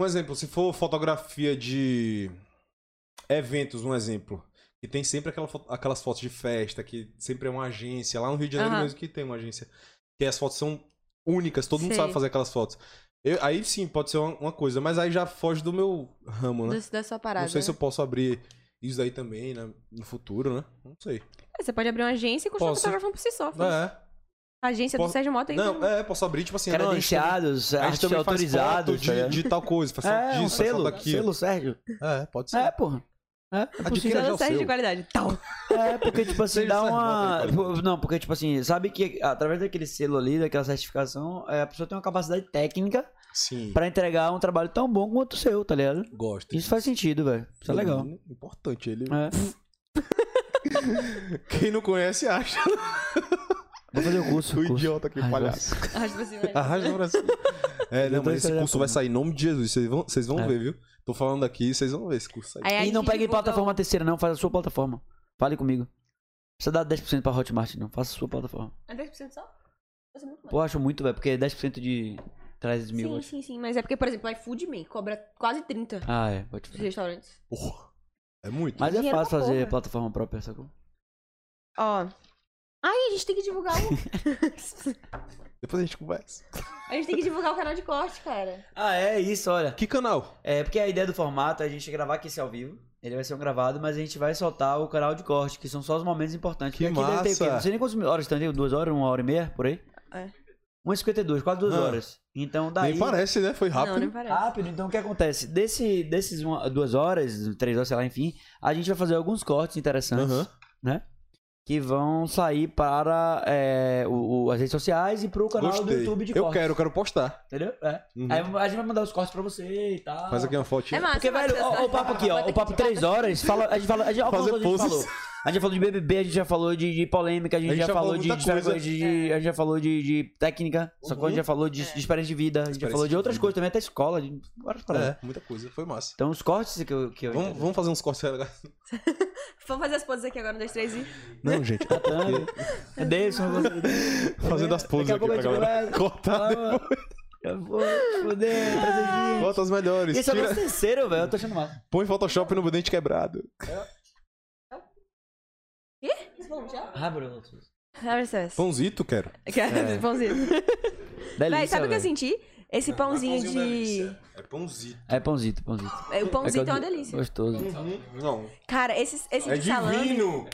Speaker 3: Um exemplo, se for fotografia de eventos, um exemplo. Que tem sempre aquela fo- aquelas fotos de festa, que sempre é uma agência. Lá no Rio de Janeiro
Speaker 2: Aham.
Speaker 3: mesmo que tem uma agência. Que as fotos são únicas, todo mundo
Speaker 2: Sei.
Speaker 3: sabe fazer aquelas fotos. Eu- aí sim, pode ser uma, uma coisa, mas aí já foge do meu ramo, né?
Speaker 2: Da, da sua parada.
Speaker 3: não sei
Speaker 2: né?
Speaker 3: se eu posso abrir isso daí também, né? No futuro, né? Não sei.
Speaker 2: É, Você pode abrir uma agência e continuar
Speaker 3: Posso.
Speaker 2: fotografando por si só. foda-se.
Speaker 3: É.
Speaker 2: A agência do
Speaker 3: Posso-
Speaker 2: Sérgio Mota aí. então.
Speaker 3: Não, é, posso abrir, tipo assim, não, a gente também-
Speaker 1: Credenciados,
Speaker 3: a gente
Speaker 1: artistas
Speaker 3: também
Speaker 1: autorizados.
Speaker 3: faz foto de, de tal coisa, faz foto
Speaker 1: tá É, um
Speaker 3: disso, faz
Speaker 1: selo,
Speaker 3: foto
Speaker 1: selo
Speaker 3: daquilo.
Speaker 1: Sérgio.
Speaker 3: É, pode ser.
Speaker 1: É, porra. É, é possível.
Speaker 3: já é
Speaker 2: Sérgio
Speaker 3: o
Speaker 2: de
Speaker 3: seu.
Speaker 2: qualidade. Tal.
Speaker 1: É, porque, tipo assim,
Speaker 3: Seja
Speaker 1: dá
Speaker 3: certo,
Speaker 1: uma.
Speaker 3: bota aí, qualidade.
Speaker 1: Não, porque, tipo assim, sabe que através daquele selo ali, daquela certificação, é, a pessoa tem uma capacidade técnica
Speaker 3: Sim.
Speaker 1: pra entregar um trabalho tão bom quanto o seu, tá ligado?
Speaker 3: Gosto.
Speaker 1: Isso faz sentido, velho. Isso é legal.
Speaker 3: Importante ele.
Speaker 1: É.
Speaker 3: Quem não conhece acha.
Speaker 1: Vou fazer o curso.
Speaker 3: O
Speaker 1: curso.
Speaker 3: idiota que
Speaker 1: Ai,
Speaker 3: palhaço.
Speaker 2: Arrasta pra cima.
Speaker 3: Arrasta o Brasil. É,
Speaker 1: Eu
Speaker 3: não,
Speaker 1: tô
Speaker 3: mas esse
Speaker 1: entendendo
Speaker 3: curso
Speaker 1: tudo.
Speaker 3: vai sair em nome de Jesus. Vocês vão, vocês vão
Speaker 1: É.
Speaker 3: ver, viu? Tô falando aqui, vocês vão ver esse curso aí.
Speaker 2: Aí É, a
Speaker 1: E não
Speaker 2: gente
Speaker 1: pegue
Speaker 2: divulga
Speaker 1: plataforma terceira, não. Faz a sua plataforma. Fale comigo. Não precisa dar 10% pra Hotmart, não. Faça a sua plataforma.
Speaker 2: o- É 10% só? Nossa, é muito mais.
Speaker 1: Pô, eu acho muito, velho, porque 10% de 300 mil.
Speaker 2: Sim,
Speaker 1: acho.
Speaker 2: sim, sim. Mas é porque, por exemplo, o iFood Man cobra quase 30
Speaker 1: Ah, é. Pode
Speaker 2: dos
Speaker 1: fazer.
Speaker 2: restaurantes.
Speaker 3: Porra, é muito.
Speaker 1: Mas é
Speaker 2: Dinheiro
Speaker 1: fácil
Speaker 2: pra
Speaker 1: fazer
Speaker 2: porra.
Speaker 1: plataforma própria, sacou?
Speaker 2: Ó. Aí a gente tem que divulgar o.
Speaker 3: Depois a gente conversa.
Speaker 2: A gente tem que divulgar o canal de corte, cara.
Speaker 1: Ah, é isso, olha.
Speaker 3: Que canal?
Speaker 1: É porque a ideia do formato é a gente gravar aqui esse ao vivo. Ele vai ser um gravado, mas a gente vai soltar o canal de corte, que são só os momentos importantes.
Speaker 3: Que
Speaker 1: Porque aqui deve ter o quê?
Speaker 3: massa!
Speaker 1: Não sei nem quantas horas estão, tem duas horas, uma hora e meia, por aí?
Speaker 2: É.
Speaker 1: 1h52, quase duas
Speaker 3: Ah.
Speaker 1: horas. Então daí.
Speaker 3: Nem parece, né? Foi rápido.
Speaker 2: Não, não parece.
Speaker 1: Rápido, então o que acontece? Desse, desses uma- duas horas, três horas, sei lá, enfim, a gente vai fazer alguns cortes interessantes
Speaker 3: Aham.
Speaker 1: que vão sair para é, o- o- as redes sociais e pro canal
Speaker 3: Gostei.
Speaker 1: do YouTube de
Speaker 3: eu
Speaker 1: cortes.
Speaker 3: quero, eu quero postar.
Speaker 1: Entendeu? É.
Speaker 3: Uhum.
Speaker 1: Aí a gente vai mandar os cortes pra você e tal.
Speaker 3: Faz aqui uma fotinha.
Speaker 2: É massa.
Speaker 1: Porque, velho,
Speaker 2: Matheus,
Speaker 1: ó, ó o papo aqui, ó.
Speaker 2: bota
Speaker 1: O papo
Speaker 2: de volta.
Speaker 1: três horas, fala, a gente fala. A gente, ó,
Speaker 3: Fazer
Speaker 1: a gente
Speaker 3: poses.
Speaker 1: falou. A gente falou de BBB, a gente já falou de, de polêmica, a gente, já, falou de,
Speaker 3: muita
Speaker 1: de diferença-
Speaker 3: coisa.
Speaker 1: de- de- A gente já falou de, de técnica, só que a
Speaker 3: Uhum.
Speaker 1: gente já falou
Speaker 2: É.
Speaker 1: de, de experiência de vida, a gente já
Speaker 3: Experiência
Speaker 1: falou de
Speaker 3: de
Speaker 1: outras
Speaker 3: vida.
Speaker 1: coisas também, até escola, de várias paradas.
Speaker 3: É, muita coisa. Foi massa.
Speaker 1: Então os cortes que eu. Que eu
Speaker 3: Vamos, vamos fazer uns cortes legais.
Speaker 2: Vamos fazer as poses aqui agora, um, dois, três e.
Speaker 3: Não, gente. é
Speaker 1: Tatame. É Davidson,
Speaker 3: porque- Fazendo as poses
Speaker 1: Daqui
Speaker 3: aqui
Speaker 1: a pouco
Speaker 3: pra
Speaker 1: a gente
Speaker 3: galera. Cortar.
Speaker 1: Eu vou foder,
Speaker 2: Ah.
Speaker 1: presentinho.
Speaker 3: Bota as melhores.
Speaker 1: Esse é o
Speaker 3: Tira-
Speaker 1: nosso terceiro, velho. Eu tô achando massa.
Speaker 3: Põe Photoshop no dente quebrado.
Speaker 2: Vamos já?
Speaker 1: Abra o outro.
Speaker 3: Pãozito, quero.
Speaker 1: É.
Speaker 2: Pãozinho. Véi,
Speaker 1: Delícia,
Speaker 2: sabe o que assim, eu
Speaker 1: velho.
Speaker 2: senti? Esse pãozinho de.
Speaker 3: É pãozito.
Speaker 1: É pãozito, pãozito.
Speaker 2: É, O pãozinho tá uma delícia.
Speaker 1: Gostoso.
Speaker 3: Uhum. Não.
Speaker 2: Cara, esse, esse
Speaker 3: É
Speaker 2: de salame.
Speaker 3: divino.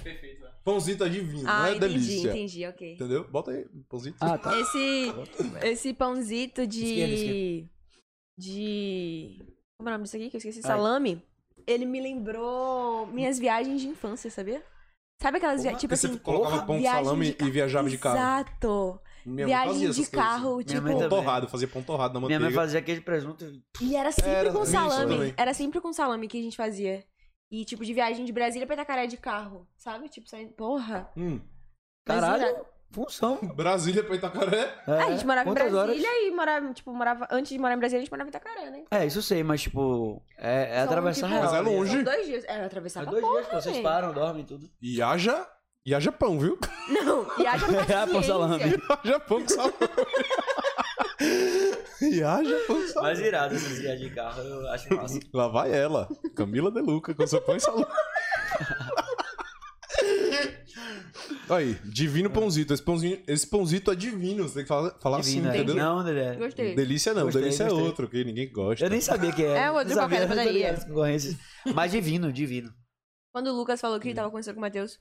Speaker 3: Pãozito é divino.
Speaker 2: Ah,
Speaker 3: não é
Speaker 2: entendi,
Speaker 3: delícia.
Speaker 2: entendi, ok.
Speaker 3: Entendeu? Bota aí, pãozito.
Speaker 1: Ah, tá.
Speaker 2: Esse. Esse pãozito
Speaker 1: Esquerda,
Speaker 2: de. De. Como é o nome disso aqui? Que eu esqueci.
Speaker 1: Ai.
Speaker 2: Salame. Ele me lembrou minhas viagens de infância, sabia? Sabe aquelas viagens. Tipo
Speaker 3: Porque você
Speaker 2: assim.
Speaker 3: colocava pão com
Speaker 2: viagem
Speaker 3: salame
Speaker 2: de ca-
Speaker 3: e viajava de carro.
Speaker 2: Exato.
Speaker 3: Minha mãe fazia
Speaker 2: viagem de
Speaker 3: essas coisas.
Speaker 2: carro,
Speaker 1: Minha
Speaker 2: tipo.
Speaker 1: mãe
Speaker 3: Pão
Speaker 1: também.
Speaker 3: torrado, fazia pão torrado na
Speaker 1: Minha
Speaker 3: manteiga.
Speaker 1: mãe fazia aquele presunto
Speaker 2: E era sempre
Speaker 3: Era
Speaker 2: com
Speaker 3: isso
Speaker 2: salame.
Speaker 3: também.
Speaker 2: Era sempre com salame que a gente fazia. E tipo, de viagem de Brasília pra Itacaré de carro, sabe? Tipo, saindo. Porra.
Speaker 3: Hum,
Speaker 1: Caralho, função.
Speaker 3: Brasília pra Itacaré.
Speaker 1: É,
Speaker 2: Ah, a gente morava em
Speaker 1: quantas
Speaker 2: Brasília
Speaker 1: horas?
Speaker 2: e morava, tipo, morava. Antes de morar em Brasília, a gente morava em Itacaré, né?
Speaker 1: É, isso eu sei, mas tipo, é, é
Speaker 2: São,
Speaker 1: atravessar
Speaker 2: tipo,
Speaker 1: real.
Speaker 3: Mas é
Speaker 1: ali.
Speaker 3: longe.
Speaker 2: São dois dias. Era atravessar
Speaker 1: É
Speaker 2: pra
Speaker 1: dois
Speaker 2: porra,
Speaker 1: dias que vocês
Speaker 2: velho.
Speaker 1: param, dormem e tudo.
Speaker 3: E haja... E haja pão, viu?
Speaker 2: Não, e haja
Speaker 1: É, pô, salame.
Speaker 2: paciência.
Speaker 3: haja pão com salame. e haja pão com salame.
Speaker 1: Mas irado essas viagens de carro, eu acho massa.
Speaker 3: Tá Lá vai ela, Camila De Luca, com seu pão e salame. Aí, divino pãozito. Esse pãozinho, esse pãozito é divino. Você tem que falar, falar
Speaker 1: Divino,
Speaker 3: assim,
Speaker 1: é.
Speaker 3: entendeu?
Speaker 1: Não, André.
Speaker 2: Gostei.
Speaker 3: Delícia não,
Speaker 1: Gostei,
Speaker 3: delícia
Speaker 1: gostei.
Speaker 3: é outro, que ninguém gosta.
Speaker 1: Eu nem sabia que era.
Speaker 2: É, outro
Speaker 1: Não sabia, não
Speaker 2: qualquer,
Speaker 1: tô
Speaker 2: padaria.
Speaker 1: ligado, as concorrências. Mas divino, divino.
Speaker 2: Quando o Lucas falou que ele tava conversando com o Matheus,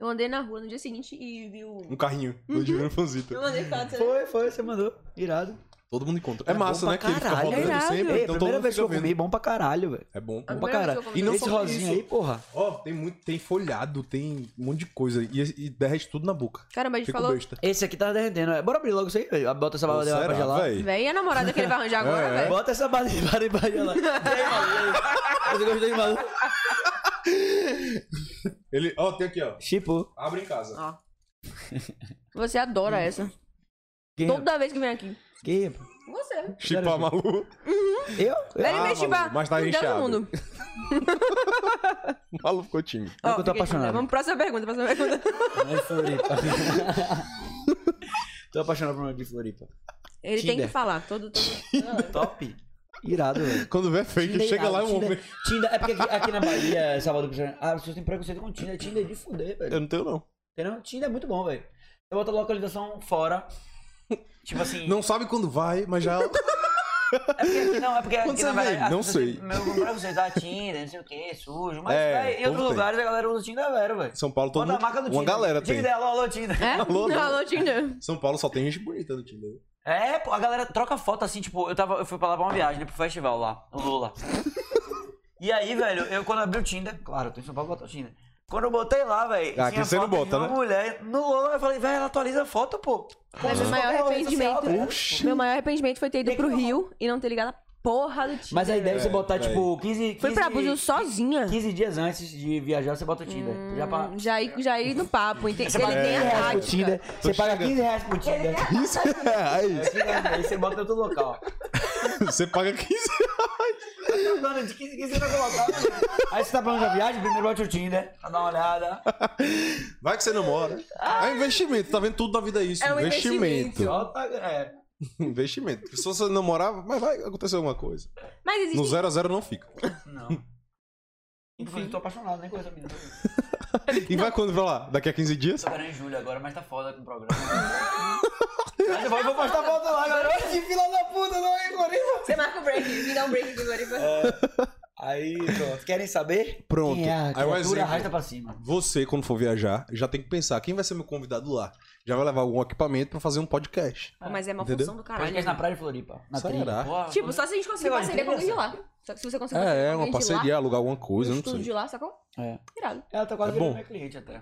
Speaker 2: eu andei na rua no dia seguinte e vi o.
Speaker 3: Um carrinho do
Speaker 1: Uhum.
Speaker 3: divino pãozito.
Speaker 2: Eu mandei foto. né?
Speaker 1: Foi, foi, você mandou. Irado.
Speaker 3: Todo mundo encontra. É,
Speaker 1: É
Speaker 3: massa,
Speaker 1: bom
Speaker 3: né?
Speaker 1: pra
Speaker 3: Que ele fica
Speaker 1: caralho.
Speaker 3: rodando
Speaker 2: É irado.
Speaker 3: sempre,
Speaker 1: Ei,
Speaker 3: então todo
Speaker 1: primeira
Speaker 3: mundo
Speaker 1: vez que
Speaker 3: fica
Speaker 1: eu
Speaker 3: vendo.
Speaker 1: comi, bom pra caralho, velho.
Speaker 3: É
Speaker 2: A
Speaker 3: bom.
Speaker 1: Bom pra
Speaker 2: primeira vez que eu
Speaker 1: caralho.
Speaker 2: comi.
Speaker 3: E não
Speaker 1: Esse
Speaker 3: só
Speaker 1: rosinho
Speaker 3: isso.
Speaker 1: aí, porra.
Speaker 3: Ó, tem muito, tem folhado, tem um monte de coisa. E, e derrete tudo na boca.
Speaker 2: Caramba, a gente
Speaker 3: Fica
Speaker 2: falou.
Speaker 3: besta.
Speaker 1: Esse aqui tá derretendo. é. Bora abrir logo isso aí, velho. Bota essa
Speaker 3: Pô,
Speaker 1: bala de água pra
Speaker 3: será,
Speaker 1: gelar.
Speaker 3: véi?
Speaker 2: Véi, e a namorada que ele vai arranjar agora,
Speaker 3: É.
Speaker 2: velho?
Speaker 1: Bota essa bala de bala de bala de gelar. E aí, maluco? E aí? Você gostou de maluco?
Speaker 3: Ele, ó, tem aqui, ó.
Speaker 1: Tipo.
Speaker 3: Abre em casa.
Speaker 2: Ó. Você adora essa.
Speaker 1: Quem? é?
Speaker 2: Toda vez que vem aqui.
Speaker 1: Quem?
Speaker 2: Você.
Speaker 3: Chipar maluco.
Speaker 1: Eu?
Speaker 2: Ele
Speaker 1: Ah,
Speaker 2: mexe
Speaker 1: maluco.
Speaker 2: pra
Speaker 3: mas tá
Speaker 2: em todo
Speaker 3: recheado.
Speaker 2: mundo.
Speaker 3: O maluco ficou tímido.
Speaker 1: É
Speaker 2: Ó,
Speaker 1: que eu tô
Speaker 2: fica aí,
Speaker 1: apaixonado.
Speaker 2: Vamos pra próxima pergunta, próxima pergunta.
Speaker 1: Não é Floripa. Tô apaixonado por uma de Floripa.
Speaker 2: Ele tem
Speaker 1: Tinder.
Speaker 2: que falar. Todo, todo...
Speaker 1: Top. Irado, velho.
Speaker 3: Quando vê é fake,
Speaker 1: Tinder
Speaker 3: chega
Speaker 1: irado,
Speaker 3: lá é um
Speaker 1: Tinder-
Speaker 3: homem.
Speaker 1: Tinder, é porque aqui, aqui na Bahia, Salvador, Cristiano, ah, as pessoas têm preconceito com Tinder. Tinder é de fuder, velho.
Speaker 3: Eu não tenho, não.
Speaker 1: Entendeu? Tinder é muito bom, velho. Eu boto a localização fora. Tipo assim.
Speaker 3: Não sabe quando vai, mas já.
Speaker 1: É porque aqui não, é porque
Speaker 3: Quando
Speaker 1: aqui
Speaker 3: você
Speaker 1: na Bahia.
Speaker 3: vem?
Speaker 1: as
Speaker 3: Não
Speaker 1: pessoas
Speaker 3: sei.
Speaker 1: têm- Meu lugar vocês dá Tinder, não sei o que, sujo. Mas,
Speaker 3: É,
Speaker 1: velho, em outros
Speaker 3: povo tem.
Speaker 1: lugares a galera usa Tinder, velho, velho.
Speaker 3: São Paulo todo
Speaker 1: Bota a
Speaker 3: mundo.
Speaker 1: marca do
Speaker 3: Uma
Speaker 1: Tinder.
Speaker 3: galera tem.
Speaker 1: Tinder, alô, alô, Tinder.
Speaker 2: É?
Speaker 3: Alô, alô.
Speaker 2: Alô, Tinder.
Speaker 3: São Paulo só tem gente bonita no Tinder.
Speaker 1: É, pô, a galera troca foto assim, tipo, eu, tava, eu fui pra lá pra uma viagem, né, pro festival lá, o Lula. e aí, velho, eu quando abri o Tinder, claro, eu tô em São Paulo botar o Tinder. Quando eu botei lá, velho,
Speaker 3: Ah,
Speaker 1: tinha
Speaker 3: aqui você não
Speaker 1: foto de
Speaker 3: bota,
Speaker 1: uma
Speaker 3: né?
Speaker 1: mulher no Lula, eu falei, velho, ela atualiza a foto, pô. Como
Speaker 2: Mas
Speaker 1: se
Speaker 2: o maior
Speaker 1: fosse qualquer rede
Speaker 2: arrependimento- né?
Speaker 1: social, velho.
Speaker 3: Oxi.
Speaker 2: Meu maior arrependimento foi ter ido pro Rio e não ter ligado a porra do Tinder.
Speaker 1: Mas a ideia é você
Speaker 3: É,
Speaker 1: botar,
Speaker 3: velho.
Speaker 1: tipo, 15, 15,
Speaker 2: Foi pra Búzios sozinha.
Speaker 1: 15 dias antes de viajar, você bota o Tinder. já pra...
Speaker 2: Hum, Já ir, já ir no papo, entende?
Speaker 1: Você
Speaker 2: Ele
Speaker 1: paga 15
Speaker 2: tem a
Speaker 1: reais pro Tinder,
Speaker 3: né?
Speaker 2: tática.
Speaker 1: você paga
Speaker 3: chega.
Speaker 1: 15 reais pro Tinder.
Speaker 3: Isso reais.
Speaker 1: Aí você bota em outro local.
Speaker 3: Você paga 15 reais.
Speaker 1: Mano, de 15 em 15 você vai colocar. né? Aí você tá falando da viagem, primeiro bote o Tinder, pra dar uma olhada.
Speaker 3: Vai que você namora.
Speaker 1: Ah.
Speaker 3: É investimento, tá vendo? Tudo na vida é isso.
Speaker 2: É um investimento.
Speaker 1: Solta, é.
Speaker 3: investimento. Se você namorar, mas vai acontecer alguma coisa.
Speaker 2: Mas existe. um-
Speaker 3: No zero a zero não fica.
Speaker 1: Não. Inclusive, tô apaixonado, nem coisa menina.
Speaker 3: E vai quando pra lá? Daqui a 15 dias?
Speaker 1: Tô querendo em julho agora, mas tá foda com o programa. Mas eu vou, eu vou postar foto lá, galera. Olha que fila da puta, não é, Corinthians?
Speaker 2: Você marca o break, me dá um break de Floripa.
Speaker 1: Aí, pronto. Querem saber?
Speaker 3: Pronto.
Speaker 1: Quem é a
Speaker 3: Aí um
Speaker 1: criatura
Speaker 3: exemplo.
Speaker 1: arrasta pra cima.
Speaker 3: Você, quando for viajar, já tem que pensar quem vai ser meu convidado lá. Já vai levar algum equipamento pra fazer um podcast.
Speaker 2: Pô, Mas é uma
Speaker 3: Entendeu?
Speaker 2: função do caralho.
Speaker 1: Podcast na praia de Floripa. Na
Speaker 3: Será?
Speaker 1: trilha. Pô,
Speaker 2: Tipo, só se a gente conseguir
Speaker 1: Sei lá,
Speaker 2: parceria com alguém de
Speaker 1: interessa.
Speaker 2: lá. Só que se você conseguir parceria
Speaker 3: É, é
Speaker 2: com
Speaker 3: uma
Speaker 2: alguém de lá,
Speaker 3: parceria, alugar alguma coisa,
Speaker 2: um
Speaker 3: eu não
Speaker 2: estudo
Speaker 3: sei.
Speaker 2: de lá, sacou?
Speaker 1: É.
Speaker 2: Irado.
Speaker 1: Ela tá quase
Speaker 3: É
Speaker 1: virando
Speaker 3: bom.
Speaker 1: minha cliente até.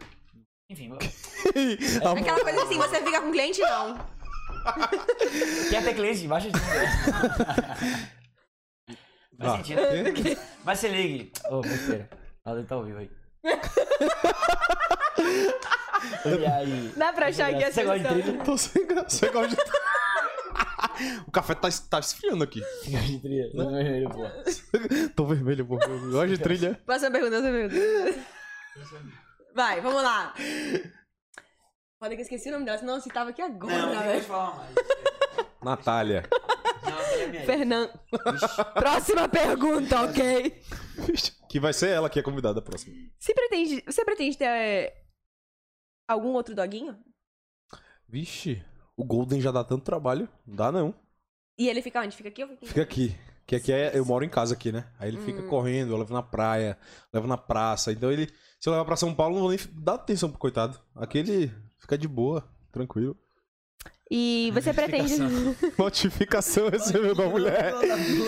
Speaker 1: Enfim, vou-
Speaker 3: Amor,
Speaker 2: Aquela coisa assim, você fica com cliente, não.
Speaker 1: quer ter cliente? Baixa de Faz
Speaker 3: Ah.
Speaker 1: sentido.
Speaker 3: Quê?
Speaker 1: Mas se ligue. Ô, besteira. Ela deve tá ao vivo aí. e aí?
Speaker 2: Dá pra achar aqui a
Speaker 1: Você gosta de
Speaker 2: solução.
Speaker 1: trilha?
Speaker 3: Tô sem graça. Você gosta de... O café tá, tá esfriando aqui.
Speaker 1: Você gosta de trilha? Você não é vermelho, pô.
Speaker 3: Tô vermelho, pô. Eu gosto de trilha.
Speaker 2: Próxima pergunta, próxima pergunta. Vai, vamos lá. Foda que eu esqueci o nome dela, senão eu citava aqui agora, né? velho.
Speaker 1: falar mais.
Speaker 3: Natália.
Speaker 1: Não, ela é minha.
Speaker 2: Fernan. Próxima pergunta, ok?
Speaker 3: que vai ser ela que é convidada a próxima.
Speaker 2: Você pretende, você pretende ter é, algum outro doguinho?
Speaker 3: Vixe, o Golden já dá tanto trabalho. Não dá não.
Speaker 2: E ele fica onde? Fica aqui ou fica aqui?
Speaker 3: Fica aqui. Que aqui é. Eu moro em casa aqui, né? Aí ele fica correndo, eu levo na praia, levo na praça. Então ele. Se eu levar pra São Paulo, eu não vou nem dar atenção pro coitado. Aqui ele fica de boa, tranquilo.
Speaker 2: E você pretende.
Speaker 3: Notificação é recebeu da mulher.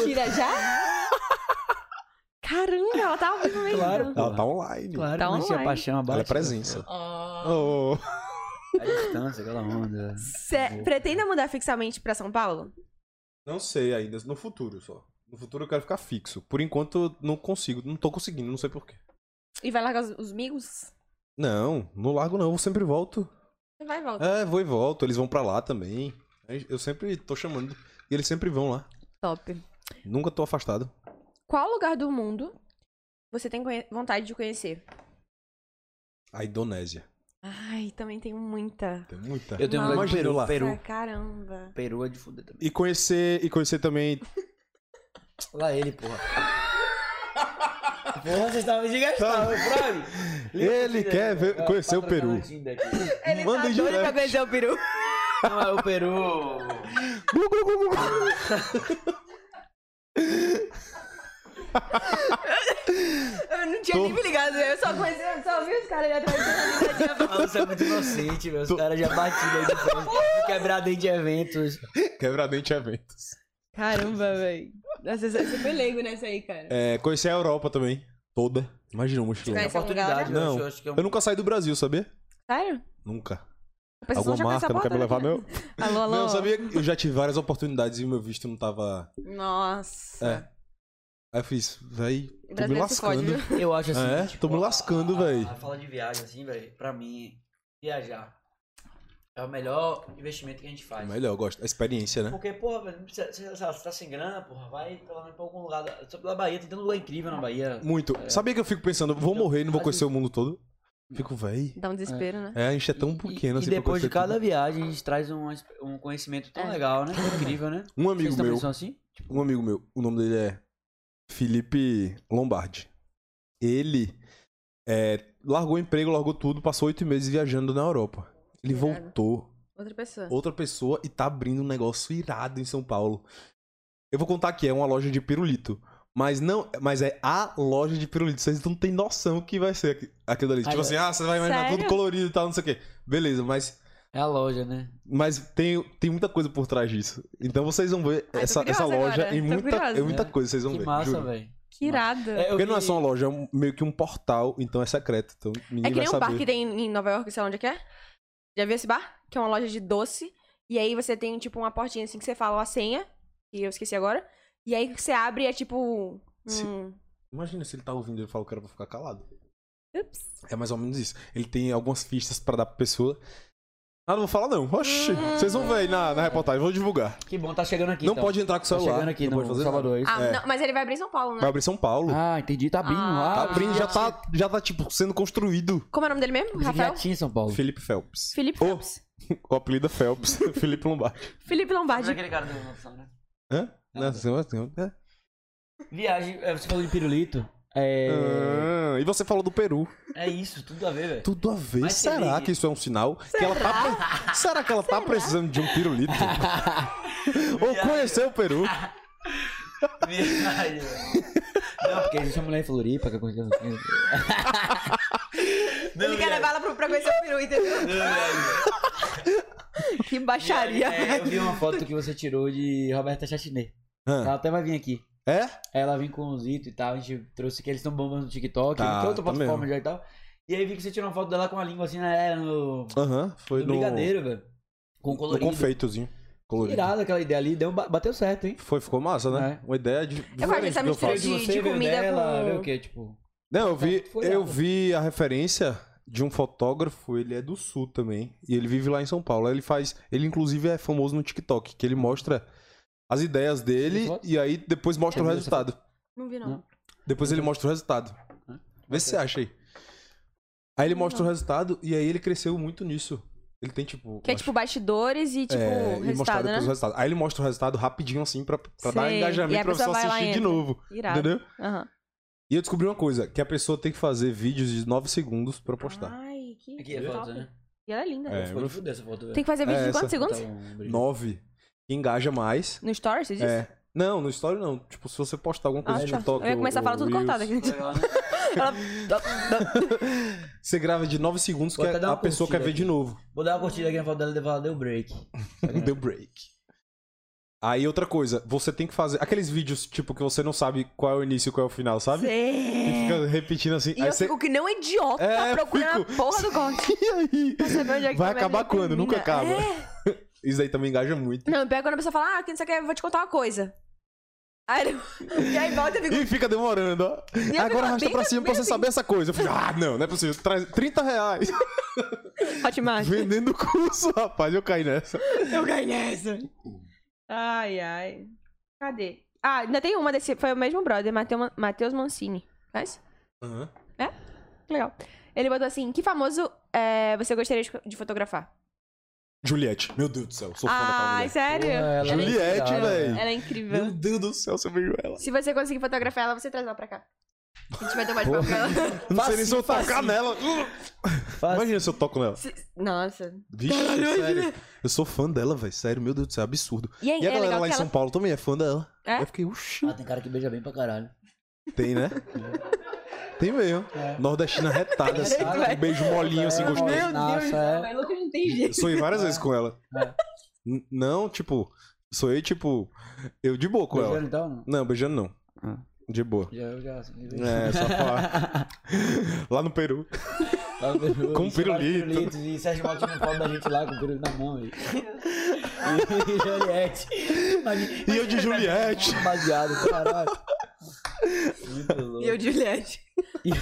Speaker 2: Tira já? Caramba, ela tá ao vivo mesmo.
Speaker 1: Claro.
Speaker 3: Ela tá online.
Speaker 1: Claro, né?
Speaker 2: Tá
Speaker 1: mas tinha
Speaker 2: online.
Speaker 1: paixão abaixo.
Speaker 3: Ela é presença.
Speaker 2: Ah.
Speaker 3: Oh.
Speaker 1: A distância, aquela onda.
Speaker 2: Cê pretende mudar fixamente pra São Paulo?
Speaker 3: Não sei ainda, no futuro só. No futuro eu quero ficar fixo. Por enquanto eu não consigo, não tô conseguindo, não sei porquê.
Speaker 2: E vai largar os, os migos?
Speaker 3: Não, no largo não, eu sempre volto.
Speaker 2: Você Vai e volta.
Speaker 3: É, vou e volto, eles vão pra lá também. É, Eu sempre tô chamando e eles sempre vão lá.
Speaker 2: Top.
Speaker 3: Nunca tô afastado.
Speaker 2: Qual lugar do mundo você tem conhe- vontade de conhecer?
Speaker 3: A Indonésia.
Speaker 2: Ai, também tenho muita.
Speaker 3: Tem muita.
Speaker 1: Eu tenho
Speaker 2: Não.
Speaker 1: um
Speaker 3: Imagina eu
Speaker 1: Peru,
Speaker 3: lá.
Speaker 1: Peru.
Speaker 2: Ah, caramba.
Speaker 1: Peru é de fuder também.
Speaker 3: E conhecer, e conhecer também.
Speaker 1: Lá ele, porra. Porra, vocês estavam de gastar, meu brother.
Speaker 3: Tá. Ele quer ver-
Speaker 1: Ah,
Speaker 3: conhecer o
Speaker 1: patrocinar
Speaker 3: Peru.
Speaker 1: no Tinder aqui.
Speaker 2: Ele
Speaker 3: Manda
Speaker 2: tá
Speaker 3: em
Speaker 2: doido pra
Speaker 3: direct.
Speaker 2: conhecer o peru.
Speaker 1: Não é o Peru.
Speaker 3: Glu, glu, glu, glu.
Speaker 2: Eu não tinha
Speaker 3: Tô-
Speaker 2: nem me ligado, eu só conheci, eu só vi os caras ali atrás. eu não tinha-
Speaker 1: Você é muito inocente, meu. Os caras já batiram aí de frente. Quebrar dentro de eventos.
Speaker 3: Quebradente eventos.
Speaker 2: Caramba, velho. Nossa, você você foi leigo nessa aí, cara.
Speaker 3: É, conhecer a Europa também. Toda. Imagina um mochilão.
Speaker 2: Conhece algum lugar
Speaker 1: Oportunidade,
Speaker 3: já?
Speaker 1: eu acho-
Speaker 3: Não.
Speaker 1: eu acho que é um...
Speaker 3: Eu nunca saí do Brasil, sabia?
Speaker 2: Sério?
Speaker 3: Nunca.
Speaker 2: A pessoa
Speaker 3: Alguma
Speaker 2: já conhece a
Speaker 3: marca não quer me levar,
Speaker 2: porta, né?
Speaker 3: não?
Speaker 2: Alô, alô.
Speaker 3: Não, sabia? que Eu já tive várias oportunidades e o meu visto não tava.
Speaker 2: Nossa. é
Speaker 3: É. Aí eu fiz, véi, tô me
Speaker 2: Brasileiro se fode,
Speaker 3: lascando.
Speaker 2: viu?
Speaker 1: Eu acho assim.
Speaker 3: É, tô me lascando,
Speaker 1: a-
Speaker 3: véi.
Speaker 1: a Fala de viagem, assim, velho. Pra mim, viajar é o melhor investimento que a gente
Speaker 3: É
Speaker 1: faz.
Speaker 3: melhor, eu gosto. A experiência, né?
Speaker 1: Porque, porra, velho, não precisa- sei lá, você tá sem grana, porra, vai pelo menos pra algum lugar. Da, só pela Bahia, tem tanto lugar incrível na Bahia.
Speaker 3: Muito. Sabia que eu fico pensando, vou
Speaker 1: Então,
Speaker 3: morrer e não vou
Speaker 1: Mas-
Speaker 3: conhecer o mundo todo? Fico, véi.
Speaker 2: Dá um desespero, né?
Speaker 3: É, a gente é tão
Speaker 1: E- e,
Speaker 3: pequeno assim
Speaker 1: e
Speaker 3: pra
Speaker 1: depois de
Speaker 3: conhecer
Speaker 1: cada
Speaker 3: tudo.
Speaker 1: viagem, a gente traz um, exp- um conhecimento tão
Speaker 2: É.
Speaker 1: legal, né? Tão incrível, né?
Speaker 3: Um
Speaker 1: Vocês
Speaker 3: amigo
Speaker 1: também
Speaker 3: meu.
Speaker 1: são assim?
Speaker 3: um amigo meu, o nome dele é Felipe Lombardi. Ele é, largou o emprego, largou tudo, passou oito meses viajando na Europa. Ele
Speaker 2: Irado.
Speaker 3: voltou,
Speaker 2: Outra pessoa.
Speaker 3: outra pessoa, e tá abrindo um negócio irado em São Paulo. Eu vou contar que é uma loja de pirulito. Mas não, mas é a loja de pirulito. Vocês não têm noção o que vai ser aqui- aquilo ali.
Speaker 1: Ai,
Speaker 3: tipo assim, ah, você vai imaginar
Speaker 2: Sério?
Speaker 3: tudo colorido e tal, não sei o quê. Beleza, mas,
Speaker 1: É a loja, né?
Speaker 3: mas tem, tem muita coisa por trás disso. Então vocês vão ver
Speaker 2: Ai, tô
Speaker 3: essa,
Speaker 2: curiosa
Speaker 3: essa loja
Speaker 2: agora,
Speaker 3: e
Speaker 2: tô
Speaker 3: muita,
Speaker 2: curiosa.
Speaker 3: é muita coisa, vocês vão
Speaker 1: Que
Speaker 3: ver.
Speaker 1: massa,
Speaker 3: juro.
Speaker 1: velho.
Speaker 2: Que irado. É,
Speaker 1: É, eu
Speaker 3: Porque não é
Speaker 1: vi-
Speaker 3: só uma loja, é um- meio que um portal, então é secreto, então ninguém
Speaker 2: que
Speaker 3: vai
Speaker 2: nem um
Speaker 3: saber.
Speaker 2: bar que tem em Nova York, sei lá onde é que é. Já viu esse bar? Que é uma loja de doce. E aí você tem, tipo, uma portinha assim que você fala a senha. Que eu esqueci agora. E aí você abre e é tipo.
Speaker 3: Se-
Speaker 2: Hum,
Speaker 3: Imagina se ele tá ouvindo e ele fala que era pra ficar calado.
Speaker 2: ups.
Speaker 3: É mais ou menos isso. Ele tem algumas fichas pra dar pra pessoa. Ah, não vou falar não. Oxi, vocês vão ver aí na, na reportagem, vou divulgar.
Speaker 1: Que bom, tá chegando aqui.
Speaker 3: não
Speaker 1: então.
Speaker 3: pode entrar com o
Speaker 1: Tá
Speaker 3: celular.
Speaker 1: chegando aqui
Speaker 3: não
Speaker 1: no
Speaker 3: pode fazer
Speaker 1: Salvador, é isso?
Speaker 2: Ah,
Speaker 3: É.
Speaker 2: não, mas ele vai abrir em São Paulo,
Speaker 3: nada.
Speaker 2: né?
Speaker 3: Vai abrir São Paulo.
Speaker 1: Ah, entendi. Tá abrindo
Speaker 2: Ah.
Speaker 1: lá.
Speaker 3: tá abrindo, já tá, já tá, tipo, sendo construído.
Speaker 2: Como é o nome dele mesmo?
Speaker 1: Pensei que
Speaker 2: Rafael?
Speaker 1: Já tinha em São Paulo.
Speaker 3: Felipe Phelps.
Speaker 2: Felipe
Speaker 3: Oh.
Speaker 2: Phelps.
Speaker 3: O apelido é Phelps. Felipe Lombardi.
Speaker 2: Felipe
Speaker 1: Mas
Speaker 2: Lombardi.
Speaker 1: aquele cara do-
Speaker 3: Hã?
Speaker 1: Nada.
Speaker 3: Não, você- você- é.
Speaker 1: Viagem, é, você falou de pirulito. É,
Speaker 3: Ah, e você falou do Peru.
Speaker 1: é isso, tudo a ver, velho.
Speaker 3: Ah. Tudo a ver.
Speaker 1: Mas
Speaker 3: será
Speaker 1: teve-
Speaker 3: que isso é um sinal? Que ela tá... pre- Será que ela tá precisando de um pirulito? Ou conheceu o Peru?
Speaker 1: Verdade, velho. Não, porque existe uma mulher em Floripa que é aconteceu. Não,
Speaker 2: Ele quer
Speaker 1: viado.
Speaker 2: levar ela pro- pra conhecer o peru, entendeu?
Speaker 1: Não, viado.
Speaker 2: Que baixaria.
Speaker 1: É, eu vi uma foto que você tirou de Roberta Chatinet. Ela
Speaker 3: Ah,
Speaker 1: até vai vir aqui.
Speaker 3: É?
Speaker 1: Ela vem com o Zito e tal. A gente trouxe que eles estão bombando no TikTok,
Speaker 3: Tá,
Speaker 1: que é outra
Speaker 3: tá
Speaker 1: plataforma já e tal. E aí vi que você tirou uma foto dela com a língua assim na era, no,
Speaker 3: Aham, foi
Speaker 1: no
Speaker 3: no,
Speaker 1: brigadeiro, velho. Com
Speaker 3: no
Speaker 1: Um colorido.
Speaker 3: Um confeitozinho. Colorido.
Speaker 1: Irado aquela ideia ali, deu, ba- bateu certo, hein?
Speaker 3: Foi, ficou massa, né? Uma ideia de.
Speaker 2: Eu gosto dessa
Speaker 3: diferente do que
Speaker 2: mistura
Speaker 3: faço.
Speaker 2: de- comida
Speaker 1: dela,
Speaker 2: com-
Speaker 1: veio o quê, tipo...
Speaker 3: Não, eu vi,
Speaker 1: Foi
Speaker 3: eu
Speaker 1: irado.
Speaker 3: vi a referência de um fotógrafo, ele é do sul também, e ele vive lá em São Paulo. Ele faz, ele inclusive é famoso no TikTok, que ele mostra as ideias
Speaker 1: Tem
Speaker 3: dele
Speaker 1: foto?
Speaker 3: e aí depois mostra
Speaker 1: Tem
Speaker 3: o
Speaker 1: vídeo dessa
Speaker 3: resultado.
Speaker 2: Não vi,
Speaker 1: Não.
Speaker 2: não.
Speaker 3: Depois ele mostra o resultado.
Speaker 1: Hã?
Speaker 3: Vê se você acha aí. Aí ele mostra o resultado e aí ele cresceu muito nisso. Ele tem tipo
Speaker 2: Que é tipo bastidores e tipo
Speaker 3: é, e mostrar
Speaker 2: resultado,
Speaker 3: depois o
Speaker 2: né?
Speaker 3: resultado. Aí ele mostra o resultado rapidinho assim pra, pra dar
Speaker 2: Sei. E
Speaker 3: engajamento
Speaker 2: a
Speaker 3: pra
Speaker 2: pessoa
Speaker 3: pessoa
Speaker 2: vai lá e
Speaker 3: assistir de
Speaker 2: entra. Tá.
Speaker 3: novo.
Speaker 2: Irado.
Speaker 3: Entendeu?
Speaker 2: Aham.
Speaker 3: E eu descobri uma coisa, que a pessoa tem que fazer vídeos de 9 segundos pra postar.
Speaker 2: Ai, que
Speaker 1: Aqui é
Speaker 2: top.
Speaker 1: foto, né?
Speaker 2: E ela é linda.
Speaker 3: É,
Speaker 1: Ficou
Speaker 3: eu-
Speaker 1: de fuder essa foto, velho.
Speaker 2: Tem que fazer vídeo
Speaker 3: É,
Speaker 2: de quantos
Speaker 3: essa-
Speaker 2: segundos?
Speaker 1: Então,
Speaker 3: 9. Que engaja mais.
Speaker 2: No story, você disse?
Speaker 3: É. Não, no story não. Tipo, se você postar alguma coisa
Speaker 2: Ah,
Speaker 3: no
Speaker 2: tá.
Speaker 3: TikTok.
Speaker 2: Eu ia começar a
Speaker 3: ou-
Speaker 2: falar tudo
Speaker 3: ou
Speaker 2: cortado
Speaker 3: Reels,
Speaker 2: aqui. tá
Speaker 1: Legal, né?
Speaker 3: Você grava de 9 segundos
Speaker 1: Vou
Speaker 3: que
Speaker 1: até dar
Speaker 3: a
Speaker 1: uma
Speaker 3: pessoa quer
Speaker 1: curtida
Speaker 3: ver de
Speaker 1: aqui. Tá
Speaker 3: novo.
Speaker 1: Vou dar uma curtida aqui na foto dela e ela deu break.
Speaker 3: Deu break. Aí outra coisa, você tem que fazer aqueles vídeos, tipo, que você não sabe qual é o início e qual é o final, sabe? E
Speaker 2: Sei.
Speaker 3: fica repetindo assim.
Speaker 2: E
Speaker 3: aí
Speaker 2: eu
Speaker 3: você.
Speaker 2: fico que não idiota
Speaker 3: É,
Speaker 2: procurando
Speaker 3: fico.
Speaker 2: a porra do corte.
Speaker 3: E aí?
Speaker 2: Pra saber onde é que
Speaker 3: Vai
Speaker 2: começa e
Speaker 3: acabar quando?
Speaker 2: termina.
Speaker 3: Nunca acaba.
Speaker 2: É.
Speaker 3: Isso daí também engaja muito.
Speaker 2: Não, pior é quando a pessoa fala, ah, que não sei o que, eu vou te contar uma coisa. Aí, eu- e aí volta e fica.
Speaker 3: E fica demorando, ó.
Speaker 2: eu fico
Speaker 3: Agora arrasta
Speaker 2: bem-
Speaker 3: pra cima pra
Speaker 2: bem
Speaker 3: você
Speaker 2: assim.
Speaker 3: saber essa coisa. Eu falei, ah, não, não é possível. Traz 30 reais.
Speaker 2: Hotmart.
Speaker 3: Vendendo o curso, rapaz. Eu caí nessa.
Speaker 2: Eu ganhei essa. Ai, ai. Cadê? Ah, ainda tem uma desse. Foi o mesmo brother, Mateu- Matheus Mancini. Mas, legal. Ele botou assim: que famoso é, você gostaria de, de fotografar?
Speaker 3: Juliette, meu Deus do céu, sou fã daquela
Speaker 2: Ai,
Speaker 3: mulher.
Speaker 2: sério?
Speaker 1: Porra, ela-
Speaker 2: ela, é,
Speaker 3: Juliette,
Speaker 1: inspirada,
Speaker 3: véi.
Speaker 1: velho.
Speaker 2: ela é incrível.
Speaker 3: Meu Deus do céu, você veio ela.
Speaker 2: Se você conseguir fotografar ela, você traz ela pra cá. A gente vai tomar de papo com ela.
Speaker 3: Eu Não sei nem se eu
Speaker 1: Facinho, facinho.
Speaker 3: tocar nela. Uh,
Speaker 1: Faz-
Speaker 3: Imagina se eu toco nela.
Speaker 2: Se- Nossa.
Speaker 3: Vixe, sério. Eu sou fã dela, velho. Sério, meu Deus do céu, absurdo.
Speaker 2: E, é,
Speaker 3: E a
Speaker 2: né? é
Speaker 3: galera
Speaker 2: legal
Speaker 3: lá em
Speaker 2: que
Speaker 3: São
Speaker 2: ela.
Speaker 3: Paulo também é fã dela.
Speaker 2: É?
Speaker 3: Eu fiquei, uxi.
Speaker 1: Ah, tem cara que beija bem pra caralho.
Speaker 3: Tem, né? Tem mesmo.
Speaker 1: É.
Speaker 3: Nordestina retada, assim.
Speaker 1: jeito,
Speaker 3: Um
Speaker 2: velho.
Speaker 3: beijo molinho, assim,
Speaker 1: É.
Speaker 3: gostoso.
Speaker 1: Meu Deus, é.
Speaker 2: Mas Lucas não tem jeito.
Speaker 3: Eu sonhei várias vezes com ela.
Speaker 1: É.
Speaker 3: N- Não, tipo, sonhei, tipo, eu de boa com ela.
Speaker 1: Beijando então? Não.
Speaker 3: Não, beijando não.
Speaker 1: Ah.
Speaker 3: De boa.
Speaker 1: Já, eu já, assim,
Speaker 3: É, só falar. Lá no Peru.
Speaker 1: Com
Speaker 3: pirulito.
Speaker 1: E Sérgio Malte não fala da gente lá com pirulito na mão. E, e Juliette. Imagina-
Speaker 3: E eu de Juliette.
Speaker 1: Baseado, caralho. Muito louco.
Speaker 2: E eu de Juliette.
Speaker 1: E eu-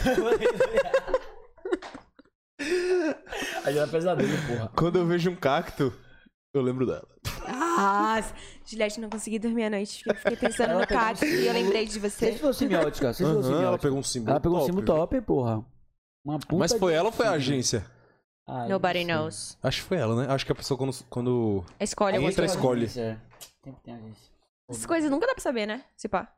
Speaker 1: Aí era pesadelo, porra.
Speaker 3: Quando eu vejo um cacto, eu lembro dela.
Speaker 2: Ah, Juliette, não consegui dormir a noite. Fiquei, fiquei pensando
Speaker 1: Ela
Speaker 2: no
Speaker 1: pegou um
Speaker 2: Cátia e eu lembrei de você.
Speaker 1: Vocês foram semiótica, vocês foram
Speaker 3: Aham, ela
Speaker 1: semiótica.
Speaker 3: pegou um símbolo
Speaker 1: Ela pegou um
Speaker 3: top,
Speaker 1: símbolo
Speaker 3: viu?
Speaker 1: top, porra. Uma puta
Speaker 3: Mas foi
Speaker 1: de-
Speaker 3: ela ou foi a agência?
Speaker 1: Ah, eu não
Speaker 2: Nobody
Speaker 1: sei.
Speaker 2: knows.
Speaker 3: Acho que foi ela, né? Acho que a pessoa quando... quando...
Speaker 2: Escolhe
Speaker 3: Aí
Speaker 2: alguma
Speaker 3: entra
Speaker 2: coisa.
Speaker 3: a escolhe.
Speaker 1: É. Tem que ter agência.
Speaker 2: Essas coisas nunca dá pra saber, né? Se pá.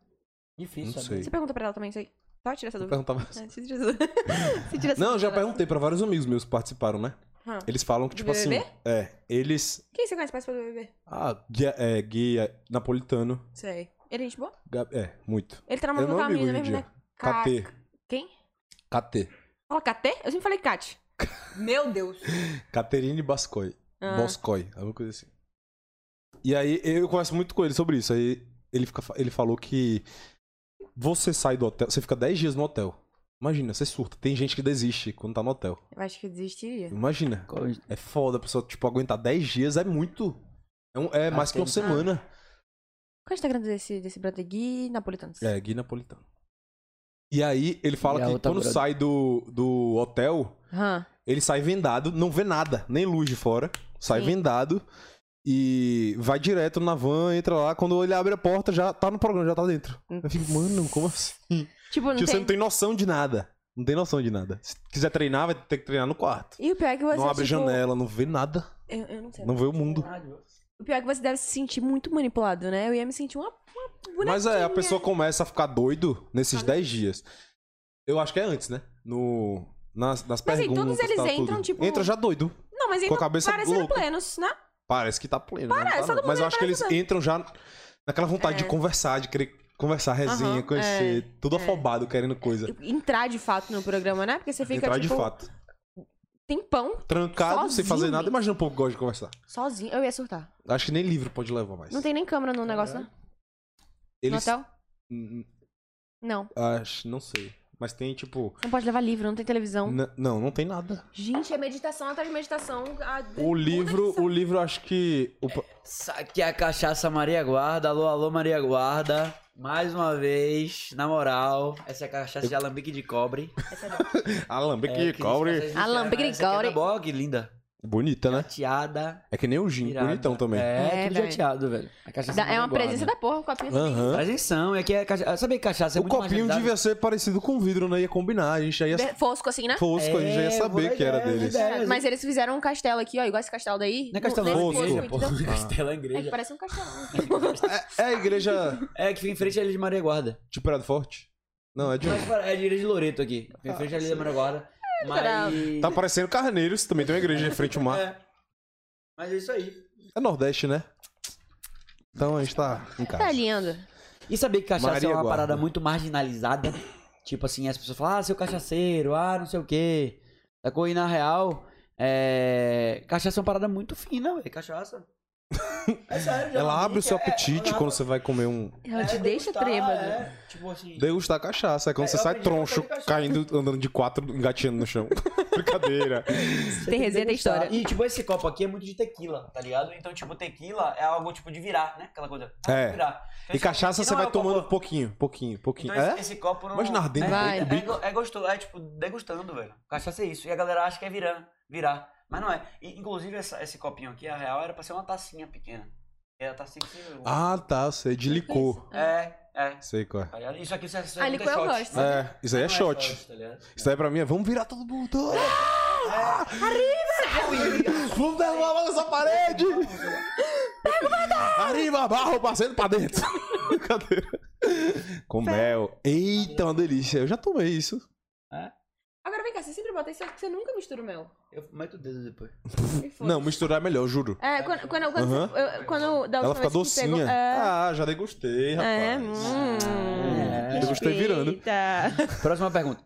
Speaker 1: Difícil, né?
Speaker 3: Não
Speaker 1: sabe?
Speaker 3: sei.
Speaker 2: Você pergunta pra ela também isso aí. Tá, tira essa
Speaker 3: Eu
Speaker 2: dúvida.
Speaker 3: perguntava... assim.
Speaker 2: É, você tira essa dúvida. Você tira essa
Speaker 3: Não, eu já
Speaker 2: dúvida.
Speaker 3: perguntei pra vários amigos meus que participaram, né?
Speaker 2: Ah.
Speaker 3: Eles falam que, tipo
Speaker 2: Do
Speaker 3: assim...
Speaker 2: BBB?
Speaker 3: É, eles...
Speaker 2: Quem você conhece pra do bebê?
Speaker 3: Ah, guia, é, guia napolitano.
Speaker 2: Sei. Ele é gente boa?
Speaker 3: Gab- É, muito.
Speaker 2: Ele tá
Speaker 3: Eu
Speaker 2: namorando
Speaker 3: não
Speaker 2: com a
Speaker 3: amigo
Speaker 2: menina
Speaker 3: hoje em
Speaker 2: mesmo, né?
Speaker 3: dia. KT.
Speaker 2: Quem?
Speaker 3: KT.
Speaker 2: Fala Catê? Eu sempre falei Cat. Meu Deus.
Speaker 3: Caterine Bascoy.
Speaker 2: Ah.
Speaker 3: Boscoy, alguma coisa assim. E aí eu converso muito com ele sobre isso. Aí ele, fica, ele falou que você sai do hotel, você fica 10 dias no hotel. Imagina, você surta. Tem gente que desiste quando tá no hotel.
Speaker 2: Eu acho que eu desistiria.
Speaker 3: Imagina.
Speaker 1: Coisa.
Speaker 3: É foda a pessoa, tipo, aguentar 10 dias é muito. É, um- é mais que uma
Speaker 1: Bastante.
Speaker 3: semana.
Speaker 2: Qual é o Instagram desse, desse brother Gui Napolitano?
Speaker 3: É, Gui Napolitano. E aí ele fala
Speaker 1: E a
Speaker 3: que
Speaker 1: outra
Speaker 3: quando
Speaker 1: brother.
Speaker 3: sai do, do hotel,
Speaker 2: Aham.
Speaker 3: Ele sai vendado, não vê nada, nem luz de fora. Sai
Speaker 2: Sim.
Speaker 3: vendado e vai direto na van, entra lá. Quando ele abre a porta, já tá no programa, já tá dentro. Eu fico, mano, como assim?
Speaker 2: Tipo, não
Speaker 3: Tipo, você
Speaker 2: tem...
Speaker 3: não tem noção de nada. Não tem noção de nada. Se quiser treinar, vai ter que treinar no quarto.
Speaker 2: E o pior é que você,
Speaker 3: Não abre
Speaker 2: tipo...
Speaker 3: janela, não vê nada,
Speaker 2: Eu, eu não sei.
Speaker 3: não vê o mundo.
Speaker 2: O pior é que você deve se sentir muito
Speaker 3: é,
Speaker 2: manipulado, né? Eu ia me sentir uma, uma bonequinha.
Speaker 3: Mas é, a pessoa começa a ficar doido nesses 10 dias. Eu acho que é antes, né? No. Nas, nas
Speaker 2: Mas aí,
Speaker 3: perguntas.
Speaker 2: todos eles
Speaker 3: tal, tudo.
Speaker 2: entram, tipo-
Speaker 3: Entra já doido.
Speaker 2: Não, mas
Speaker 3: Com
Speaker 2: então
Speaker 3: a cabeça
Speaker 2: parecendo
Speaker 3: louca.
Speaker 2: plenos, né?
Speaker 3: Parece que tá pleno. né? Não
Speaker 2: Parece,
Speaker 3: tá, não.
Speaker 2: todo mundo
Speaker 3: Mas eu
Speaker 2: já
Speaker 3: acho que eles
Speaker 2: parece
Speaker 3: entram já naquela vontade
Speaker 2: É.
Speaker 3: de conversar, de querer conversar, resenha,
Speaker 2: Aham,
Speaker 3: conhecer. tudo
Speaker 2: é.
Speaker 3: afobado, querendo coisa.
Speaker 2: Entrar de fato no programa, né? Porque você fica,
Speaker 3: entrar de
Speaker 2: tipo, um
Speaker 3: fato.
Speaker 2: tempão,
Speaker 3: Trancado, sem
Speaker 2: sozinho,
Speaker 3: fazer nada.
Speaker 2: bicho.
Speaker 3: Imagina um povo que gosta de conversar.
Speaker 2: sozinho. Eu ia surtar.
Speaker 3: Acho que nem livro pode levar mais.
Speaker 2: Não tem nem câmera no negócio, né? No
Speaker 3: Eles.
Speaker 2: hotel?
Speaker 3: Hum,
Speaker 2: Não.
Speaker 3: Acho, não sei. Mas tem, tipo.
Speaker 2: Não pode levar livro, não tem televisão.
Speaker 3: n- Não, não tem nada.
Speaker 2: Gente, é meditação atrás de meditação. Ah, a-
Speaker 3: O livro,
Speaker 2: Puta
Speaker 3: o livro, acho que. o pro-
Speaker 1: Saque é a cachaça Maria Guarda. Alô, alô, Maria Guarda. Mais uma vez, na moral, essa é a cachaça de alambique de cobre.
Speaker 3: Alambique,
Speaker 1: É,
Speaker 3: que cobre.
Speaker 2: Alambique
Speaker 1: né?
Speaker 2: de cobre.
Speaker 1: Bog, linda.
Speaker 3: Bonita, né?
Speaker 1: Jateada.
Speaker 3: É que nem o Gin,
Speaker 1: irada.
Speaker 3: bonitão também.
Speaker 1: É,
Speaker 2: É,
Speaker 1: tudo
Speaker 2: velho.
Speaker 1: jateado, velho. A cachaça
Speaker 2: Da- É
Speaker 1: Maria
Speaker 2: uma
Speaker 1: Guarda.
Speaker 3: né?
Speaker 2: presença da porra, o copinho.
Speaker 3: Aham.
Speaker 1: Presta atenção, é que é cachaça. Sabe que cachaça é
Speaker 3: o
Speaker 1: muito
Speaker 3: Um copinho
Speaker 1: mais
Speaker 3: devia ser parecido com vidro, né? Ia combinar, a gente já ia
Speaker 2: Be- Fosco assim, né?
Speaker 3: fosco, é, né? a gente já ia saber que era deles.
Speaker 2: Mas eles fizeram um castelo aqui, ó, igual esse castelo daí.
Speaker 1: Não é
Speaker 2: No-
Speaker 1: castelo
Speaker 2: nesse
Speaker 1: é
Speaker 3: Fosco,
Speaker 1: igreja,
Speaker 2: fosco, assim,
Speaker 1: pô.
Speaker 2: entendeu?
Speaker 1: Castelo é
Speaker 2: É que
Speaker 1: igreja.
Speaker 2: parece um castelo.
Speaker 3: É, é a igreja
Speaker 1: É que fica em frente à Ilha de Maria Guarda.
Speaker 3: de Prado Forte? Não, é de
Speaker 1: Mas
Speaker 3: onde?
Speaker 1: para- é de Ilha de Loreto aqui. Fica em frente à Ilha de Maria Guarda.
Speaker 2: cara.
Speaker 1: Mas...
Speaker 3: Tá parecendo Carneiros, também tem uma igreja de frente ao mar.
Speaker 1: É. Mas é isso aí.
Speaker 3: É Nordeste, né? Então a gente tá em
Speaker 2: Tá
Speaker 3: casa.
Speaker 2: lindo.
Speaker 1: E saber que cachaça
Speaker 3: Maria
Speaker 1: é uma
Speaker 3: Guarda.
Speaker 1: parada muito marginalizada. Tipo assim, as pessoas falam, ah, seu cachaceiro, ah, não sei o quê. Sacou? E na real, é... cachaça é uma parada muito fina, velho. Cachaça. É sério.
Speaker 3: Ela abre o seu
Speaker 1: é-
Speaker 3: apetite
Speaker 1: ela-
Speaker 3: quando você vai comer um.
Speaker 2: Ela te
Speaker 1: é,
Speaker 2: deixa
Speaker 1: degustar,
Speaker 2: trêbado.
Speaker 1: é. Tipo assim.
Speaker 3: Degustar cachaça. É quando
Speaker 1: É,
Speaker 3: você
Speaker 1: eu
Speaker 3: sai
Speaker 1: aprendi a gostar
Speaker 3: troncho,
Speaker 1: de cachaça.
Speaker 3: caindo, andando de quatro, engatinhando no chão. Brincadeira.
Speaker 1: Você
Speaker 2: Tem
Speaker 1: que
Speaker 2: resenha, tem
Speaker 1: degustar.
Speaker 2: história.
Speaker 1: E, tipo, esse copo aqui é muito de tequila, tá ligado? Então, tipo, tequila é algo, tipo, de virar, né? Aquela coisa. ah,
Speaker 3: É.
Speaker 1: Virar. Então,
Speaker 3: E
Speaker 1: esse copo
Speaker 3: cachaça
Speaker 1: aqui
Speaker 3: você
Speaker 1: não é
Speaker 3: vai
Speaker 1: o copo-
Speaker 3: tomando um pouquinho, pouquinho, pouquinho.
Speaker 1: Então,
Speaker 3: É?
Speaker 1: esse, esse copo não...
Speaker 3: Imagina ardendo
Speaker 1: é,
Speaker 2: Vai.
Speaker 1: é, go- é gostoso, é, tipo, degustando, velho. Cachaça é isso. E a galera acha que é virar, virar. Mas não é. E, inclusive, essa- esse copinho aqui, a real, era pra ser uma tacinha pequena. É a tacinha que você...
Speaker 3: Ah, tá, eu sei. De licor.
Speaker 1: É, é.
Speaker 3: Sei qual é.
Speaker 1: Tá ligado? Isso aqui você... você
Speaker 2: Ah,
Speaker 1: não
Speaker 2: licor
Speaker 1: tem
Speaker 2: eu
Speaker 1: shot. né?
Speaker 2: gosto.
Speaker 1: Não
Speaker 3: É, isso aí é shot.
Speaker 1: tá ligado? É.
Speaker 3: Isso aí é- pra mim é vamos virar todo mundo.
Speaker 1: Ah! Arriba!
Speaker 3: Vamos derrubar logo essa parede. Arriba, barro, passando pra dentro. Brincadeira. Com mel. Eita, uma delícia. Eu já tomei isso.
Speaker 2: Agora vem cá, você sempre bota isso, você nunca mistura o mel.
Speaker 1: Eu meto o dedo depois.
Speaker 2: E foi.
Speaker 3: Não, misturar é melhor, juro.
Speaker 2: É, quando, quando, quando,
Speaker 3: Aham.
Speaker 2: eu- eu- quando da
Speaker 3: Ela
Speaker 2: última
Speaker 3: fica
Speaker 2: vez que pegou-
Speaker 3: docinha.
Speaker 2: É,
Speaker 3: Ah, já degustei, rapaz.
Speaker 2: é, hum,
Speaker 1: É.
Speaker 3: Eu gostei virando.
Speaker 2: respeita.
Speaker 1: Próxima pergunta.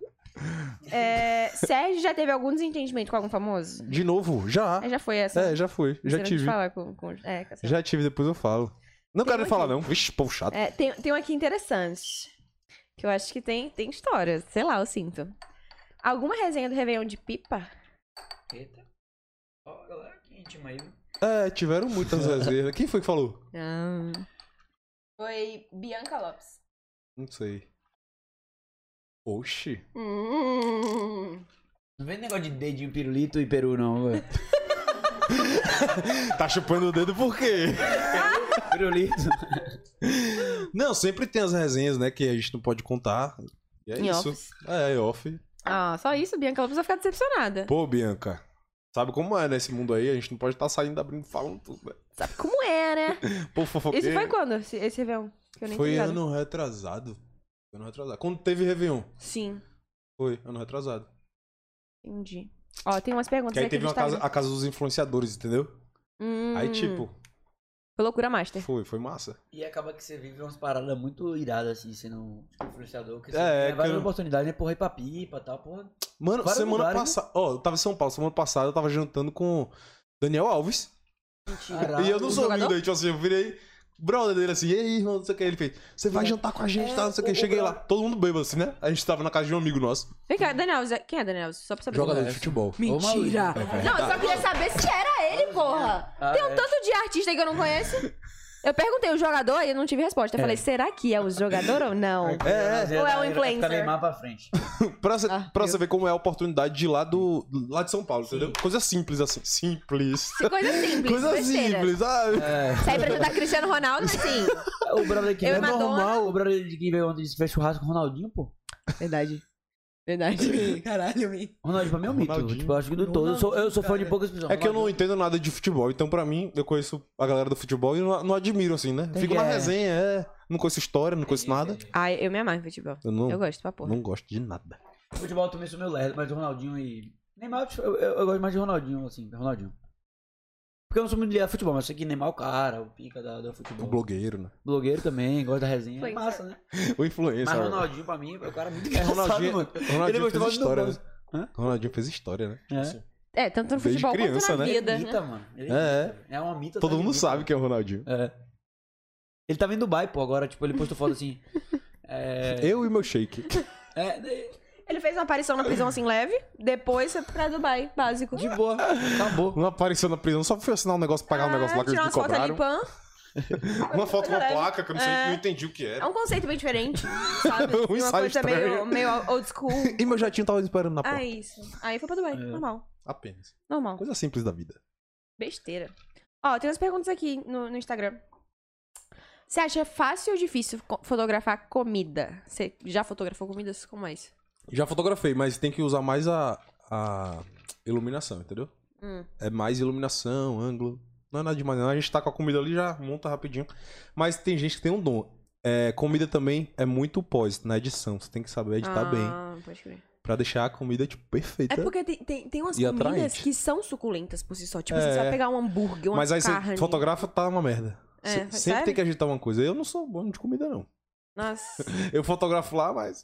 Speaker 2: É, Sérgio já teve algum desentendimento com algum famoso?
Speaker 3: De novo, já.
Speaker 2: É, já foi essa.
Speaker 3: É, já fui. Já
Speaker 2: Você não
Speaker 3: tive.
Speaker 2: te falar com, com- é, com-
Speaker 3: Já tive, depois eu falo. Não
Speaker 2: Tem
Speaker 3: quero
Speaker 2: um
Speaker 3: nem falar,
Speaker 2: aqui.
Speaker 3: não. Vixe, povo chato.
Speaker 2: É, tem, tem um aqui interessante. Que eu acho que tem, tem história. Sei lá, eu sinto. Alguma resenha do Réveillon de pipa?
Speaker 1: Eita. Ó, a galera que íntima aí, viu?
Speaker 3: É, tiveram muitas reservas. Quem foi que falou?
Speaker 2: Não. Foi Bianca Lopes.
Speaker 3: Não sei. Oxi.
Speaker 2: Hum.
Speaker 1: Não vem negócio de dedinho, pirulito e peru, não, velho.
Speaker 3: Tá chupando o dedo por quê?
Speaker 1: Pirulito.
Speaker 3: Não, sempre tem as resenhas, né? Que a gente não pode contar. E é
Speaker 2: Em
Speaker 3: isso.
Speaker 2: office.
Speaker 3: É, é off.
Speaker 2: Ah, só isso, Bianca Lopes vai ficar decepcionada.
Speaker 3: Pô, Bianca. Sabe como é nesse mundo aí? A gente não pode estar saindo abrindo falando tudo, né?
Speaker 2: Sabe como é, né?
Speaker 3: Pô, fofoqueiro.
Speaker 2: Isso foi quando, esse, esse Réveillon? Que eu nem tô
Speaker 3: Foi
Speaker 2: ligada.
Speaker 3: ano retrasado. Foi Ano retrasado. Quando teve Réveillon?
Speaker 2: Sim,
Speaker 3: Foi, ano retrasado.
Speaker 2: entendi. Ó, tem umas perguntas
Speaker 3: Que aí
Speaker 2: aqui
Speaker 3: teve
Speaker 2: do
Speaker 3: uma casa,
Speaker 2: Instagram.
Speaker 3: a casa dos influenciadores, entendeu?
Speaker 2: tá Hum,
Speaker 3: Aí, tipo,
Speaker 2: Foi loucura master.
Speaker 3: foi, foi massa.
Speaker 1: E acaba que você vive umas paradas muito iradas, assim, sendo tipo, influenciador. Porque você
Speaker 3: É,
Speaker 1: tem várias
Speaker 3: que-
Speaker 1: oportunidades, né? Porra, ir pra pipa e tal, porra.
Speaker 3: Mano,
Speaker 1: Vários
Speaker 3: semana
Speaker 1: lugares, né?
Speaker 3: passada. Ó, eu tava em São Paulo, semana passada eu tava jantando com Daniel Alves.
Speaker 1: Caralho.
Speaker 3: E eu não
Speaker 2: o
Speaker 3: sou
Speaker 2: jogador?
Speaker 3: humilde, aí, tipo assim, eu virei brother dele assim, e aí, irmão, não sei o que. Ele fez, você vai jantar com a gente, tá? Não sei o
Speaker 1: o-
Speaker 3: que.
Speaker 1: o
Speaker 3: Cheguei lá,
Speaker 1: brother-
Speaker 3: todo mundo bêbado assim, né? A gente tava na casa de um amigo nosso.
Speaker 2: Vem cá, Daniel. Zé- Quem é Daniel? Só pra saber.
Speaker 1: de
Speaker 3: futebol.
Speaker 1: Mentira!
Speaker 2: Não, eu só queria saber se era ele, porra.
Speaker 1: Ah,
Speaker 2: Tem um
Speaker 1: é.
Speaker 2: tanto de artista aí que eu não conheço. Eu perguntei o jogador e eu não tive resposta. Eu falei, será que é o jogador ou não?
Speaker 3: É,
Speaker 2: Ou é um
Speaker 1: Tá
Speaker 2: influencer?
Speaker 1: Neymar pra frente.
Speaker 3: pra, você-
Speaker 2: Ah,
Speaker 3: pra
Speaker 2: eu-
Speaker 3: você ver como é a oportunidade de lá do. lá de São Paulo, entendeu? Coisa simples assim. Simples.
Speaker 2: Coisa simples,
Speaker 3: Coisa
Speaker 2: besteira.
Speaker 3: simples, sabe?
Speaker 2: Sai pra ajudar Cristiano Ronaldo, mas sim.
Speaker 1: O brother que é
Speaker 2: Eu
Speaker 1: veio-
Speaker 2: e Madonna.
Speaker 1: é normal. O brother que veio ontem disse fez churrasco com o Ronaldinho, pô.
Speaker 2: Verdade. Verdade. Caralho, me.
Speaker 1: Ronaldinho pra mim é um mito.
Speaker 3: Ronaldinho.
Speaker 1: Tipo, eu acho que do todo. Eu sou, eu sou fã de poucas pessoas.
Speaker 3: É que eu não entendo nada de futebol, então pra mim, eu conheço a galera do futebol e não, não admiro, assim, né?
Speaker 1: Tem
Speaker 3: Fico
Speaker 1: que
Speaker 3: na
Speaker 1: é.
Speaker 3: resenha, é. Não conheço história, não conheço nada.
Speaker 2: Ai, eu me amarro em futebol.
Speaker 3: Eu não,
Speaker 2: Eu gosto pra porra.
Speaker 3: não gosto de nada.
Speaker 1: Futebol também sou meu lerdo, mas o Ronaldinho e. Neymar, eu, eu, eu gosto mais de Ronaldinho, assim, Ronaldinho. Porque eu não sou muito ligado a futebol, mas sei que Neymar é o cara, o pica da, do
Speaker 3: O
Speaker 1: futebol.
Speaker 3: blogueiro, né?
Speaker 1: Blogueiro também, gosto da resenha.
Speaker 2: Foi,
Speaker 1: É massa, né?
Speaker 3: O influencer.
Speaker 1: Mas
Speaker 3: né?
Speaker 1: Ronaldinho, pra mim, é o cara muito
Speaker 3: É,
Speaker 1: engraçado,
Speaker 3: Ronaldinho,
Speaker 1: mano. Ele
Speaker 3: Ronaldinho
Speaker 1: gostou
Speaker 3: fez
Speaker 1: mais do
Speaker 3: história,
Speaker 1: Dom
Speaker 3: né? Ronaldinho fez história, né?
Speaker 1: É.
Speaker 3: Assim,
Speaker 2: É, tanto no
Speaker 3: Desde
Speaker 2: futebol
Speaker 3: criança,
Speaker 2: quanto na
Speaker 3: né?
Speaker 2: vida.
Speaker 1: Mita, mano. Ele
Speaker 3: É,
Speaker 1: mita. é uma mita.
Speaker 3: Todo
Speaker 1: atrás de
Speaker 3: mundo
Speaker 1: mita.
Speaker 3: sabe que é o Ronaldinho.
Speaker 1: É. Ele tava em Dubai, pô, agora, tipo, ele postou foto assim. É.
Speaker 3: Eu e meu shake.
Speaker 1: é, de-
Speaker 2: Ele fez uma aparição na prisão assim leve, depois foi pra Dubai, básico.
Speaker 1: de boa. Acabou.
Speaker 3: Uma Um apareceu na prisão, só foi assinar um negócio, pagar um negócio lá que eles
Speaker 2: Ah, tirar
Speaker 3: me
Speaker 2: umas fotos ali,
Speaker 3: cobraram.
Speaker 2: pan.
Speaker 3: Uma foto, uma
Speaker 2: Leve.
Speaker 3: placa, que eu não, sei,
Speaker 2: É.
Speaker 3: não entendi o que
Speaker 2: É
Speaker 3: era.
Speaker 2: um conceito bem diferente, sabe?
Speaker 3: Um
Speaker 2: uma
Speaker 3: ensaio
Speaker 2: coisa meio,
Speaker 3: estranho.
Speaker 2: meio old school.
Speaker 3: E meu jatinho tava esperando na porta.
Speaker 2: Ah, isso. Aí foi pra Dubai,
Speaker 1: É.
Speaker 2: normal.
Speaker 3: Apenas.
Speaker 2: Normal.
Speaker 3: Coisa simples da vida.
Speaker 2: Besteira. Ó, tem umas perguntas aqui no, no Instagram. Você acha fácil ou difícil co- fotografar comida? Você já fotografou comidas? Como é isso?
Speaker 3: Já fotografei, mas tem que usar mais a, a iluminação, entendeu?
Speaker 2: Hum.
Speaker 3: É mais iluminação, ângulo. Não é nada demais, não. A gente tá com a comida ali, já monta rapidinho. Mas tem gente que tem um dom. É, comida também é muito pós, na edição. Você tem que saber editar tá bem.
Speaker 2: Ah, pode crer.
Speaker 3: Pra deixar a comida, tipo, perfeita.
Speaker 2: É porque tem, tem, tem umas
Speaker 3: E
Speaker 2: comidas
Speaker 3: atraente.
Speaker 2: que são suculentas por si só. Tipo,
Speaker 3: É.
Speaker 2: você vai pegar um hambúrguer, uma
Speaker 3: Mas aí
Speaker 2: carne.
Speaker 3: você fotografa, tá uma merda.
Speaker 2: É,
Speaker 3: Se-
Speaker 2: sério?
Speaker 3: sempre tem que agitar uma coisa. Eu não sou bom de comida, não.
Speaker 2: Nossa.
Speaker 3: Eu fotografo lá, mas.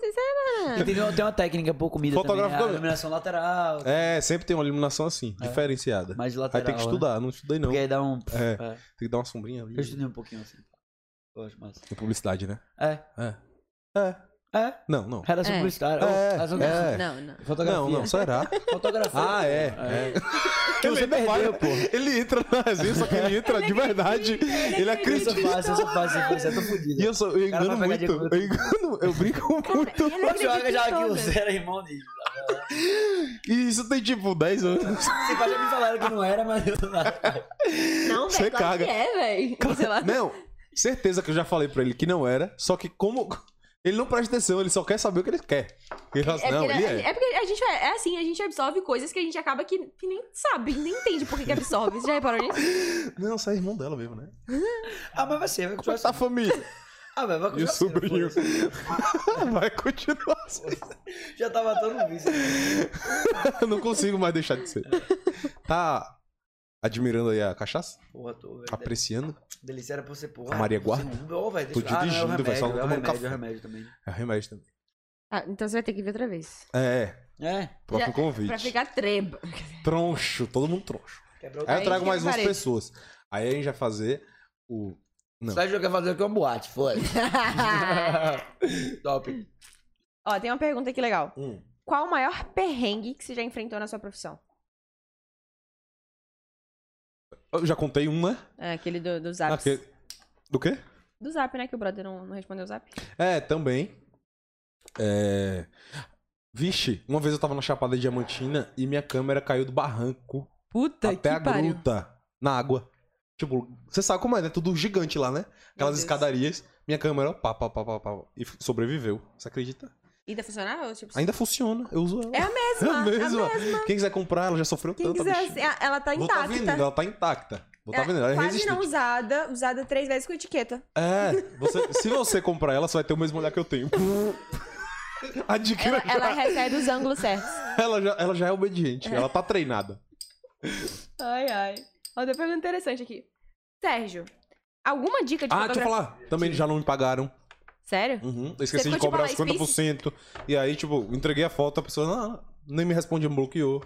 Speaker 1: E tem, tem uma técnica pô, comida
Speaker 3: Fotógrafo
Speaker 1: também, né?
Speaker 3: também.
Speaker 1: A iluminação lateral,
Speaker 3: É, sempre tem uma iluminação assim,
Speaker 1: É.
Speaker 3: diferenciada.
Speaker 1: mais lateral.
Speaker 3: Aí tem que
Speaker 1: né?
Speaker 3: estudar, não estudei não.
Speaker 1: Porque aí dá um...
Speaker 3: É.
Speaker 1: É.
Speaker 3: Tem que dar uma sombrinha ali.
Speaker 1: Eu estudei um pouquinho assim. Gosto, mas...
Speaker 3: Tem publicidade, né?
Speaker 1: É.
Speaker 3: É. É.
Speaker 1: É,
Speaker 3: Não, não.
Speaker 1: relação
Speaker 2: É.
Speaker 1: publicitária.
Speaker 3: É,
Speaker 1: Oh, relação-
Speaker 3: é.
Speaker 2: Não, não.
Speaker 1: Fotografia.
Speaker 3: Não, não, será?
Speaker 1: Fotografia.
Speaker 3: ah, é. é.
Speaker 1: Que você perdeu, pô.
Speaker 3: Ele entra na resenha, só que ele entra
Speaker 2: é
Speaker 3: de verdade. Ele
Speaker 1: Isso
Speaker 3: acredita.
Speaker 1: é fácil, isso é fácil, isso é fácil, eu tô
Speaker 3: E
Speaker 1: fudido.
Speaker 3: eu, sou, eu
Speaker 1: cara
Speaker 3: engano
Speaker 1: vai pegar de
Speaker 3: muito. Eu engano, eu brinco muito.
Speaker 2: Ele é
Speaker 1: O Joga já
Speaker 2: acredita
Speaker 1: que
Speaker 2: em
Speaker 1: o
Speaker 2: todas.
Speaker 1: Zé era é irmão dele.
Speaker 3: E isso tem tipo 10 anos.
Speaker 1: Se pá, já me falaram que não era, mas eu não
Speaker 2: Não,
Speaker 3: Você
Speaker 2: velho, claro
Speaker 3: caga.
Speaker 2: que é, velho. Sei lá.
Speaker 3: Não, certeza que eu já falei pra ele que não era, só que como. Ele não presta atenção, ele só quer saber o que ele quer. Ele fala assim,
Speaker 2: É,
Speaker 3: não,
Speaker 2: porque,
Speaker 3: ele
Speaker 2: a-
Speaker 3: é.
Speaker 2: é porque a gente é, é assim, a gente absorve coisas que a gente acaba que, que nem sabe, nem entende por que, que absorve. Você já reparou nisso?
Speaker 3: Não, sai irmão dela mesmo, né?
Speaker 1: Ah, mas vai ser, vai
Speaker 3: Só
Speaker 1: continuar
Speaker 3: é essa família.
Speaker 1: Ah, velho, vai
Speaker 3: E o
Speaker 1: continuar sendo,
Speaker 3: sobrinho.
Speaker 1: foda-se.
Speaker 3: Vai continuar assim.
Speaker 1: Já tá matando o bicho.
Speaker 3: Eu não consigo mais deixar de ser. Tá admirando aí a cachaça?
Speaker 1: Porra, tô, velho.
Speaker 3: Apreciando?
Speaker 1: Delícia era pra você, porra.
Speaker 3: A Maria Guarda?
Speaker 1: Ô, velho,
Speaker 3: Tô
Speaker 1: deixa eu- ah, não, é o
Speaker 3: dirigindo, velho, só
Speaker 1: remédio, é o
Speaker 3: tomar um
Speaker 1: remédio,
Speaker 3: café.
Speaker 1: é o remédio também.
Speaker 3: É remédio também.
Speaker 2: Ah, então você vai ter que vir outra vez.
Speaker 3: É,
Speaker 1: É,
Speaker 3: próprio
Speaker 2: Já-
Speaker 3: convite.
Speaker 2: Pra ficar treba.
Speaker 3: Troncho, todo mundo troncho.
Speaker 1: quebrou o
Speaker 3: Aí
Speaker 2: Aí
Speaker 3: eu trago
Speaker 2: que
Speaker 3: mais umas
Speaker 2: parede.
Speaker 3: pessoas. Aí a gente vai fazer o. não.
Speaker 1: Sérgio quer fazer aqui uma boate, foi. Top.
Speaker 2: Ó, tem uma pergunta aqui legal.
Speaker 3: Hum.
Speaker 2: Qual o maior perrengue que você já enfrentou na sua profissão?
Speaker 3: Eu já contei um, né?
Speaker 2: É, aquele do, do zap.
Speaker 3: Aquele- Do quê?
Speaker 2: Do zap, né? Que o brother não, não respondeu o zap.
Speaker 3: É, também. É. Vixe, uma vez eu tava na Chapada Diamantina e minha câmera caiu do barranco
Speaker 2: Puta
Speaker 3: até a gruta na água. Tipo, você sabe como é, né? Tudo gigante lá, né? Aquelas
Speaker 2: Deus.
Speaker 3: escadarias. Minha câmera, ó, pá, pá, pá, pá, pá, e f- sobreviveu. Você acredita?
Speaker 2: Ainda funcionava? Ou, Tipo,
Speaker 3: Ainda funciona, eu uso ela.
Speaker 2: É a mesma,
Speaker 3: É a mesma. Então Quem quiser comprar, ela já sofreu
Speaker 2: Quem
Speaker 3: tanto.
Speaker 2: quiser, assim, a- ela tá
Speaker 3: Vou tá vendendo,
Speaker 2: intacta.
Speaker 3: ela tá intacta. Vou tá
Speaker 2: É,
Speaker 3: vendendo, ela é
Speaker 2: Quase
Speaker 3: resistente.
Speaker 2: não usada, usada três vezes com etiqueta.
Speaker 3: É, você- se você comprar ela, você vai ter o mesmo olhar que eu tenho. Adquira
Speaker 2: Ela,
Speaker 3: já.
Speaker 2: ela recebe os ângulos certos.
Speaker 3: Ela já, ela já é obediente, ela tá treinada.
Speaker 2: Tipo, Ai, ai. Outra pergunta um interessante aqui. Sérgio, alguma dica de
Speaker 3: Ah, deixa eu
Speaker 2: fotografia?
Speaker 3: falar. Também já não me pagaram.
Speaker 2: Sério?
Speaker 3: Uhum. Eu esqueci
Speaker 2: Você
Speaker 3: de
Speaker 2: ficou
Speaker 3: cobrar os
Speaker 2: tipo, "Olá,
Speaker 3: 50%. E aí, tipo, entreguei a foto, a pessoa não, não, nem me responde, me bloqueou.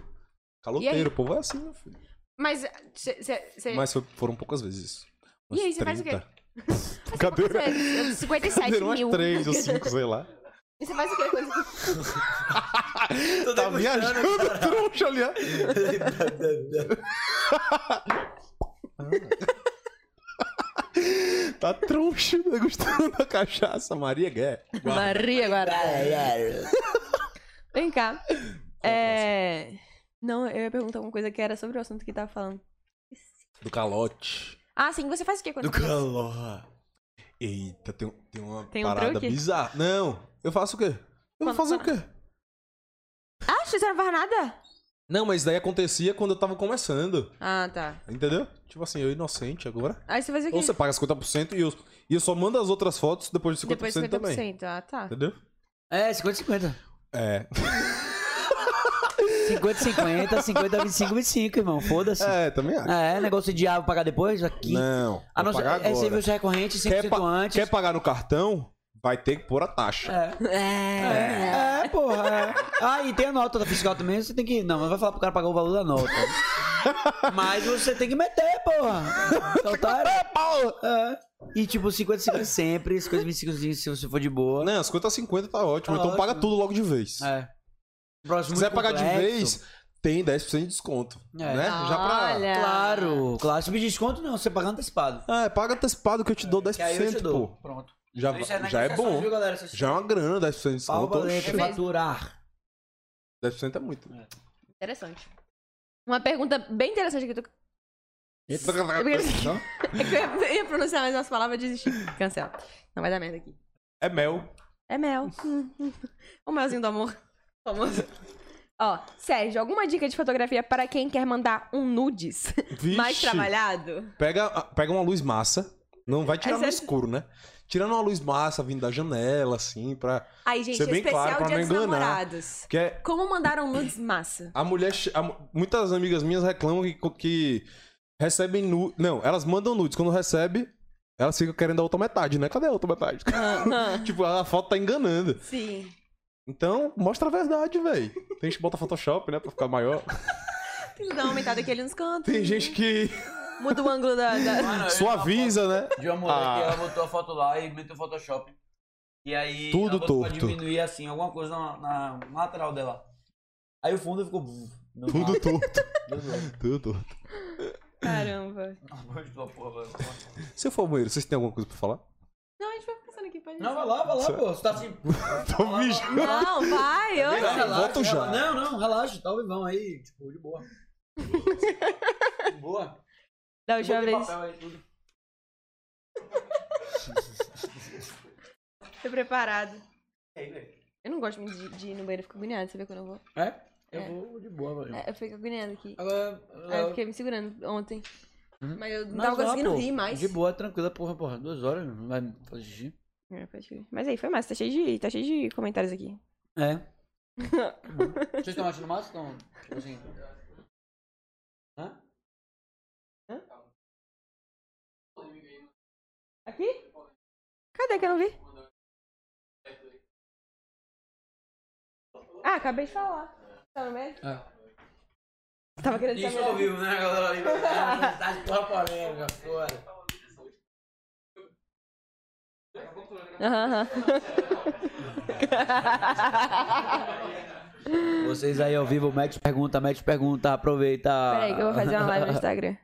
Speaker 3: Caloteiro, o povo é assim, meu filho.
Speaker 2: Mas cê, cê, cê...
Speaker 3: Mas foi- foram poucas vezes isso.
Speaker 2: É. E aí, você faz o quê?
Speaker 3: quê?
Speaker 2: quantas
Speaker 3: Cadeira.
Speaker 2: vezes? 57
Speaker 3: Cadeira, umas
Speaker 2: mil.
Speaker 3: 3 ou 5, sei lá. Tá
Speaker 2: E você faz o quê? com isso?
Speaker 1: Tô
Speaker 3: Tá
Speaker 1: degustando,
Speaker 3: viajando o troncho ali, ó. Tá troncho degustando a cachaça, Maria Guerra.
Speaker 2: Maria agora. Vem cá. É... Não, eu ia perguntar alguma coisa que era sobre o assunto que tava falando.
Speaker 3: Do calote.
Speaker 2: Ah, sim, você faz o quê quando
Speaker 3: Do
Speaker 2: você...
Speaker 3: calor. Eita, tem, tem uma
Speaker 2: Tem um
Speaker 3: parada
Speaker 2: truque?
Speaker 3: bizarra. Não, eu faço o quê? Eu
Speaker 2: Quando-
Speaker 3: vou fazer o
Speaker 2: quando-
Speaker 3: quê?
Speaker 2: Oxe, Ah, você não faz nada?
Speaker 3: Não, mas daí acontecia quando eu tava começando.
Speaker 2: Ah, tá.
Speaker 3: Entendeu? Tipo assim, eu inocente agora.
Speaker 2: Aí você fazia o quê?
Speaker 3: Ou você paga 50% e eu, e eu só mando as outras fotos depois de 50%,
Speaker 2: Depois 50%.
Speaker 3: também.
Speaker 2: Ah, tá.
Speaker 3: Entendeu?
Speaker 1: É, 50-50.
Speaker 3: É.
Speaker 1: 50-50, 50-25-25, irmão. Foda-se.
Speaker 3: É, também acho.
Speaker 1: É, negócio de diabo pagar depois aqui.
Speaker 3: Não.
Speaker 1: A
Speaker 3: vou
Speaker 1: nossa,
Speaker 3: pagar
Speaker 1: é é
Speaker 3: agora.
Speaker 1: serviço recorrente, 5%
Speaker 3: quer, pa-
Speaker 1: antes.
Speaker 3: quer pagar no cartão? Vai ter que pôr a taxa.
Speaker 1: É.
Speaker 2: É.
Speaker 1: É, porra. É. Ah, e tem a nota da fiscal também, você tem que. Não, mas vai falar pro cara pagar o valor da nota. Mas você tem que meter, porra. Então tá. É. E tipo, 55 sempre, 55 se você for de boa.
Speaker 3: Não, 50 a 50 tá ótimo.
Speaker 1: Tá
Speaker 3: então paga
Speaker 1: ótimo.
Speaker 3: tudo logo de vez.
Speaker 1: É. Próximo
Speaker 3: Se quiser
Speaker 1: muito
Speaker 3: pagar de
Speaker 1: complexo.
Speaker 3: vez, tem 10% de desconto.
Speaker 1: É.
Speaker 3: Né? Já pra.
Speaker 2: Olha.
Speaker 1: Claro, claro. Se pedir desconto, não, você paga antecipado.
Speaker 3: Ah, paga antecipado que eu te dou 10%,
Speaker 1: É, Que aí eu te dou.
Speaker 3: pô.
Speaker 1: Pronto.
Speaker 3: Já,
Speaker 1: Isso
Speaker 3: já é
Speaker 1: negociações,
Speaker 3: bom.
Speaker 1: Viu, galera? Essas-
Speaker 3: Já é uma grana 10% de
Speaker 1: Pau,
Speaker 3: desconto.
Speaker 1: valeta,
Speaker 3: Oxe,
Speaker 2: mesmo.
Speaker 1: faturar.
Speaker 3: 10% é muito.
Speaker 2: Interessante. Uma pergunta bem interessante que eu tô... É que eu ia- eu ia pronunciar mais umas palavras e desistir. Cancela. Não vai dar merda aqui.
Speaker 3: É mel.
Speaker 2: É mel. o melzinho do amor. Famoso. Ó, Sérgio, alguma dica de fotografia para quem quer mandar um nudes
Speaker 3: Vixe.
Speaker 2: mais trabalhado?
Speaker 3: Pega, a- pega uma luz massa. Não vai tirar
Speaker 2: É
Speaker 3: no
Speaker 2: sério?
Speaker 3: escuro, né? Tirando uma luz massa vindo da janela, assim, pra.
Speaker 2: Aí, gente,
Speaker 3: Ser bem
Speaker 2: especial
Speaker 3: claro pra
Speaker 2: Dia
Speaker 3: não
Speaker 2: dos
Speaker 3: enganar.
Speaker 2: Namorados.
Speaker 3: Que é.
Speaker 2: Como mandaram nudes massa?
Speaker 3: A mulher. che- a mu- muitas amigas minhas reclamam que, que recebem nudes. Não, elas mandam nudes. Quando recebe, elas ficam querendo a outra metade, né? Cadê a outra metade? tipo, a foto tá enganando.
Speaker 2: Ah, Sim.
Speaker 3: Então, mostra a verdade, véi. Tem gente que bota Photoshop, né? Pra ficar maior.
Speaker 2: Tem que dar uma aumentada aqui ali nos cantos.
Speaker 3: Tem gente que
Speaker 2: Muda o ângulo da. da-
Speaker 3: suaviza, né?
Speaker 1: de uma mulher
Speaker 3: Ah.
Speaker 1: que ela botou a foto lá e meteu o Photoshop. E aí
Speaker 3: Tudo
Speaker 1: ela botou pra
Speaker 3: torto.
Speaker 1: diminuir assim, alguma coisa na, na- na lateral dela. Aí o fundo ficou. No
Speaker 3: Tudo
Speaker 1: mar.
Speaker 3: torto.
Speaker 1: Deu zoado.
Speaker 3: Tudo torto.
Speaker 2: Caramba.
Speaker 1: Ah, mas tua porra, velho.
Speaker 3: Se eu for ao banheiro, vocês têm alguma coisa pra falar?
Speaker 2: Não, a gente vai pensando aqui, pode
Speaker 1: Não, vai lá, vai lá,
Speaker 3: Você-
Speaker 1: pô. Você tá assim.
Speaker 3: Tô mijando.
Speaker 2: Não, vai, eu.
Speaker 1: Não, relaxa,
Speaker 3: volta
Speaker 1: relaxa.
Speaker 3: já.
Speaker 1: Não, não, relaxa, tá o vivão aí, tipo, de boa. De boa.
Speaker 2: Da
Speaker 1: Eu
Speaker 2: última
Speaker 1: botei
Speaker 2: vez.
Speaker 1: papel aí, tudo.
Speaker 2: Tô preparado.
Speaker 1: Aí, velho.
Speaker 2: Eu não gosto muito de, de ir no banheiro, eu fico agoniada, você vê quando eu vou.
Speaker 1: É?
Speaker 2: É.
Speaker 1: Eu vou de boa, velho.
Speaker 2: É, eu fico agoniada aqui.
Speaker 1: Agora.
Speaker 2: Aí eu
Speaker 1: eu-
Speaker 2: fiquei me segurando ontem.
Speaker 1: Uhum.
Speaker 2: Mas eu não
Speaker 1: Mas
Speaker 2: tava
Speaker 1: lá,
Speaker 2: conseguindo
Speaker 1: pô,
Speaker 2: rir mais.
Speaker 1: De boa, tranquila, porra, porra. Duas horas, não vai fazer xixi.
Speaker 2: É, pode crer. Mas aí, foi massa, tá cheio de, tá cheio de comentários aqui.
Speaker 1: É. Vocês estão achando massa? Estão, tipo assim... Hã?
Speaker 2: Aqui? Cadê que eu não vi? Ah, acabei de falar. Tá no meio?
Speaker 1: É.
Speaker 2: Tava querendo
Speaker 1: Isso
Speaker 2: saber.
Speaker 1: ao vivo, né, galera? Ali, né? Tá de porra polêmica, fora.
Speaker 2: Aham, aham.
Speaker 1: Vocês aí ao vivo, mete pergunta, mete pergunta, aproveita.
Speaker 2: Peraí, É que eu vou fazer uma live no Instagram.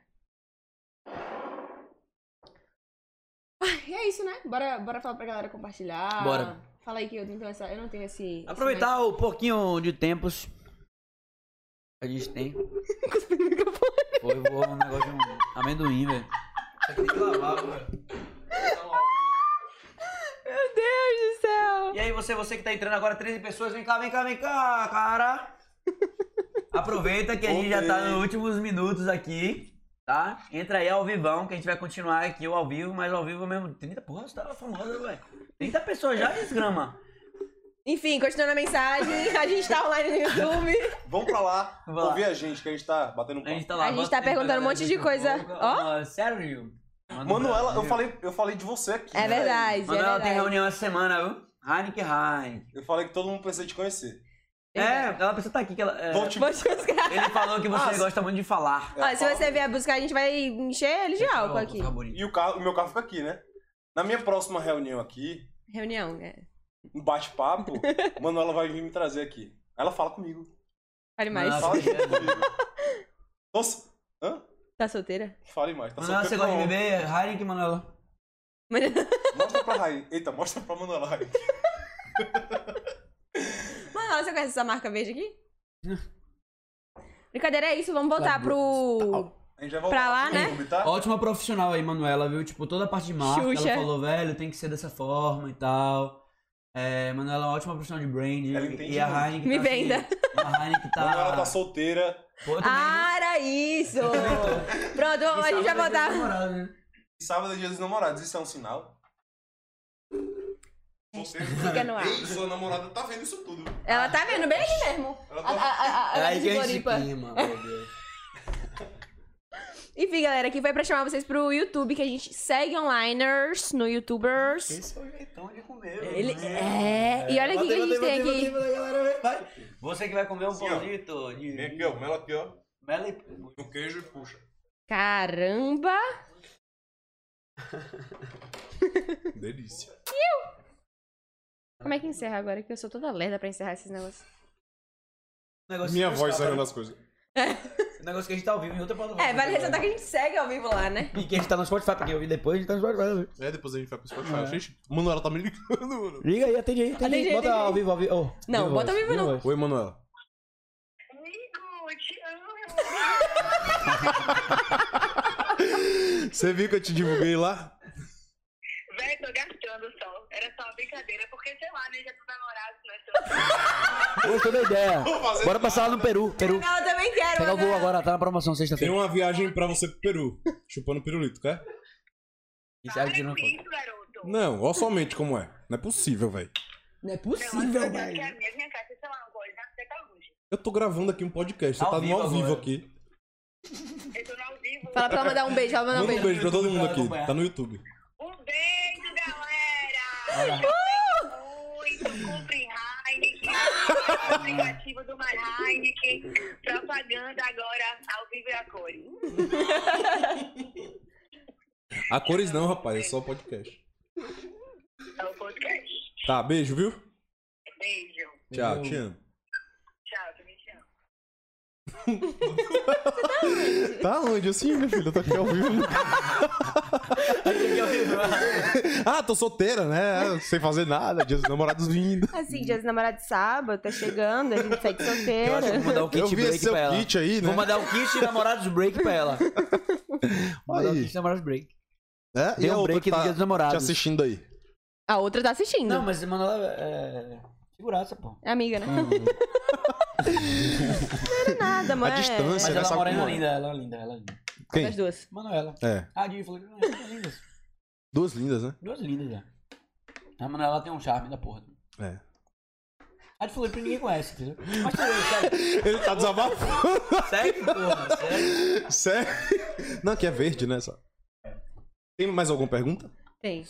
Speaker 2: E é isso, né? Bora, bora falar pra galera compartilhar.
Speaker 1: Bora.
Speaker 2: Fala aí que eu não tenho essa. Eu não tenho esse.
Speaker 1: Aproveitar o pouquinho de tempos que a gente tem. Foi voou um negócio de um amendoim, velho. Isso aqui tem que lavar, velho.
Speaker 2: Meu Deus do céu!
Speaker 1: E aí, você, você que tá entrando agora, 13 pessoas, vem cá, vem cá, vem cá, cara. Aproveita que a gente já tá
Speaker 3: Voltei.
Speaker 1: nos últimos minutos aqui, tá? Entra aí ao vivão, que a gente vai continuar aqui o ao vivo, mas ao vivo mesmo, 30, porra, você tava famosa, velho. 30 pessoas já, desgrama.
Speaker 2: Enfim, continuando a mensagem, a gente tá online no YouTube.
Speaker 3: Vamos pra lá.
Speaker 1: Vamos lá.
Speaker 3: Ouvir a gente, que a gente tá batendo um
Speaker 1: A
Speaker 3: papo.
Speaker 1: gente tá lá.
Speaker 2: A gente
Speaker 1: bota-
Speaker 2: tá perguntando um monte de coisa. Ó.
Speaker 1: Ah, Sério? Manda um
Speaker 3: Manuela, eu
Speaker 1: Brasil.
Speaker 3: falei, eu falei de você aqui.
Speaker 2: É
Speaker 3: né?
Speaker 2: verdade, é
Speaker 1: Manuela tem
Speaker 2: verdade.
Speaker 1: reunião essa semana, viu? Heineken Heineken.
Speaker 3: Eu falei que todo mundo precisa te conhecer.
Speaker 1: É, ela precisa estar aqui que ela. é,
Speaker 3: Vou te
Speaker 2: Vou te buscar.
Speaker 1: Ele falou que você
Speaker 3: Nossa.
Speaker 1: gosta muito de falar.
Speaker 2: Ó, se você vier buscar, a gente vai encher ele de álcool
Speaker 1: Vai
Speaker 2: aqui.
Speaker 1: ficar bonito.
Speaker 3: E o, carro, o meu carro fica aqui, né? Na minha próxima reunião aqui,
Speaker 2: Reunião, é.
Speaker 3: um bate-papo, Manuela vai vir me trazer aqui. Ela fala comigo.
Speaker 2: Fale mais.
Speaker 1: Nossa.
Speaker 3: Fala junto comigo. Nossa. Hã?
Speaker 2: Tá solteira?
Speaker 3: Fale mais. Tá
Speaker 1: Manuela,
Speaker 3: solteiro
Speaker 1: Ah, você gosta de
Speaker 3: pra
Speaker 1: beber? Heineken, Manuela.
Speaker 2: Mas-
Speaker 3: onde? Mostra pra Raí. Eita, mostra pra Manuela Raí.
Speaker 2: Mano, você conhece essa marca verde aqui? Brincadeira é isso, vamos voltar pro.
Speaker 3: A gente vai voltar
Speaker 2: Pra lá,
Speaker 3: pro
Speaker 2: né?
Speaker 3: YouTube, tá?
Speaker 1: Ótima profissional aí, Manuela, viu? Tipo, toda a parte de marca,
Speaker 2: Xuxa.
Speaker 1: ela falou, velho, tem que ser dessa forma e tal. É, Manuela é uma ótima profissional de brand.
Speaker 3: Ela
Speaker 1: E
Speaker 3: entende
Speaker 1: a
Speaker 3: muito.
Speaker 1: Heineken.
Speaker 2: Me
Speaker 1: tá assim,
Speaker 2: venda.
Speaker 1: a Heineken tá.
Speaker 3: Quando ela tá solteira,
Speaker 1: Pô, eu também,
Speaker 2: Ah, era isso! Pronto,
Speaker 1: né?
Speaker 2: a gente
Speaker 1: Sábado é dia
Speaker 2: já botar.
Speaker 1: dos namorados, né?
Speaker 3: sábado é dia dos namorados, isso é um sinal. Solteiro.
Speaker 2: Fica no ar.
Speaker 3: Ei, sua namorada tá vendo isso tudo.
Speaker 2: Ela tá vendo bem aqui mesmo.
Speaker 3: Ela tá
Speaker 2: A, a, a, a,
Speaker 1: Aí
Speaker 2: de
Speaker 1: que a É, gente
Speaker 2: Floripa.
Speaker 1: queima, meu Deus.
Speaker 2: Enfim, galera, aqui foi pra chamar vocês pro YouTube, que a gente segue onliners no YouTubers.
Speaker 1: Esse é o jeitão de comer.
Speaker 2: Ele
Speaker 1: mano.
Speaker 2: é. E olha aqui que a gente tem aqui.
Speaker 1: Você que vai comer um
Speaker 3: Assim, ó.
Speaker 1: pãozito de
Speaker 3: Vem aqui, ó, mela aqui, ó.
Speaker 1: mela e... um
Speaker 3: No queijo e puxa.
Speaker 2: Caramba!
Speaker 3: Delícia.
Speaker 2: Como é que encerra agora? Que eu sou toda lerda pra encerrar esses negócios.
Speaker 1: Negócio
Speaker 3: Minha
Speaker 1: que
Speaker 3: voz
Speaker 1: tá-
Speaker 3: saiu das coisas.
Speaker 1: Negócio que a gente tá ao vivo em outra plataforma.
Speaker 2: É, vale ressaltar que a gente segue ao vivo lá, né?
Speaker 1: E que a gente tá no Spotify, pra quem ouvir depois, a gente tá no Spotify. né?
Speaker 3: É, depois a gente vai pro Spotify. Gente, Manuela tá me ligando, mano.
Speaker 1: Liga aí, atende aí. Atende aí.
Speaker 2: Atende aí,
Speaker 1: Bota
Speaker 2: atende aí.
Speaker 1: ao vivo, ao vivo. Oh,
Speaker 2: Não,
Speaker 1: viva
Speaker 2: bota
Speaker 1: voz,
Speaker 2: ao vivo
Speaker 1: viva
Speaker 2: não.
Speaker 1: voz.
Speaker 3: Oi, Manuela.
Speaker 4: Amigo, te amo, meu amor.
Speaker 3: Você viu que eu te divulguei lá?
Speaker 4: Véi, tô gastando só. Era só uma brincadeira, porque sei lá, né? Já tô namorado, né? Tô...
Speaker 1: Gostou da ideia.
Speaker 3: Vou fazer
Speaker 1: Bora passar lá no Peru. Peru.
Speaker 2: Não, eu também quero.
Speaker 1: Pega o
Speaker 2: Ana.
Speaker 1: voo agora, tá na promoção
Speaker 3: Tem
Speaker 1: sexta-feira.
Speaker 3: uma viagem pra você pro Peru. Chupando pirulito, quer?
Speaker 1: Isso aí,
Speaker 4: Para
Speaker 1: tira é uma
Speaker 4: com
Speaker 1: foto.
Speaker 4: isso, garoto.
Speaker 3: Não, ó somente como é. Não é possível, velho.
Speaker 2: Não é
Speaker 4: eu
Speaker 2: possível,
Speaker 4: acho que é a
Speaker 2: velho.
Speaker 4: minha, minha casa, sei lá, uma coisa, você tá hoje.
Speaker 3: Eu tô gravando aqui um podcast, você
Speaker 1: Ao
Speaker 3: tá no ao
Speaker 1: vivo
Speaker 3: vivo
Speaker 1: agora.
Speaker 3: aqui.
Speaker 4: Eu tô no ao vivo.
Speaker 2: Fala pra ela mandar um beijo, ela mandar um
Speaker 3: Manda um
Speaker 2: beijo.
Speaker 3: beijo pra todo mundo aqui.
Speaker 1: acompanhar.
Speaker 3: Tá no YouTube.
Speaker 4: Um beijo, galera! Uh! Muito, comprem Heineken. o aplicativo do Mar Heineken. Propaganda agora, ao vivo e a cores.
Speaker 3: A cores não, rapaz, é só podcast.
Speaker 4: É o podcast.
Speaker 3: Tá, beijo, viu?
Speaker 4: Beijo.
Speaker 3: Tchau,
Speaker 1: Beijo.
Speaker 3: te amo.
Speaker 4: Tchau, tô me chamando.
Speaker 3: Tá onde? Assim, minha filha, eu tô aqui ao vivo. ah, tô solteira, né? Sem fazer nada, dia dos namorados vindo.
Speaker 2: Assim, dia dos namorados de sábado, tá chegando, a gente segue
Speaker 1: Eu acho que vou
Speaker 2: solteira.
Speaker 1: mandar o
Speaker 3: eu
Speaker 1: kit
Speaker 3: vi esse
Speaker 1: break
Speaker 3: seu
Speaker 1: pra ela.
Speaker 3: kit aí, né?
Speaker 1: Vou mandar o kit e namorados break pra ela. Vou mandar o
Speaker 3: Aí.
Speaker 1: kit e namorados break.
Speaker 3: É?
Speaker 1: Tem
Speaker 3: a
Speaker 1: um
Speaker 3: outra
Speaker 1: break
Speaker 3: que
Speaker 1: do
Speaker 3: tá
Speaker 1: dia dos
Speaker 3: te
Speaker 1: namorados.
Speaker 3: assistindo aí.
Speaker 2: A outra tá assistindo.
Speaker 1: Não, mas mano, ela é. Figuraça, pô.
Speaker 2: É amiga, né? Não
Speaker 1: Hum.
Speaker 2: era nada, mano.
Speaker 3: A distância,
Speaker 1: Mas
Speaker 3: Você
Speaker 1: ela é
Speaker 3: sabe
Speaker 1: morena
Speaker 3: como é.
Speaker 1: linda, ela é linda, ela é linda.
Speaker 3: Quem?
Speaker 2: As duas.
Speaker 1: Manuela.
Speaker 3: É.
Speaker 1: Ah, Dinho falou que não, elas são lindas.
Speaker 3: Duas lindas, né?
Speaker 1: Duas lindas, já. A Manuela tem um charme da porra.
Speaker 3: É.
Speaker 1: A Dinho falou que ninguém conhece, entendeu? Mas tudo bem,
Speaker 3: Ele tá desabafando.
Speaker 1: segue. Segue, porra, segue.
Speaker 3: Sério? Não, que é verde, né? Só. Tem mais alguma pergunta?
Speaker 2: Tem.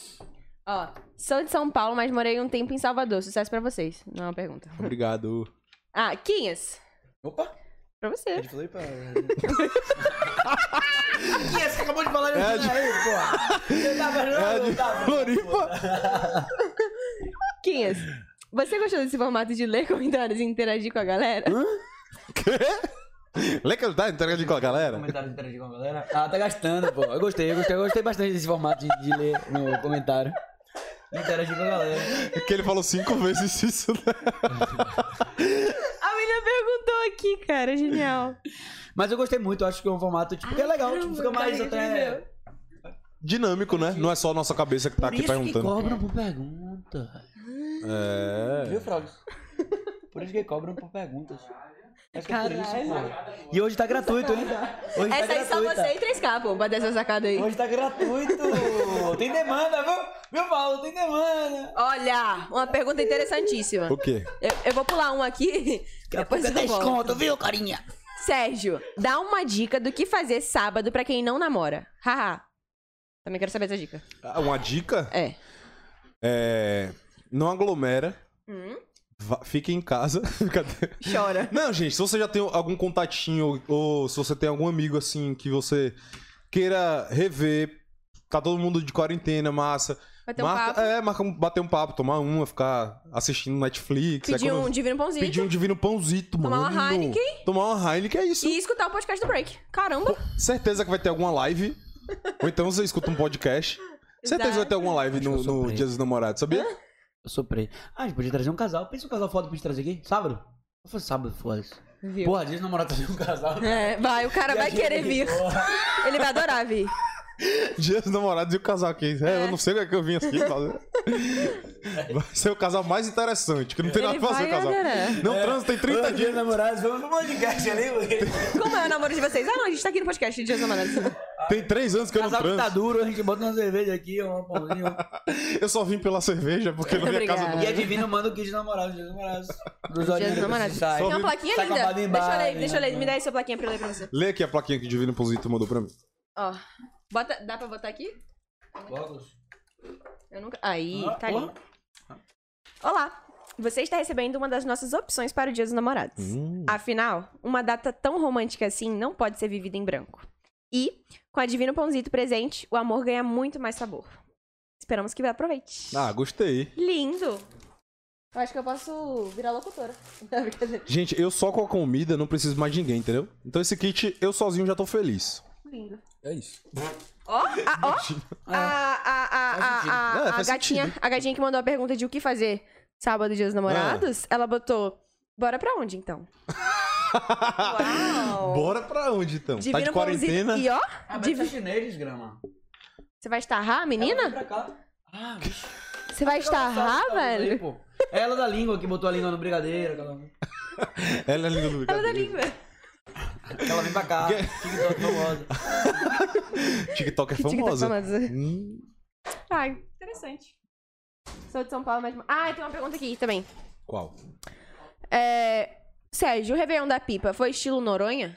Speaker 2: Ó, sou de São Paulo, mas morei um tempo em Salvador. Sucesso pra vocês. Não é uma pergunta.
Speaker 3: Obrigado.
Speaker 2: Ah, Quinhas.
Speaker 1: Opa,
Speaker 2: Pra
Speaker 1: a
Speaker 2: você.
Speaker 1: Dinho falou aí pra. Aqui, você acabou de falar, ele
Speaker 3: É, Dinho.
Speaker 1: aí, porra. Você tava, não,
Speaker 3: É de
Speaker 1: eu tava.
Speaker 3: Floripa.
Speaker 2: Quinhas. Você gostou desse formato de ler comentários e interagir com a galera?
Speaker 3: Quê? Lê que ele tá entregando com a galera?
Speaker 1: Comentários interagir com a galera. Ah, tá gastando, pô. Eu gostei, eu gostei, eu gostei bastante desse formato de, de ler no comentário. Interagir com a galera.
Speaker 3: Que ele falou cinco vezes isso, né?
Speaker 2: A menina perguntou aqui, cara. Genial.
Speaker 1: Mas eu gostei muito, eu acho que é um formato, tipo, que é
Speaker 2: Ai,
Speaker 1: legal, tipo,
Speaker 2: caramba,
Speaker 1: fica mais
Speaker 2: tá
Speaker 1: até.
Speaker 2: entendendo?
Speaker 3: Dinâmico, né? Não é só a nossa cabeça que tá
Speaker 1: Por
Speaker 3: aqui
Speaker 1: isso que
Speaker 3: perguntando.
Speaker 1: cobram por pergunta.
Speaker 3: É.
Speaker 1: Viu, Frogs? Por isso que cobram por perguntas. Acho que é por isso,
Speaker 2: Caralho.
Speaker 1: pô. E hoje tá gratuito, hein? Hoje
Speaker 2: Essa
Speaker 1: tá
Speaker 2: aí só
Speaker 1: gratuita.
Speaker 2: você e 3K, pô, pra dar essa sacada aí.
Speaker 1: Hoje tá gratuito. Tem demanda, viu? Viu, Paulo? Tem demanda.
Speaker 2: Olha, uma pergunta interessantíssima.
Speaker 3: O quê?
Speaker 2: Eu, eu vou pular um aqui.
Speaker 1: Daqui a
Speaker 2: Depois
Speaker 1: pouco é
Speaker 2: eu volto.
Speaker 1: desconto, viu, carinha?
Speaker 2: Sérgio, dá uma dica do que fazer sábado pra quem não namora. Haha. Também quero saber essa dica.
Speaker 3: Ah, Uma dica?
Speaker 2: É.
Speaker 3: É. Não aglomera. Va- Fique em casa. Cadê?
Speaker 2: Hum? Chora.
Speaker 3: Não, gente, se você já tem algum contatinho ou se você tem algum amigo assim que você queira rever, tá todo mundo de quarentena, massa.
Speaker 2: Vai ter um
Speaker 3: marca,
Speaker 2: papo.
Speaker 3: É, marca um, bater um papo, tomar uma, ficar assistindo Netflix. aí
Speaker 2: Pedir
Speaker 3: quando-
Speaker 2: um divino pãozinho.
Speaker 3: pedir um divino pãozito,
Speaker 2: Tomar
Speaker 3: mano.
Speaker 2: uma Heineken.
Speaker 3: Tomar uma Heineken, é isso.
Speaker 2: E escutar o podcast do Break. Caramba.
Speaker 3: Certeza que vai ter alguma live. ou então você escuta um podcast. Certeza que vai ter alguma live
Speaker 1: Acho que
Speaker 3: no,
Speaker 1: eu sou
Speaker 3: no
Speaker 1: preto.
Speaker 3: Dia dos Namorados, sabia?
Speaker 1: Eu sou preto. Ah, a gente podia trazer um casal. Pensa um casal foda pra gente trazer aqui? Sábado? Foi sábado, foda-se.
Speaker 2: Viu?
Speaker 1: Porra, diz namorado trazer um casal.
Speaker 2: É, vai, o cara vai querer vir. Ele vai adorar vir.
Speaker 3: Dia dos Namorados e o casal aqui. É, eu não sei o que é que eu vim aqui. fazer. Vai ser o casal mais interessante, que não tem nada
Speaker 2: Ele
Speaker 3: pra fazer,
Speaker 2: vai
Speaker 3: o casal.
Speaker 2: adorar.
Speaker 3: Não transa, tem 30
Speaker 1: 30
Speaker 3: dias.
Speaker 1: dias namorados, vamos pro podcast ali, porque.
Speaker 2: Como é o namoro de vocês? Ah, não, a gente tá aqui no podcast de Dias Namorados.
Speaker 3: Tem 3 anos que eu não
Speaker 1: Casal que tá
Speaker 3: transo.
Speaker 1: duro, a gente bota uma cerveja aqui, uma pãozinho.
Speaker 3: Eu só vim pela cerveja, porque na minha
Speaker 2: Obrigada.
Speaker 3: casa não
Speaker 1: E a Divina manda o kit de namorado, dia dos namorados. Dos
Speaker 2: Dias
Speaker 1: olhinhos
Speaker 2: Namorados.
Speaker 1: que sai.
Speaker 2: Tem uma plaquinha
Speaker 1: Sai com a barba em
Speaker 2: linda. Deixa eu
Speaker 1: barba,
Speaker 2: ler, deixa eu ler.
Speaker 1: né?
Speaker 2: Me dá aí sua plaquinha pra eu ler pra você.
Speaker 3: Lê aqui a plaquinha que o Divino Posito mandou pra mim.
Speaker 2: Ó, bota, dá pra botar aqui?
Speaker 1: Óculos.
Speaker 2: Eu nunca. Aí,
Speaker 1: Ah,
Speaker 2: tá
Speaker 1: porra.
Speaker 2: lindo. Olá! Você está recebendo uma das nossas opções para o Dia dos Namorados.
Speaker 1: Hum.
Speaker 2: Afinal, uma data tão romântica assim não pode ser vivida em branco. E, com a Divino Pãozito presente, o amor ganha muito mais sabor. Esperamos que aproveite.
Speaker 3: Ah, gostei.
Speaker 2: Lindo! Eu acho que eu posso virar locutora. Não, brincadeira.
Speaker 3: Gente, eu só com a comida não preciso mais de ninguém, entendeu? Então esse kit, eu sozinho já tô feliz.
Speaker 2: Lindo.
Speaker 3: É isso.
Speaker 2: Ó, a, ó, a, a, a, a, a-
Speaker 3: Não,
Speaker 2: a
Speaker 3: faz
Speaker 2: gatinha, a gatinha que mandou a pergunta de o que fazer sábado, Dia dos
Speaker 3: Ah.
Speaker 2: Namorados, ela botou, bora pra onde então? Uau!
Speaker 3: Bora pra onde então? tá de
Speaker 2: Oh. Divino
Speaker 3: quarentena?
Speaker 2: Pãozinho. E ó,
Speaker 1: Ah, mas
Speaker 2: divi-
Speaker 1: tá chinês, desgrama.
Speaker 2: você vai estarrar, menina?
Speaker 1: Pra cá. tá Ah, bicho.
Speaker 2: Você vai estarrar, velho?
Speaker 1: É ela da língua que botou a língua no brigadeiro. Aquela,
Speaker 3: Ela é linda do
Speaker 2: Ela tá da
Speaker 3: brigadeiro.
Speaker 2: língua.
Speaker 1: aquela vem pra cá.
Speaker 3: Que-
Speaker 1: TikTok famosa.
Speaker 3: TikTok é
Speaker 2: Que TikTok
Speaker 3: famosa.
Speaker 2: tá famosa.
Speaker 3: Hum,
Speaker 2: Ah, interessante. Sou de São Paulo, mas... Ah, tem uma pergunta aqui também.
Speaker 3: qual?
Speaker 2: É... Sérgio, o Réveillon da Pipa foi estilo Noronha?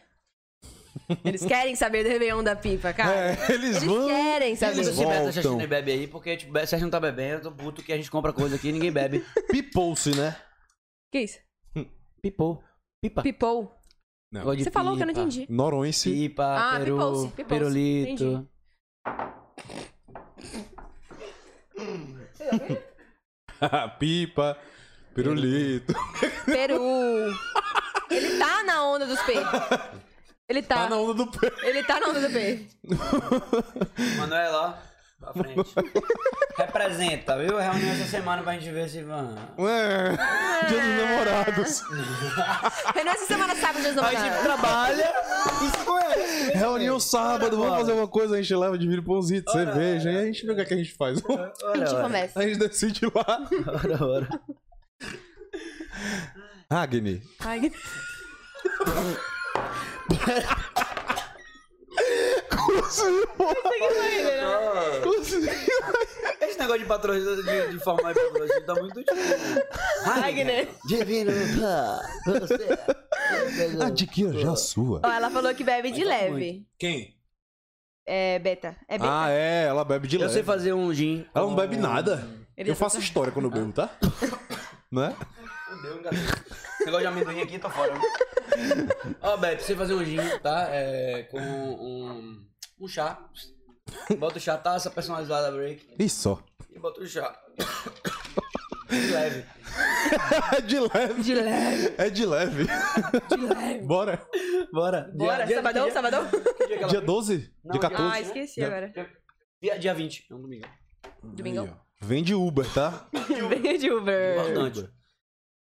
Speaker 2: Eles querem saber do Réveillon da Pipa, cara.
Speaker 3: É, eles,
Speaker 2: Eles
Speaker 3: vão.
Speaker 2: querem saber.
Speaker 1: Não sei se
Speaker 3: voltam.
Speaker 1: Beto Chachine bebe aí, porque tipo, Beto Chachine não tá bebendo, eu tô puto que a gente compra coisa aqui e ninguém bebe.
Speaker 3: Pipou-se, né?
Speaker 2: Que isso?
Speaker 1: Pipou. Pipa.
Speaker 2: Pipou.
Speaker 3: Não.
Speaker 1: Gosto de
Speaker 2: Você falou que eu não
Speaker 1: pipa.
Speaker 2: entendi.
Speaker 3: Noronse.
Speaker 1: Pipa,
Speaker 2: Ah,
Speaker 1: peru,
Speaker 2: pipou-se, pipou-se.
Speaker 1: pirulito.
Speaker 3: Pipa. Pirulito.
Speaker 2: Peru. Ele tá na onda dos P. Ele tá.
Speaker 3: Tá na onda do pé.
Speaker 2: Ele tá na onda do P.
Speaker 1: Manoel, ó, pra frente. Representa, viu? Reunião essa semana pra gente ver se vão.
Speaker 3: Ué, Dia dos
Speaker 1: É.
Speaker 3: namorados.
Speaker 2: Renan, essa semana sábado dia dos
Speaker 1: A gente
Speaker 2: namorados.
Speaker 1: trabalha e se conhece.
Speaker 3: Reunião sábado, vamos fazer uma coisa, a gente leva de milho pãozito, cerveja, e a gente vê o que, é que a gente faz.
Speaker 2: A gente
Speaker 1: ora,
Speaker 2: conversa.
Speaker 3: a gente decide lá.
Speaker 1: ora, ora.
Speaker 3: Agni.
Speaker 2: Ai,
Speaker 1: Esse negócio de patrocínio, de, de formar em patrocínio, tá muito tipo...
Speaker 2: Wagner.
Speaker 1: Divino, pá,
Speaker 3: Ah,
Speaker 1: você.
Speaker 3: Adquira já é a sua.
Speaker 2: Ó, ela falou que bebe de leve.
Speaker 3: Quem?
Speaker 2: É, beta. É beta.
Speaker 3: Ah, é, ela bebe de
Speaker 1: Eu
Speaker 3: leve.
Speaker 1: sei fazer um gin.
Speaker 3: Ela não
Speaker 1: com-
Speaker 3: bebe nada.
Speaker 2: Ele
Speaker 3: eu
Speaker 2: só
Speaker 3: faço história quando eu bebo, tá? né?
Speaker 1: Fudeu, hein, galera? um Esse negócio de amendoim aqui, tô fora. Ó, Beto, você fazer um gin, tá? É, com um, um chá. Bota o chá, taça personalizada break.
Speaker 3: E só.
Speaker 1: E bota o chá. De leve.
Speaker 3: É de leve.
Speaker 2: De leve,
Speaker 3: É de leve.
Speaker 2: de leve.
Speaker 3: Bora.
Speaker 1: Bora.
Speaker 2: Bora, sabadão,
Speaker 1: dia,
Speaker 2: sabadão.
Speaker 1: que dia que ela-
Speaker 3: Dia 12?
Speaker 1: Não,
Speaker 3: dia
Speaker 1: dia-
Speaker 3: 14?
Speaker 2: Ah, esqueci
Speaker 3: Não.
Speaker 2: agora.
Speaker 1: dia, dia 20. É um domingo.
Speaker 2: Domingão.
Speaker 3: Aí, ó. Vem de Uber, tá?
Speaker 2: Vem de Uber.
Speaker 1: Importante. Não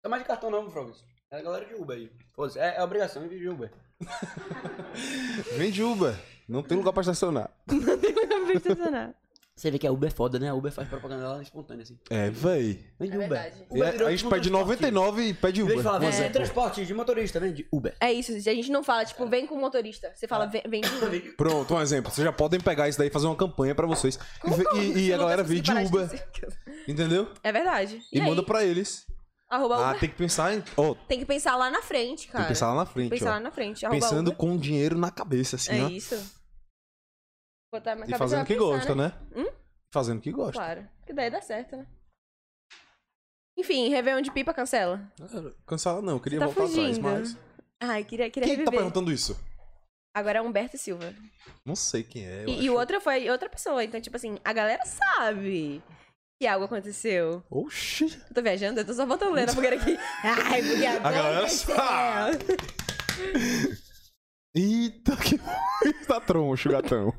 Speaker 1: é mais de cartão não, Frogs. É a galera de Uber aí. Foda-se, É, é obrigação é de Uber.
Speaker 3: Vem de Uber. Não tem lugar pra estacionar.
Speaker 2: Não vai funcionar.
Speaker 1: Você vê que a Uber é foda, né? A Uber faz propaganda lá espontânea, assim.
Speaker 3: É, véi.
Speaker 1: Vem de
Speaker 2: É
Speaker 1: Uber.
Speaker 2: verdade.
Speaker 1: Uber virou tipo
Speaker 3: É, a gente
Speaker 1: um transporte.
Speaker 3: pede 99 e pede
Speaker 1: Em
Speaker 3: Uber.
Speaker 1: vez de falar, você é
Speaker 2: pô.
Speaker 1: transporte de motorista, né? De Uber.
Speaker 2: É isso, a gente não fala, tipo, vem com o motorista. Você fala, vem, vem de Uber.
Speaker 3: Pronto, um exemplo. Vocês já podem pegar isso daí e fazer uma campanha pra vocês. E ve-
Speaker 2: Eu
Speaker 3: E, e a
Speaker 2: assim? não tá
Speaker 3: galera
Speaker 2: consegui
Speaker 3: vir de
Speaker 2: parar
Speaker 3: Uber,
Speaker 2: dizer.
Speaker 3: entendeu?
Speaker 2: É verdade.
Speaker 3: E,
Speaker 2: E, aí?
Speaker 3: manda pra eles.
Speaker 2: Arroba
Speaker 3: Ah,
Speaker 2: Uber.
Speaker 3: tem que pensar em. Ó,
Speaker 2: Tem que pensar lá na frente,
Speaker 3: tem
Speaker 2: cara.
Speaker 3: que pensar lá na frente,
Speaker 2: Pensar
Speaker 3: ó.
Speaker 2: lá na frente. Arroba
Speaker 3: Pensando
Speaker 2: Uber.
Speaker 3: com o dinheiro na cabeça, assim,
Speaker 2: É
Speaker 3: ó.
Speaker 2: isso. Botar minha
Speaker 3: E
Speaker 2: cabeça
Speaker 3: fazendo
Speaker 2: pra
Speaker 3: o que
Speaker 2: pensar,
Speaker 3: gosta, né?
Speaker 2: Hum?
Speaker 3: Fazendo o que gosta.
Speaker 2: Claro. Que daí dá certo, né? Enfim, Réveillon de pipa cancela.
Speaker 3: Cancela não, eu queria
Speaker 2: Tá
Speaker 3: voltar
Speaker 2: fugindo.
Speaker 3: atrás, mas.
Speaker 2: Ai, queria, queria
Speaker 3: Quem tá
Speaker 2: reviver.
Speaker 3: perguntando isso?
Speaker 2: Agora é Humberto Silva.
Speaker 3: Não sei quem é. eu
Speaker 2: E, e
Speaker 3: acho.
Speaker 2: o outro foi outra pessoa. Então, tipo assim, a galera sabe que algo aconteceu.
Speaker 3: Oxi.
Speaker 2: Eu tô viajando, eu tô só voltando lendo a fogueira aqui. Ai, porque agora
Speaker 3: galera
Speaker 2: aconteceu.
Speaker 3: sabe. Eita, que. tá troncho, gatão.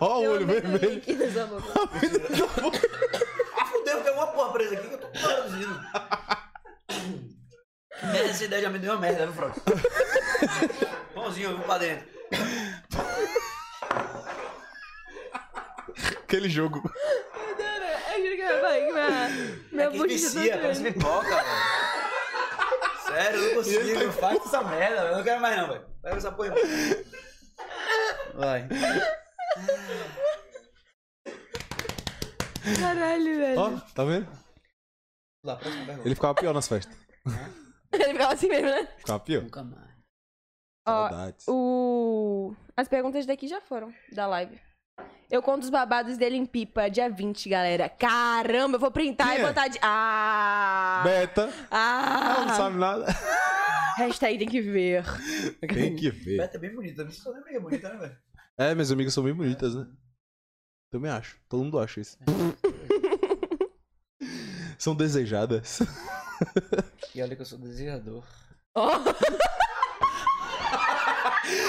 Speaker 3: Ó o
Speaker 2: Eu
Speaker 3: olho
Speaker 2: amei o
Speaker 3: vermelho.
Speaker 2: link na sua boca.
Speaker 1: Ah, fudeu, tem uma porra presa aqui que eu tô produzindo. Essa ideia já me deu uma merda, viu, Frogs? Pô, mãozinha eu vou pra dentro.
Speaker 3: Aquele jogo.
Speaker 2: Eu juro que eu falei que minha, minha
Speaker 1: É que
Speaker 2: bochecha tá
Speaker 1: vicia, parece
Speaker 2: doendo.
Speaker 1: pipoca, velho. Sério, eu não consigo. Não faz essa merda, velho. Eu não quero mais não, velho. Pega essa porra. Vai.
Speaker 2: Caralho, velho.
Speaker 3: Ó, tá vendo?
Speaker 1: Lá, próxima pergunta.
Speaker 3: Ele ficava pior nas festas.
Speaker 2: Ele ficava assim mesmo, né?
Speaker 3: Ficava pior.
Speaker 1: Nunca mais.
Speaker 2: Ó,
Speaker 3: Saudades.
Speaker 2: O... As perguntas daqui já foram, da live. Eu conto os babados dele em pipa, dia 20, galera. Caramba, eu vou printar
Speaker 3: Quem
Speaker 2: e
Speaker 3: é?
Speaker 2: botar de. Ah!
Speaker 3: Beta, ela não
Speaker 2: Ah!
Speaker 3: sabe nada.
Speaker 2: Hashtag tem que ver.
Speaker 3: Tem que ver.
Speaker 1: Beta é bem bonita. Você só lembra que é bonita, né, velho?
Speaker 3: É, minhas amigas são bem bonitas, né? Também acho. Todo mundo acha isso. são desejadas.
Speaker 1: E olha que eu sou desejador.
Speaker 2: Ó,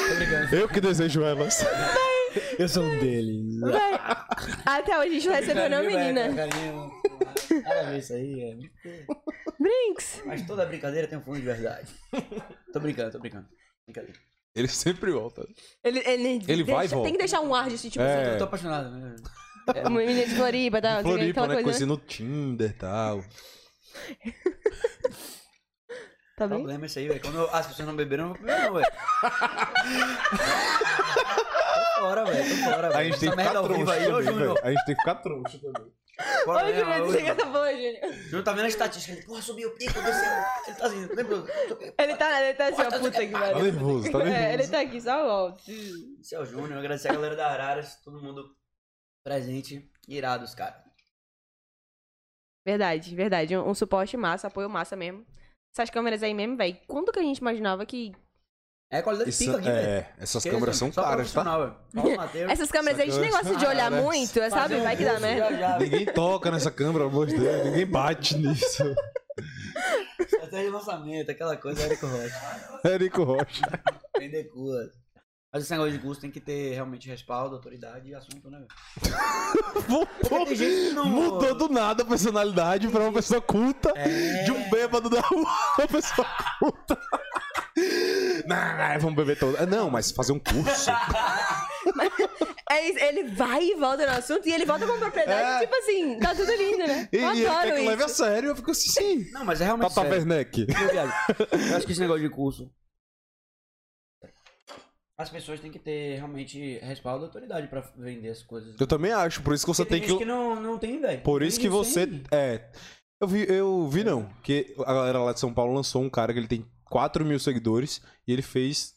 Speaker 1: Tô brincando.
Speaker 3: Eu que desejo elas.
Speaker 1: Eu sou um deles.
Speaker 2: vai. Até hoje a gente não recebeu nenhuma menina.
Speaker 1: Carinho, cara, isso aí, é.
Speaker 2: Brinks!
Speaker 1: Mas toda brincadeira tem um fundo de verdade. Tô brincando, tô brincando. Brincadeira.
Speaker 3: Ele sempre volta.
Speaker 2: Ele, ele,
Speaker 3: Ele vai e
Speaker 2: deixa-
Speaker 3: volta.
Speaker 2: Tem que deixar um ar de tipo
Speaker 3: É.
Speaker 1: Eu tô apaixonado, né?
Speaker 2: assim, uma menina de Floripa, tá?
Speaker 3: Em Floripa,
Speaker 2: aquela
Speaker 3: né?
Speaker 2: coisa.
Speaker 3: Conheci
Speaker 2: né?
Speaker 3: no Tinder e tal.
Speaker 2: Tá
Speaker 1: O
Speaker 2: bem?
Speaker 1: problema é isso aí, velho. Quando as pessoas não beberam, eu não vou beber, não, velho. tô fora, velho. Tô fora, velho.
Speaker 3: A gente tem
Speaker 1: Essa
Speaker 3: que
Speaker 1: merda
Speaker 3: ficar
Speaker 1: ao vivo
Speaker 3: trouxa
Speaker 1: aí, ô,
Speaker 3: também,
Speaker 1: Júnior.
Speaker 3: velho. A gente tem que ficar trouxa também.
Speaker 1: Bora,
Speaker 2: Ô,
Speaker 1: né,
Speaker 2: Júnior,
Speaker 1: ô,
Speaker 2: desliga essa porra, Júnior.
Speaker 1: Júnior tá vendo a estatística. Ele, porra, subiu o pico, desceu. Ele tá assim, lembra?
Speaker 2: Ele tá, ele tá assim, ó, puta que
Speaker 3: Tá
Speaker 2: pariu.
Speaker 3: nervoso, tá
Speaker 2: É, ele
Speaker 3: nervoso.
Speaker 2: tá aqui, só ó.
Speaker 1: Esse é o Júnior. Agradecer a galera da Araras, todo mundo presente. Irados, cara.
Speaker 2: Verdade, verdade. Um, um suporte massa, apoio massa mesmo. Essas câmeras aí mesmo, velho. Quando que a gente imaginava que.
Speaker 1: É a
Speaker 2: assim,
Speaker 1: qualidade
Speaker 3: Isso-
Speaker 1: de pico aqui, velho.
Speaker 2: né?
Speaker 3: é, essas câmeras são caras, tá?
Speaker 1: Essa
Speaker 2: Essas câmeras aí a gente nem
Speaker 3: Essas
Speaker 2: gosta de olhar
Speaker 3: câmeras. um
Speaker 2: muito, sabe? Vai que dá merda.
Speaker 3: Ninguém toca nessa câmera, pelo amor de Deus. Ninguém bate nisso.
Speaker 1: Até de lançamento, aquela coisa, Érico Rocha.
Speaker 3: Érico Rocha.
Speaker 1: Vender curso. Mas esse negócio de curso tem que ter realmente respaldo, autoridade e assunto, né? velho?
Speaker 3: Voltou.
Speaker 1: Tem gente que não-
Speaker 3: Mudou do nada a personalidade pra uma pessoa culta.
Speaker 1: É.
Speaker 3: De um bêbado da rua pra uma pessoa culta. Não, vamos beber todo. Não, mas fazer um curso.
Speaker 2: É isso, ele vai e volta no assunto e ele volta com propriedade,
Speaker 3: É.
Speaker 2: tipo assim, tá tudo lindo, né?
Speaker 3: E
Speaker 2: Eu
Speaker 3: ele quer
Speaker 2: adoro
Speaker 3: que leve a
Speaker 2: isso.
Speaker 3: sério. Eu fico assim, sim.
Speaker 1: Não, mas é realmente
Speaker 3: Tata
Speaker 1: sério.
Speaker 3: Werneck.
Speaker 1: Meu viado, Eu acho que esse negócio de curso. As pessoas têm que ter realmente respaldo e autoridade pra vender as coisas.
Speaker 3: Eu também acho, por isso que você
Speaker 1: Porque
Speaker 3: tem
Speaker 1: gente que
Speaker 3: que.
Speaker 1: não, não tem, velho.
Speaker 3: Por
Speaker 1: Tem
Speaker 3: isso que
Speaker 1: gente
Speaker 3: você.
Speaker 1: sem.
Speaker 3: É. Eu vi, eu vi não. Que a galera lá de São Paulo lançou um cara que ele tem 4 mil seguidores e ele fez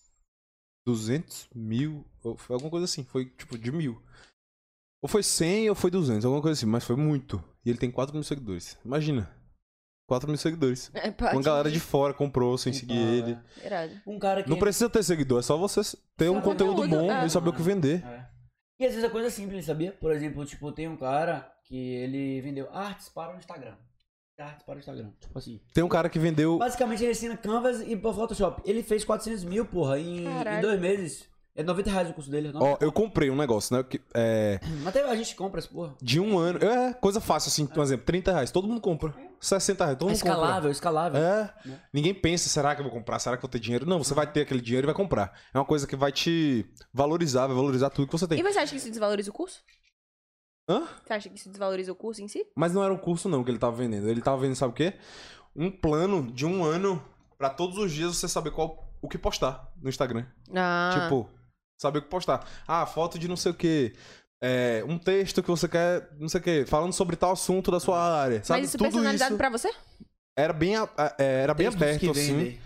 Speaker 3: 200 mil. ou Foi alguma coisa assim. Foi tipo de mil. Ou foi 100 ou foi 200, alguma coisa assim. Mas foi muito. E ele tem 4 mil seguidores. Imagina. 4 mil seguidores.
Speaker 2: É, pode.
Speaker 3: Uma galera de fora comprou sem seguir
Speaker 1: Então,
Speaker 3: ele.
Speaker 1: é.
Speaker 2: Irado.
Speaker 1: Um cara que.
Speaker 3: Não precisa ter seguidor, é só você ter um
Speaker 2: conteúdo,
Speaker 3: conteúdo bom
Speaker 2: é.
Speaker 3: e saber o que vender.
Speaker 1: É. E às vezes a coisa é simples, sabia? Por exemplo, tipo, tem um cara que ele vendeu artes para o Instagram. Artes para o Instagram. Tipo assim.
Speaker 3: Tem um cara que vendeu.
Speaker 1: Basicamente ele ensina Canvas e Photoshop. Ele fez 400 mil, porra, em,
Speaker 2: Caralho.
Speaker 1: em dois meses. É 90 reais o custo dele. Não?
Speaker 3: Ó, eu comprei um negócio, né? Que, é,
Speaker 1: Até a gente compra essa porra.
Speaker 3: De um ano. É, coisa fácil, assim, por exemplo, 30 reais, todo mundo compra. 60 reais, todo
Speaker 1: É
Speaker 3: mundo
Speaker 1: escalável,
Speaker 3: compra.
Speaker 1: escalável.
Speaker 3: É.
Speaker 1: Né?
Speaker 3: Ninguém pensa, será que eu vou comprar? Será que eu vou ter dinheiro? Não, você vai ter aquele dinheiro e vai comprar. É uma coisa que vai te valorizar, vai valorizar tudo que você
Speaker 2: E
Speaker 3: tem.
Speaker 2: você acha que isso desvaloriza o curso?
Speaker 3: Hã?
Speaker 2: Você acha que isso desvaloriza o curso em si?
Speaker 3: Mas não era um curso, não, que ele tava vendendo. Ele tava vendendo, sabe o quê? Um plano de um ano pra todos os dias você saber qual o que postar no Instagram.
Speaker 2: Ah.
Speaker 3: Tipo, saber o que postar. Ah, foto de não sei o quê. É, um texto que você quer, não sei o quê, falando sobre tal assunto da sua área. Sabe?
Speaker 2: Mas isso
Speaker 3: tudo
Speaker 2: personalizado
Speaker 3: isso.
Speaker 2: pra você?
Speaker 3: era bem, a- a- é, era bem
Speaker 1: Textos que
Speaker 3: aberto, assim.
Speaker 1: vendem.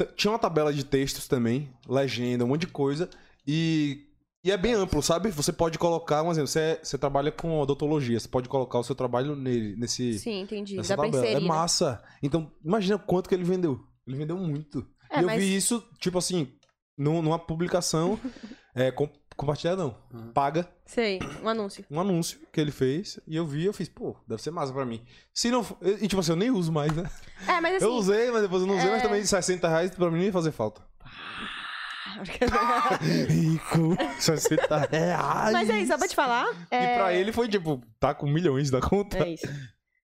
Speaker 3: T- Tinha uma tabela de textos também, legenda, um monte de coisa. E, e é bem amplo, sabe? Você pode colocar, um exemplo, você, você trabalha com odontologia, você pode colocar o seu trabalho nele, nesse,
Speaker 2: Sim, entendi.
Speaker 3: nessa
Speaker 2: Dá pra
Speaker 3: tabela. É
Speaker 2: inserir. né?
Speaker 3: massa. Então, imagina quanto que ele vendeu. Ele vendeu muito.
Speaker 2: É,
Speaker 3: e eu
Speaker 2: mas-
Speaker 3: vi isso, tipo assim, num- numa publicação. é, com- compartilhar não.
Speaker 2: Hum.
Speaker 1: Uhum.
Speaker 3: Paga
Speaker 2: Sei, um anúncio.
Speaker 3: um anúncio que ele fez. E eu vi, eu fiz, pô, deve ser massa pra mim. Se não. for- E, tipo assim, eu nem uso mais, né?
Speaker 2: É, mas assim.
Speaker 3: Eu usei, mas depois eu não usei, mas
Speaker 2: é.
Speaker 3: também 60 reais pra mim nem ia fazer falta. Rico, 60 reais.
Speaker 2: mas é isso, só é pra te falar.
Speaker 3: E
Speaker 2: é-
Speaker 3: pra ele foi tipo, tá com milhões na conta.
Speaker 2: É isso.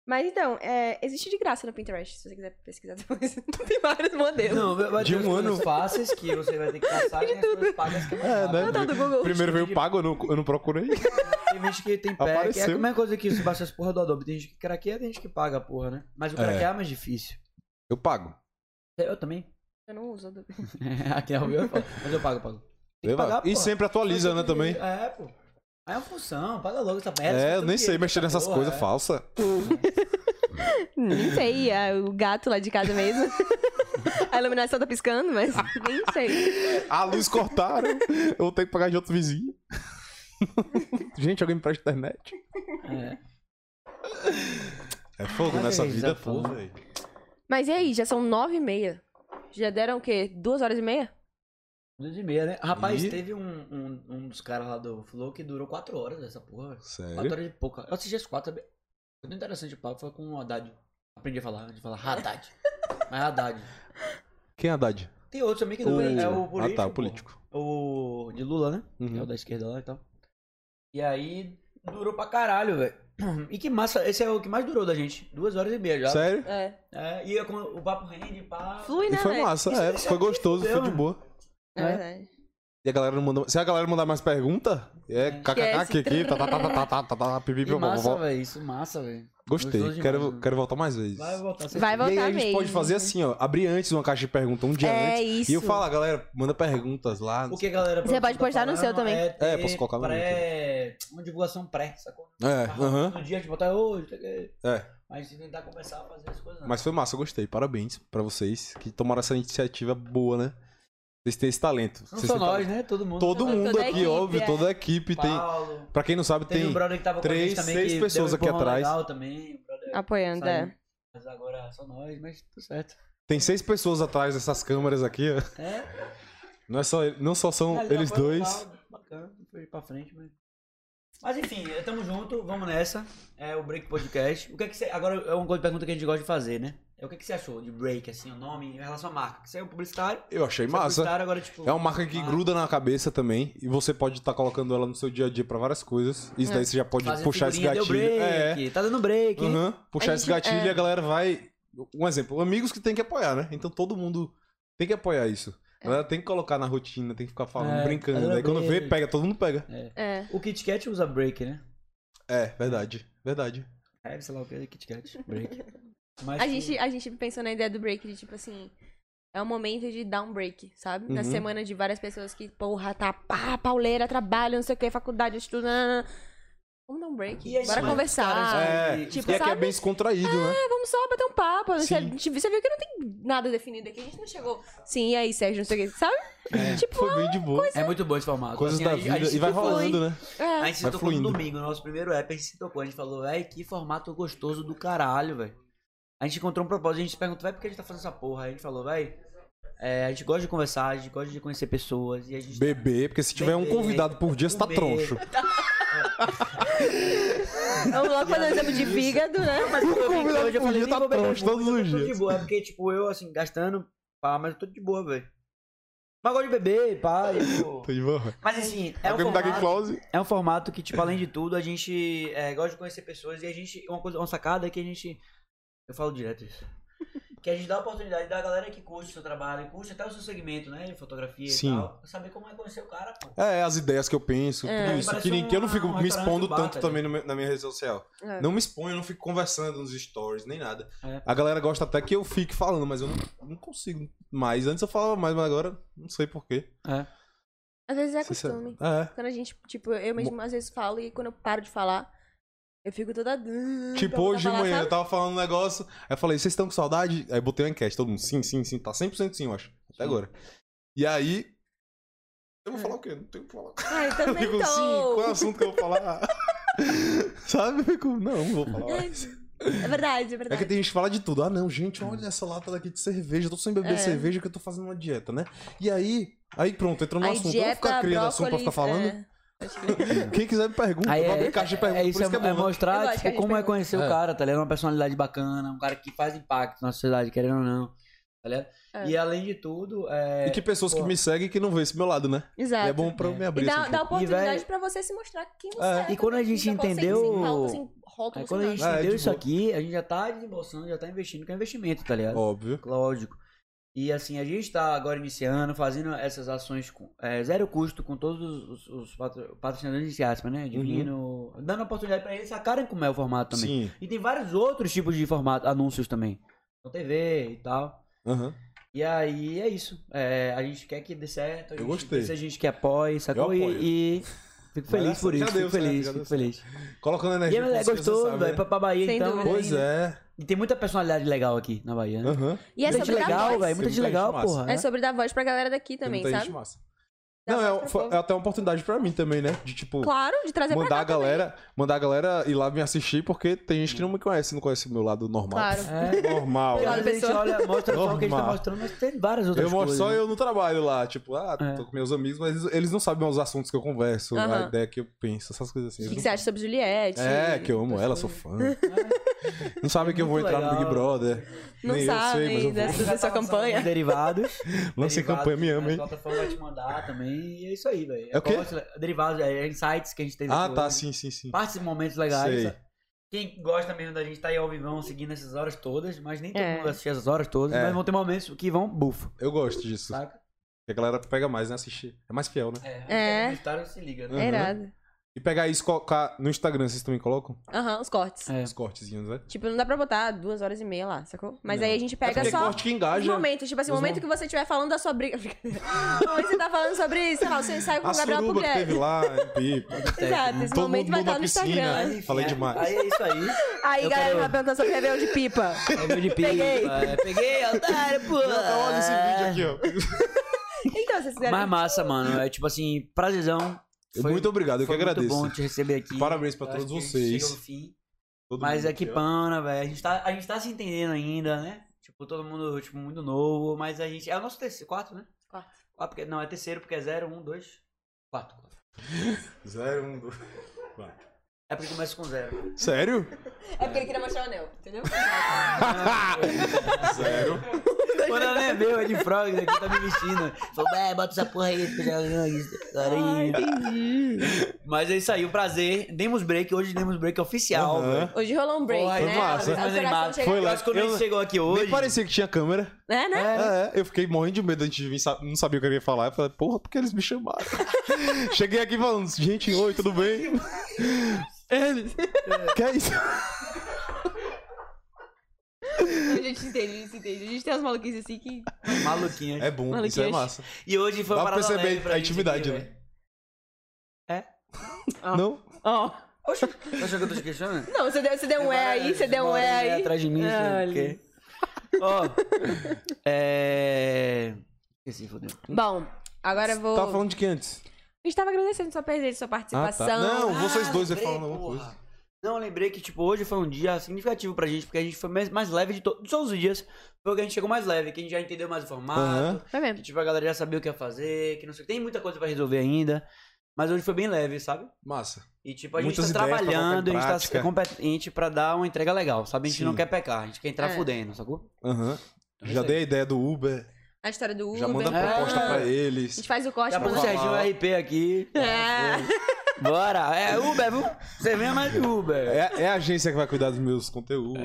Speaker 2: Mas então, é, existe de graça no Pinterest, se você quiser pesquisar depois. Tem vários modelos.
Speaker 1: Não, vai
Speaker 3: De
Speaker 1: ter
Speaker 3: um
Speaker 1: as coisas
Speaker 3: ano.
Speaker 1: fáceis que você vai ter que passar
Speaker 2: De
Speaker 1: e as coisas
Speaker 2: tudo.
Speaker 1: pagas que é mais
Speaker 3: É,
Speaker 1: rápido.
Speaker 3: né?
Speaker 2: Não, tá do Google.
Speaker 3: Primeiro veio pago, eu não, eu não procurei.
Speaker 1: Tem gente que tem pé, que é a
Speaker 3: Apareceu.
Speaker 1: mesma coisa que se baixa as porra do Adobe. Tem gente que craqueia, tem gente que paga a porra, né? Mas o
Speaker 3: É.
Speaker 1: craquear é mais difícil.
Speaker 3: Eu pago.
Speaker 1: Eu também.
Speaker 2: Eu não uso. Adobe.
Speaker 1: Aqui é o meu, eu pago. mas eu pago, eu pago. Tem que pagar,
Speaker 3: e
Speaker 1: porra.
Speaker 3: sempre atualiza, né, também.
Speaker 1: É, pô. Aí é uma função, paga logo essa merda.
Speaker 3: É,
Speaker 1: Você
Speaker 3: eu nem
Speaker 1: tem
Speaker 3: sei
Speaker 1: que-
Speaker 3: mexer nessas
Speaker 1: porra,
Speaker 3: coisas
Speaker 1: é.
Speaker 3: falsas. Hum.
Speaker 2: Nem sei, é o gato lá de casa mesmo. A iluminação tá piscando, mas nem sei.
Speaker 3: A luz cortaram, eu vou ter que pagar de outro vizinho. Gente, alguém me presta internet?
Speaker 1: É.
Speaker 3: É fogo
Speaker 1: Mas
Speaker 3: nessa
Speaker 1: é isso, tá
Speaker 3: vida, pô,
Speaker 1: falando.
Speaker 3: velho.
Speaker 2: Mas e aí, já são nove e meia. Já deram o quê? Duas horas e meia?
Speaker 1: Duas e meia, né? Rapaz,
Speaker 3: E-
Speaker 1: teve um, um, um dos caras lá do Flow que durou quatro horas essa porra. velho. Quatro
Speaker 3: Sério?
Speaker 1: horas e pouca. Eu assisti as quatro. sabe? Muito interessante o papo foi com o Haddad. Aprendi a falar, de falar Haddad. Mas Haddad.
Speaker 3: Quem é Haddad?
Speaker 1: Tem outro também que não é, é o político.
Speaker 3: Ah, tá, o
Speaker 1: pô. É
Speaker 3: político.
Speaker 1: O de Lula, né? Que é o
Speaker 3: Uhum.
Speaker 1: da esquerda lá e tal. E aí durou pra caralho, velho. E que massa, esse é o que mais durou da gente. Duas horas e meia já.
Speaker 3: Sério?
Speaker 2: É.
Speaker 1: É, e eu com- o papo rende, pá.
Speaker 2: Flui,
Speaker 3: E
Speaker 2: né,
Speaker 3: foi
Speaker 2: velho?
Speaker 3: massa,
Speaker 1: Isso-
Speaker 3: é,
Speaker 1: isso
Speaker 3: foi
Speaker 1: aqui
Speaker 3: gostoso,
Speaker 1: fudeu,
Speaker 3: foi de
Speaker 1: né?
Speaker 3: boa.
Speaker 2: É verdade.
Speaker 3: E a galera não mandou. Se a galera mandar mais pergunta, é
Speaker 2: Esquece.
Speaker 3: kkk, que tá, tá, tá, tá, tá, tá, tá, tá, pipi,
Speaker 1: Que
Speaker 3: pó, pó,
Speaker 1: massa,
Speaker 3: pó.
Speaker 1: velho. Isso, massa, velho. Gostoso
Speaker 3: Gostei,
Speaker 1: demais,
Speaker 3: quero,
Speaker 1: né?
Speaker 3: quero voltar mais vezes.
Speaker 1: Vai voltar. você-
Speaker 2: Vai
Speaker 3: E aí
Speaker 2: voltar
Speaker 3: a gente
Speaker 2: mesmo.
Speaker 3: pode fazer assim, ó, abrir antes uma caixa de pergunta um dia
Speaker 2: É
Speaker 3: antes.
Speaker 2: isso.
Speaker 3: E eu falo, ah, galera, manda perguntas lá.
Speaker 1: O que a galera
Speaker 2: Você pode postar no seu também.
Speaker 3: É, posso colocar no
Speaker 1: no pré... Uma divulgação pré, sacou?
Speaker 3: É,
Speaker 1: Tá
Speaker 3: aham.
Speaker 1: rolando No dia de botar hoje, tá que-
Speaker 3: É.
Speaker 1: mas se tentar começar a fazer as coisas. não.
Speaker 3: Mas foi massa, eu gostei. Parabéns pra vocês que tomaram essa iniciativa boa, né? Vocês têm esse talento.
Speaker 1: não
Speaker 3: Vocês
Speaker 1: só
Speaker 3: têm
Speaker 1: nós,
Speaker 3: talento.
Speaker 1: né? Todo mundo.
Speaker 3: Todo
Speaker 2: Toda-
Speaker 3: mundo
Speaker 2: toda a
Speaker 3: aqui,
Speaker 2: equipe,
Speaker 3: óbvio,
Speaker 2: é.
Speaker 3: toda a equipe tem.
Speaker 1: Paulo.
Speaker 3: Pra quem não sabe,
Speaker 1: Teve
Speaker 3: tem.
Speaker 1: o brother que tava com a
Speaker 3: três-
Speaker 1: gente também.
Speaker 3: seis
Speaker 1: que
Speaker 3: pessoas
Speaker 1: deu um
Speaker 3: aqui
Speaker 1: empurrão
Speaker 3: atrás.
Speaker 1: legal também. o brother
Speaker 2: Apoiando,
Speaker 1: saiu.
Speaker 2: é.
Speaker 1: Mas agora só nós, mas tudo certo.
Speaker 3: Tem seis pessoas atrás dessas câmeras aqui, ó.
Speaker 1: É.
Speaker 3: Não, é só, ele- não só são
Speaker 1: Ali dá
Speaker 3: eles
Speaker 1: pra
Speaker 3: dois.
Speaker 1: levar, Bacana, foi pra frente, mas. Mas enfim, eh, tamo junto, vamos nessa. É o Break Podcast. O que é que você. Agora é uma coisa- pergunta que a gente gosta de fazer, né? É o que, é que você achou de break, assim, o nome em relação à marca? Você é um publicitário.
Speaker 3: Eu achei
Speaker 1: você é
Speaker 3: massa.
Speaker 1: publicitário, agora, tipo,
Speaker 3: É uma marca que
Speaker 1: marca.
Speaker 3: gruda na cabeça também. E você pode estar colocando ela no seu dia a dia pra várias coisas. Isso
Speaker 2: É.
Speaker 3: daí você já pode
Speaker 1: fazer
Speaker 3: puxar esse
Speaker 1: figurinha,
Speaker 3: gatilho.
Speaker 1: Deu
Speaker 3: É. Uhum.
Speaker 1: break, Tá dando break. hein?
Speaker 3: Aham, Puxar
Speaker 2: A
Speaker 3: esse
Speaker 2: gente-
Speaker 3: gatilho
Speaker 2: é.
Speaker 3: e a galera vai. Um exemplo, amigos que tem que apoiar, né? Então todo mundo tem que apoiar isso.
Speaker 2: É.
Speaker 3: A galera tem que colocar na rotina, tem que ficar falando,
Speaker 1: É,
Speaker 3: brincando.
Speaker 1: galera
Speaker 3: Aí quando vê,
Speaker 1: brinca.
Speaker 3: pega, todo mundo pega.
Speaker 2: É.
Speaker 1: O Kit Kat usa break, né?
Speaker 3: É, verdade, verdade.
Speaker 2: Tipo,
Speaker 1: É, sei lá o que é Kit Kat. Break. Mas,
Speaker 2: A gente, a gente pensou na ideia do break de tipo assim. É um momento de dar um break, sabe? Na
Speaker 3: Uhum.
Speaker 2: semana de várias pessoas que, porra, tá pá, pauleira, trabalho, não sei o que, faculdade, estudo. nanana. Vamos dar um break.
Speaker 1: E é isso,
Speaker 2: Bora
Speaker 1: mas os
Speaker 2: conversar.
Speaker 1: caras já-
Speaker 3: é,
Speaker 1: e-
Speaker 2: tipo,
Speaker 3: e aqui é
Speaker 2: sabe?
Speaker 3: bem descontraído, né?
Speaker 2: Vamos só bater um papo. Você,
Speaker 3: Sim.
Speaker 2: você viu que não tem nada definido aqui. A gente não chegou. Sim, e aí, Sérgio, não sei o que, sabe? Tipo,
Speaker 3: Foi bem de boa.
Speaker 1: É muito bom esse formato.
Speaker 3: Coisas
Speaker 1: Assim,
Speaker 3: da
Speaker 1: a- a
Speaker 3: vida.
Speaker 1: gente
Speaker 3: E vai
Speaker 1: ficou-
Speaker 3: rolando, né?
Speaker 1: A
Speaker 2: é.
Speaker 1: gente se
Speaker 3: Vai
Speaker 1: tocou
Speaker 3: fluindo.
Speaker 1: no domingo, no nosso primeiro app, a gente se tocou, a gente falou, véi, que formato gostoso do caralho, velho. A gente encontrou um propósito, a gente se perguntou, véi, por que a gente tá fazendo essa porra? Aí a gente falou, véi, é, a gente gosta de conversar, a gente gosta de conhecer pessoas, e a gente...
Speaker 3: Beber, porque se tiver um
Speaker 1: Beber,
Speaker 3: convidado por dia, você tá
Speaker 1: comer.
Speaker 3: troncho.
Speaker 2: Vamos logo fazer um exame de fígado, né?
Speaker 1: Mas quando eu vim,
Speaker 3: Convidado
Speaker 1: hoje eu
Speaker 3: por
Speaker 1: falei,
Speaker 3: dia
Speaker 1: nem
Speaker 3: tá
Speaker 1: vou beber
Speaker 3: troncho
Speaker 1: muito,
Speaker 3: todos
Speaker 1: eu tô
Speaker 3: os
Speaker 1: de
Speaker 3: dias.
Speaker 1: boa, é porque, tipo, eu, assim, gastando, pá, mas eu tô de boa, velho. Mas eu gosto de beber, pá, e, tipo...
Speaker 3: Tô de boa.
Speaker 1: Mas, assim, é
Speaker 3: Vai
Speaker 1: um
Speaker 3: perguntar quem
Speaker 1: formato...
Speaker 3: close.
Speaker 1: É um formato que, tipo, além de tudo, a gente é, gosta de conhecer pessoas e a gente. Uma coisa, uma sacada é que a gente. Eu falo direto isso. Que a gente dá a oportunidade da galera que curte o seu trabalho, curte até o seu segmento, né? de Fotografia
Speaker 3: Sim.
Speaker 1: e tal. Saber como é conhecer o cara, pô.
Speaker 3: É, as ideias que eu penso,
Speaker 2: É.
Speaker 3: tudo isso.
Speaker 1: Parece
Speaker 3: Que, nem- que eu não
Speaker 1: um-
Speaker 3: fico
Speaker 1: um
Speaker 3: me expondo
Speaker 1: restaurante bar,
Speaker 3: tanto
Speaker 1: tá
Speaker 3: também no meu- na minha rede social.
Speaker 2: É.
Speaker 3: Não me exponho, eu não fico conversando nos stories, nem nada.
Speaker 1: É.
Speaker 3: A galera gosta até que eu fique falando, mas eu não, não consigo mais. Antes eu falava mais, mas agora não sei porquê.
Speaker 1: É.
Speaker 2: Às vezes é costume.
Speaker 3: É.
Speaker 2: Quando a gente, tipo, eu mesmo às vezes falo e quando eu paro de falar, eu fico toda.
Speaker 3: Tipo, hoje de manhã eu tava falando um negócio, aí eu falei, vocês estão com saudade? Aí eu botei uma enquete, todo mundo, sim, sim, sim, tá 100% sim, eu acho, até
Speaker 1: Sim.
Speaker 3: agora. E aí, eu vou falar o quê? Não tenho o que falar.
Speaker 2: Ah, É. eu
Speaker 3: Eu
Speaker 2: também
Speaker 3: fico, sim, qual é o
Speaker 2: tô.
Speaker 3: assunto que eu vou falar? Sabe? Eu fico, não, não vou falar.
Speaker 2: É verdade, é
Speaker 3: É que
Speaker 2: verdade.
Speaker 3: tem gente que fala de tudo. Ah, não, gente, olha essa lata daqui de cerveja. Eu tô sem beber
Speaker 2: É.
Speaker 3: cerveja que eu tô fazendo uma dieta, né? E aí, aí pronto, entrou no
Speaker 2: Aí
Speaker 3: um assunto. eu vou
Speaker 2: dieta,
Speaker 3: ficar criando assunto pra ficar falando.
Speaker 2: brócolis, é.
Speaker 3: Quem quiser me pergunta,
Speaker 1: Aí
Speaker 3: eu vou
Speaker 1: é-
Speaker 3: abrir caixa de perguntas.
Speaker 1: É isso,
Speaker 3: por
Speaker 1: é,
Speaker 3: isso que é
Speaker 1: é
Speaker 3: bom, né?
Speaker 2: Eu
Speaker 1: mostrar
Speaker 2: gosto que a
Speaker 1: tipo,
Speaker 2: gente
Speaker 1: como é
Speaker 2: pergunta.
Speaker 1: conhecer
Speaker 3: É.
Speaker 1: o cara, tá ligado? Uma personalidade bacana, um cara que faz impacto na sociedade, querendo ou não. Tá ligado?
Speaker 2: É.
Speaker 1: E além de tudo, é.
Speaker 3: E que pessoas que
Speaker 1: Pô.
Speaker 3: me seguem que não vê esse meu lado, né?
Speaker 2: Exato.
Speaker 3: E é bom pra eu me
Speaker 2: E
Speaker 3: abrir.
Speaker 2: dá,
Speaker 3: assim,
Speaker 2: dá
Speaker 3: um pouco.
Speaker 1: E,
Speaker 2: oportunidade
Speaker 1: velho,
Speaker 2: pra você se mostrar quem você
Speaker 3: é.
Speaker 2: é.
Speaker 1: E quando a gente
Speaker 2: Fica sem-
Speaker 1: entendeu-
Speaker 2: Sem, pauta, sem rótulo.
Speaker 1: Aí
Speaker 2: sem
Speaker 1: quando a
Speaker 2: nada.
Speaker 1: gente
Speaker 3: Ah, é
Speaker 1: deu
Speaker 3: de
Speaker 1: isso
Speaker 3: boa.
Speaker 1: aqui, a gente já tá desembolsando, já tá investindo, que é investimento, tá ligado?
Speaker 3: Óbvio.
Speaker 1: Lógico. E assim, a gente está agora iniciando, fazendo essas ações com é, zero custo com todos os, os patro- patrocinadores iniciais,
Speaker 3: Uhum.
Speaker 1: né? Dividindo, dando oportunidade para eles sacarem como é o formato também.
Speaker 3: Sim.
Speaker 1: E tem vários outros tipos de formato, anúncios também. Com TV e tal.
Speaker 3: Aham.
Speaker 1: E aí é isso. É, a gente quer que dê certo. A
Speaker 3: Eu
Speaker 1: gente,
Speaker 3: gostei.
Speaker 1: Se a gente que apoie, sacou?
Speaker 3: Eu apoio.
Speaker 1: E, e fico
Speaker 3: Vai
Speaker 1: feliz
Speaker 3: dar
Speaker 1: por
Speaker 3: certo.
Speaker 1: isso.
Speaker 3: Já
Speaker 1: Fico
Speaker 3: deu certo,
Speaker 1: feliz,
Speaker 3: já
Speaker 1: fico
Speaker 3: deu
Speaker 1: feliz.
Speaker 3: Colocando
Speaker 1: E é,
Speaker 3: energia.
Speaker 1: a mulher
Speaker 3: positiva, você
Speaker 1: gostou,
Speaker 3: sabe,
Speaker 1: velho.
Speaker 3: né?
Speaker 1: Pra, pra Bahia,
Speaker 2: Sem
Speaker 1: então.
Speaker 2: dúvida.
Speaker 3: Pois é.
Speaker 1: E tem muita personalidade legal aqui na Bahia, né?
Speaker 3: Aham.
Speaker 2: E é
Speaker 1: Muita gente
Speaker 2: sobre dar
Speaker 1: legal,
Speaker 2: voz.
Speaker 1: velho. Muita gente
Speaker 3: Tem muita
Speaker 1: legal,
Speaker 3: gente massa.
Speaker 1: porra. né?
Speaker 2: É sobre dar voz pra galera daqui
Speaker 3: Tem
Speaker 2: também,
Speaker 3: muita gente
Speaker 2: sabe?
Speaker 3: massa.
Speaker 2: Dar
Speaker 3: Não, é,
Speaker 2: voz pro
Speaker 3: foi-
Speaker 2: povo.
Speaker 3: é até uma oportunidade pra mim também, né? De tipo,
Speaker 2: Claro, de trazer pra
Speaker 3: mandar
Speaker 2: cá
Speaker 3: a
Speaker 2: também.
Speaker 3: galera, mandar a galera ir lá me assistir, porque tem gente que não me conhece, não conhece o meu lado normal.
Speaker 2: Claro.
Speaker 1: É.
Speaker 3: Normal.
Speaker 1: Porque às vezes a gente olha, mostra só o que a gente tá
Speaker 3: Normal.
Speaker 1: mostrando, mas tem várias outras
Speaker 3: Eu mostro
Speaker 1: coisas. né?
Speaker 3: só eu no trabalho lá, tipo, ah,
Speaker 1: É.
Speaker 3: tô com meus amigos, mas eles- eles não sabem os assuntos que eu converso, a
Speaker 2: Aham.
Speaker 3: ideia que eu penso, essas coisas assim.
Speaker 2: O
Speaker 3: Eles
Speaker 2: que, que
Speaker 3: não
Speaker 2: você acha sobre Juliette?
Speaker 3: É, que eu amo ela, sou fã. Não sabe que eu vou
Speaker 1: É Muito
Speaker 3: entrar no
Speaker 1: legal.
Speaker 3: Big Brother.
Speaker 2: Não
Speaker 3: Nem
Speaker 2: sabe
Speaker 3: eu sei, mas eu
Speaker 2: dessa-
Speaker 3: vou.
Speaker 2: da sua campanha.
Speaker 1: né? Derivados.
Speaker 3: Lancei campanha, me ama,
Speaker 1: né?
Speaker 3: hein?
Speaker 1: A plataforma vai te mandar também. E é isso aí, velho.
Speaker 3: É o quê?
Speaker 1: corte- Derivados, é insights que a gente teve.
Speaker 3: Ah,
Speaker 1: aqui
Speaker 3: tá,
Speaker 1: hoje.
Speaker 3: sim, sim, sim.
Speaker 1: né? Partes e momentos legais.
Speaker 3: Sei.
Speaker 1: sabe? Quem gosta mesmo da gente tá aí ao vivão seguindo essas horas todas, mas nem todo
Speaker 2: É.
Speaker 1: mundo assiste essas horas todas,
Speaker 3: É.
Speaker 1: mas vão ter momentos que vão bufo,
Speaker 3: Eu gosto disso.
Speaker 1: saca?
Speaker 3: Que a galera pega mais, né? Assistir. É mais fiel, né?
Speaker 2: É.
Speaker 1: O Instagram se liga,
Speaker 2: É
Speaker 1: né?
Speaker 3: Uhum.
Speaker 2: irado.
Speaker 3: E pegar isso e colocar no Instagram, vocês também colocam?
Speaker 2: Aham, os cortes.
Speaker 1: É.
Speaker 3: Os cortezinhos, né?
Speaker 2: Tipo, não dá pra botar duas horas e meia lá, sacou? Mas
Speaker 3: Não.
Speaker 2: aí a gente
Speaker 3: é
Speaker 2: pega
Speaker 3: porque
Speaker 2: só
Speaker 3: corte que
Speaker 2: os
Speaker 3: engaja.
Speaker 2: momentos. Tipo assim, o
Speaker 3: Os
Speaker 2: momento que você estiver falando da sua briga. o momento que você tá falando sobre, sei lá, o seu ensaio é com
Speaker 3: A
Speaker 2: o Gabriel
Speaker 3: suruba que teve
Speaker 2: Pugliese.
Speaker 3: lá, em Pipa.
Speaker 2: Exato, esse
Speaker 3: Todo
Speaker 2: momento
Speaker 3: mundo
Speaker 2: vai estar
Speaker 3: numa
Speaker 2: no
Speaker 3: piscina.
Speaker 2: Instagram.
Speaker 1: Enfim,
Speaker 3: Falei
Speaker 1: é.
Speaker 3: demais.
Speaker 1: Aí é isso aí.
Speaker 2: Aí,
Speaker 1: Eu
Speaker 2: galera,
Speaker 1: quero-
Speaker 2: vai perguntando sobre Rebel de Pipa.
Speaker 1: É meu de pique.
Speaker 2: Peguei.
Speaker 1: É, peguei, otário, pô.
Speaker 3: Olha esse vídeo
Speaker 1: É.
Speaker 3: aqui, ó.
Speaker 2: Então, vocês fizeram.
Speaker 1: Mas massa, mano. É tipo assim, prazerzão. Foi-
Speaker 3: muito obrigado, eu que
Speaker 1: Foi
Speaker 3: agradeço.
Speaker 1: Muito bom te receber aqui.
Speaker 3: Parabéns pra
Speaker 1: Eu
Speaker 3: todos
Speaker 1: acho que a gente
Speaker 3: vocês.
Speaker 1: chega ao fim.
Speaker 3: Todo
Speaker 1: Mas
Speaker 3: mundo
Speaker 1: é que
Speaker 3: aqui, ó.
Speaker 1: pana, velho. A, gente tá- a gente tá se entendendo ainda, né? Tipo, todo mundo, tipo, muito novo. Mas a gente. É o nosso terceiro. Quarto, né?
Speaker 2: Quarto.
Speaker 1: Quarto, porque- não, é terceiro, porque é zero, um, dois, quatro.
Speaker 3: Zero, um, dois. Vai.
Speaker 1: É porque começa com zero.
Speaker 3: Sério?
Speaker 2: É porque ele queria mostrar o anel, entendeu?
Speaker 3: Zero.
Speaker 1: O não é meu, é de frog, aqui tá me vestindo. Falou, é, bota essa porra aí, fica jogando isso, cara
Speaker 2: Ah,
Speaker 1: aí.
Speaker 2: entendi.
Speaker 1: Mas é isso aí, um prazer. Demos break, hoje demos break oficial.
Speaker 3: Aham.
Speaker 1: velho.
Speaker 2: Hoje rolou um break,
Speaker 1: Foi,
Speaker 2: né?
Speaker 3: massa.
Speaker 2: O
Speaker 1: Foi
Speaker 2: coração
Speaker 1: animado.
Speaker 2: chega-
Speaker 3: Foi
Speaker 1: Eu acho que quando a
Speaker 3: Eu-
Speaker 1: gente chegou aqui
Speaker 3: Nem
Speaker 1: hoje.
Speaker 3: parecia que tinha câmera.
Speaker 2: É, né?
Speaker 3: É, eu fiquei morrendo de medo antes de vir, sa- não sabia o que eu ia falar. Eu falei, porra, por que eles me chamaram? Cheguei aqui falando, gente, oi, tudo bem? eles. Que é isso?
Speaker 2: Então, A gente se entende, a gente se entende. A gente tem umas maluquices assim que.
Speaker 1: Maluquinha.
Speaker 3: É bom,
Speaker 2: Mano,
Speaker 3: isso
Speaker 2: que
Speaker 3: é
Speaker 2: eu-
Speaker 3: massa.
Speaker 1: E hoje foi
Speaker 3: Dá
Speaker 1: uma
Speaker 3: pra
Speaker 1: parada
Speaker 3: perceber
Speaker 1: leve pra
Speaker 3: a
Speaker 1: gente aqui,
Speaker 3: intimidade, né?
Speaker 1: velho.
Speaker 2: Ah.
Speaker 3: Não?
Speaker 2: Ó.
Speaker 1: Oxe, tá achando que eu tô te questionando?
Speaker 2: Não, você deu, você deu um é aí, você deu um é
Speaker 1: Demora, né,
Speaker 2: aí.
Speaker 1: atrás de mim,
Speaker 2: Ah,
Speaker 1: sabe o quê? Ó, é... Esqueci, fodeu.
Speaker 2: Bom, agora eu vou.
Speaker 3: Tava tá falando de quem antes?
Speaker 2: A gente tava agradecendo sua presença, sua participação.
Speaker 3: Não, vocês
Speaker 1: Ah,
Speaker 3: dois
Speaker 1: lembrei,
Speaker 3: falam alguma
Speaker 1: porra.
Speaker 3: coisa.
Speaker 1: Não, eu lembrei que, tipo, hoje foi um dia significativo pra gente, porque a gente foi mais, mais leve de to- de todos os dias. Foi o que a gente chegou mais leve, que a gente já entendeu mais o formato,
Speaker 3: Aham.
Speaker 2: Foi
Speaker 1: que,
Speaker 2: mesmo.
Speaker 1: tipo, a galera já sabia o que ia fazer, que não sei o que. Tem muita coisa pra resolver ainda, mas hoje foi bem leve, sabe?
Speaker 3: Massa.
Speaker 1: E, tipo, a
Speaker 3: Muitas
Speaker 1: gente tá
Speaker 3: ideias pra colocar em
Speaker 1: trabalhando, a gente tá
Speaker 3: prática.
Speaker 1: competente pra dar uma entrega legal, sabe? A gente
Speaker 3: Sim.
Speaker 1: não quer pecar, a gente quer entrar
Speaker 2: É.
Speaker 1: fudendo, sacou?
Speaker 3: Aham.
Speaker 1: Então é
Speaker 3: Já
Speaker 1: isso
Speaker 3: dei a ideia do Uber,
Speaker 2: A história do Uber.
Speaker 3: já manda a
Speaker 1: Uber.
Speaker 3: proposta
Speaker 1: Ah.
Speaker 3: pra
Speaker 2: A
Speaker 3: eles.
Speaker 2: gente faz o corte
Speaker 1: Daqui a pouco o
Speaker 2: manda.
Speaker 3: falar.
Speaker 1: Serginho RP aqui.
Speaker 2: É.
Speaker 1: Bora! É Uber, viu? Você vem mais de Uber.
Speaker 3: É, é a agência que vai cuidar dos meus conteúdos.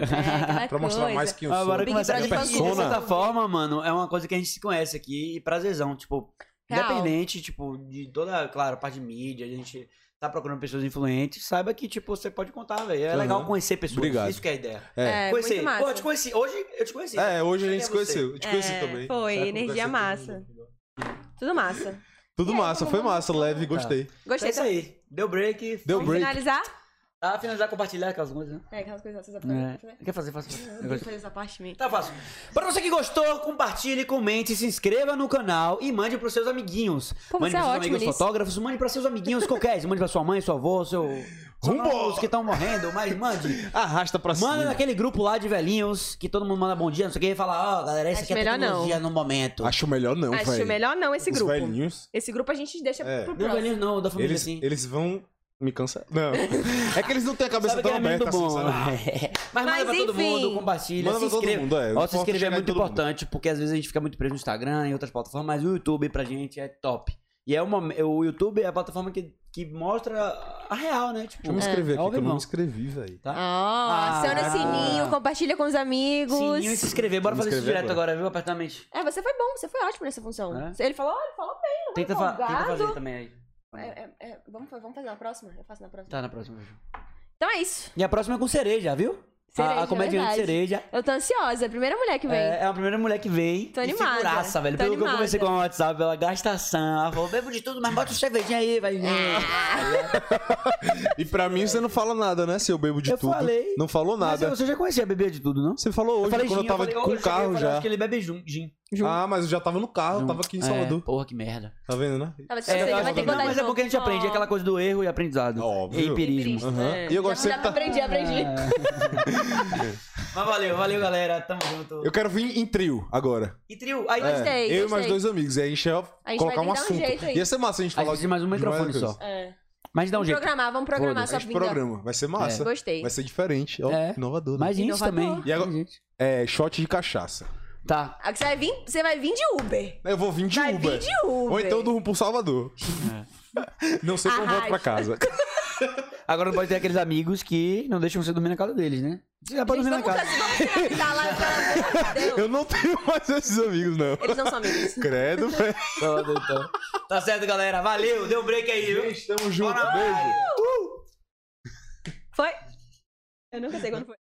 Speaker 2: É,
Speaker 3: pra mostrar mais quem eu sou.
Speaker 1: Agora
Speaker 2: Big
Speaker 1: começar
Speaker 2: Brother
Speaker 1: a competir
Speaker 3: Família.
Speaker 1: de certa forma, mano, é uma coisa que a gente se conhece aqui e prazerzão, tipo,
Speaker 2: Real.
Speaker 1: independente, tipo, de toda, claro, a parte de mídia, a gente tá procurando pessoas influentes, saiba que, tipo, você pode contar, velho. É
Speaker 3: Aham.
Speaker 1: legal conhecer pessoas,
Speaker 3: Uhum. Obrigado.
Speaker 1: isso que é a ideia.
Speaker 2: É,
Speaker 1: conhecer.
Speaker 2: muito massa.
Speaker 1: Pô, eu te conheci, hoje eu te conheci.
Speaker 3: É, hoje a gente se
Speaker 1: Quem é você?
Speaker 3: conheceu. Eu te conheci
Speaker 2: É,
Speaker 3: também.
Speaker 2: foi,
Speaker 3: Sabe,
Speaker 2: energia
Speaker 3: conversei
Speaker 2: massa. É,
Speaker 3: todo mundo.
Speaker 2: Tudo massa.
Speaker 3: Tudo
Speaker 2: E aí,
Speaker 3: massa,
Speaker 2: todo
Speaker 3: foi
Speaker 2: mundo-
Speaker 3: massa, leve, gostei.
Speaker 1: Então é
Speaker 2: Gostei.
Speaker 1: isso aí. Deu break.
Speaker 3: Deu
Speaker 2: Vamos
Speaker 3: break.
Speaker 2: finalizar?
Speaker 1: Ah, finalizar, compartilhar aquelas coisas, né?
Speaker 2: É, aquelas coisas né? que vocês
Speaker 1: É.
Speaker 2: aprendem.
Speaker 1: Quer fazer? Faça.
Speaker 2: Eu tenho que fazer essa parte
Speaker 3: Então
Speaker 2: minha.
Speaker 1: Tá fácil. Pra você que gostou, compartilhe, comente, se inscreva no canal e mande pros seus amiguinhos.
Speaker 2: Pô,
Speaker 1: mande
Speaker 2: você é
Speaker 1: pros seus
Speaker 2: ótimo
Speaker 1: amigos
Speaker 2: nisso.
Speaker 1: fotógrafos, mande pra seus amiguinhos qualquer. Mande pra sua mãe, sua avó, seu.
Speaker 3: Vambora! Assim.
Speaker 1: só Os que estão morrendo, mas mande.
Speaker 3: Arrasta pra cima.
Speaker 1: Manda naquele grupo lá de velhinhos que todo mundo manda bom dia, não sei o que, e fala, ó, galera, esse aqui
Speaker 2: Acho
Speaker 1: é
Speaker 2: melhor não.
Speaker 1: tecnologia no momento.
Speaker 3: Acho melhor não, velho.
Speaker 2: Acho melhor não esse
Speaker 3: Os
Speaker 2: grupo.
Speaker 3: velhinhos,
Speaker 2: Esse grupo a gente deixa
Speaker 3: É.
Speaker 2: pro
Speaker 1: Não,
Speaker 2: próximo.
Speaker 1: velhinhos não, da família
Speaker 3: eles,
Speaker 1: assim.
Speaker 3: eles vão me cansar. Não. É que eles não têm a cabeça
Speaker 1: Sabe
Speaker 3: tão
Speaker 1: que é
Speaker 3: aberta
Speaker 1: muito bom.
Speaker 3: assim, sabe?
Speaker 1: Mas manda
Speaker 2: Mas,
Speaker 1: pra todo
Speaker 2: enfim.
Speaker 1: mundo, compartilha,
Speaker 3: Manda
Speaker 1: se
Speaker 3: pra todo
Speaker 1: inscreva.
Speaker 3: mundo, é. Eu
Speaker 1: Ó, se
Speaker 3: posso
Speaker 1: inscrever é
Speaker 3: chegar em
Speaker 1: muito
Speaker 3: todo mundo.
Speaker 1: importante, porque às vezes a gente fica muito preso no Instagram e outras plataformas, mas o YouTube pra gente é top. E é uma, o YouTube é a plataforma que, que mostra a real, né? Tipo,
Speaker 3: Deixa eu
Speaker 2: É,
Speaker 3: me inscrever aqui,
Speaker 1: ao
Speaker 3: que eu não
Speaker 1: vivão.
Speaker 3: me inscrevi, velho.
Speaker 1: Tá?
Speaker 2: Ah, aciona
Speaker 1: Ah.
Speaker 2: o sininho, compartilha com os amigos.
Speaker 1: Sininho e se inscrever. Bora
Speaker 3: Me
Speaker 1: fazer isso
Speaker 3: inscrever
Speaker 1: direto agora, viu? Apertamente.
Speaker 2: É, você foi bom, você foi ótimo nessa função.
Speaker 1: É?
Speaker 2: Ele falou, olha, falou bem, não
Speaker 1: Tenta, fa
Speaker 2: foi
Speaker 1: tenta
Speaker 2: folgado.
Speaker 1: fazer também aí.
Speaker 2: É, é, é, vamos, fa- vamos fazer na próxima? Eu faço na próxima.
Speaker 1: Tá na próxima. Ju.
Speaker 2: Então é isso.
Speaker 1: E a próxima é com cereja, viu? A-
Speaker 2: Cereja,
Speaker 1: é a, comediante
Speaker 2: verdade.
Speaker 1: cereja.
Speaker 2: Eu tô ansiosa, é a primeira mulher que vem.
Speaker 1: É, é a primeira mulher que vem.
Speaker 2: Tô
Speaker 1: e
Speaker 2: animada.
Speaker 1: figuraça, velho.
Speaker 2: Tô
Speaker 1: Pelo que eu
Speaker 2: animada.
Speaker 1: comecei com o WhatsApp, pela gastação. Ela falou, bebo de tudo, mas bota um cervejinha aí, velho.
Speaker 3: E pra mim você não fala nada, né, seu bebo de
Speaker 1: Eu
Speaker 3: tudo?
Speaker 1: falei.
Speaker 3: Não falou nada.
Speaker 1: Mas você já conhecia beber de tudo, não?
Speaker 3: Você falou hoje, quando eu tava com o carro
Speaker 1: eu falei,
Speaker 3: já.
Speaker 1: Acho que ele bebe jun- gin.
Speaker 3: Ah, mas eu já tava no carro, eu tava aqui em Salvador.
Speaker 1: É, porra, que merda.
Speaker 3: Tá vendo, né?
Speaker 2: Ah, mas
Speaker 1: É,
Speaker 2: você
Speaker 1: eu
Speaker 2: vai
Speaker 1: acho
Speaker 2: ter
Speaker 1: que- não,
Speaker 2: que botar
Speaker 1: mas
Speaker 2: de
Speaker 1: é
Speaker 2: novo.
Speaker 1: porque a gente aprende
Speaker 2: Oh.
Speaker 1: aquela coisa do erro e aprendizado. Uhum.
Speaker 3: Óbvio.
Speaker 1: E empirismo.
Speaker 3: Aham.
Speaker 2: É.
Speaker 3: E eu
Speaker 2: Já-
Speaker 3: gosto sempre
Speaker 2: já
Speaker 3: tá-
Speaker 2: Aprendi, aprendi.
Speaker 1: Mas valeu, valeu, galera. Tamo junto.
Speaker 3: Eu quero vir em trio agora.
Speaker 1: E trio, aí
Speaker 3: É,
Speaker 2: Gostei,
Speaker 3: eu e
Speaker 2: gostei.
Speaker 3: mais dois amigos. E aí a gente
Speaker 2: vai
Speaker 3: ia colocar um
Speaker 2: ter que dar um
Speaker 3: assunto.
Speaker 2: jeito aí.
Speaker 3: Ia ser massa a gente
Speaker 1: a gente
Speaker 3: falar.
Speaker 1: precisa de mais um microfone
Speaker 3: várias
Speaker 1: só.
Speaker 3: coisas.
Speaker 2: É.
Speaker 1: Mas dá um
Speaker 2: Vamos
Speaker 1: jeito.
Speaker 2: programar, vamos programar
Speaker 3: Foda-se,
Speaker 2: só pra
Speaker 3: a gente
Speaker 2: vingar.
Speaker 3: programa. Vai ser massa.
Speaker 2: Gostei.
Speaker 3: Vai ser diferente. Ó,
Speaker 1: É.
Speaker 3: inovador. né?
Speaker 1: Mais gente
Speaker 2: Inovador.
Speaker 1: também.
Speaker 3: E agora-
Speaker 1: Mais gente.
Speaker 3: É, shot de cachaça.
Speaker 1: Tá.
Speaker 2: Ah, que Você vai, vir, você vai vir de Uber.
Speaker 3: Eu vou vir de
Speaker 2: vai
Speaker 3: Uber.
Speaker 2: vir de Uber. É.
Speaker 3: Ou então eu durmo pro Salvador. Não sei como eu volto pra
Speaker 2: Arrasta.
Speaker 3: casa.
Speaker 1: Agora não pode ter aqueles amigos que não deixam você dormir na casa deles, né? Você já pode
Speaker 2: Gente,
Speaker 1: dormir na
Speaker 2: vamos
Speaker 1: casa.
Speaker 2: fazer- vamos finalizar lá, pelo amor de Deus.
Speaker 3: Eu não tenho mais esses amigos, não.
Speaker 2: Eles não são amigos.
Speaker 3: Credo, velho.
Speaker 1: Pronto, então. Tá certo, galera. Valeu. Deu um break aí, viu?
Speaker 3: Estamos juntos.
Speaker 1: Bora lá.
Speaker 3: Beijo.
Speaker 2: Foi? Eu nunca sei quando foi.